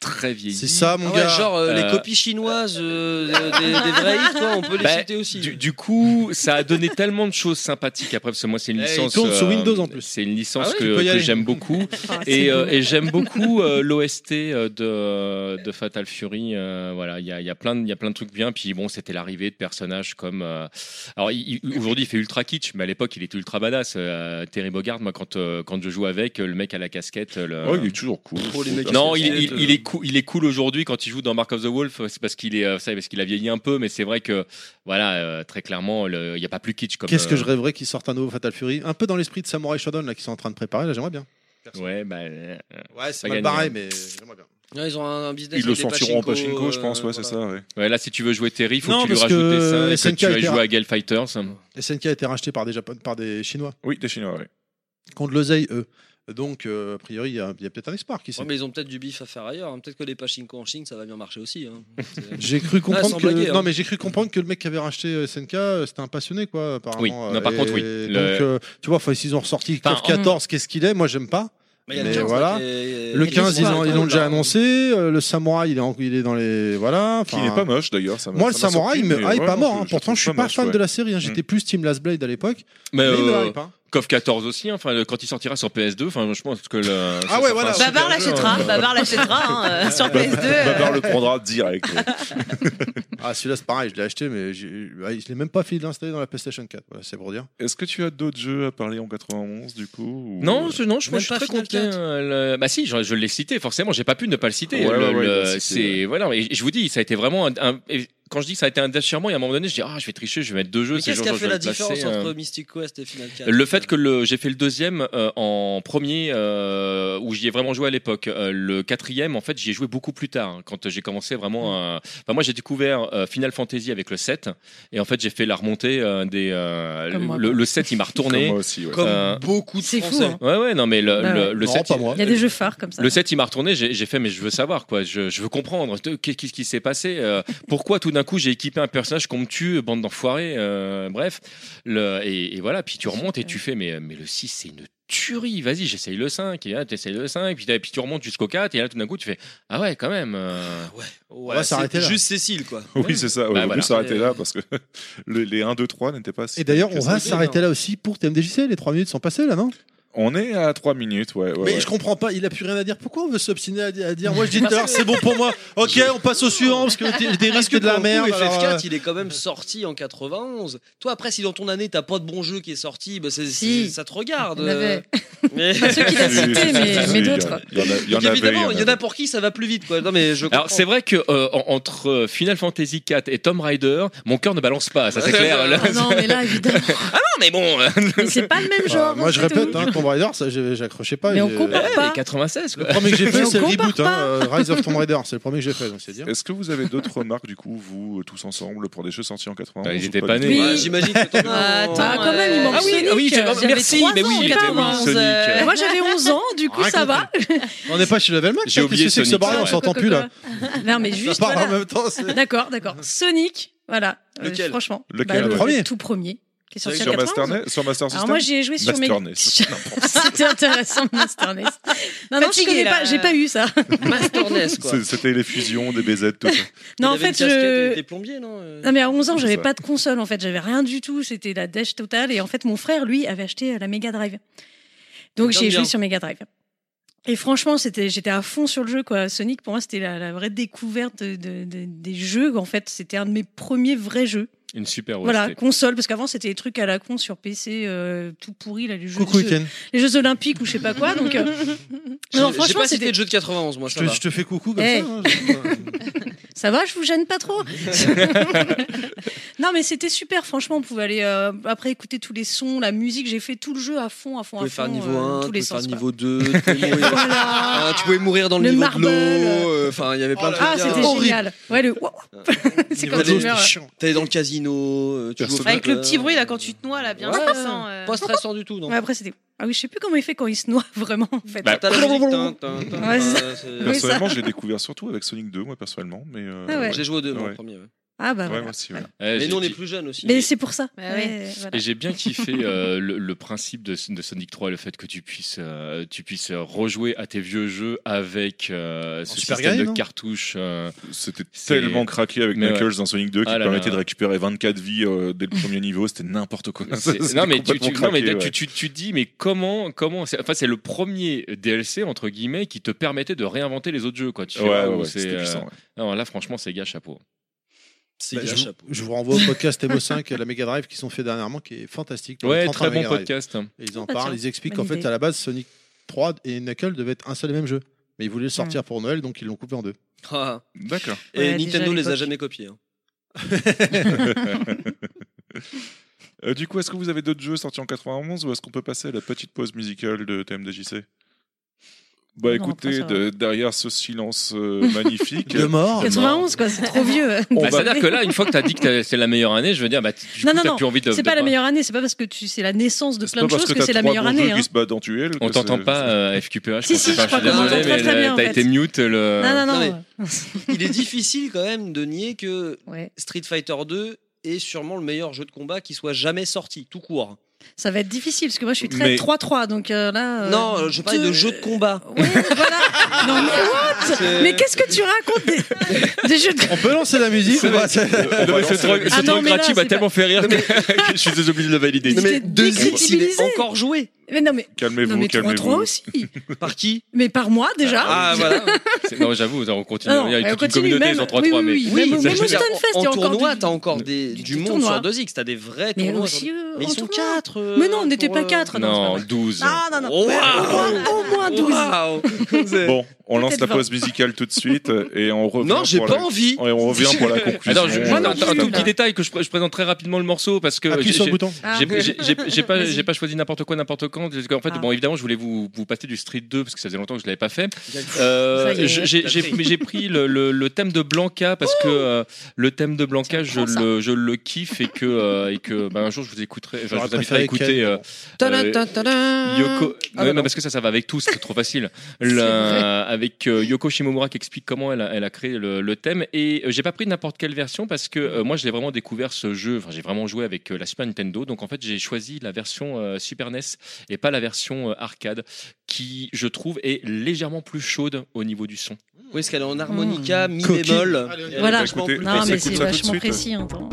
Speaker 6: très vieilli.
Speaker 5: C'est ça,
Speaker 1: Ah
Speaker 5: mon
Speaker 1: ouais,
Speaker 5: gars.
Speaker 1: genre euh, les
Speaker 6: Euh,
Speaker 1: copies chinoises euh, de- des, des vrais hits, quoi, on peut les
Speaker 6: Bah,
Speaker 1: citer aussi.
Speaker 6: Du, du coup, ça a donné tellement de choses sympathiques après parce que moi c'est une
Speaker 5: Eh, il
Speaker 6: licence. euh,
Speaker 5: tourne sur Windows, en plus.
Speaker 6: C'est une licence
Speaker 5: Ah ouais, tu
Speaker 6: que,
Speaker 5: peux y
Speaker 6: que
Speaker 5: aller.
Speaker 6: j'aime beaucoup
Speaker 7: Ah, c'est
Speaker 6: et,
Speaker 7: beau.
Speaker 6: euh, et j'aime beaucoup euh, l'OST euh, de, de Fatal Fury. euh, voilà, il y a, il y a plein de il y a plein de trucs bien. Puis bon, c'était l'arrivée de personnages comme. euh, alors il- il- aujourd'hui, il fait ultra kitsch, mais à l'époque, il était ultra badass. Euh, Terry Bogard, moi, quand euh, quand je joue avec euh, le mec à la casquette. euh, Le,
Speaker 2: Oh, il est toujours cool.
Speaker 1: Pour les mecs-
Speaker 6: non,
Speaker 1: Parce
Speaker 6: il,
Speaker 1: que
Speaker 6: il-
Speaker 1: c'est-
Speaker 6: il est cool, il est cool aujourd'hui quand il joue dans Mark of the Wolf, c'est parce qu'il est, euh, ça, parce qu'il a vieilli un peu, mais c'est vrai que, voilà, euh, très clairement, le- il n'y a pas plus kitsch comme.
Speaker 5: Qu'est-ce que
Speaker 6: euh,
Speaker 5: je rêverais qu'ils sortent un nouveau Fatal Fury Un peu dans l'esprit de Samurai Shodown là qu'ils sont en train de préparer, là j'aimerais bien.
Speaker 6: Ouais, bah, euh,
Speaker 5: Ouais, c'est mal
Speaker 6: Pas gagné,
Speaker 5: barré,
Speaker 6: hein.
Speaker 5: mais j'aimerais bien.
Speaker 1: Ouais, ils ont un, un business.
Speaker 2: Ils le
Speaker 1: avec des
Speaker 2: sortiront en pachinko, je
Speaker 1: euh,
Speaker 2: pense. Ouais, c'est ça. ouais.
Speaker 6: ouais, là, si tu veux jouer Terry, faut
Speaker 5: Non,
Speaker 6: que tu lui
Speaker 5: parce que
Speaker 6: rajoutes des seins et
Speaker 5: SNK
Speaker 6: que tu ailles
Speaker 5: était-
Speaker 6: jouer à Gale Fighters.
Speaker 5: SNK a été racheté par des, Japon... par des Chinois,
Speaker 2: Oui, des Chinois, ouais.
Speaker 5: contre l'oseille, eux. Donc, euh, a priori, il y a, il y a peut-être un espoir qui sait.
Speaker 1: Ouais, mais ils ont peut-être du bif à faire ailleurs. hein. Peut-être que les pachinko en Chine, ça va bien marcher aussi. hein. C'est-
Speaker 5: J'ai cru comprendre
Speaker 1: sans
Speaker 5: que
Speaker 1: blaguer, hein.
Speaker 5: non mais j'ai cru comprendre que le mec qui avait racheté euh, SNK euh, c'était un passionné quoi apparemment.
Speaker 6: Oui.
Speaker 5: euh,
Speaker 6: Non, par
Speaker 5: et
Speaker 6: contre, oui. Le-
Speaker 5: Donc euh, tu vois enfin, s'ils ont ressorti
Speaker 6: Enfin,
Speaker 5: KOF 14 qu'est-ce qu'il est moi j'aime pas.
Speaker 1: Mais il y a
Speaker 5: Mais
Speaker 1: le 15,
Speaker 5: voilà.
Speaker 1: là, qui est-
Speaker 5: Le
Speaker 1: qui est
Speaker 5: 15 ils
Speaker 1: sur
Speaker 5: ont-
Speaker 1: la
Speaker 5: ils l'ont
Speaker 1: table,
Speaker 5: déjà
Speaker 1: là.
Speaker 5: annoncé euh, le samouraï il est en- il est dans les voilà
Speaker 2: Qui
Speaker 5: enfin,
Speaker 2: n'est pas moche d'ailleurs. ça m'a-
Speaker 5: Ah. Moi, le
Speaker 2: ça m'a
Speaker 5: samouraï, il
Speaker 2: surpris,
Speaker 5: me
Speaker 2: mais
Speaker 5: hype pas
Speaker 2: vraiment,
Speaker 5: mort. hein.
Speaker 2: je- je
Speaker 5: Pourtant, je suis
Speaker 2: trouve
Speaker 5: pas
Speaker 2: moche,
Speaker 5: fan
Speaker 2: ouais.
Speaker 5: de la série. hein. J'étais plus Team Last Blade à l'époque.
Speaker 6: Mm. Mais,
Speaker 5: mais il me
Speaker 6: euh,
Speaker 5: hype, hein.
Speaker 6: KOF 14 aussi, hein. enfin, le- quand il sortira sur PS2, enfin, je pense que le. ça
Speaker 5: Ah ouais,
Speaker 6: sera
Speaker 5: voilà.
Speaker 6: un super
Speaker 4: Babar
Speaker 6: jeu,
Speaker 4: l'achètera,
Speaker 6: hein.
Speaker 4: Babar l'achètera hein, euh, sur
Speaker 2: Bah-
Speaker 4: PS2.
Speaker 2: Babar
Speaker 4: euh,
Speaker 2: le prendra direct. ouais.
Speaker 5: Ah, celui-là, c'est pareil. Je l'ai acheté, mais j'ai- ouais, je l'ai même pas fini de l'installer dans la PlayStation 4. Voilà, c'est pour dire.
Speaker 2: Est-ce que tu as d'autres jeux à parler en 91 du coup ou-
Speaker 6: Non, je, non, je,
Speaker 1: Même
Speaker 6: je suis
Speaker 1: pas
Speaker 6: très
Speaker 1: Final
Speaker 6: content.
Speaker 1: Cut.
Speaker 6: euh, le- Bah si, je, je l'ai cité. Forcément, j'ai pas pu ne pas le citer.
Speaker 2: Ouais,
Speaker 6: Le-
Speaker 2: ouais, ouais,
Speaker 6: le-
Speaker 2: il l'a cité,
Speaker 6: c'est voilà. Et je vous dis, ça a été vraiment. Un, un- et quand je dis que ça a été un déchirement, il y a un moment donné, je dis ah, je vais tricher, je vais mettre deux jeux.
Speaker 1: Mais
Speaker 6: ces
Speaker 1: qu'est-ce
Speaker 6: jours,
Speaker 1: qui a
Speaker 6: je
Speaker 1: fait
Speaker 6: vais
Speaker 1: la
Speaker 6: le placer,
Speaker 1: différence
Speaker 6: euh,
Speaker 1: entre Mystic Quest et Final 4
Speaker 6: le fait que le, j'ai fait le deuxième euh, en premier euh, où j'y ai vraiment joué à l'époque. Euh, le quatrième, en fait, j'y ai joué beaucoup plus tard hein, quand j'ai commencé
Speaker 1: Mm.
Speaker 6: vraiment. à- Enfin, moi, j'ai découvert euh, Final Fantasy avec le 7 et en fait, j'ai fait la remontée euh, des. euh,
Speaker 7: Comme moi,
Speaker 6: le,
Speaker 7: quoi.
Speaker 6: le 7, il m'a
Speaker 2: Comme
Speaker 6: retourné.
Speaker 2: moi aussi, ouais.
Speaker 1: Comme
Speaker 6: euh,
Speaker 1: beaucoup de
Speaker 7: C'est fou,
Speaker 1: Français.
Speaker 7: hein.
Speaker 6: Ouais, Ah ouais, non, mais le,
Speaker 7: Ouais,
Speaker 6: le-
Speaker 7: ouais.
Speaker 6: le
Speaker 5: Non,
Speaker 6: 7,
Speaker 5: pas
Speaker 6: il-
Speaker 5: moi.
Speaker 7: Il y a des jeux phares comme ça.
Speaker 6: le 7, il m'a retourné, j'ai j'ai fait, mais je veux savoir, quoi. Je, je veux comprendre. De- Qu'est- Qu'est-ce qui s'est passé euh, Pourquoi tout d'un coup j'ai équipé un personnage qu'on me tue, bande d'enfoirés euh, Bref. Le, et, et voilà, puis tu remontes et tu fais, mais, mais le 6, c'est une tuerie. Vas-y, j'essaye le 5. Et là, tu le 5. Puis, t'as- puis tu remontes jusqu'au 4. Et là, tout d'un coup, tu fais, ah ouais, quand même. euh,
Speaker 1: Ouais.
Speaker 5: On va s'arrêter
Speaker 1: c'est
Speaker 5: là.
Speaker 1: Juste Cécile, quoi.
Speaker 2: Oui, c'est ça.
Speaker 6: Bah,
Speaker 2: on peut
Speaker 6: voilà.
Speaker 2: s'arrêter
Speaker 1: Et,
Speaker 2: là
Speaker 1: euh,
Speaker 2: parce que le- les 1, 2, 3 n'étaient pas. si
Speaker 5: Et d'ailleurs, on
Speaker 2: que ça.
Speaker 5: va
Speaker 1: c'est
Speaker 5: s'arrêter
Speaker 1: bien. hein.
Speaker 5: là aussi pour TMDJC. Les 3 minutes sont passées là, non
Speaker 2: On est à 3 minutes, ouais. ouais,
Speaker 5: Mais
Speaker 2: ouais.
Speaker 5: je comprends pas. Il a plus rien à dire. Pourquoi on veut s'obstiner à, di- à dire Moi, je dis tout à l'heure, c'est bon pour moi. Ok, on passe au suivant parce que le des
Speaker 1: Parce
Speaker 5: risques
Speaker 1: que
Speaker 5: de la
Speaker 1: pour le
Speaker 5: merde.
Speaker 1: coup,
Speaker 5: alors,
Speaker 1: FF4,
Speaker 5: euh,
Speaker 1: il est quand même sorti en 91. Toi, après, si dans ton année, t'as pas de bon jeu qui est sorti, bah, c'est-
Speaker 7: Si.
Speaker 1: c'est- ça te regarde. euh.
Speaker 7: On avait.
Speaker 1: Mais-
Speaker 7: Pas ceux qu'il a
Speaker 2: Si, si,
Speaker 7: cités,
Speaker 2: si,
Speaker 7: mais,
Speaker 2: si,
Speaker 7: mais
Speaker 2: il y en a-
Speaker 7: d'autres.
Speaker 2: Il y en a- il y en
Speaker 1: Donc,
Speaker 2: avait.
Speaker 1: évidemment, il y en a pour qui ça va plus vite, quoi. Non, mais je
Speaker 6: Alors
Speaker 1: comprends.
Speaker 6: c'est vrai que euh, en- entre euh, Final Fantasy 4 et Tomb Raider, mon cœur ne balance pas, ça c'est clair. Là,
Speaker 7: Ah non, mais là, évidemment.
Speaker 6: non, mais bon, euh,
Speaker 7: Mais c'est pas le même genre.
Speaker 5: bah, moi, je
Speaker 7: c'est
Speaker 5: répète,
Speaker 7: tout.
Speaker 5: hein, Tomb Raider, ça, j'ai- j'accrochais pas.
Speaker 7: Mais on
Speaker 5: j'ai-
Speaker 7: comprend pas.
Speaker 6: 96
Speaker 5: Le
Speaker 6: quoi.
Speaker 5: premier que j'ai fait,
Speaker 7: Mais on
Speaker 5: c'est le
Speaker 7: compare
Speaker 5: reboot. hein,
Speaker 7: pas.
Speaker 5: euh, Rise of Tomb Raider, c'est le premier que j'ai fait. Donc, c'est dire.
Speaker 2: Est-ce que vous avez d'autres remarques, du coup, vous, euh, tous ensemble, pour des jeux sortis en 91
Speaker 6: Bah, ils
Speaker 2: ou
Speaker 6: étaient
Speaker 2: pas
Speaker 6: pas
Speaker 2: du
Speaker 6: nés.
Speaker 2: tout
Speaker 1: Ouais,
Speaker 7: Oui.
Speaker 1: J'imagine que t'en as-
Speaker 4: Attends,
Speaker 7: Bah, quand même, il manque
Speaker 6: Ah oui,
Speaker 7: Sonic.
Speaker 6: ah oui, j'ai-
Speaker 7: J'avais
Speaker 6: merci,
Speaker 7: trois
Speaker 6: mais oui,
Speaker 7: ans,
Speaker 6: il était-
Speaker 7: quand
Speaker 6: oui,
Speaker 7: même.
Speaker 6: Sonic, euh,
Speaker 7: Moi, j'avais 11 ans, du coup,
Speaker 5: Rien
Speaker 7: ça va.
Speaker 5: On n'est pas chez Level Max.
Speaker 6: J'ai
Speaker 5: hein,
Speaker 6: oublié
Speaker 5: qu'est-ce que c'est que ce
Speaker 6: Sonic,
Speaker 5: baril, Ah, on
Speaker 6: ouais.
Speaker 5: s'entend
Speaker 7: Ah,
Speaker 5: plus là.
Speaker 7: Non, mais juste.
Speaker 5: ça part en
Speaker 7: voilà.
Speaker 5: même temps. c'est-
Speaker 7: D'accord, d'accord. Sonic, voilà. Euh,
Speaker 1: Lequel
Speaker 7: franchement.
Speaker 2: Lequel
Speaker 5: Le premier
Speaker 7: tout premier. Qui est sorti en
Speaker 2: Sur
Speaker 7: 91.
Speaker 2: Master, NES- sur Master System
Speaker 7: Alors moi j'y ai joué sur mes.
Speaker 2: Master NES.
Speaker 7: C'était intéressant Master NES. Non non, je
Speaker 4: Fatigué,
Speaker 7: connais
Speaker 4: là.
Speaker 7: pas, j'ai pas eu ça.
Speaker 1: Master NES, euh, quoi.
Speaker 2: C'est- C'était les fusions des BZ, tout ça.
Speaker 7: Non en
Speaker 1: Il avait une
Speaker 7: fait
Speaker 1: casquette, il
Speaker 7: je
Speaker 1: était plombier, non euh
Speaker 7: non mais à 11 ans,
Speaker 2: C'est
Speaker 7: j'avais
Speaker 2: ça.
Speaker 7: pas de console en fait, j'avais rien du tout, c'était la dèche totale et en fait mon frère lui avait acheté euh, la Mega Drive. Donc
Speaker 1: Bien,
Speaker 7: j'ai
Speaker 1: bien.
Speaker 7: joué sur Mega Drive. Et franchement, c'était j'étais à fond sur le jeu quoi. Sonic pour moi c'était la, la vraie découverte de- de- de- des jeux en fait, c'était un de mes premiers vrais jeux.
Speaker 6: Une super OST.
Speaker 7: Voilà, console, parce qu'avant c'était des trucs à la con sur PC, euh, tout pourri, là, les jeux,
Speaker 5: Coucou
Speaker 7: les jeux,
Speaker 5: Étienne.
Speaker 7: les jeux olympiques ou je sais pas quoi. Donc, euh,
Speaker 1: J'ai-
Speaker 7: non,
Speaker 1: J'ai
Speaker 7: franchement,
Speaker 1: pas cité
Speaker 7: c'était.
Speaker 1: de jeu de 91, moi,
Speaker 5: Je
Speaker 1: ça
Speaker 5: te,
Speaker 1: va.
Speaker 5: je te fais coucou comme
Speaker 7: Eh.
Speaker 5: ça. hein, je-
Speaker 7: Ça va, je vous gêne pas trop Non, mais c'était super, franchement, on pouvait aller euh, après écouter tous les sons, la musique, j'ai fait tout le jeu à fond, à fond,
Speaker 1: Tu
Speaker 7: à fond.
Speaker 1: pouvais faire
Speaker 7: euh,
Speaker 1: niveau
Speaker 7: tous
Speaker 1: 1, tu
Speaker 7: les
Speaker 1: pouvais faire
Speaker 7: sens, quoi.
Speaker 1: niveau 2, tu pouvais mourir,
Speaker 7: Voilà.
Speaker 1: Ah, tu pouvais mourir dans le,
Speaker 7: Le
Speaker 1: niveau
Speaker 7: marble.
Speaker 1: de l'eau. euh, Enfin, il y avait plein de
Speaker 7: Ah,
Speaker 1: trucs.
Speaker 7: c'était
Speaker 1: bien.
Speaker 7: génial. Ouais, le wow. C'est
Speaker 1: Ah. Niveau
Speaker 7: quand tu
Speaker 1: des-
Speaker 7: meurs.
Speaker 1: T'allais dans le casino, euh, tu jouais au
Speaker 4: Avec le
Speaker 1: poker.
Speaker 4: petit bruit là quand tu te noies là, bien
Speaker 1: Ouais.
Speaker 4: stressant. euh.
Speaker 1: Pas stressant du tout, non
Speaker 7: Ouais, après, c'était. Ah oui, je sais plus comment il fait quand il se noie vraiment, en fait.
Speaker 6: Bah,
Speaker 1: T'as la musique, tin, tin, tin,
Speaker 7: Ouais, c'est
Speaker 1: tin, c'est-
Speaker 7: Oui, ça.
Speaker 2: Personnellement, je l'ai découvert surtout avec Sonic 2, moi, personnellement. Mais, euh,
Speaker 7: Ah ouais.
Speaker 1: J'ai joué aux deux, moi,
Speaker 2: Ouais.
Speaker 1: en premier. ouais.
Speaker 7: Ah bah
Speaker 2: Ouais,
Speaker 7: voilà.
Speaker 2: moi aussi, ouais.
Speaker 6: Ouais,
Speaker 1: Mais
Speaker 6: Eh, j'ai
Speaker 1: nous, on est
Speaker 6: ki-
Speaker 1: plus jeunes aussi.
Speaker 7: Mais c'est pour ça.
Speaker 4: Bah ouais.
Speaker 7: Ouais, voilà.
Speaker 6: Et j'ai bien kiffé euh, le, le principe de, de Sonic 3 et le fait que tu puisses, euh, tu puisses euh, rejouer à tes vieux jeux avec euh, ce
Speaker 5: Super
Speaker 6: système
Speaker 5: Game,
Speaker 6: de
Speaker 5: non
Speaker 6: cartouches. euh,
Speaker 2: C'était
Speaker 6: C'est-
Speaker 2: tellement craqué avec
Speaker 6: Mais ouais.
Speaker 2: Knuckles dans Sonic 2 qui
Speaker 6: Ah
Speaker 2: te
Speaker 6: là
Speaker 2: permettait
Speaker 6: là.
Speaker 2: de récupérer 24 vies euh, dès le premier niveau. C'était n'importe quoi.
Speaker 6: c'est-
Speaker 2: C'était
Speaker 6: non mais, tu, tu,
Speaker 2: complètement
Speaker 6: non, mais
Speaker 2: craqué,
Speaker 6: tu-
Speaker 2: ouais.
Speaker 6: tu, tu te dis mais comment comment c'est enfin c'est le premier DLC entre guillemets qui te permettait de réinventer les autres jeux quoi tu
Speaker 2: Ouais,
Speaker 6: vois,
Speaker 2: ouais,
Speaker 6: où
Speaker 2: ouais,
Speaker 6: c'est,
Speaker 2: c'était
Speaker 6: euh,
Speaker 2: puissant. ouais.
Speaker 6: non, là franchement c'est gars chapeau
Speaker 1: C'est
Speaker 5: Bah,
Speaker 1: gars,
Speaker 5: je, vous-
Speaker 1: chapeau.
Speaker 5: je vous renvoie au podcast MO5, la Mega Drive qu'ils ont fait dernièrement, qui est fantastique. pour les
Speaker 6: ouais
Speaker 5: 30
Speaker 6: très bon
Speaker 5: Mega Drive.
Speaker 6: podcast
Speaker 5: Et ils en
Speaker 7: Ah, bah,
Speaker 5: parlent,
Speaker 7: tiens,
Speaker 5: ils expliquent qu'en
Speaker 7: bonne
Speaker 5: fait,
Speaker 7: idée.
Speaker 5: à la base, Sonic 3 et Knuckles devaient être un seul et même jeu. Mais ils voulaient
Speaker 7: Hmm.
Speaker 5: le sortir pour Noël, donc ils l'ont coupé en deux.
Speaker 1: Ah.
Speaker 2: D'accord.
Speaker 1: Et
Speaker 7: Ouais, déjà,
Speaker 1: Nintendo
Speaker 7: à
Speaker 1: les a
Speaker 7: l'époque.
Speaker 1: jamais copiés. hein.
Speaker 2: Euh, du coup, est-ce que vous avez d'autres jeux sortis en 91 ou est-ce qu'on peut passer à la petite pause musicale de TMDJC Bah
Speaker 7: Non,
Speaker 2: écoutez,
Speaker 7: après ça va.
Speaker 2: de- derrière ce silence euh, magnifique,
Speaker 5: De mort
Speaker 7: 91, quoi, c'est trop vieux.
Speaker 2: On
Speaker 6: Bah,
Speaker 2: va-
Speaker 6: c'est-à-dire que là une fois que t'as dit que t'as- c'est la meilleure année je veux dire bah tu du
Speaker 7: Non,
Speaker 6: coup,
Speaker 7: non,
Speaker 6: t'as
Speaker 7: non,
Speaker 6: plus envie de
Speaker 7: C'est
Speaker 6: de-
Speaker 7: pas la meilleure année, c'est pas parce que tu... c'est la naissance de
Speaker 2: c'est
Speaker 7: plein de
Speaker 2: parce
Speaker 7: choses que,
Speaker 2: t'as
Speaker 7: c'est la
Speaker 2: trois
Speaker 7: meilleure
Speaker 2: bons jeux
Speaker 7: année.
Speaker 2: qui
Speaker 7: hein.
Speaker 2: se battent en duel.
Speaker 6: on
Speaker 2: que
Speaker 6: t'entend
Speaker 2: c'est-
Speaker 6: pas euh, FQPH
Speaker 7: Si,
Speaker 6: je sais
Speaker 7: si,
Speaker 6: pas,
Speaker 7: je crois
Speaker 6: suis
Speaker 7: qu'on
Speaker 6: désolé,
Speaker 7: t'entend très,
Speaker 6: mais
Speaker 7: très
Speaker 6: le-
Speaker 7: bien, en
Speaker 6: t'as
Speaker 7: fait.
Speaker 6: été mute le
Speaker 7: Non, non,
Speaker 1: Non,
Speaker 7: non.
Speaker 1: mais- Il est difficile quand même de nier que
Speaker 7: Ouais.
Speaker 1: Street Fighter 2 est sûrement le meilleur jeu de combat qui soit jamais sorti, tout court.
Speaker 7: Ça va être difficile parce que moi je suis très
Speaker 2: Mais-
Speaker 7: 3-3, donc euh, là. euh,
Speaker 1: non, euh, je parle de
Speaker 7: deux-
Speaker 1: jeu de combat.
Speaker 7: Ouais, voilà. Non, mais what
Speaker 1: C'est-
Speaker 7: Mais qu'est-ce que tu racontes des, des jeux de.
Speaker 5: On peut lancer la musique ou pas
Speaker 2: Euh, on
Speaker 6: Non, mais
Speaker 2: balance
Speaker 6: ce
Speaker 2: la-
Speaker 6: truc ce
Speaker 7: Ah non,
Speaker 6: truc
Speaker 7: mais là,
Speaker 6: gratuit m'a
Speaker 7: c'est
Speaker 6: tellement fait rire que
Speaker 2: je suis désolé de le valider.
Speaker 7: Non, mais J'étais deux
Speaker 1: X, il est
Speaker 7: euh, décrédibilisé.
Speaker 1: encore joué.
Speaker 7: Mais non, mais, non,
Speaker 2: Calmez-vous,
Speaker 7: mais 3-3
Speaker 2: calmez-vous.
Speaker 7: aussi.
Speaker 1: Par qui
Speaker 7: Mais par mois déjà.
Speaker 1: Ah, voilà.
Speaker 6: C'est- Non, j'avoue, on continue.
Speaker 7: Ah non,
Speaker 6: Il y a
Speaker 7: on
Speaker 6: toute une
Speaker 7: continue,
Speaker 6: communauté,
Speaker 7: même-
Speaker 6: ils ont 3-3,
Speaker 7: oui, oui,
Speaker 6: mais.
Speaker 7: oui.
Speaker 1: Oui,
Speaker 7: Même-
Speaker 1: ça,
Speaker 7: même
Speaker 1: je veux dire,
Speaker 7: au Stunfest,
Speaker 1: en,
Speaker 7: il y a
Speaker 1: en
Speaker 7: encore
Speaker 1: tournoi,
Speaker 7: du-
Speaker 1: t'as encore des, du,
Speaker 7: du
Speaker 1: monde
Speaker 7: tournoi.
Speaker 1: sur 2X, t'as des vrais
Speaker 7: mais
Speaker 1: tournois.
Speaker 7: aussi. euh,
Speaker 1: mais ils
Speaker 7: en
Speaker 1: sont
Speaker 7: tournoi.
Speaker 1: 4
Speaker 7: Mais non, Ah. on n'était
Speaker 1: euh,
Speaker 7: pas 4.
Speaker 6: Non, 12.
Speaker 7: Non, non, non.
Speaker 1: Wow.
Speaker 7: Ah, Au moins 12.
Speaker 2: Bon, on lance
Speaker 7: Peut-être
Speaker 2: la
Speaker 7: vingt.
Speaker 2: pause musicale tout de suite euh, et on revient.
Speaker 1: Non, j'ai
Speaker 2: pour
Speaker 1: pas
Speaker 2: la-
Speaker 1: envie.
Speaker 2: et on revient pour la conclusion.
Speaker 6: Alors, je, je-
Speaker 7: Moi
Speaker 2: euh,
Speaker 7: non
Speaker 6: un,
Speaker 7: plus,
Speaker 6: un tout
Speaker 7: là.
Speaker 6: petit détail que je, pr- je présente très rapidement le morceau parce que
Speaker 5: Appuie
Speaker 6: j'ai-
Speaker 5: sur le
Speaker 6: j'ai-
Speaker 5: bouton.
Speaker 7: Ah.
Speaker 6: j'ai- j'ai- j'ai- j'ai pas,
Speaker 7: Vas-y.
Speaker 6: j'ai pas choisi n'importe quoi, n'importe quand. parce qu'en fait,
Speaker 7: Ah.
Speaker 6: bon, évidemment, je voulais vous, vous passer du Street 2 parce que ça faisait longtemps que je l'avais pas fait.
Speaker 7: Ça
Speaker 6: Euh,
Speaker 7: y est,
Speaker 6: je- j'ai-
Speaker 1: t'as
Speaker 6: J'ai
Speaker 1: pris.
Speaker 6: mais j'ai pris le, le- le thème de Blanca parce que euh, le thème de Blanca, je
Speaker 7: prend ça.
Speaker 6: le, je le kiffe et que, euh, et que ben, un jour je vous écouterai, enfin, je
Speaker 5: J'aurais
Speaker 6: vous
Speaker 5: préféré
Speaker 6: inviterai à écouter
Speaker 5: Ken.
Speaker 6: euh, euh, Yoko. Ouais, mais parce que ça, ça va avec tous, c'est trop facile. Le-
Speaker 7: Ah, C'est vrai.
Speaker 6: Avec euh, Yoko Shimomura qui explique comment elle a, elle a créé le, le thème. Et euh, j'ai pas pris n'importe quelle version parce que euh, moi, je l'ai vraiment découvert ce jeu. Enfin, j'ai vraiment joué avec euh, la Super Nintendo. Donc en fait, j'ai choisi la version euh, Super NES et pas la version euh, arcade qui, je trouve, est légèrement plus chaude au niveau du son.
Speaker 1: Oui, parce qu'elle est en harmonica, mi
Speaker 5: Coquine.
Speaker 1: bémol.
Speaker 5: Allez, on
Speaker 7: va.
Speaker 5: y
Speaker 1: Elle est
Speaker 6: bah,
Speaker 7: Voilà.
Speaker 1: vachement
Speaker 2: Écoutez,
Speaker 1: plus-
Speaker 7: Hmm. Non,
Speaker 2: on
Speaker 7: mais
Speaker 2: s'écoute
Speaker 7: c'est
Speaker 2: ça tout de
Speaker 7: vachement
Speaker 2: suite.
Speaker 7: précis. hein, attends.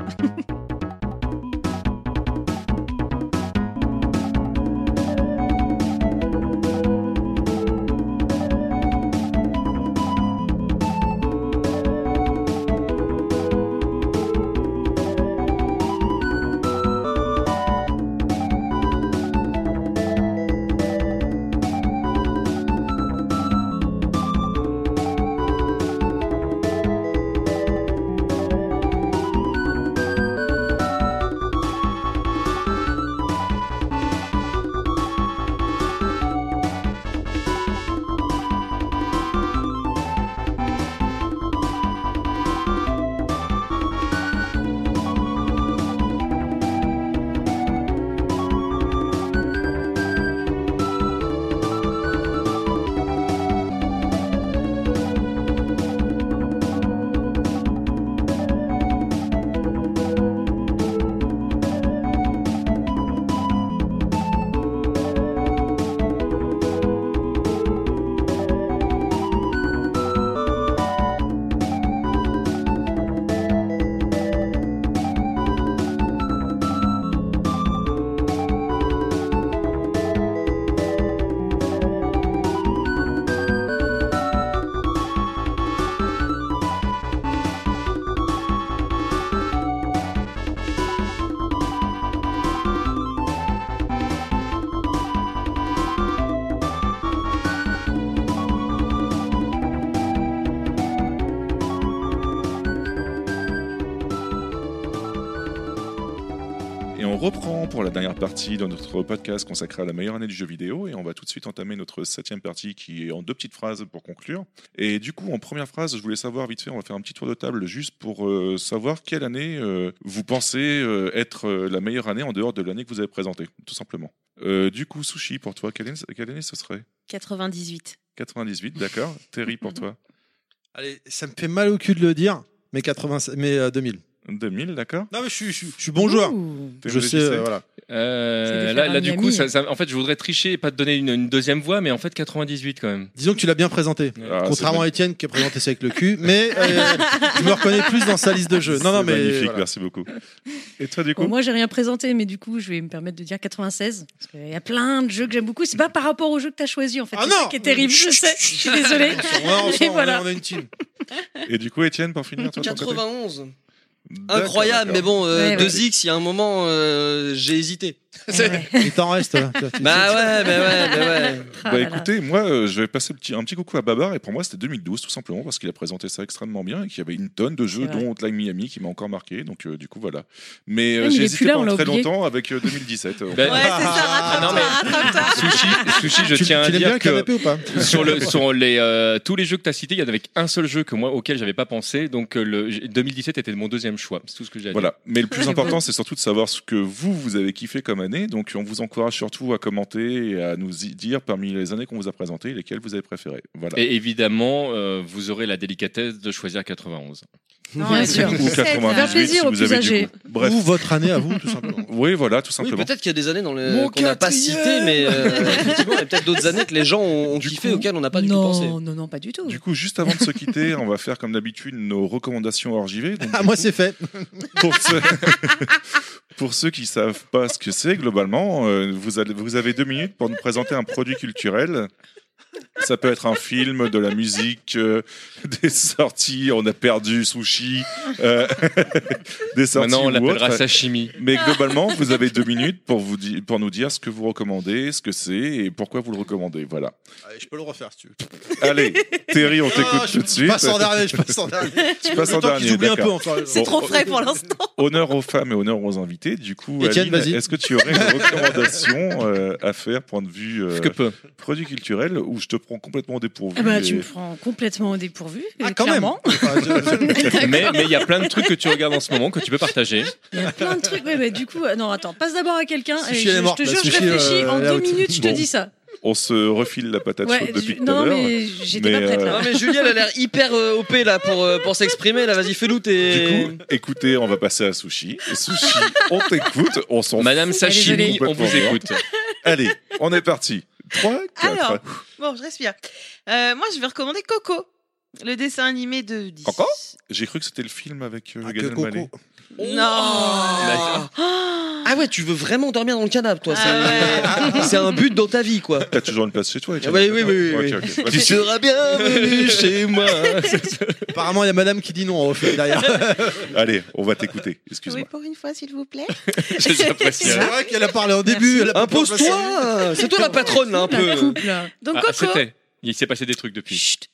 Speaker 2: on reprend pour la dernière partie de notre podcast consacré à la meilleure année du jeu vidéo et on va tout de suite entamer notre septième partie qui est en deux petites phrases pour conclure. Et du coup, en première phrase, je voulais savoir vite fait, on va faire un petit tour de table juste pour euh, savoir quelle année euh, vous pensez euh, être euh, la meilleure année en dehors de l'année que vous avez présentée, tout simplement. Euh, du coup, Sushi, pour toi, quelle année, quelle année ce serait
Speaker 4: 98.
Speaker 2: 98, d'accord. Terry, pour toi
Speaker 5: Allez, ça me fait mal au cul de le dire, mais, 80, mais euh, 2000.
Speaker 2: 2000, d'accord.
Speaker 5: Non, mais je suis, je suis- je suis bon joueur.
Speaker 7: Ouh.
Speaker 2: T'es
Speaker 5: Je
Speaker 2: obligé,
Speaker 5: sais,
Speaker 2: c'est-
Speaker 5: euh, voilà.
Speaker 6: Euh,
Speaker 7: Ça
Speaker 6: là,
Speaker 7: fait
Speaker 6: là,
Speaker 7: un
Speaker 6: du
Speaker 7: Miami.
Speaker 6: coup, ça, ça- en fait, je voudrais tricher et pas te donner une, une deuxième voix, mais en fait, 98 quand même.
Speaker 5: Disons que tu l'as bien présenté.
Speaker 2: Ah, c'est
Speaker 5: Contrairement à Étienne qui a présenté ça avec le cul, mais euh, je me reconnais plus dans sa liste de jeux. Non, non,
Speaker 2: C'est
Speaker 5: mais
Speaker 2: Magnifique,
Speaker 5: voilà.
Speaker 2: merci beaucoup. Et toi, du coup
Speaker 7: Bon, moi, j'ai rien présenté, mais du coup, je vais me permettre de dire 96. Parce qu'il y a plein de jeux que j'aime beaucoup. C'est pas par rapport au jeu que t'as choisi, en fait.
Speaker 5: Ah
Speaker 7: c'est ça
Speaker 5: non
Speaker 7: qui est terrible, je sais. Je suis désolée.
Speaker 5: On a- on
Speaker 7: Mais
Speaker 5: a-
Speaker 7: voilà.
Speaker 5: on a une team.
Speaker 2: Et du coup, Étienne, pour finir, toi, de ton côté
Speaker 1: 91.
Speaker 2: D'accord,
Speaker 1: Incroyable, mais
Speaker 2: d'accord.
Speaker 1: bon, euh,
Speaker 7: Ouais, ouais.
Speaker 1: 2X, il y a un moment, euh, j'ai hésité.
Speaker 7: Ouais, ouais.
Speaker 5: Il t'en reste. hein. Tu- tu-
Speaker 1: Bah ouais, bah ouais, bah ouais.
Speaker 7: Ah
Speaker 2: Bah
Speaker 7: là là.
Speaker 2: écoutez, moi euh, je vais passer le petit- un petit coucou à Babar et pour moi c'était 2012 tout simplement parce qu'il a présenté ça extrêmement bien et qu'il y avait une tonne de jeux
Speaker 7: C'est vrai.
Speaker 2: dont Hotline Miami qui m'a encore marqué donc euh, du coup voilà. Mais euh,
Speaker 7: Ah, mais il
Speaker 2: j'ai
Speaker 7: est
Speaker 2: hésité
Speaker 7: plus là, on
Speaker 2: pendant
Speaker 7: l'a
Speaker 2: très
Speaker 7: oublié.
Speaker 2: longtemps avec euh, 2017. euh,
Speaker 6: Ben,
Speaker 4: Ouais, c'est ça,
Speaker 6: non,
Speaker 4: rattrape-toi,
Speaker 6: mais-
Speaker 4: rattrape-toi.
Speaker 6: Ben, Sushi, sushi, je
Speaker 5: tu-
Speaker 6: tiens à
Speaker 5: tu l'aimes bien
Speaker 6: dire
Speaker 5: le
Speaker 6: que
Speaker 5: canapé ou pas
Speaker 6: sur, le, sur les, euh, tous les jeux que tu as cités, il y en avait qu'un seul jeu que moi, auquel j'avais pas pensé. Donc euh, le, j'ai- 2017 était mon deuxième choix. C'est tout ce que j'ai à dire.
Speaker 2: Voilà, mais le plus
Speaker 7: C'est
Speaker 2: important
Speaker 7: beau.
Speaker 2: c'est surtout de savoir ce que vous vous avez kiffé comme année. Donc on vous encourage surtout à commenter et à nous y dire parmi les années qu'on vous a présentées lesquelles vous avez préférées. Voilà.
Speaker 6: Et évidemment, euh, vous aurez la délicatesse de choisir 91.
Speaker 7: Non, bien sûr.
Speaker 2: Ou 98
Speaker 7: Faire plaisir
Speaker 2: si
Speaker 7: aux
Speaker 2: vous
Speaker 7: plus
Speaker 2: avez du
Speaker 7: âgés.
Speaker 2: goût. Bref.
Speaker 5: Ou votre année à vous, tout simplement.
Speaker 2: Oui, voilà, tout
Speaker 1: Oui,
Speaker 2: simplement.
Speaker 1: peut-être qu'il y a des années dans les...
Speaker 6: Mon
Speaker 1: qu'on n'a pas
Speaker 6: quatrième
Speaker 1: citées, mais euh, effectivement, il y a peut-être d'autres années que les gens ont, ont
Speaker 2: Du
Speaker 1: kiffé,
Speaker 2: coup,
Speaker 1: auxquelles on n'a pas du tout pensé.
Speaker 7: Non, non, non, pas du tout.
Speaker 2: Du coup, juste avant de se quitter, on va faire comme d'habitude nos recommandations hors JV. Donc,
Speaker 5: Ah, moi, c'est fait.
Speaker 2: pour, ceux... pour ceux qui savent pas ce que c'est, globalement, euh, vous, allez- vous avez deux minutes pour nous présenter un produit culturel. Ça peut être un film, de la musique, euh, des sorties, on a perdu sushi, euh, des sorties
Speaker 6: Maintenant, on
Speaker 2: ou
Speaker 6: l'appellera
Speaker 2: autre.
Speaker 6: sashimi.
Speaker 2: Mais globalement, vous avez deux minutes pour, vous di- pour nous dire ce que vous recommandez, ce que c'est et pourquoi vous le recommandez. Voilà.
Speaker 5: je peux le refaire si tu veux.
Speaker 2: Allez, Terry, on t'écoute
Speaker 5: Ah, je
Speaker 2: tout de suite.
Speaker 5: Passe en dernier, je passe en dernier.
Speaker 2: Tu passes en dernier,
Speaker 5: J'oublie un
Speaker 2: d'accord.
Speaker 5: peu encore.
Speaker 4: C'est
Speaker 2: Bon.
Speaker 4: trop frais pour l'instant.
Speaker 2: Honneur aux femmes et honneur aux invités. Du coup,
Speaker 5: Étienne,
Speaker 2: Aline,
Speaker 5: vas-y.
Speaker 2: est-ce que tu aurais une recommandation euh, à faire, point de vue euh,
Speaker 6: Ce que peut.
Speaker 2: produit culturel, où je te prends complètement au dépourvu
Speaker 7: Ah bah,
Speaker 2: et-
Speaker 7: tu me prends complètement au dépourvu.
Speaker 5: euh, Ah,
Speaker 7: euh,
Speaker 5: quand même.
Speaker 7: clairement.
Speaker 6: Mais mais il y a plein de trucs que tu regardes en ce moment que tu peux partager.
Speaker 7: Il y a plein de trucs. Ouais, mais du coup, euh, non, attends, passe d'abord à quelqu'un.
Speaker 5: Sushi,
Speaker 7: et
Speaker 5: elle est
Speaker 7: je, je
Speaker 5: morte,
Speaker 7: te
Speaker 5: là,
Speaker 7: jure, je
Speaker 5: sushi,
Speaker 7: réfléchis.
Speaker 5: euh,
Speaker 7: en
Speaker 5: elle est
Speaker 7: deux
Speaker 5: out.
Speaker 7: minutes, je te
Speaker 2: Bon.
Speaker 7: dis ça.
Speaker 2: On se refile la patate
Speaker 7: Ouais,
Speaker 2: chaude depuis
Speaker 7: je-
Speaker 2: tout à
Speaker 7: non,
Speaker 2: l'heure.
Speaker 7: mais j'étais
Speaker 2: Mais,
Speaker 7: pas prête
Speaker 2: euh,
Speaker 7: là.
Speaker 1: Non, mais Julie, elle a l'air hyper euh, OP là pour, euh, pour s'exprimer. Là, vas-y, fais-nous tes.
Speaker 2: Du coup, écoutez, on va passer à Sushi. Sushi, on t'écoute, on s'en fout.
Speaker 6: Madame
Speaker 7: Désolée.
Speaker 6: Sashimi, on vous écoute.
Speaker 2: Allez, on est parti. 3, 4.
Speaker 4: Alors, bon, je respire. Euh, moi, je vais recommander Coco, le dessin animé de 10.
Speaker 2: Coco J'ai cru que c'était le film avec euh,
Speaker 5: Ah, que
Speaker 2: Gad
Speaker 5: coco.
Speaker 2: Elmaleh.
Speaker 4: Non
Speaker 1: Ah. Ah ouais, tu veux vraiment dormir dans le canapé, toi.
Speaker 4: Ah
Speaker 1: c'est- C'est un but dans ta vie, quoi.
Speaker 2: T'as toujours une place chez toi, Étienne
Speaker 1: oui, oui, oui, oui.
Speaker 2: Ok, ok.
Speaker 1: Tu seras bienvenue chez moi.
Speaker 5: Apparemment, il y a madame qui dit non, on refait derrière.
Speaker 2: Allez, on va t'écouter.
Speaker 4: Oui,
Speaker 2: Excuse-moi.
Speaker 4: pour une fois, s'il vous plaît.
Speaker 6: J'apprécie.
Speaker 5: C'est vrai qu'elle a parlé en début. elle a pas remplacé.
Speaker 1: Impose-toi C'est toi la patronne, là, un
Speaker 7: La
Speaker 1: peu.
Speaker 7: couple. là.
Speaker 4: Donc,
Speaker 6: Ah,
Speaker 4: Coco.
Speaker 6: c'était. Il s'est passé des trucs depuis.
Speaker 4: Chut.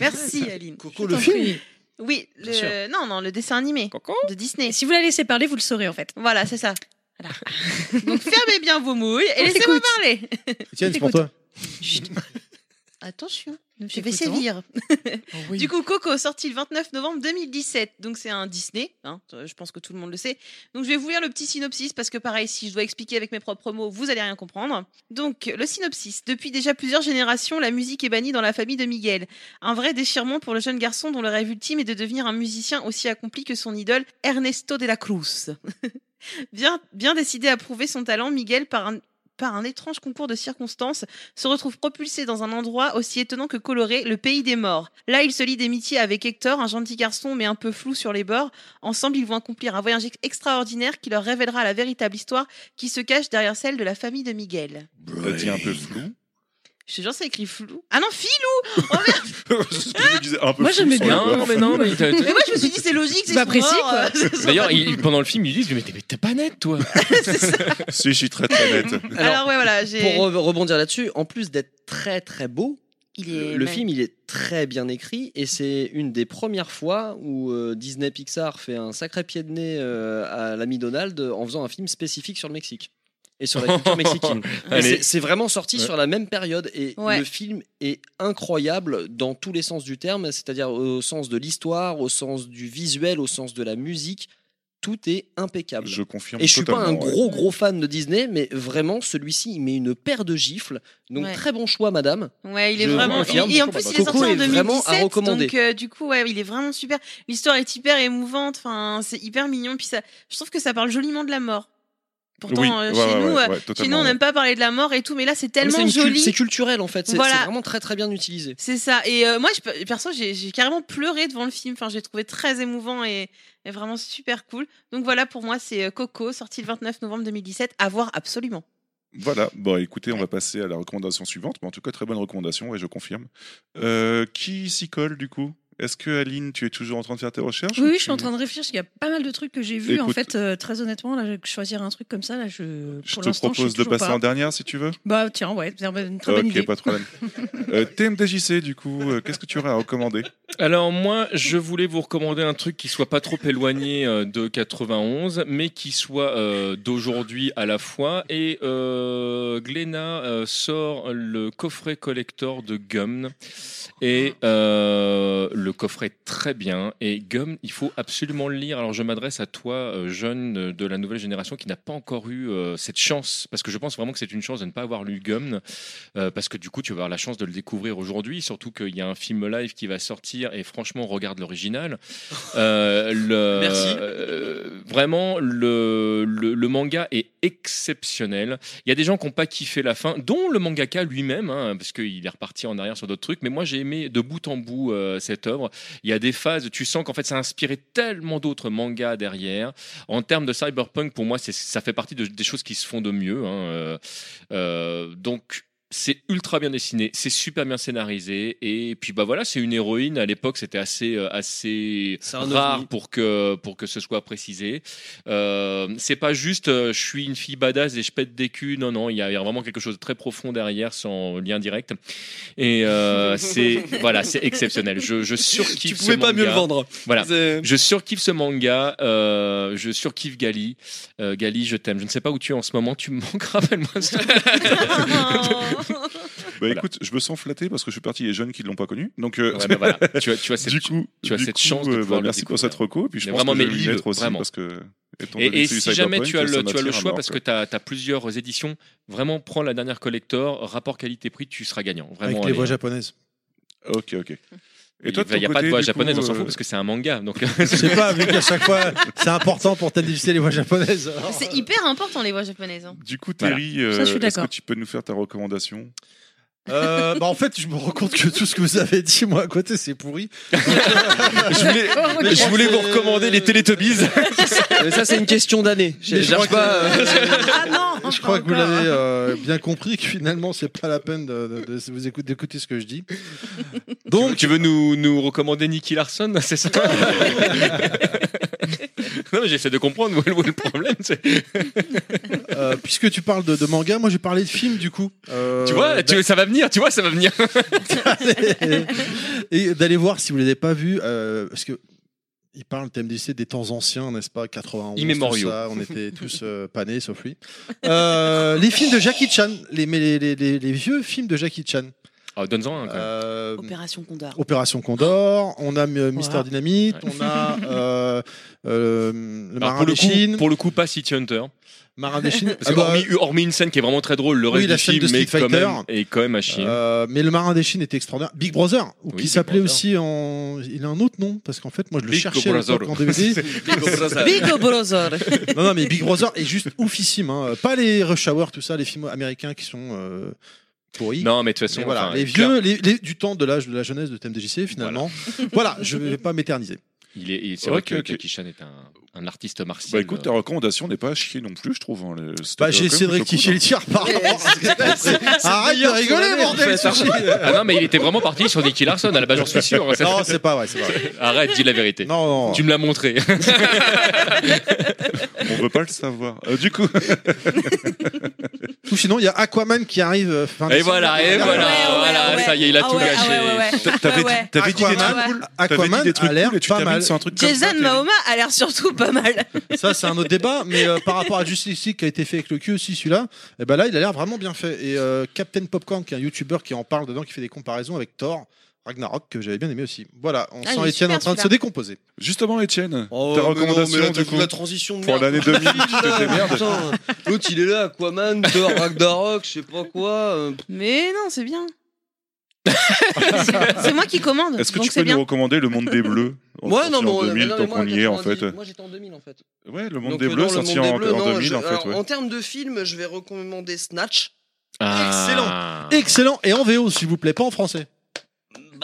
Speaker 4: Merci, Aline.
Speaker 5: Coco,
Speaker 7: Je
Speaker 5: le
Speaker 7: t'en
Speaker 5: film.
Speaker 7: prie.
Speaker 4: Oui, le... non, non, le dessin animé
Speaker 6: Coco
Speaker 4: de Disney.
Speaker 7: Et si vous la laissez parler, vous le saurez en fait.
Speaker 4: Voilà, c'est ça. Donc, fermez bien vos mouilles et
Speaker 7: On
Speaker 4: laissez-moi
Speaker 7: t'écoute.
Speaker 4: parler.
Speaker 5: Étienne, c'est pour toi.
Speaker 4: Attention,
Speaker 7: Nous
Speaker 4: je vais
Speaker 7: t'écoutons.
Speaker 4: sévir.
Speaker 7: Oui.
Speaker 4: Du coup, Coco, sorti le 29 novembre 2017. Donc, c'est un Disney. hein, euh, je pense que tout le monde le sait. Donc, je vais vous lire le petit synopsis parce que, pareil, si je dois expliquer avec mes propres mots, vous allez rien comprendre. Donc, le synopsis. Depuis déjà plusieurs générations, la musique est bannie dans la famille de Miguel. Un vrai déchirement pour le jeune garçon dont le rêve ultime est de devenir un musicien aussi accompli que son idole, Ernesto de la Cruz. bien, bien décidé à prouver son talent, Miguel, par un- par un étrange concours de circonstances, se retrouve propulsé dans un endroit aussi étonnant que coloré, le pays des morts. Là, il se lie d'amitié avec Hector, un gentil garçon mais un peu flou sur les bords. Ensemble, ils vont accomplir un voyage ex- extraordinaire qui leur révélera la véritable histoire qui se cache derrière celle de la famille de Miguel.
Speaker 2: T'as dit un peu flou.
Speaker 4: Je te jure, c'est écrit flou. Ah non, filou
Speaker 2: C'est ce que je disais, un peu
Speaker 7: Moi,
Speaker 2: flou
Speaker 7: j'aimais
Speaker 2: sur le
Speaker 7: bien.
Speaker 2: doigt.
Speaker 6: Non, mais non, mais t'as-
Speaker 4: Mais
Speaker 6: t'as-
Speaker 4: moi, je me suis dit, c'est logique, c'est
Speaker 7: Bah,
Speaker 4: son
Speaker 7: précis,
Speaker 4: mort,
Speaker 7: quoi.
Speaker 4: euh, c'est son
Speaker 6: D'ailleurs,
Speaker 4: mort.
Speaker 6: il- pendant le film, ils disent Mais t'es- mais t'es pas net, toi
Speaker 2: Si, je suis très très net.
Speaker 4: Alors, ouais, voilà, j'ai.
Speaker 1: euh, Pour re- rebondir là-dessus, en plus d'être très très beau,
Speaker 4: Il est
Speaker 1: Le, le
Speaker 4: ma-
Speaker 1: film, il est très bien écrit et c'est une des premières fois où euh, Disney Pixar fait un sacré pied de nez euh, à l'ami Donald en faisant un film spécifique sur le Mexique et sur la culture mexicaine. Et
Speaker 6: Allez.
Speaker 1: c'est- C'est vraiment sorti
Speaker 6: Ouais.
Speaker 1: sur la même période et
Speaker 4: Ouais.
Speaker 1: le film est incroyable dans tous les sens du terme, c'est-à-dire au sens de l'histoire, au sens du visuel, au sens de la musique. Tout est impeccable.
Speaker 2: Je confirme.
Speaker 1: Et je suis pas un
Speaker 2: totalement, ouais.
Speaker 1: gros gros fan de Disney, mais vraiment celui-ci il met une paire de gifles. Donc
Speaker 4: Ouais.
Speaker 1: très bon choix, madame.
Speaker 4: Ouais, il est
Speaker 1: Je
Speaker 4: vraiment.
Speaker 1: confirme.
Speaker 4: et, et en plus, il est
Speaker 1: Coco
Speaker 4: sorti en
Speaker 1: est vraiment à
Speaker 4: 2017.
Speaker 1: recommander.
Speaker 4: Donc, euh, du coup, ouais, il est vraiment super. L'histoire est hyper émouvante. Enfin, c'est hyper mignon. Puis ça, je trouve que ça parle joliment de la mort. Pourtant,
Speaker 2: Oui,
Speaker 4: euh,
Speaker 2: ouais,
Speaker 4: chez
Speaker 2: ouais,
Speaker 4: nous, euh,
Speaker 2: ouais, ouais,
Speaker 4: chez nous,
Speaker 2: totalement,
Speaker 4: on n'aime pas parler de la mort et tout, mais là, c'est
Speaker 1: Mais
Speaker 4: tellement
Speaker 1: c'est une cul-
Speaker 4: joli.
Speaker 1: C'est culturel en fait. C'est
Speaker 4: Voilà.
Speaker 1: c'est vraiment très très bien utilisé.
Speaker 4: C'est ça. Et euh, moi, je peux- perso, j'ai j'ai carrément pleuré devant le film. Enfin, j'ai trouvé très émouvant et, et vraiment super cool. Donc voilà, pour moi, c'est euh, Coco, sorti le 29 novembre 2017, à voir absolument.
Speaker 2: Voilà, bon écoutez, on va passer à la recommandation suivante, mais en tout cas très bonne recommandation, ouais, je confirme. Euh, qui s'y colle du coup Est-ce que Aline, tu es toujours en train de faire tes recherches
Speaker 7: Oui,
Speaker 2: ou
Speaker 7: oui,
Speaker 2: tu-
Speaker 7: je suis en train de réfléchir. Il y a pas mal de trucs que j'ai vus. En
Speaker 2: Écoute.
Speaker 7: fait, euh, très honnêtement, là, je- choisir un truc comme ça, là, je.
Speaker 2: Je
Speaker 7: pour
Speaker 2: te
Speaker 7: l'instant,
Speaker 2: propose
Speaker 7: suis
Speaker 2: de
Speaker 7: toujours
Speaker 2: passer
Speaker 7: pas-
Speaker 2: en dernière si tu veux.
Speaker 7: Bah tiens, ouais, c'est une très bonne
Speaker 2: ok,
Speaker 7: idée.
Speaker 2: pas de problème. euh, TMDJC, du coup, euh, qu'est-ce que tu aurais à recommander Bah,
Speaker 6: Alors moi, je voulais vous recommander un truc qui soit pas trop éloigné euh, de 91, mais qui soit euh, d'aujourd'hui à la fois. Et euh, Glénat euh, sort le coffret collector de Gum. Et euh, le coffret est très bien. Et Gum, il faut absolument le lire. Alors je m'adresse à toi, euh, jeune euh, de la nouvelle génération, qui n'a pas encore eu euh, cette chance, parce que je pense vraiment que c'est une chance de ne pas avoir lu Gum. Euh, parce que du coup, tu vas avoir la chance de le découvrir aujourd'hui, surtout qu'il y a un film live qui va sortir et franchement, regarde l'original. Euh, le-
Speaker 1: Merci.
Speaker 6: euh, vraiment, le, le, le manga est exceptionnel. Il y a des gens qui n'ont pas kiffé la fin, dont le mangaka lui-même, hein, parce qu'il est reparti en arrière sur d'autres trucs, mais moi j'ai aimé de bout en bout euh, cette œuvre. Il y a des phases, tu sens qu'en fait ça a inspiré tellement d'autres mangas derrière. En termes de cyberpunk, pour moi, c'est- ça fait partie de- des choses qui se font de mieux. hein, euh, euh, donc c'est ultra bien dessiné, c'est super bien scénarisé et puis bah voilà, c'est une héroïne à l'époque, c'était assez euh, assez
Speaker 1: C'est un
Speaker 6: rare
Speaker 1: ovni.
Speaker 6: pour que pour que ce soit précisé. Euh, c'est pas juste euh, je suis une fille badass et je pète des culs. Non non, il y, a il y a vraiment quelque chose de très profond derrière sans lien direct. Et euh, c'est voilà, c'est exceptionnel. Je je surkiffe
Speaker 1: Tu
Speaker 6: ce
Speaker 1: pouvais pas mieux le
Speaker 6: manga.
Speaker 1: vendre.
Speaker 6: Voilà.
Speaker 1: C'est-
Speaker 6: Je surkiffe ce manga, euh, je surkiffe Gali. Euh, Gali, je t'aime. Je ne sais pas où tu es en ce moment, tu me manques, rappelle-moi ça.
Speaker 2: Bah écoute, je me sens flatté parce que je suis partie des jeunes qui ne l'ont pas connu. Donc, euh,
Speaker 6: Ouais, bah voilà. tu, as, tu as cette
Speaker 2: du coup,
Speaker 6: tu as
Speaker 2: du
Speaker 6: cette
Speaker 2: coup,
Speaker 6: chance de
Speaker 2: euh, bah,
Speaker 6: pouvoir le
Speaker 2: merci pour
Speaker 6: découvrir.
Speaker 2: cette reco. Et puis je
Speaker 6: Mais
Speaker 2: pense
Speaker 6: vraiment,
Speaker 2: que je
Speaker 6: mais
Speaker 2: vais m'y
Speaker 6: lis-le,
Speaker 2: mettre aussi
Speaker 6: vraiment.
Speaker 2: parce que. étant donné que
Speaker 6: Et, et
Speaker 2: c'est du
Speaker 6: si jamais tu
Speaker 2: cyberpunk,
Speaker 6: as le,
Speaker 2: ça
Speaker 6: tu as le
Speaker 2: m'attire à
Speaker 6: choix,
Speaker 2: mort,
Speaker 6: parce que
Speaker 2: quoi.
Speaker 6: tu as, plusieurs éditions, vraiment prends la dernière collector, rapport qualité-prix, tu seras gagnant. Vraiment,
Speaker 5: Avec les
Speaker 6: allez.
Speaker 5: voix japonaises.
Speaker 2: Ok, ok. Et
Speaker 6: Il
Speaker 2: toi,
Speaker 6: va- il n'y a pas de voix japonaise, on s'en fout, parce
Speaker 2: que
Speaker 6: que c'est un manga. Donc... euh.
Speaker 5: Je sais pas, vu qu'à chaque fois, c'est important pour t'adresser les voix japonaises. alors.
Speaker 4: C'est hyper important, les voix japonaises. hein.
Speaker 2: Du coup,
Speaker 6: Voilà.
Speaker 2: Terry,
Speaker 7: Ça, je suis
Speaker 2: euh, est-ce que
Speaker 7: d'accord.
Speaker 2: tu peux nous faire ta recommandation
Speaker 5: Euh, bah en fait, je me rends compte que tout ce que vous avez dit, moi à côté, c'est pourri.
Speaker 1: Je voulais,
Speaker 7: D'accord,
Speaker 5: Mais
Speaker 7: Oh, ok.
Speaker 1: je voulais vous recommander les Teletubbies. Mais euh, ça, c'est une question d'année. Je
Speaker 5: Mais je
Speaker 1: cherche
Speaker 5: crois
Speaker 1: pas. euh,
Speaker 7: Ah non
Speaker 5: Je crois
Speaker 7: pas
Speaker 5: que vous
Speaker 7: encore.
Speaker 4: hein.
Speaker 5: l'avez euh, bien compris que finalement, c'est pas la peine de, de- de- vous écoute- d'écouter ce que je dis.
Speaker 6: Donc, tu veux nous, nous recommander Nicky Larson, c'est ça Non, mais j'essaie de comprendre où est où est le problème. c'est-
Speaker 5: Euh, puisque tu parles de, de manga, moi j'ai parlé de films du coup. Euh,
Speaker 6: Tu vois, tu- ça va venir, tu vois, ça va venir.
Speaker 5: et d'aller voir si vous ne l'avez pas vu, euh, parce que il parle TMDC des temps anciens, n'est-ce pas 91,
Speaker 6: Immémoriaux.
Speaker 5: tout ça, on était tous euh, panés, sauf lui. Euh, les films de Jackie Chan, les, mais les, les- les- les vieux films de Jackie Chan.
Speaker 6: Ah, Donne-en un, quand même.
Speaker 5: Euh,
Speaker 4: Opération Condor.
Speaker 5: Opération Condor, on a euh, Mister
Speaker 7: Voilà.
Speaker 5: Dynamite,
Speaker 6: Ouais.
Speaker 5: on a euh, euh, le
Speaker 6: Alors,
Speaker 5: Marin
Speaker 6: pour, le
Speaker 5: des Chines.
Speaker 6: coup, pour le coup, pas City Hunter.
Speaker 5: Marin des Chines. Ah
Speaker 6: Parce que
Speaker 5: bah,
Speaker 6: hormis, hormis une scène qui est vraiment très drôle, le
Speaker 5: Oui,
Speaker 6: reste
Speaker 5: la
Speaker 6: du
Speaker 5: scène
Speaker 6: film
Speaker 5: de Street
Speaker 6: est, quand
Speaker 5: Fighter.
Speaker 6: même, est quand même à chier.
Speaker 5: Euh, mais le marin des Chines était extraordinaire. Big Brother, ou
Speaker 6: Oui,
Speaker 5: qui
Speaker 6: Big
Speaker 5: s'appelait
Speaker 6: Brother.
Speaker 5: aussi en. Il a un autre nom, parce qu'en fait, moi je le
Speaker 6: Big
Speaker 5: cherchais à
Speaker 6: Brother.
Speaker 5: l'époque en DVD.
Speaker 4: Big Brother.
Speaker 5: non, non, mais Big Brother est juste oufissime. hein. Pas les Rush Hour, tout ça, les films américains qui sont euh, pourris.
Speaker 6: Non, mais de toute façon,
Speaker 5: Mais voilà,
Speaker 6: enfin,
Speaker 5: les
Speaker 6: Claire,
Speaker 5: vieux, les, les- du temps de l'âge de la jeunesse de TMDJC, finalement. Voilà, je vais pas m'éterniser.
Speaker 6: Il est, il- c'est vrai
Speaker 2: Ok,
Speaker 6: que
Speaker 2: ok.
Speaker 6: Jackie Chan est un. un artiste martial. Euh,
Speaker 2: Bah écoute, ta recommandation n'est pas à chier non plus, je trouve. hein, le- c'était
Speaker 5: Bah,
Speaker 2: quand
Speaker 5: j'ai essayé
Speaker 2: même plutôt
Speaker 5: de rectifier
Speaker 2: cool,
Speaker 5: le tir, pardon. Arrête de
Speaker 1: meilleur sur
Speaker 5: rigoler,
Speaker 1: l'année,
Speaker 5: bordel,
Speaker 1: en fait, hein.
Speaker 5: sushi.
Speaker 6: Ah non, mais il était vraiment parti sur Nicky Larson à la base, j'en suis sûr. hein, Ça-
Speaker 5: Non, c'est pas vrai, c'est pas vrai.
Speaker 6: Arrête, dis la vérité.
Speaker 5: Non, non, non.
Speaker 6: Tu me l'as montré.
Speaker 2: hein. On veut pas le savoir. Euh, du coup,
Speaker 5: Ou sinon, il y a Aquaman qui arrive euh, fin
Speaker 6: Et
Speaker 5: décembre.
Speaker 6: voilà, et voilà, voilà, ça y est, il a
Speaker 4: Ah
Speaker 6: tout
Speaker 4: ouais, ah
Speaker 6: gâché.
Speaker 4: ouais, ouais, ouais.
Speaker 2: t'avais
Speaker 4: Ouais, ouais.
Speaker 2: dit- t'avais dit des
Speaker 5: Aquaman,
Speaker 2: trucs
Speaker 4: Ah ouais.
Speaker 2: cool. T'avais dit
Speaker 5: Aquaman
Speaker 2: des trucs
Speaker 5: a l'air
Speaker 2: cool et tu
Speaker 5: pas
Speaker 2: termines
Speaker 5: mal.
Speaker 2: sur un truc comme ça,
Speaker 4: Jason
Speaker 2: t'es-
Speaker 4: Mahoma a l'air surtout pas mal.
Speaker 5: Ça, c'est un autre débat, mais euh, par rapport à Justice League qui a été fait avec le cul aussi, celui-là, et ben là, il a l'air vraiment bien fait. Et euh, Captain Popcorn, qui est un YouTuber qui en parle dedans, qui fait des comparaisons avec Thor, Ragnarok, que j'avais bien aimé aussi. Voilà, on
Speaker 4: Ah,
Speaker 5: sent
Speaker 4: il est
Speaker 5: Étienne en
Speaker 4: super,
Speaker 5: train de se
Speaker 4: celui-là.
Speaker 5: décomposer.
Speaker 2: Justement, Étienne,
Speaker 1: Oh,
Speaker 2: ta
Speaker 1: mais non,
Speaker 2: recommandation
Speaker 1: mais là,
Speaker 2: du
Speaker 1: t'as
Speaker 2: coup
Speaker 1: fait la transition de
Speaker 2: pour
Speaker 1: merde.
Speaker 2: l'année 2000, tu te fais
Speaker 1: Putain,
Speaker 2: merde.
Speaker 1: putain. L'autre il est là, Aquaman, Thor, Ragnarok, je sais pas quoi. euh,
Speaker 4: Mais non, c'est bien. c'est moi qui commande.
Speaker 2: Est-ce que
Speaker 4: donc
Speaker 2: tu
Speaker 4: c'est
Speaker 2: peux
Speaker 4: bien.
Speaker 2: nous recommander Le Monde des Bleus en
Speaker 1: Ouais, non,
Speaker 2: sorti
Speaker 1: mais
Speaker 2: en
Speaker 1: on-
Speaker 2: 2000,
Speaker 1: mais non, mais
Speaker 2: tant
Speaker 1: moi,
Speaker 2: qu'on y est en
Speaker 1: 90
Speaker 2: fait
Speaker 1: Moi j'étais en 2000 en fait.
Speaker 2: Ouais, euh, Le Monde
Speaker 1: Donc, euh,
Speaker 2: des
Speaker 1: dans
Speaker 2: Bleus
Speaker 1: Le
Speaker 2: sorti
Speaker 1: Monde
Speaker 2: en
Speaker 1: des Bleus,
Speaker 2: en
Speaker 1: non,
Speaker 2: 2000
Speaker 1: je-
Speaker 2: en fait.
Speaker 1: alors,
Speaker 2: ouais.
Speaker 1: En termes de film, je vais recommander Snatch.
Speaker 6: Ah.
Speaker 5: Excellent, et en VO, s'il vous plaît, pas en français.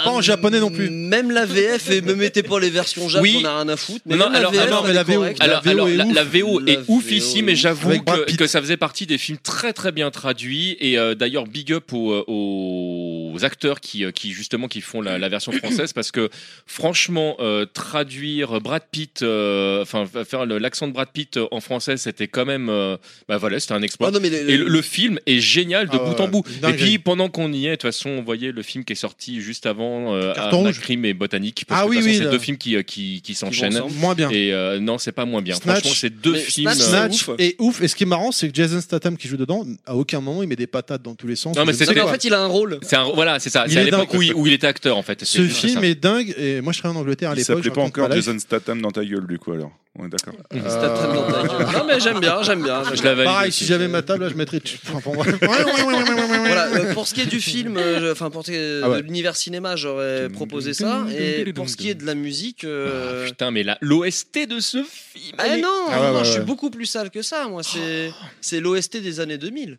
Speaker 5: Pas en japonais non plus.
Speaker 1: Bah, Même la VF, et me mettez pas les versions japonaises,
Speaker 6: Oui.
Speaker 1: on a rien à foutre.
Speaker 6: Non,
Speaker 1: même
Speaker 6: alors-
Speaker 1: la VF,
Speaker 6: alors,
Speaker 1: elle
Speaker 5: mais la
Speaker 1: est
Speaker 5: VO,
Speaker 1: correcte.
Speaker 5: la
Speaker 6: Alors,
Speaker 5: VO
Speaker 6: alors,
Speaker 5: est
Speaker 6: la,
Speaker 5: ouf.
Speaker 6: la VO
Speaker 1: La
Speaker 6: est ouf
Speaker 1: VO
Speaker 6: ici,
Speaker 1: est
Speaker 6: mais
Speaker 1: ouf.
Speaker 6: j'avoue
Speaker 5: Avec Brad
Speaker 6: que,
Speaker 5: Pitt.
Speaker 6: que ça faisait partie des films très très bien traduits. Et euh, d'ailleurs, big up aux, euh, aux acteurs qui, euh, qui justement qui font la, la version française, parce que franchement, euh, traduire Brad Pitt, euh, enfin faire le- l'accent de Brad Pitt euh, en français, c'était quand même, euh, bah voilà, c'était un exploit.
Speaker 1: Ah, non, mais les-
Speaker 6: Et le, le film est génial de
Speaker 5: Ah
Speaker 6: bout
Speaker 5: ouais,
Speaker 6: en bout.
Speaker 5: dingue.
Speaker 6: Et puis pendant qu'on y est, de toute façon, on voyait le film qui est sorti juste avant euh,
Speaker 5: Carton rouge.
Speaker 6: Crime et Botanique. Parce
Speaker 5: Ah
Speaker 6: que, de
Speaker 5: oui,
Speaker 6: toute façon,
Speaker 5: oui,
Speaker 6: c'est
Speaker 5: le-
Speaker 6: deux films qui, euh, qui, qui s'enchaînent.
Speaker 1: ensemble.
Speaker 5: Moins bien.
Speaker 6: Et euh, non, c'est pas moins bien.
Speaker 5: Snatch.
Speaker 6: Franchement, c'est deux
Speaker 1: Mais
Speaker 6: films.
Speaker 1: Snatch,
Speaker 6: euh,
Speaker 5: Snatch
Speaker 1: ouf.
Speaker 5: est ouf. Et ce qui est marrant, c'est que Jason Statham qui joue dedans, à aucun moment il met des patates dans tous les sens.
Speaker 6: Non, mais
Speaker 5: Je ne sais
Speaker 1: Non, mais
Speaker 6: c'était-
Speaker 5: pas.
Speaker 1: en fait, il a un rôle.
Speaker 6: C'est un- voilà, c'est ça.
Speaker 5: Il
Speaker 6: C'est à
Speaker 5: est
Speaker 6: l'époque
Speaker 5: dingue.
Speaker 6: où, il- où il était acteur en fait. C'est
Speaker 5: Ce
Speaker 6: juste
Speaker 5: film
Speaker 6: ça.
Speaker 5: est dingue. Et moi, je serais en Angleterre à
Speaker 2: Il
Speaker 5: l'époque.
Speaker 2: s'appelait
Speaker 5: je
Speaker 2: pas
Speaker 5: raconte
Speaker 2: encore
Speaker 5: ma life.
Speaker 2: Jason Statham dans ta gueule, du coup, alors. On est d'accord.
Speaker 1: C'est très bien, ta gueule. Euh, Non, mais j'aime bien, j'aime bien. j'aime
Speaker 6: Je
Speaker 1: bien.
Speaker 6: l'avais.
Speaker 5: Pareil, si j'avais ma table, là, je mettrais. Enfin, bon, ouais.
Speaker 1: Voilà, euh, pour ce qui est du film, euh, je- enfin pour ce qui est
Speaker 5: Ah ouais.
Speaker 1: de l'univers cinéma, j'aurais proposé ça. Et pour ce qui est de la musique, euh,
Speaker 6: Ah, Putain, mais là, l'OST de ce film.
Speaker 1: Ah
Speaker 6: elle est-
Speaker 1: non,
Speaker 5: Ah ouais,
Speaker 1: non,
Speaker 5: ouais,
Speaker 1: je suis
Speaker 5: ouais.
Speaker 1: beaucoup plus sale que ça,
Speaker 6: Oh.
Speaker 1: moi. C'est c'est l'OST des années 2000.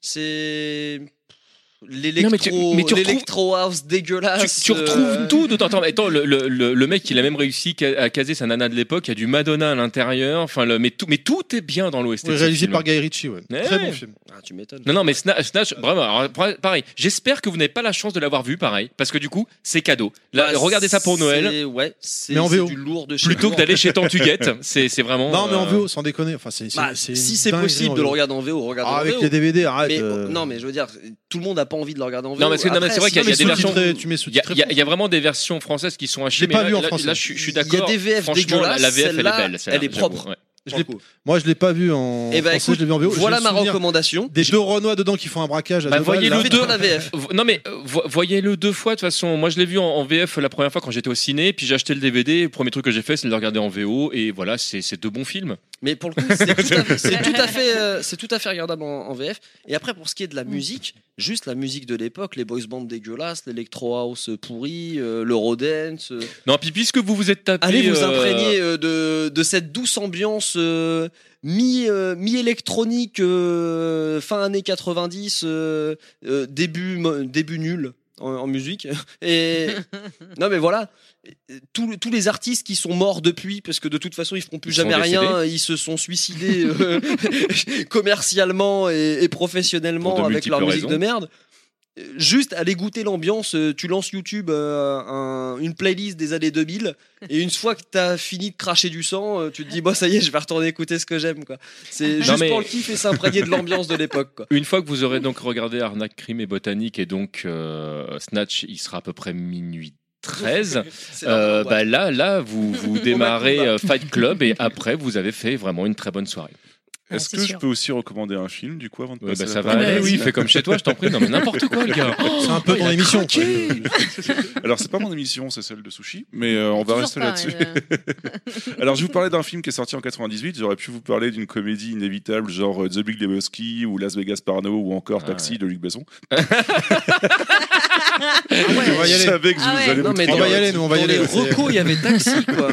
Speaker 1: C'est
Speaker 6: Non, mais tu-
Speaker 1: l'électro
Speaker 6: mais tu retrouves-
Speaker 1: l'électro house
Speaker 5: Ah,
Speaker 6: Tu,
Speaker 1: dégueulasse.
Speaker 6: tu retrouves
Speaker 1: euh,
Speaker 6: tout de temps. Attends, mais attends, le, le- le- le mec, il a même réussi ca- à caser sa nana de l'époque. Il y a du Madonna à l'intérieur. Enfin, le- mais tout, mais tout est bien dans l'OST.
Speaker 5: Ouais,
Speaker 6: de ce
Speaker 5: réalisé
Speaker 6: film.
Speaker 5: par Guy Ritchie, ouais.
Speaker 6: Ouais.
Speaker 5: Très bon film.
Speaker 1: Ah, tu m'étonnes.
Speaker 6: Non, non, mais Sna- Snatch, vraiment, alors, pra- pareil. J'espère que vous n'avez pas la chance de l'avoir vu, pareil, parce que du coup, c'est cadeau. Là,
Speaker 1: Bah,
Speaker 6: regardez ça pour Noël,
Speaker 1: c'est- Ouais, c'est
Speaker 5: Mais en
Speaker 1: c'est
Speaker 5: VO.
Speaker 1: du lourd de chez
Speaker 6: plutôt que
Speaker 1: lourd.
Speaker 6: d'aller chez Tantuguette. C'est c'est vraiment.
Speaker 5: Non, mais en
Speaker 6: euh,
Speaker 5: VO, sans déconner. Enfin, c'est, c'est-
Speaker 1: Bah,
Speaker 5: c'est
Speaker 1: si
Speaker 5: une
Speaker 1: c'est
Speaker 5: dinguerie
Speaker 1: possible
Speaker 5: en
Speaker 1: de le
Speaker 5: VO.
Speaker 1: regarder en VO, regarde
Speaker 5: Ah,
Speaker 1: en
Speaker 5: avec
Speaker 1: VO.
Speaker 5: les DVD, arrête.
Speaker 1: mais,
Speaker 5: euh.
Speaker 1: Non, mais je veux dire, tout le monde n'a pas envie de le regarder en VO.
Speaker 6: Non, mais c'est- non, mais c'est vrai
Speaker 1: Après,
Speaker 6: qu'il y a-
Speaker 1: si-
Speaker 6: il y a des
Speaker 1: mais
Speaker 6: versions-
Speaker 5: sous-titré, tu mets
Speaker 6: Il y, a-
Speaker 5: sous-titré.
Speaker 6: il y a- il y a vraiment des versions françaises qui sont à chier.
Speaker 5: l'ai
Speaker 6: mais
Speaker 5: pas
Speaker 6: là,
Speaker 5: vu en
Speaker 6: là-
Speaker 5: français.
Speaker 6: là, je, suis- je suis
Speaker 1: Il y a
Speaker 6: d'accord.
Speaker 1: des VF
Speaker 6: Franchement,
Speaker 1: dégueulasses,
Speaker 6: la, la VF, elle est
Speaker 1: celle-là,
Speaker 6: belle. celle-là,
Speaker 1: elle est
Speaker 6: j'avoue,
Speaker 1: propre.
Speaker 6: ouais.
Speaker 5: Je l'ai- Moi, je l'ai pas vu en
Speaker 1: Eh ben,
Speaker 5: français,
Speaker 1: écoute,
Speaker 5: je l'ai vu en VO. J'ai
Speaker 1: Voilà
Speaker 5: le
Speaker 1: ma
Speaker 5: souvenir
Speaker 1: recommandation.
Speaker 5: Des deux Renois dedans qui font un braquage. à
Speaker 6: Bah,
Speaker 5: deux
Speaker 6: voyez-le
Speaker 5: balles, là.
Speaker 1: Le deux, la VF.
Speaker 6: V- Non mais euh, vo- voyez-le deux fois de toute façon. Moi je l'ai vu en, en VF la première fois quand j'étais au ciné, puis j'ai acheté le DVD. Le premier truc que j'ai fait c'est de le regarder en VO et voilà c'est c'est deux bons films.
Speaker 1: Mais pour le coup, c'est tout à fait, c'est tout à fait, euh, c'est tout à fait regardable en, en VF. Et après, pour ce qui est de la musique, juste la musique de l'époque, les boys bands dégueulasses, l'électro house pourri, euh, le rodance. euh,
Speaker 6: Non puis puisque vous vous êtes tapé.
Speaker 1: allez vous
Speaker 6: euh,
Speaker 1: imprégner euh, de, de cette douce ambiance euh, mi, euh, mi-électronique, euh, fin années 90, euh, euh, début, mo- début nul en, en musique. Et non, mais voilà. Et tous le- tous les artistes qui sont morts depuis, parce que de toute façon ils feront plus
Speaker 6: Ils
Speaker 1: jamais
Speaker 6: sont décédés.
Speaker 1: rien, ils se sont suicidés euh, commercialement et, et
Speaker 6: Pour
Speaker 1: professionnellement
Speaker 6: de
Speaker 1: avec leur
Speaker 6: multiples
Speaker 1: musique de merde. Euh, Juste aller goûter l'ambiance, euh, tu lances YouTube euh, un- une playlist des années 2000 et une fois que t'as fini de cracher du sang, euh, tu te dis bon ça y est, je vais retourner écouter ce que j'aime quoi. C'est
Speaker 6: Non,
Speaker 1: juste
Speaker 6: mais-
Speaker 1: pour le kiff et s'imprégner de l'ambiance de l'époque quoi.
Speaker 6: Une fois que vous aurez donc regardé Arnaque, Crime et Botanique et donc euh, Snatch, il sera à peu près minuit 13.
Speaker 1: C'est
Speaker 6: Euh,
Speaker 1: normal,
Speaker 6: bah là, là, vous, vous démarrez
Speaker 1: combat.
Speaker 6: euh, Fight Club et après, vous avez fait vraiment une très bonne soirée.
Speaker 7: Ah,
Speaker 2: Est-ce
Speaker 7: c'est
Speaker 2: que je
Speaker 7: sûr.
Speaker 2: peux aussi recommander un film, du coup, avant de
Speaker 6: Ouais,
Speaker 2: passer
Speaker 6: bah,
Speaker 2: à la
Speaker 6: ça va.
Speaker 2: parole
Speaker 7: Ah
Speaker 6: aller,
Speaker 7: bah,
Speaker 6: oui, fais comme chez toi, je t'en prie. Non, mais n'importe quoi, le gars.
Speaker 2: Oh,
Speaker 5: C'est un peu
Speaker 6: il
Speaker 5: ton
Speaker 6: a
Speaker 5: émission.
Speaker 6: craqué.
Speaker 5: quoi.
Speaker 2: Alors, c'est pas mon émission, c'est celle de Sushi, mais euh, on va
Speaker 4: Toujours
Speaker 2: rester
Speaker 4: pas,
Speaker 2: là-dessus.
Speaker 4: euh,
Speaker 2: Alors, je vais vous parlais d'un film qui est sorti en 98. J'aurais pu vous parler d'une comédie inévitable, genre euh, The Big Lebowski ou Las Vegas Parno ou encore
Speaker 6: Ah
Speaker 2: Taxi de Luc Besson.
Speaker 5: On va y
Speaker 2: je
Speaker 5: aller.
Speaker 2: savais que
Speaker 4: Ah
Speaker 2: vous
Speaker 4: ouais.
Speaker 2: allez
Speaker 1: Non,
Speaker 2: me
Speaker 1: mais
Speaker 5: On
Speaker 2: prendre.
Speaker 5: va y aller, nous, on va y
Speaker 1: Dans
Speaker 5: aller.
Speaker 1: les recos, il y avait Taxi quoi.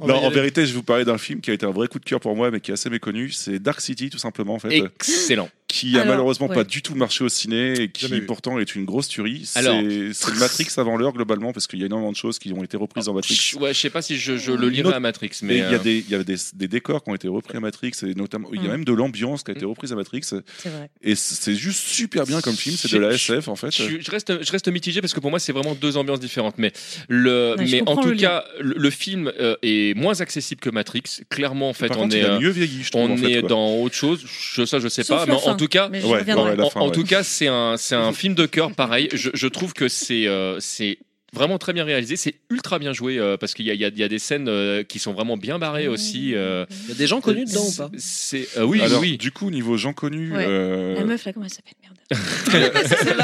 Speaker 5: On va
Speaker 2: Non,
Speaker 5: y
Speaker 2: en
Speaker 5: aller.
Speaker 2: vérité, je vais vous parler d'un film qui a été un vrai coup de cœur pour moi, mais qui est assez méconnu. C'est Dark City, tout simplement, en fait,
Speaker 6: Excellent.
Speaker 2: qui a
Speaker 4: Alors,
Speaker 2: malheureusement
Speaker 4: ouais.
Speaker 2: pas du tout marché au ciné et qui
Speaker 5: Jamais vu.
Speaker 2: pourtant est une grosse tuerie. C'est
Speaker 6: Alors.
Speaker 2: c'est Matrix avant l'heure globalement parce qu'il y a énormément de choses qui ont été reprises en Matrix. Oh.
Speaker 6: Ouais, je sais pas si je, je le lirai
Speaker 2: Note-
Speaker 6: à Matrix,
Speaker 2: Mais
Speaker 6: mais.
Speaker 2: il y a
Speaker 6: euh,
Speaker 2: des, il y a des, des décors qui ont été repris à Matrix, et notamment, il y a
Speaker 4: Mm.
Speaker 2: même de l'ambiance qui a été reprise à Matrix,
Speaker 7: C'est vrai.
Speaker 2: et c'est juste super bien comme film, c'est de
Speaker 6: Je-
Speaker 2: la
Speaker 6: je-
Speaker 2: SF en fait.
Speaker 6: Je, je reste, je reste mitigé parce que pour moi, c'est vraiment deux ambiances différentes. Mais, le,
Speaker 7: Ouais, je
Speaker 6: mais en
Speaker 7: comprends
Speaker 6: tout
Speaker 7: le lien.
Speaker 6: cas, le, le film euh, est moins accessible que Matrix. Clairement, en fait,
Speaker 2: Par
Speaker 6: on
Speaker 2: contre,
Speaker 6: est,
Speaker 2: il a
Speaker 6: euh,
Speaker 2: mieux vieilli, je trouve.
Speaker 6: on
Speaker 2: en fait,
Speaker 6: est
Speaker 2: quoi.
Speaker 6: dans autre chose. Je, ça, je sais
Speaker 7: Sauf
Speaker 6: pas.
Speaker 7: la
Speaker 6: Mais en
Speaker 7: fin,
Speaker 2: fin.
Speaker 6: tout cas,
Speaker 7: Mais je
Speaker 2: Ouais,
Speaker 7: reviendrai.
Speaker 2: ouais, la
Speaker 6: en,
Speaker 2: fin,
Speaker 6: en
Speaker 2: ouais.
Speaker 6: tout cas, c'est un, c'est un film de cœur, pareil. Je, je trouve que c'est euh, c'est vraiment très bien réalisé. C'est ultra bien joué euh, parce qu'il y a, il y a- il y a des scènes euh, qui sont vraiment bien barrées aussi. euh,
Speaker 1: Il y a des gens connus dedans ou pas
Speaker 6: c'est- euh, oui,
Speaker 2: Alors,
Speaker 6: oui.
Speaker 2: du coup, niveau gens connus,
Speaker 7: Ouais.
Speaker 2: euh,
Speaker 7: La meuf, là, comment elle s'appelle Merde.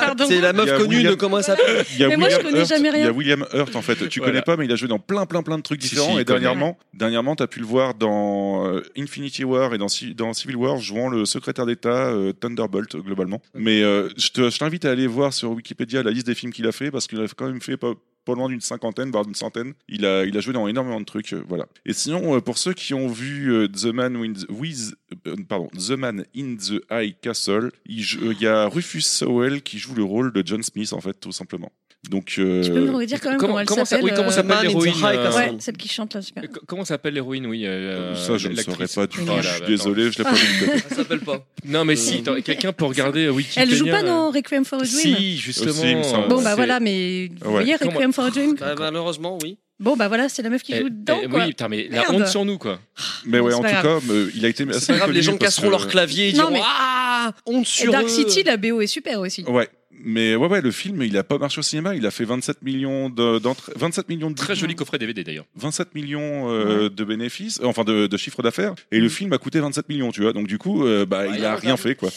Speaker 4: Pardon.
Speaker 1: C'est la
Speaker 2: Il y
Speaker 1: meuf
Speaker 2: a
Speaker 1: connue
Speaker 2: William-
Speaker 1: de comment elle s'appelle
Speaker 2: il y a
Speaker 7: Mais moi, je connais
Speaker 2: Hurt,
Speaker 7: jamais
Speaker 2: Il y a
Speaker 7: rien.
Speaker 2: William Hurt en fait, tu
Speaker 6: Voilà.
Speaker 2: connais pas, mais il a joué dans plein plein plein de trucs
Speaker 6: Si, si,
Speaker 2: différents.
Speaker 6: il
Speaker 2: et
Speaker 6: connaît.
Speaker 2: dernièrement, dernièrement, t'as pu le voir dans euh, Infinity War et dans, Ci- dans Civil War jouant le secrétaire d'État euh, Thunderbolt euh, globalement. Mais euh, je te- je t'invite à aller voir sur Wikipédia la liste des films qu'il a fait parce qu'il a quand même fait pas, pas loin d'une cinquantaine, voire d'une centaine. Il a, il a joué dans énormément de trucs, euh, voilà. Et sinon, euh, pour ceux qui ont vu euh, The Man with, with- euh, pardon, The Man in the High Castle, il jou- euh, il y a Rufus Sowell qui joue le rôle de John Smith en fait, tout simplement. Donc euh,
Speaker 7: Tu peux me redire quand même comment, elle
Speaker 6: comment ça-
Speaker 7: s'appelle
Speaker 6: oui, comment
Speaker 7: euh,
Speaker 6: s'appelle
Speaker 1: Man in the
Speaker 6: l'héroïne
Speaker 1: High
Speaker 6: euh,
Speaker 1: Castle.
Speaker 7: Ouais, celle qui chante là, super.
Speaker 6: Euh, co- Comment s'appelle l'héroïne, oui euh,
Speaker 2: ça, je ne saurais
Speaker 6: l'actrice.
Speaker 2: pas
Speaker 1: Oh
Speaker 2: du tout.
Speaker 7: Voilà,
Speaker 2: je suis
Speaker 6: bah,
Speaker 2: désolé, je l'ai pas vu.
Speaker 1: Elle s'appelle pas. Euh,
Speaker 6: Non, mais si, attends, quelqu'un peut regarder euh, Wikipédia.
Speaker 7: Elle joue pas
Speaker 6: euh,
Speaker 7: dans Requiem for a Dream
Speaker 6: Si, justement.
Speaker 2: Aussi, il me semble.
Speaker 7: Bon, bah
Speaker 6: C'est-
Speaker 7: voilà, mais vous
Speaker 2: Ouais.
Speaker 7: voyez
Speaker 6: Comment-
Speaker 7: Requiem for a Dream
Speaker 1: Bah, malheureusement, oui.
Speaker 7: Bon, bah voilà, c'est la meuf qui
Speaker 6: Eh,
Speaker 7: joue dedans,
Speaker 6: eh,
Speaker 7: quoi.
Speaker 6: Oui, putain, mais la
Speaker 7: Merde.
Speaker 6: honte sur nous, quoi.
Speaker 2: Mais ouais,
Speaker 7: C'est
Speaker 2: en tout
Speaker 7: pas
Speaker 2: cas, euh, il a été assez
Speaker 1: C'est pas grave, les
Speaker 2: inconnu
Speaker 1: gens
Speaker 2: parce
Speaker 1: casseront
Speaker 2: que-
Speaker 1: leur clavier et
Speaker 7: Non,
Speaker 1: diront
Speaker 7: mais-
Speaker 1: Ah Honte
Speaker 7: Et
Speaker 1: sur
Speaker 7: Dark
Speaker 1: eux.
Speaker 7: City, la BO est super aussi.
Speaker 2: euh, Ouais, mais ouais, ouais, le film, il a pas marché au cinéma. Il a fait 27 millions de, d'entrées- 27 millions de
Speaker 6: Très
Speaker 7: Mm.
Speaker 6: joli coffret DVD d'ailleurs.
Speaker 2: 27 millions euh, de bénéfices, euh, enfin de, de chiffre d'affaires. Et
Speaker 7: Mm.
Speaker 2: le film a coûté 27 millions, tu vois. Donc du coup, euh, bah,
Speaker 1: Ouais,
Speaker 2: il a
Speaker 1: ouais,
Speaker 2: rien
Speaker 1: ouais.
Speaker 2: fait, quoi.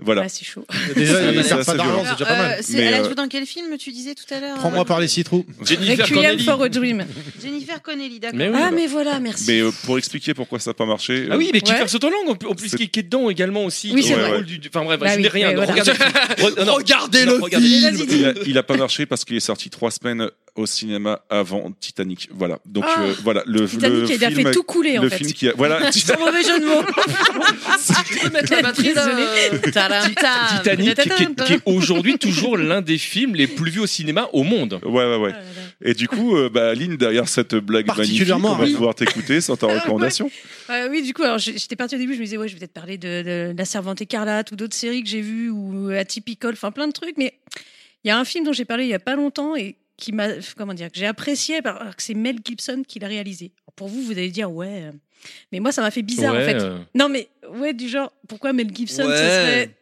Speaker 2: Voilà.
Speaker 7: Ah, c'est chaud.
Speaker 5: Déjà,
Speaker 1: C'est-
Speaker 5: ils servent
Speaker 2: c'est
Speaker 5: pas d'argent,
Speaker 2: violent.
Speaker 5: c'est déjà pas mal.
Speaker 4: Alors, euh, c'est-
Speaker 2: Mais,
Speaker 4: elle a
Speaker 2: euh,
Speaker 4: joué dans quel film tu disais tout à l'heure euh,
Speaker 5: Prends-moi par les six trous.
Speaker 6: Jennifer
Speaker 7: Requiem
Speaker 6: Connelly.
Speaker 7: for a Dream.
Speaker 4: Jennifer Connelly, d'accord.
Speaker 6: Mais oui.
Speaker 7: Ah, mais voilà, merci.
Speaker 2: Mais euh, pour expliquer pourquoi ça n'a pas marché.
Speaker 6: Ah oui, mais qui
Speaker 7: Ouais.
Speaker 6: fait ce langue en plus
Speaker 2: C'est-
Speaker 6: qui qui est dedans également aussi.
Speaker 7: Oui, c'est
Speaker 6: Dans le
Speaker 2: vrai.
Speaker 6: rôle du- du- Enfin bref,
Speaker 7: Bah
Speaker 6: je
Speaker 7: oui,
Speaker 6: n'ai rien.
Speaker 7: mais
Speaker 6: donc
Speaker 7: voilà.
Speaker 6: Regardez Re- non,
Speaker 1: Ah, Regardez
Speaker 6: non,
Speaker 1: le
Speaker 6: regardez.
Speaker 1: film
Speaker 4: Vas-y, dis.
Speaker 2: euh, Il a, il a pas marché parce qu'il est sorti trois semaines au cinéma avant Titanic. Voilà. Donc
Speaker 7: Ah.
Speaker 2: euh, voilà le,
Speaker 7: Titanic,
Speaker 2: le
Speaker 7: il a
Speaker 2: film-
Speaker 7: fait tout couler, en
Speaker 2: le
Speaker 7: fait.
Speaker 2: film qui a voilà
Speaker 4: C'est un mauvais jeu de mots.
Speaker 1: Tu peux mettre la batterie là
Speaker 7: Désolée.
Speaker 1: euh,
Speaker 6: Titanic, qui est, qui est aujourd'hui toujours l'un des films les plus vus au cinéma au monde.
Speaker 2: ouais ouais ouais
Speaker 7: Ah là là.
Speaker 2: et du coup euh, bah Aline derrière cette blague magnifique
Speaker 5: Particulièrement,
Speaker 2: on va
Speaker 5: oui.
Speaker 2: pouvoir t'écouter sans ta
Speaker 7: Ah ouais.
Speaker 2: recommandation
Speaker 7: Euh, oui, du coup, alors j'ai- j'étais partie au début, je me disais, ouais, je vais peut-être parler de, de La Servante écarlate ou d'autres séries que j'ai vues ou euh, Atypical, enfin plein de trucs, mais il y a un film dont j'ai parlé il y a pas longtemps et qui m'a, comment dire, que j'ai apprécié parce que c'est Mel Gibson qui l'a réalisé. Pour vous, vous allez dire, ouais, euh, mais moi, ça m'a fait bizarre en fait.
Speaker 6: euh,
Speaker 7: Non, mais ouais, du genre, pourquoi Mel Gibson,
Speaker 1: Ouais.
Speaker 7: ça serait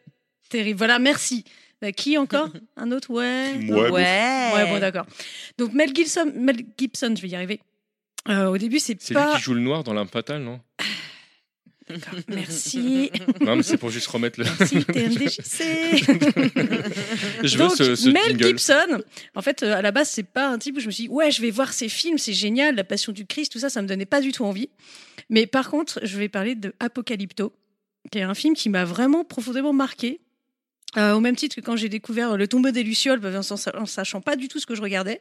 Speaker 7: terrible. Voilà, merci. Euh, qui encore Un autre Ouais. non,
Speaker 2: Ouais,
Speaker 4: Ouais.
Speaker 2: bon.
Speaker 7: Ouais, bon, d'accord. Donc Mel Gibson, Mel Gibson, je vais y arriver. Euh, au début, c'est
Speaker 6: c'est lui
Speaker 7: pas.
Speaker 6: qui joue le noir dans l'âme fatale, non
Speaker 7: Merci.
Speaker 6: Non, mais c'est pour juste remettre le.
Speaker 7: Merci, TMDJC.
Speaker 6: Je veux
Speaker 7: Donc,
Speaker 6: ce, ce
Speaker 7: Mel
Speaker 6: jingle.
Speaker 7: Gibson, en fait, euh, à la base, c'est pas un type où je me suis dit, ouais, je vais voir ses films, c'est génial, La Passion du Christ, tout ça, ça me donnait pas du tout envie. Mais par contre, je vais parler de Apocalypto, qui est un film qui m'a vraiment profondément marqué. Euh, au même titre que quand j'ai découvert Le tombeau des Lucioles, bah, en sa- en sachant pas du tout ce que je regardais,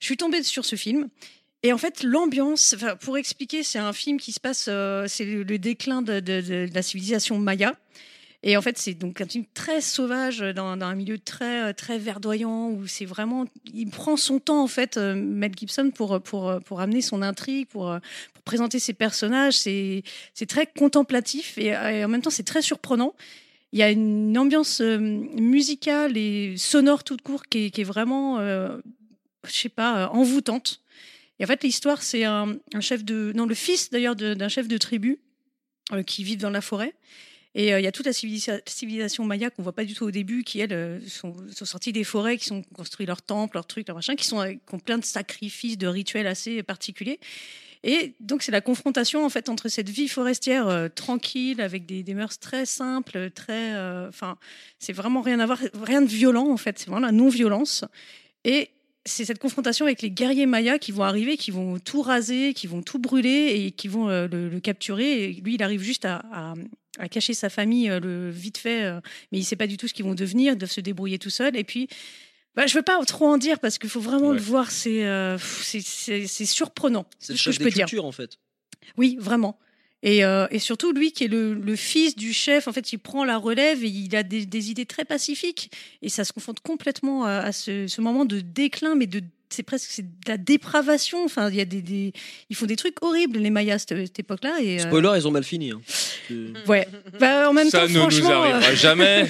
Speaker 7: je suis tombée sur ce film. Et en fait, l'ambiance, enfin, pour expliquer, c'est un film qui se passe, euh, c'est le, le déclin de, de- de- de la civilisation maya. Et en fait, c'est donc un film très sauvage euh, dans, dans un milieu très euh, très verdoyant où c'est vraiment, il prend son temps en fait, euh, Mel Gibson pour euh, pour euh, pour amener son intrigue, pour euh, pour présenter ses personnages. C'est c'est très contemplatif et, euh, et en même temps c'est très surprenant. Il y a une ambiance euh, musicale et sonore toute court qui est, qui est vraiment, euh, je sais pas, euh, envoûtante. Et en fait, l'histoire, c'est un, un chef de. Non, le fils d'ailleurs de- d'un chef de tribu euh, qui vivent dans la forêt. Et euh, il y a toute la civilisa- civilisation maya qu'on voit pas du tout au début, qui, elles, euh, sont, sont sorties des forêts, qui sont construit leurs temples, leurs trucs, leurs machins, qui, sont, euh, qui ont plein de sacrifices, de rituels assez particuliers. Et donc, c'est la confrontation, en fait, entre cette vie forestière euh, tranquille, avec des, des mœurs très simples, très. euh, Enfin, c'est vraiment rien à voir, rien de violent, en fait. C'est vraiment la non-violence. Et c'est cette confrontation avec les guerriers mayas qui vont arriver, qui vont tout raser, qui vont tout brûler et qui vont euh, le, le capturer. Et lui, il arrive juste à, à- à cacher sa famille euh, le, vite fait, euh, mais il sait pas du tout ce qu'ils vont devenir. Ils doivent se débrouiller tout seuls. Et puis, bah, je veux pas trop en dire parce qu'il faut vraiment
Speaker 6: Ouais.
Speaker 7: le voir. C'est euh, pff, c'est- c'est- c'est surprenant.
Speaker 1: C'est
Speaker 7: C'est
Speaker 1: le
Speaker 7: ce que
Speaker 1: choc
Speaker 7: je
Speaker 1: des
Speaker 7: peux dire.
Speaker 1: cultures en fait.
Speaker 7: Oui, vraiment. Et, euh, et surtout, lui qui est le, le fils du chef, en fait, il prend la relève et il a des, des idées très pacifiques. Et ça se confronte complètement à, à ce, ce moment de déclin, mais de c'est presque c'est de la dépravation. Enfin, il y a des, des- ils font des trucs horribles les Mayas cette, cette époque-là. Et euh,
Speaker 1: Spoiler, ils ont mal fini. hein. Euh,
Speaker 7: ouais. Bah, en même
Speaker 6: ça
Speaker 7: temps,
Speaker 6: ne nous
Speaker 7: franchement, euh,
Speaker 6: arrivera jamais.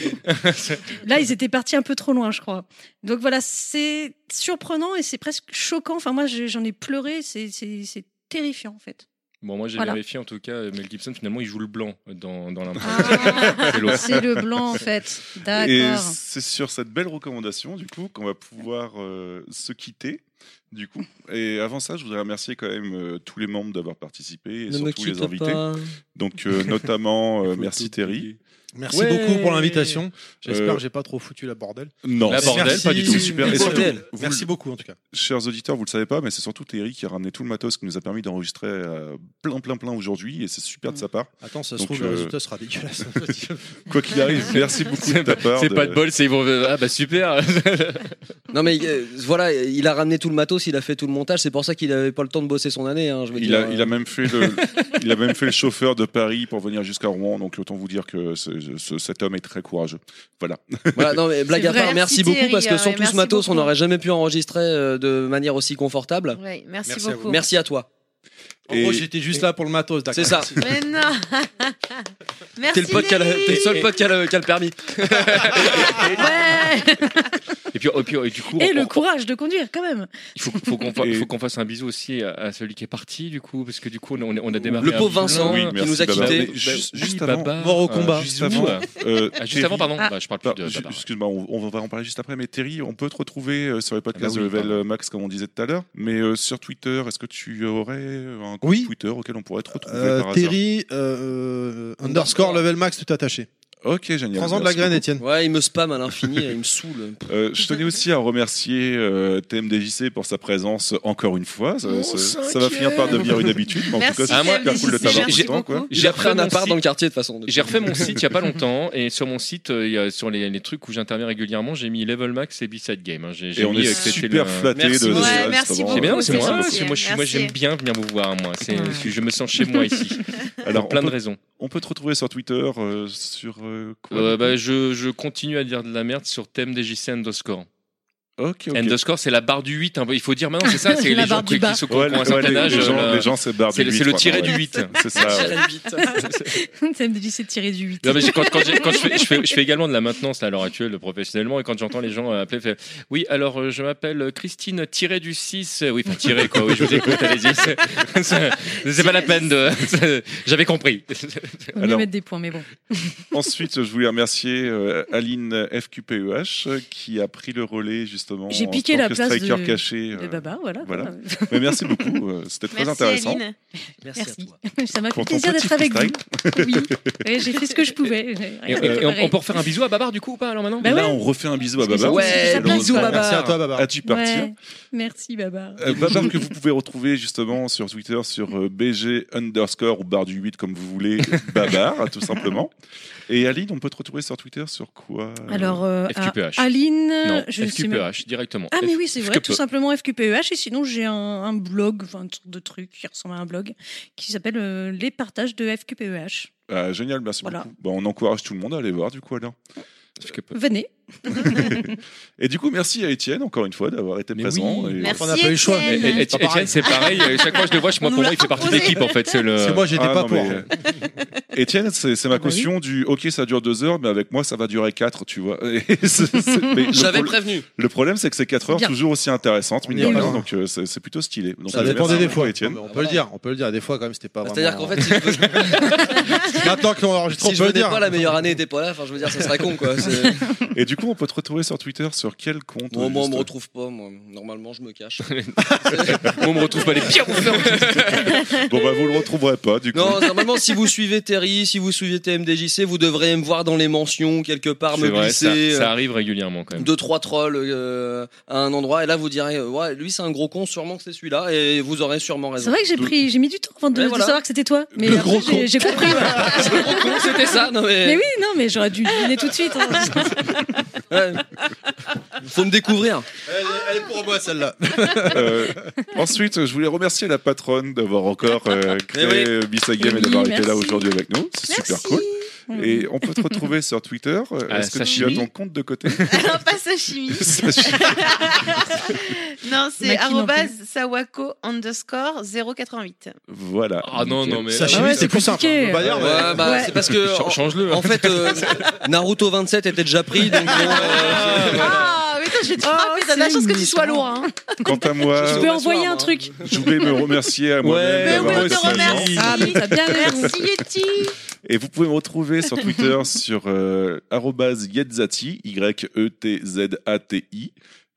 Speaker 7: Là, ils étaient partis un peu trop loin, je crois. Donc voilà, c'est surprenant et c'est presque choquant. Enfin, moi, j'ai- j'en ai pleuré. C'est- C'est c'est terrifiant, en fait.
Speaker 6: Bon, moi j'ai
Speaker 7: Voilà.
Speaker 6: vérifié en tout cas, Mel Gibson finalement il joue le blanc dans, dans l'impression.
Speaker 7: Ah,
Speaker 6: C'est l'autre.
Speaker 7: c'est le blanc, en fait.
Speaker 2: Et
Speaker 7: D'accord.
Speaker 2: c'est sur cette belle recommandation, du coup, qu'on va pouvoir euh, se quitter. Du coup, et avant ça, je voudrais remercier quand même euh, tous les membres d'avoir participé et
Speaker 1: ne me
Speaker 2: surtout les
Speaker 1: quitte
Speaker 2: invités.
Speaker 1: pas.
Speaker 2: Donc, euh, notamment, euh, merci Terry.
Speaker 5: Merci
Speaker 1: Ouais.
Speaker 5: beaucoup pour l'invitation. J'espère
Speaker 2: Euh,
Speaker 5: que j'ai pas trop foutu la bordel.
Speaker 2: Non,
Speaker 6: La
Speaker 2: c'est-
Speaker 6: bordel,
Speaker 5: Merci.
Speaker 6: pas du tout.
Speaker 2: c'est super. Et surtout,
Speaker 1: Bordel.
Speaker 2: vous-
Speaker 5: Merci beaucoup en tout cas.
Speaker 2: Chers auditeurs, vous le savez pas, mais c'est surtout Terry qui a ramené tout le matos qui nous a permis d'enregistrer euh, plein, plein, plein aujourd'hui, et c'est super de sa part.
Speaker 5: Attends, ça se
Speaker 2: Donc,
Speaker 5: trouve, le
Speaker 2: euh,
Speaker 5: résultat sera dégueulasse.
Speaker 2: Quoi qu'il arrive, merci beaucoup de ta part.
Speaker 6: C'est pas de bol, c'est ils vont- ah bah super.
Speaker 1: Non mais euh, voilà, il a ramené tout le matos, il a fait tout le montage, c'est pour ça qu'il avait pas le temps de bosser son année. hein, je veux
Speaker 2: Il
Speaker 1: dire.
Speaker 2: a, il a même fait le, il a même fait le chauffeur de Paris pour venir jusqu'à Rouen. Donc autant vous dire que ce- ce- cet homme est très courageux. Voilà.
Speaker 1: euh. Voilà, non mais blague
Speaker 4: C'est
Speaker 1: à part,
Speaker 4: vrai.
Speaker 1: merci
Speaker 4: Merci
Speaker 1: beaucoup
Speaker 4: Thierry,
Speaker 1: parce que
Speaker 4: euh,
Speaker 1: sans
Speaker 4: et
Speaker 1: tout ce
Speaker 4: merci
Speaker 1: matos, on
Speaker 4: beaucoup.
Speaker 1: n'aurait jamais pu enregistrer euh, de manière aussi confortable.
Speaker 4: Ouais, merci,
Speaker 5: Merci à
Speaker 4: beaucoup.
Speaker 1: Merci à toi.
Speaker 5: en
Speaker 2: Et-
Speaker 5: gros, j'étais juste là pour le matos, d'accord.
Speaker 1: C'est ça.
Speaker 4: Mais non Merci.
Speaker 1: T'es le pote qui a la-
Speaker 4: Nelly.
Speaker 1: t'es le seul pote qui a le, qui a le permis.
Speaker 4: Ouais.
Speaker 6: Et puis, et puis et du coup,
Speaker 7: Et
Speaker 6: on-
Speaker 7: le
Speaker 6: on-
Speaker 7: courage de conduire, quand même.
Speaker 6: il faut, faut qu'on fa-
Speaker 2: Et-
Speaker 6: faut qu'on fasse un bisou aussi à, à celui qui est parti du coup, parce que du coup on, a- on a démarré.
Speaker 1: Le
Speaker 6: un
Speaker 1: pauvre
Speaker 6: bilan.
Speaker 1: Vincent
Speaker 2: Oui,
Speaker 1: qui
Speaker 2: merci,
Speaker 1: nous a
Speaker 2: Baba.
Speaker 1: quittés.
Speaker 2: Mais juste-
Speaker 6: Bah, oui,
Speaker 2: juste avant,
Speaker 6: Baba,
Speaker 5: mort au
Speaker 6: euh,
Speaker 5: combat.
Speaker 6: juste
Speaker 2: Juste avant.
Speaker 6: avant,
Speaker 2: euh,
Speaker 6: Ah, juste
Speaker 2: Terry-
Speaker 6: avant, pardon.
Speaker 7: Ah.
Speaker 6: Bah, je parle
Speaker 2: Bah,
Speaker 6: plus de.
Speaker 2: ju-
Speaker 6: Baba.
Speaker 2: Excuse-moi, on, on va en parler juste après. Mais Terry, on peut te retrouver euh, sur les podcasts
Speaker 6: Ah bah oui,
Speaker 2: de Level
Speaker 6: pardon.
Speaker 2: Max, comme on disait tout à l'heure. Mais euh, sur Twitter, est-ce que tu aurais un compte
Speaker 5: Oui.
Speaker 2: Twitter auquel on pourrait te retrouver
Speaker 5: Euh,
Speaker 2: par
Speaker 5: Terry, euh, underscore level max tout attaché.
Speaker 2: hasard Ok, génial.
Speaker 5: Prends-en de la
Speaker 2: Merci
Speaker 5: graine,
Speaker 2: beaucoup.
Speaker 5: Étienne.
Speaker 1: Ouais, il me spam à l'infini, il me saoule.
Speaker 2: Euh, je tenais aussi à remercier euh, TMDJC pour sa présence encore une fois. Ça, ça- ça va finir par devenir une habitude. Mais en
Speaker 4: Merci.
Speaker 2: tout cas,
Speaker 6: Ah, moi,
Speaker 2: c'est super cool de
Speaker 4: TMDJC,
Speaker 2: t'avoir tout
Speaker 4: merci
Speaker 2: le temps. Quoi.
Speaker 4: beaucoup.
Speaker 1: J'ai
Speaker 6: J'ai
Speaker 1: appris un
Speaker 6: refait mon
Speaker 1: appart dans le
Speaker 6: site-
Speaker 1: quartier de toute façon.
Speaker 6: J'ai refait mon site il y a pas longtemps et sur mon site, euh, il y a- sur les, les trucs où j'interviens régulièrement, j'ai mis Level Max et B-Side Game. hein. J'ai-
Speaker 2: Et
Speaker 6: j'ai
Speaker 2: on
Speaker 6: mis,
Speaker 2: est
Speaker 6: euh, que c'était
Speaker 2: super
Speaker 6: le-
Speaker 2: flattés
Speaker 1: Merci
Speaker 2: de
Speaker 1: beaucoup.
Speaker 2: ça,
Speaker 1: Ouais,
Speaker 2: c'est
Speaker 4: merci
Speaker 2: vraiment-
Speaker 6: C'est
Speaker 1: bah,
Speaker 6: bien, c'est
Speaker 4: C'est
Speaker 6: moi.
Speaker 4: gentil.
Speaker 6: c'est moi, je suis- moi,
Speaker 4: Merci.
Speaker 6: j'aime bien venir vous voir. Moi, C'est-
Speaker 4: Ouais.
Speaker 6: je je me sens chez moi ici.
Speaker 2: Alors,
Speaker 6: plein
Speaker 2: on
Speaker 6: de
Speaker 2: peut,
Speaker 6: raisons.
Speaker 2: on peut te retrouver sur Twitter, euh, sur euh, quoi
Speaker 6: Euh, bah, je, je continue à dire de la merde sur thème DJC underscore.
Speaker 2: Ok, ok.
Speaker 6: Underscore, c'est la barre du 8. hein. Il faut dire maintenant, c'est ça,
Speaker 7: La
Speaker 6: c'est les gens
Speaker 7: barre du
Speaker 6: qui, qui
Speaker 7: bas.
Speaker 6: sont qui
Speaker 2: Ouais,
Speaker 6: ont
Speaker 2: les,
Speaker 6: un
Speaker 2: ouais,
Speaker 6: certain
Speaker 2: les-
Speaker 6: âge.
Speaker 2: les gens,
Speaker 6: euh,
Speaker 2: les gens, c'est barre
Speaker 6: C'est
Speaker 2: du
Speaker 6: le,
Speaker 2: 8,
Speaker 6: c'est le
Speaker 2: quoi,
Speaker 6: tiré
Speaker 2: ouais.
Speaker 6: du 8.
Speaker 2: C'est ça. ouais.
Speaker 7: Ça me dit, c'est tiré du 8.
Speaker 6: Non, mais j'ai- quand, quand j'ai- quand je, fais, je, fais, je fais également de la maintenance là, à l'heure actuelle professionnellement et quand j'entends les gens euh, appeler, faire, oui, alors euh, je m'appelle Christine tiré du 6. Oui, enfin tiré quoi, oui, je vous écoute, allez-y. C'est- c'est- C'est pas la peine de. J'avais compris.
Speaker 7: On va
Speaker 2: Alors-
Speaker 7: mettre des points, mais bon.
Speaker 2: Ensuite, je voulais remercier euh, Aline FQPEH euh, qui a pris le relais justement.
Speaker 7: J'ai
Speaker 2: en
Speaker 7: piqué
Speaker 2: tant
Speaker 7: la
Speaker 2: que
Speaker 7: place
Speaker 2: striker
Speaker 7: de-
Speaker 2: caché.
Speaker 7: De
Speaker 2: euh.
Speaker 7: Baba, voilà.
Speaker 2: voilà. Mais merci beaucoup, euh, c'était très
Speaker 4: Merci,
Speaker 2: intéressant.
Speaker 4: Aline.
Speaker 7: Merci. Ça m'a fait
Speaker 2: Pour ton
Speaker 7: plaisir
Speaker 2: petit
Speaker 7: d'être avec vous.
Speaker 2: freestyle.
Speaker 7: Oui, Et j'ai fait ce que je pouvais. J'ai
Speaker 6: Et,
Speaker 7: rien
Speaker 6: et- et on,
Speaker 7: préparé.
Speaker 6: on peut refaire un bisou à Babar du coup ou pas alors maintenant
Speaker 7: Bah
Speaker 2: Là,
Speaker 7: ouais.
Speaker 2: on refait un bisou à
Speaker 7: Parce que
Speaker 2: Baba.
Speaker 7: ça- Ouais, ça place.
Speaker 2: bisou
Speaker 7: bisous,
Speaker 2: Baba.
Speaker 1: Ah.
Speaker 5: Merci à toi, Baba.
Speaker 2: As-tu
Speaker 6: hein.
Speaker 2: partir
Speaker 7: Ouais. Merci, Baba.
Speaker 2: Euh, Babar que vous pouvez retrouver justement sur Twitter sur euh, BG underscore ou barre du 8 comme vous voulez, Babar tout simplement. Et Aline, on peut te retrouver sur Twitter sur quoi euh,
Speaker 7: Alors, euh, à-
Speaker 6: FQPH.
Speaker 7: Aline,
Speaker 6: Non,
Speaker 7: je sais même-
Speaker 6: FQPH directement.
Speaker 7: Ah mais
Speaker 6: F-
Speaker 7: oui, c'est vrai,
Speaker 6: FQPE.
Speaker 7: tout simplement FQPEH. Et sinon, j'ai un, un blog, enfin, une sorte de truc qui ressemble à un blog, qui s'appelle euh, Les partages de FQPEH.
Speaker 2: Ah, génial, merci
Speaker 7: Voilà.
Speaker 2: beaucoup. Bah, on encourage tout le monde à aller voir du coup alors.
Speaker 6: FQPE.
Speaker 7: Venez.
Speaker 2: Et du coup, merci à Étienne encore une fois d'avoir été
Speaker 6: Mais
Speaker 2: présent.
Speaker 6: oui.
Speaker 2: et-
Speaker 4: Merci,
Speaker 5: On n'a pas eu le choix.
Speaker 6: Et-
Speaker 4: Étienne.
Speaker 6: et- et-
Speaker 5: C'est pas pareil.
Speaker 6: Etienne, c'est pareil. euh, Chaque fois que je le vois, je-
Speaker 4: On
Speaker 6: moi, pour
Speaker 4: nous
Speaker 6: moi,
Speaker 4: l'a
Speaker 6: il fait partie de
Speaker 4: proposé.
Speaker 6: l'équipe en fait. C'est le.
Speaker 5: Parce que moi, j'étais
Speaker 2: Ah,
Speaker 5: pas
Speaker 2: non,
Speaker 5: pour.
Speaker 2: mais, euh, Étienne, c'est c'est ma
Speaker 7: bah oui.
Speaker 2: caution du OK, ça dure deux heures, mais avec moi, ça va durer quatre, tu vois. Et c'est- c'est- mais le
Speaker 1: J'avais
Speaker 2: pro-
Speaker 1: prévenu.
Speaker 2: Le problème, c'est que c'est 4 heures
Speaker 7: Bien.
Speaker 2: toujours aussi intéressantes, mine de
Speaker 5: On y est
Speaker 2: rien,
Speaker 5: pas.
Speaker 2: donc euh, c'est c'est plutôt stylé. Donc,
Speaker 5: Ça
Speaker 2: euh,
Speaker 5: dépendait
Speaker 2: merci
Speaker 5: des fois.
Speaker 2: beaucoup, Étienne.
Speaker 5: On peut le dire, on peut le dire. Des fois, quand même, c'était pas.
Speaker 1: Bah, C'est-à-dire qu'en
Speaker 5: vraiment-
Speaker 1: fait, si je,
Speaker 5: maintenant qu'on enregistre,
Speaker 1: si
Speaker 5: on
Speaker 1: je
Speaker 5: peut le
Speaker 1: venais
Speaker 5: dire.
Speaker 1: pas, la meilleure année était pas là. Enfin, je veux dire, ça serait con quoi. C'est-
Speaker 2: Et du coup, on peut te retrouver sur Twitter sur quel compte
Speaker 1: Bon, moi, on
Speaker 2: juste
Speaker 1: me retrouve pas. Moi, normalement, je me cache.
Speaker 6: Moi, on me retrouve pas les pires.
Speaker 2: Bon, bah, vous le retrouverez pas, du coup.
Speaker 1: Non, normalement, si vous suivez Terry, si vous suivez TMDJC, vous devrez me voir dans les mentions quelque part, me
Speaker 6: C'est vrai, ça,
Speaker 1: glisser.
Speaker 6: ça
Speaker 1: euh,
Speaker 6: arrive régulièrement quand même.
Speaker 1: deux trois trolls euh, à un endroit et là vous direz euh, ouais lui c'est un gros con sûrement que c'est celui-là et vous aurez sûrement
Speaker 7: C'est
Speaker 1: raison
Speaker 7: vrai que j'ai pris, j'ai mis du temps avant de,
Speaker 1: Ouais,
Speaker 7: de
Speaker 1: voilà.
Speaker 7: savoir que c'était toi. Mais
Speaker 5: Le
Speaker 7: après,
Speaker 5: gros
Speaker 7: j'ai-
Speaker 5: con.
Speaker 7: j'ai compris. ouais.
Speaker 1: c'était ça non mais,
Speaker 7: mais oui, non, mais j'aurais dû le deviner tout de suite. hein.
Speaker 1: Ouais. Faut me découvrir.
Speaker 5: Elle, est- elle est pour moi celle-là.
Speaker 2: Euh, ensuite, je voulais remercier la patronne d'avoir encore euh,
Speaker 1: Eh
Speaker 2: créé euh, Bisa Game et
Speaker 7: Oui,
Speaker 2: d'avoir été là
Speaker 7: merci.
Speaker 2: aujourd'hui avec nous. C'est super cool. Et on peut te retrouver sur Twitter.
Speaker 6: Ah,
Speaker 2: Est-ce que tu as
Speaker 6: sashimi.
Speaker 2: ton compte de côté
Speaker 4: non, pas sashimi.
Speaker 2: Sashimi.
Speaker 4: non,
Speaker 7: Maki non plus.
Speaker 4: c'est arrobase sawako underscore 088.
Speaker 2: Voilà.
Speaker 6: Ah non,
Speaker 2: Nickel.
Speaker 6: non, mais.
Speaker 5: Sashimi,
Speaker 7: Ah ouais,
Speaker 5: c'est
Speaker 7: c'est
Speaker 5: plus simple.
Speaker 7: compliqué.
Speaker 5: on peut pas dire, mais-
Speaker 1: Ouais, bah,
Speaker 7: Ouais.
Speaker 1: c'est parce que.
Speaker 6: Ch- Change-le. hein.
Speaker 1: En, en fait, euh, Naruto 27 était déjà pris, donc bon, euh,
Speaker 4: Ah, mais toi, je vais te frapper. T'as de la
Speaker 7: c'est
Speaker 4: chance que tu sois
Speaker 7: mignon.
Speaker 4: loin. hein.
Speaker 2: Quant à moi,
Speaker 7: Tu
Speaker 1: Je
Speaker 7: peux
Speaker 1: m'assois,
Speaker 7: envoyer un
Speaker 1: moi.
Speaker 7: truc.
Speaker 2: je voulais me remercier à moi-même. d'avoir
Speaker 1: Ouais,
Speaker 4: oui, on te
Speaker 2: été présent.
Speaker 4: remercie.
Speaker 7: Ah, mais t'as bien raison.
Speaker 4: Merci, Yeti.
Speaker 2: Et vous pouvez me retrouver sur Twitter sur euh, E arobase yetzati, Y-E-T-Z-A-T-I.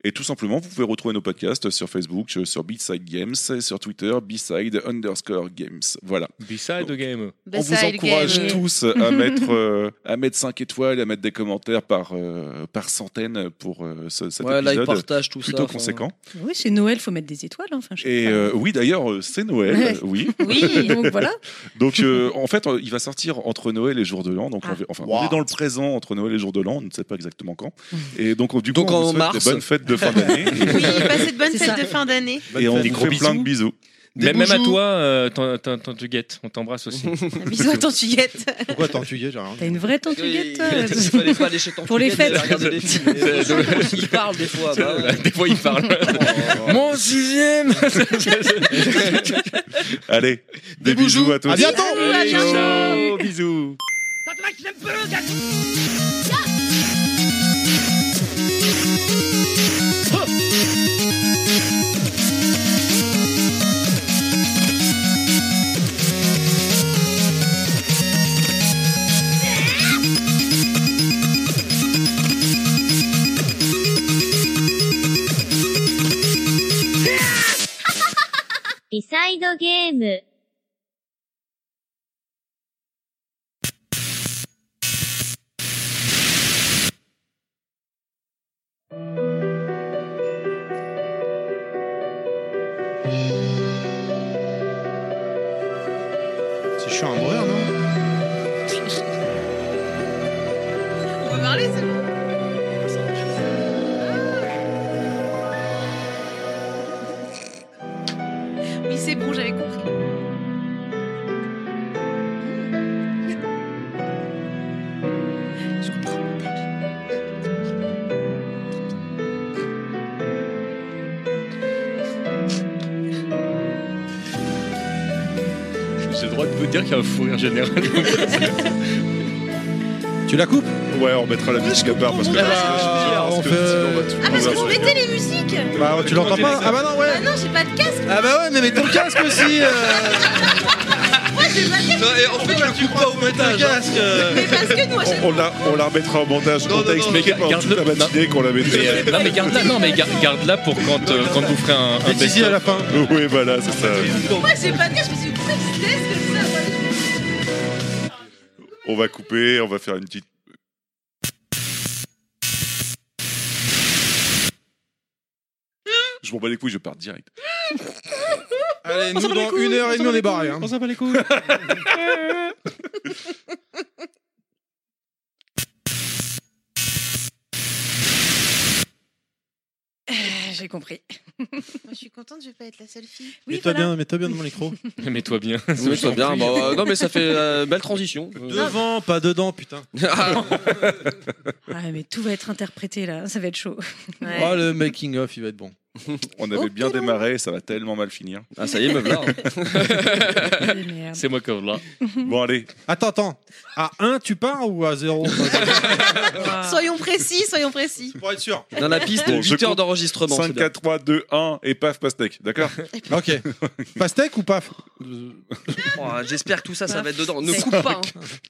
Speaker 2: Et tout simplement, vous pouvez retrouver nos podcasts sur Facebook, euh, sur Beatside Games, et sur Twitter, Beside underscore Games. Voilà.
Speaker 6: Beside the game.
Speaker 2: On vous
Speaker 4: Beside
Speaker 2: encourage
Speaker 4: game.
Speaker 2: tous à mettre, euh, à mettre 5 étoiles, à mettre des commentaires par, euh, par centaines pour euh, ce- cet
Speaker 1: ouais, là, ils
Speaker 2: épisode
Speaker 1: partagent tout ça.
Speaker 2: plutôt
Speaker 1: enfin.
Speaker 2: conséquent.
Speaker 7: Oui, c'est Noël, faut mettre des étoiles. hein. Enfin, je sais
Speaker 2: Et
Speaker 7: pas.
Speaker 2: euh, oui, d'ailleurs, euh, c'est Noël,
Speaker 7: Ouais.
Speaker 2: euh, oui.
Speaker 7: Oui, donc voilà.
Speaker 2: Donc, euh, en fait, euh, il va sortir entre Noël et Jour de l'An. Donc,
Speaker 4: Ah.
Speaker 2: on va- enfin, on
Speaker 5: Wow.
Speaker 2: est dans le présent entre Noël et Jour de l'An. On ne sait pas exactement quand. Et donc, du coup,
Speaker 1: Donc,
Speaker 2: on
Speaker 1: en
Speaker 2: vous souhaite
Speaker 1: mars.
Speaker 2: des bonnes fêtes de fin d'année.
Speaker 4: Oui, bah, passez de bonnes
Speaker 7: C'est
Speaker 4: fêtes
Speaker 7: ça.
Speaker 4: de fin d'année.
Speaker 2: et, et on vous
Speaker 5: Bonne
Speaker 2: fait
Speaker 5: fête.
Speaker 6: gros
Speaker 2: plein de bisous.
Speaker 1: Des
Speaker 6: Même, même à
Speaker 1: bonjours.
Speaker 6: toi, euh, t'en- t'en- t'en- tu guettes. On t'embrasse aussi.
Speaker 4: Ah, Bisous à ton tuyette.
Speaker 5: Pourquoi t'en tuyais j'ai rien
Speaker 7: T'as une vraie euh,
Speaker 1: Parce que
Speaker 7: tantuguette.
Speaker 1: il- il fallait pas aller chez ton
Speaker 7: Pour les
Speaker 1: filleul,
Speaker 7: fêtes.
Speaker 1: regarder des films. Il parle des fois. bah ouais.
Speaker 6: Des fois, il parle. Mon sixième
Speaker 2: Allez, des, bisous. à tous.
Speaker 5: À bientôt.
Speaker 4: À bientôt.
Speaker 6: Ciao, Bisous
Speaker 9: リサイドゲーム。
Speaker 5: C'est chiant à mourir, non
Speaker 4: On peut parler, c'est bon. Ah. Oui, c'est bon, j'avais compris. Je comprends.
Speaker 6: J'ai le droit de vous dire qu'il y a un fou rire général.
Speaker 5: Tu la coupes
Speaker 2: Ouais, on mettra la musique à part parce que
Speaker 5: Ah,
Speaker 2: là,
Speaker 5: bah,
Speaker 2: parce
Speaker 5: on
Speaker 2: que
Speaker 5: fait-
Speaker 2: sinon, on va tout-
Speaker 4: Ah, parce
Speaker 2: on
Speaker 4: que
Speaker 2: va-
Speaker 4: vous mettez les musiques
Speaker 5: Bah tu l'entends pas Ah bah non ouais
Speaker 4: Ah non, j'ai pas de casque
Speaker 5: Ah bah ouais mais mets ton casque aussi euh,
Speaker 1: Non, et en fait, je le coupe pas au
Speaker 5: Ton
Speaker 1: montage. hein.
Speaker 5: casque euh.
Speaker 4: Mais parce que nous, à chaque
Speaker 2: on, on la, on la remettra au montage.
Speaker 1: Non,
Speaker 2: on
Speaker 1: non,
Speaker 2: t'a
Speaker 1: non,
Speaker 2: expliqué pendant toute
Speaker 6: garde-le.
Speaker 2: la matinée qu'on la
Speaker 6: Mais, euh,
Speaker 2: mettrait.
Speaker 6: non mais garde-la, non mais gar- garde-la pour quand, euh, quand vous ferez un, un
Speaker 5: Et Tizi à
Speaker 6: best-of.
Speaker 5: la fin.
Speaker 2: Oui, voilà, c'est ça.
Speaker 4: fois, j'ai pas de casque, je me suis dit, putain, je laisse comme ça. voilà.
Speaker 2: On va couper, on va faire une petite. Je m'en bats les couilles, je pars direct.
Speaker 5: Allez nous dans une heure et demie on est barrés hein.
Speaker 3: s'en bat les couilles.
Speaker 7: J'ai compris.
Speaker 4: Moi, je suis contente, je vais pas être la seule fille.
Speaker 7: Oui,
Speaker 5: Mets-toi
Speaker 7: voilà.
Speaker 5: bien, mets-toi bien devant le micro.
Speaker 6: Mets-toi bien.
Speaker 1: Oui, c'est bien. bah, euh, non, mais ça fait euh, belle transition. Euh,
Speaker 5: Devant, pas dedans, putain.
Speaker 1: ah,
Speaker 7: Ouais, Ah, mais tout va être interprété là, ça va être chaud.
Speaker 5: Oh le making of, il va être bon.
Speaker 2: On avait bien démarré, ça va tellement mal finir.
Speaker 1: ah, ça y est, meuf là.
Speaker 7: Ah, merde.
Speaker 6: C'est moi qui là.
Speaker 2: Bon, allez,
Speaker 5: Attends, attends. À 1 tu pars ou à 0
Speaker 7: Ah.
Speaker 4: Soyons précis, soyons précis.
Speaker 5: Pour être sûr.
Speaker 1: Dans la piste,
Speaker 2: Bon, je
Speaker 1: 8 heures
Speaker 2: compte.
Speaker 1: d'enregistrement.
Speaker 2: 5,
Speaker 1: Ah c'est bien.
Speaker 2: 4, 3, 2, 1, et paf, pastèque, d'accord
Speaker 5: Ok. Pastèque ou paf
Speaker 1: Oh, J'espère que tout ça, ça va être dedans. Ne
Speaker 4: C'est-
Speaker 1: coupe pas. hein.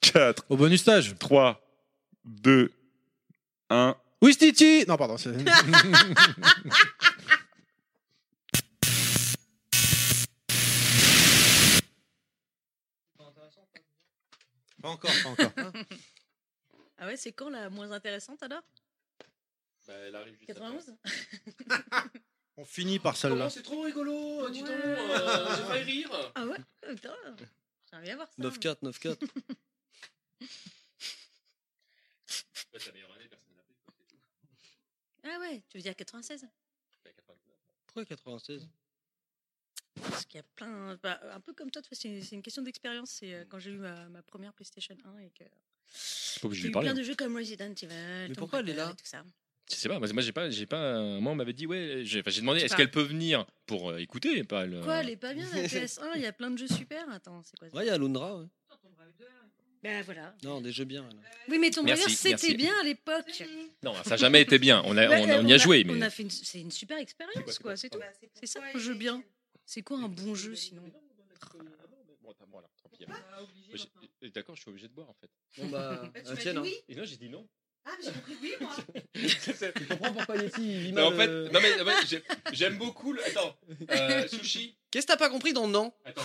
Speaker 2: 4,
Speaker 5: Au bonus stage.
Speaker 2: 3, 2, 1.
Speaker 5: Wistiti Non, pardon. c'est- Pas encore, pas encore.
Speaker 7: Ah ouais, c'est quand la moins intéressante alors 91
Speaker 5: On finit par celle-là.
Speaker 6: c'est trop rigolo,
Speaker 7: Oh, dis donc, euh, j'ai failli
Speaker 6: rire.
Speaker 7: Ah ouais Putain, j'aimerais bien voir ça.
Speaker 1: 9-4, 9-4.
Speaker 7: Ah ouais, tu veux dire 96
Speaker 1: Pourquoi 96
Speaker 7: Parce qu'il y a plein. bah, un peu comme toi, tu vois, c'est une, c'est une question d'expérience. C'est euh, quand j'ai eu ma, ma première PlayStation 1 et que.
Speaker 6: C'est pas obligé
Speaker 7: J'ai eu
Speaker 6: de lui
Speaker 7: plein
Speaker 6: parler. hein.
Speaker 7: de jeux comme Resident Evil. Tomb
Speaker 1: pourquoi elle est
Speaker 7: Raider
Speaker 1: là
Speaker 7: et tout ça.
Speaker 6: Je sais pas, moi, moi, j'ai pas, j'ai pas. Moi, on m'avait dit, ouais, j'ai enfin, j'ai demandé,
Speaker 7: Je
Speaker 6: est-ce
Speaker 7: sais
Speaker 6: qu'elle peut venir pour euh, écouter pas le...
Speaker 7: Quoi, elle est pas bien la PS1 Il y a plein de jeux super. Attends, c'est quoi ça
Speaker 1: Ouais, il y a Alundra. ouais.
Speaker 7: Ben voilà.
Speaker 1: Non, des jeux bien. là.
Speaker 7: Oui, mais Tomb Raider,
Speaker 6: Merci,
Speaker 7: c'était
Speaker 6: merci.
Speaker 7: bien à
Speaker 4: Ah,
Speaker 7: l'époque.
Speaker 6: Non, ça n'a jamais été bien. On, a,
Speaker 7: Bah,
Speaker 6: on,
Speaker 7: euh,
Speaker 6: a- on y a joué,
Speaker 7: On
Speaker 6: mais.
Speaker 7: a fait une, c'est une super expérience, quoi, c'est tout.
Speaker 4: bah,
Speaker 7: C'est ça un jeu bien. C'est quoi un bon jeu sinon
Speaker 6: Bon, attends, bon, alors, tant pis.
Speaker 4: Ah,
Speaker 6: J'ai- D'accord, je suis obligé de boire en fait.
Speaker 1: Bon, bah,
Speaker 4: Bah, tu
Speaker 1: euh,
Speaker 4: bah, m'as
Speaker 1: tiens,
Speaker 4: dit
Speaker 1: hein.
Speaker 4: oui.
Speaker 6: Et non, j'ai dit non.
Speaker 4: Ah, mais j'ai compris oui, moi.
Speaker 1: Tu comprends pourquoi Yeti il vit
Speaker 6: Mais
Speaker 1: mal,
Speaker 6: en fait,
Speaker 1: euh,
Speaker 6: non, mais, ouais, j'ai- j'aime beaucoup le. Attends, euh, sushi.
Speaker 1: Qu'est-ce que t'as pas compris dans le nom
Speaker 6: Attends,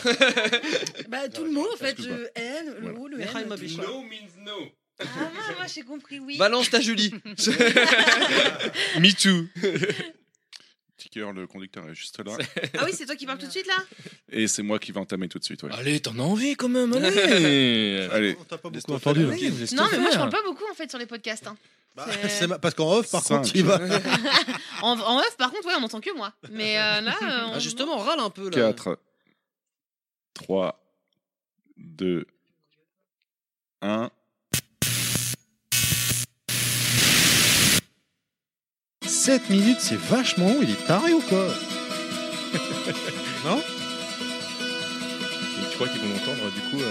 Speaker 7: Bah tout
Speaker 6: Ouais,
Speaker 7: le mot en
Speaker 6: parce
Speaker 7: fait,
Speaker 6: que
Speaker 7: je haine, le
Speaker 6: Voilà.
Speaker 7: haut, le
Speaker 1: Mais Raïma
Speaker 7: haine.
Speaker 1: Bichon.
Speaker 6: no means no.
Speaker 4: Ah, moi, moi, j'ai compris oui.
Speaker 1: Balance ta Julie.
Speaker 6: Me too.
Speaker 2: Ticker, le conducteur est juste là.
Speaker 4: Ah oui, c'est toi qui parles tout de suite là
Speaker 2: Et c'est moi qui vais entamer tout de suite.
Speaker 1: Ah,
Speaker 2: ouais.
Speaker 6: Allez, t'en as envie quand même, allez.
Speaker 2: Allez,
Speaker 5: On t'a pas
Speaker 2: laisse-toi
Speaker 5: beaucoup entendu.
Speaker 6: Allez, laisse-toi
Speaker 4: Non, mais moi, je
Speaker 6: faire.
Speaker 4: parle pas beaucoup en fait sur les podcasts. hein.
Speaker 5: Bah,
Speaker 4: C'est-
Speaker 5: c'est ma- Parce qu'en off, par
Speaker 2: Cinq.
Speaker 5: contre, il va.
Speaker 4: En, en off, par contre, ouais, on entend que moi. Mais euh, là, euh, on-
Speaker 1: Ah, justement, râle un peu là.
Speaker 2: 4, 3, 2, 1.
Speaker 5: Sept minutes, c'est vachement long. Il est taré ou quoi
Speaker 6: Et tu crois qu'ils vont entendre du coup euh,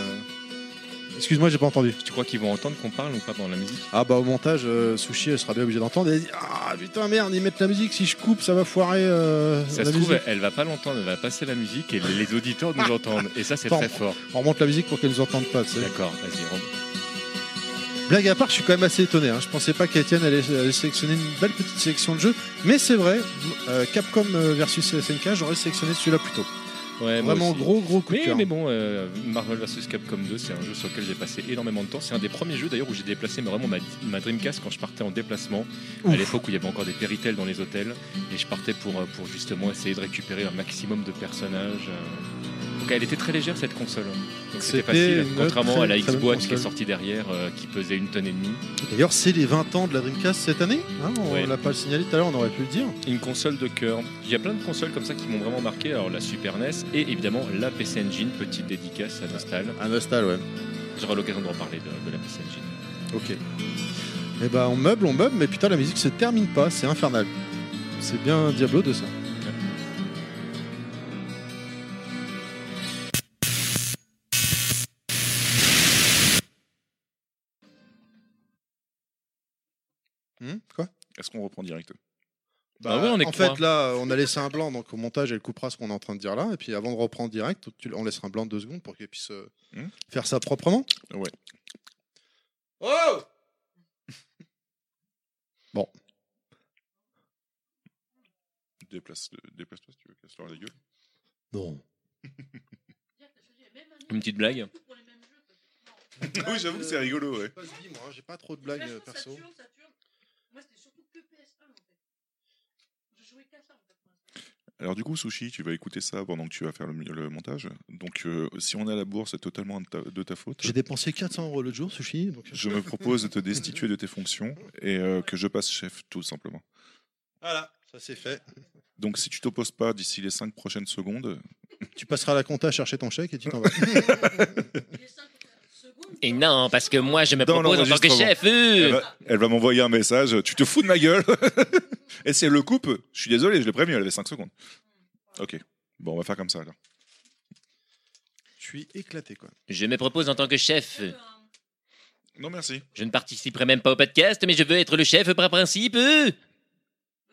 Speaker 5: Excuse-moi, j'ai pas entendu.
Speaker 6: Tu crois qu'ils vont entendre qu'on parle ou pas dans la musique
Speaker 5: Ah bah au montage, euh, Sushi, elle sera bien obligée d'entendre. Elle dit Ah putain, merde, ils mettent la musique. Si je coupe, ça va foirer. euh,
Speaker 6: Ça
Speaker 5: la
Speaker 6: se trouve,
Speaker 5: musique.
Speaker 6: elle va pas l'entendre, elle va passer la musique et les auditeurs nous entendent. Et ça, c'est
Speaker 5: Attends.
Speaker 6: très fort.
Speaker 5: On remonte la musique pour qu'elle nous entende pas. tu sais.
Speaker 6: D'accord, vas-y. rentre.
Speaker 5: Blague à part, je suis quand même assez étonné. hein. Je pensais pas qu'Etienne allait, allait sélectionner une belle petite sélection de jeux, mais c'est vrai. euh, Capcom euh, versus SNK, j'aurais sélectionné celui-là plutôt.
Speaker 6: Ouais, Eh, moi
Speaker 5: Vraiment
Speaker 6: aussi.
Speaker 5: gros gros coup de
Speaker 6: Mais,
Speaker 5: cœur.
Speaker 6: mais bon, euh, Marvel vs Capcom 2, c'est un jeu sur lequel j'ai passé énormément de temps. C'est un des premiers jeux d'ailleurs où j'ai déplacé mais vraiment ma, ma Dreamcast quand je partais en déplacement,
Speaker 5: Ouf.
Speaker 6: à l'époque où il y avait encore des péritels dans les hôtels, et je partais pour, euh, pour justement essayer de récupérer un maximum de personnages. euh. Donc elle était très légère cette console. Donc
Speaker 5: C'était
Speaker 6: c'était facile,
Speaker 5: une
Speaker 6: contrairement
Speaker 5: très,
Speaker 6: à la
Speaker 5: très bonne
Speaker 6: Xbox qui est
Speaker 5: console.
Speaker 6: sortie derrière, euh, qui pesait une tonne et demie.
Speaker 5: D'ailleurs, c'est les 20 ans de la Dreamcast cette année. hein, on
Speaker 6: Ouais.
Speaker 5: l'a pas signalé tout à l'heure, on aurait pu le dire.
Speaker 6: Une console de cœur. Il y a plein de consoles comme ça qui m'ont vraiment marqué. Alors la Super NES et évidemment la PC Engine, petite dédicace à Nostal.
Speaker 5: Un nostal, ouais.
Speaker 6: J'aurai l'occasion de reparler de, de la PC Engine.
Speaker 5: Ok. Et bah on meuble, on meuble, mais putain la musique se termine pas, c'est infernal. C'est bien Diablo de ça. Hmm, quoi
Speaker 2: Est-ce qu'on reprend direct
Speaker 6: Bah ouais, on est
Speaker 5: en
Speaker 6: que trois.
Speaker 5: fait, là, on a laissé un blanc, donc au montage, elle coupera ce qu'on est en train de dire là. Et puis avant de reprendre direct, tu- on laissera un blanc de deux secondes pour qu'elle puisse euh,
Speaker 2: Hmm.
Speaker 5: faire ça proprement.
Speaker 2: Ouais.
Speaker 5: Oh Bon,
Speaker 2: Déplace- Déplace-toi si tu veux, casse-leur la gueule.
Speaker 5: bon.
Speaker 6: Une petite blague.
Speaker 2: oui, j'avoue que c'est rigolo, ouais.
Speaker 5: Pas ce bim, hein, j'ai pas trop de blagues euh, perso.
Speaker 2: Alors du coup, Sushi, tu vas écouter ça pendant que tu vas faire le, le montage. Donc euh, si on est à la bourre, c'est totalement de ta, de ta faute.
Speaker 5: J'ai dépensé 400 euros l'autre jour, sushi. Donc... euh,
Speaker 2: Je me propose de te destituer de tes fonctions et euh, que je passe chef, tout simplement.
Speaker 5: Voilà, ça c'est fait.
Speaker 2: Donc si tu t'opposes pas d'ici les 5 prochaines secondes,
Speaker 5: Tu passeras à la compta chercher ton chèque et tu t'en vas.
Speaker 6: Et non, parce que moi, je me
Speaker 2: Dans
Speaker 6: propose en tant que
Speaker 2: l'enregistrement.
Speaker 6: chef.
Speaker 2: elle
Speaker 6: euh.
Speaker 2: va, elle va m'envoyer un message, tu te fous de ma gueule Et si elle le coupe, je suis désolé, je l'ai prévenu, elle avait 5 secondes. Ok, bon, on va faire comme ça alors.
Speaker 5: Je suis éclaté quoi.
Speaker 6: Je me propose en tant que chef.
Speaker 2: Non merci.
Speaker 6: Je ne participerai même pas au podcast, mais je veux être le chef par principe. euh.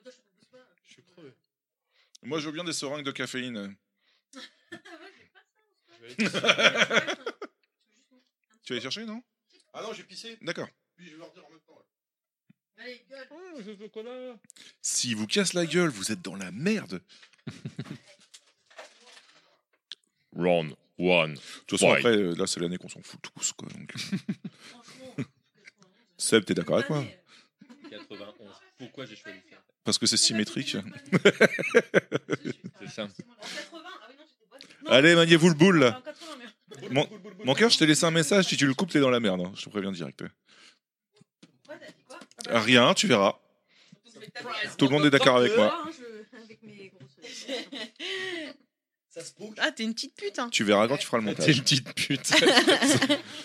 Speaker 5: Je suis crevé.
Speaker 2: Moi je veux bien des seringues de caféine. Tu vas les chercher, non
Speaker 5: Ah non, j'ai pissé.
Speaker 2: D'accord.
Speaker 5: Puis je vais leur dire en même temps.
Speaker 2: Si vous casse la gueule, vous êtes dans la merde.
Speaker 6: Round one.
Speaker 2: De toute façon,
Speaker 6: Ouais.
Speaker 2: après, euh, là, c'est l'année qu'on s'en fout tous, quoi. Donc... euh. Seb, t'es d'accord avec moi
Speaker 6: 91. Pourquoi j'ai choisi ça
Speaker 2: Parce que c'est symétrique.
Speaker 6: C'est ça.
Speaker 2: ah Allez, maniez-vous le boule, là. Mon, mon cœur, je t'ai laissé un message. Si tu le coupes, t'es dans la merde. hein. Je te préviens direct. ouais. Ah, Rien, tu verras. Tout le monde est d'accord Hein, avec moi.
Speaker 4: Ah, t'es une petite pute, hein.
Speaker 2: Tu verras quand tu feras le
Speaker 6: T'es
Speaker 2: montage.
Speaker 6: une petite pute.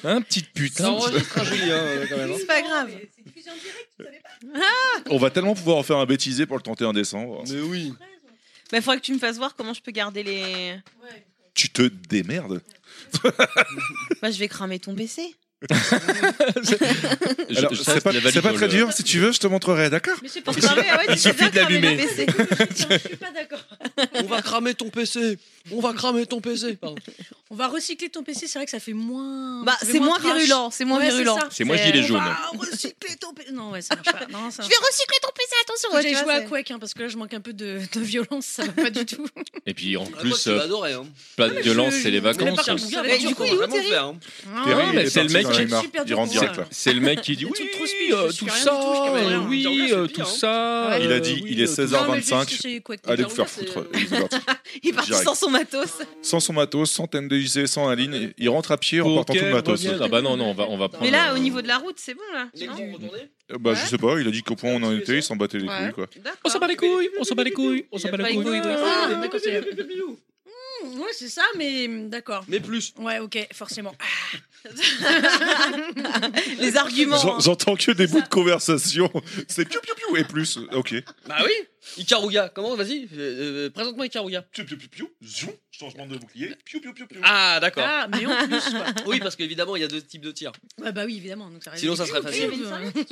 Speaker 6: hein, petite pute.
Speaker 1: Ça enregistre un joli, hein, quand même. hein.
Speaker 4: C'est pas grave.
Speaker 2: On va tellement pouvoir en faire un bêtisé pour le 31 décembre.
Speaker 1: Mais oui.
Speaker 4: Mais Bah, faudrait que tu me fasses voir comment je peux garder les.
Speaker 2: Tu te démerdes.
Speaker 4: Moi, je vais cramer ton PC.
Speaker 6: Je-
Speaker 2: Alors,
Speaker 6: je
Speaker 2: c'est
Speaker 6: reste
Speaker 2: pas,
Speaker 6: la
Speaker 2: c'est
Speaker 6: valide
Speaker 2: pas
Speaker 6: dans
Speaker 2: très
Speaker 6: le-
Speaker 2: dur. Si tu veux, je te montrerai, d'accord
Speaker 7: Mais
Speaker 4: Pour cramer, ah ouais, tu
Speaker 6: Il
Speaker 4: sais bien
Speaker 6: suffit de
Speaker 4: cramer
Speaker 6: l'allumer.
Speaker 4: le PC.
Speaker 7: suis pas d'accord.
Speaker 1: On va cramer ton PC. On va cramer ton PC. Pardon.
Speaker 7: On va recycler ton PC, c'est vrai que ça fait moins.
Speaker 4: Bah,
Speaker 7: ça fait
Speaker 4: c'est moins
Speaker 7: trash.
Speaker 4: virulent, c'est moins
Speaker 7: Ouais,
Speaker 4: virulent.
Speaker 7: ça.
Speaker 6: C'est moi, gilet jaune.
Speaker 7: On va recycler ton PC. Non, ouais, ça marche pas. Non, ça
Speaker 4: Je
Speaker 7: marche
Speaker 4: vais recycler ton PC, attention.
Speaker 7: pas.
Speaker 4: ouais,
Speaker 7: J'ai
Speaker 4: tu vois,
Speaker 7: joué à
Speaker 4: c'est-
Speaker 7: Quake hein, parce que là je manque un peu de, de violence, ça va pas du tout.
Speaker 6: Et puis en
Speaker 1: Ah, toi,
Speaker 6: plus,
Speaker 1: tu vas
Speaker 6: euh,
Speaker 1: adorer. Hein.
Speaker 6: pas de violence, c'est les
Speaker 7: Mais par
Speaker 6: vacances. hein.
Speaker 7: contre, vous avez
Speaker 4: Mais
Speaker 7: raison,
Speaker 4: du coup,
Speaker 7: quoi.
Speaker 4: il est où,
Speaker 1: Vraiment
Speaker 4: Terry
Speaker 1: faire, hein.
Speaker 2: Terry,
Speaker 6: mais
Speaker 2: il est
Speaker 6: c'est le
Speaker 2: parti
Speaker 6: mec
Speaker 2: dans
Speaker 6: qui-
Speaker 2: les mares.
Speaker 7: super
Speaker 2: Il rentre
Speaker 7: dur,
Speaker 2: direct
Speaker 7: ouais.
Speaker 2: là.
Speaker 6: C'est le mec qui dit
Speaker 7: Des
Speaker 6: oui,
Speaker 7: trucs trop speed,
Speaker 6: euh,
Speaker 7: je suis
Speaker 6: tout
Speaker 7: rien du
Speaker 6: ça,
Speaker 7: tout, je connais rien.
Speaker 6: oui,
Speaker 1: Dire oui,
Speaker 6: euh,
Speaker 1: c'est
Speaker 6: tout
Speaker 1: bien, hein.
Speaker 6: ça.
Speaker 2: Il
Speaker 6: euh,
Speaker 2: a dit,
Speaker 6: oui,
Speaker 2: il est
Speaker 6: euh,
Speaker 7: Non, mais
Speaker 2: 16h25.
Speaker 7: juste chez Quake,
Speaker 2: Allez
Speaker 7: Quake,
Speaker 2: vous faire
Speaker 7: c'est-
Speaker 2: foutre. Il est parti.
Speaker 4: Il est parti
Speaker 2: Direct.
Speaker 4: sans son matos.
Speaker 2: Sans son matos, sans TMDJC, sans la ligne. Il rentre à pied en portant tout
Speaker 6: auquel
Speaker 2: le matos.
Speaker 6: revient- Ah bah non, non, on va, on va prendre.
Speaker 4: Mais là,
Speaker 6: euh,
Speaker 4: au niveau de la route, c'est bon, là. non
Speaker 2: Euh, Bah, je sais pas, il a dit qu'au point où on en était, il s'en battait les
Speaker 4: Ouais.
Speaker 2: couilles quoi.
Speaker 4: D'accord.
Speaker 6: On s'en bat les couilles, on s'en bat les couilles, on s'en bat
Speaker 4: pas les
Speaker 6: les couilles.
Speaker 4: couilles, ouais.
Speaker 7: Ah,
Speaker 6: Ah,
Speaker 7: d'accord, c'est- Hmm, ouais, c'est ça, mais hmm, d'accord.
Speaker 1: Mais plus.
Speaker 7: Ouais, ok, forcément. Ah,
Speaker 4: Les arguments.
Speaker 2: J'en- J'entends que des bouts de conversation. C'est piou piou piou et plus. Ok.
Speaker 1: Bah oui. Ikaruga. Comment Vas-y. euh, euh, Présente-moi Ikaruga.
Speaker 2: Piou piou piou piou. Zoom. Changement de bouclier. Piou piou piou piou.
Speaker 1: Ah d'accord.
Speaker 7: Ah, mais en plus, quoi.
Speaker 1: Oui, parce qu'évidemment, il y a deux types de tirs.
Speaker 7: Ouais, bah oui, évidemment. donc reste-
Speaker 1: Sinon, ça serait
Speaker 7: Oui,
Speaker 1: facile.
Speaker 7: oui,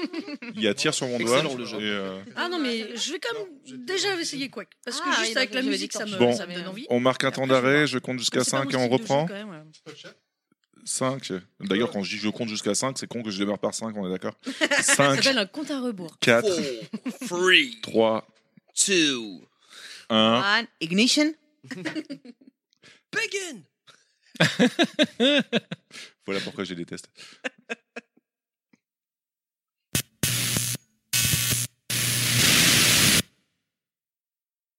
Speaker 7: oui.
Speaker 2: Il y a tir sur mon doigt.
Speaker 1: Excellent, le jeu.
Speaker 2: et, euh,
Speaker 7: Ah non, mais je vais quand même déjà essayer Quake. Parce que
Speaker 4: Ah, oui,
Speaker 7: juste avec
Speaker 4: d'accord,
Speaker 7: la
Speaker 4: j'avais
Speaker 7: musique,
Speaker 4: dit
Speaker 7: ça me,
Speaker 2: Bon.
Speaker 7: ça me donne envie.
Speaker 2: On marque un temps d'arrêt, je compte jusqu'à
Speaker 7: C'est pas
Speaker 2: 5 et
Speaker 7: mon
Speaker 2: on
Speaker 7: style de jeu,
Speaker 2: reprend.
Speaker 7: quand même, ouais.
Speaker 2: 5. D'ailleurs, quand je dis je compte jusqu'à 5, c'est con que je démarre par 5, on est d'accord
Speaker 7: Ça
Speaker 2: 5,
Speaker 7: s'appelle un compte à rebours.
Speaker 2: 4,
Speaker 1: 3,
Speaker 2: 3,
Speaker 1: 2,
Speaker 2: 1.
Speaker 4: Ah, Ignition.
Speaker 1: begin.
Speaker 2: Voilà pourquoi je les déteste.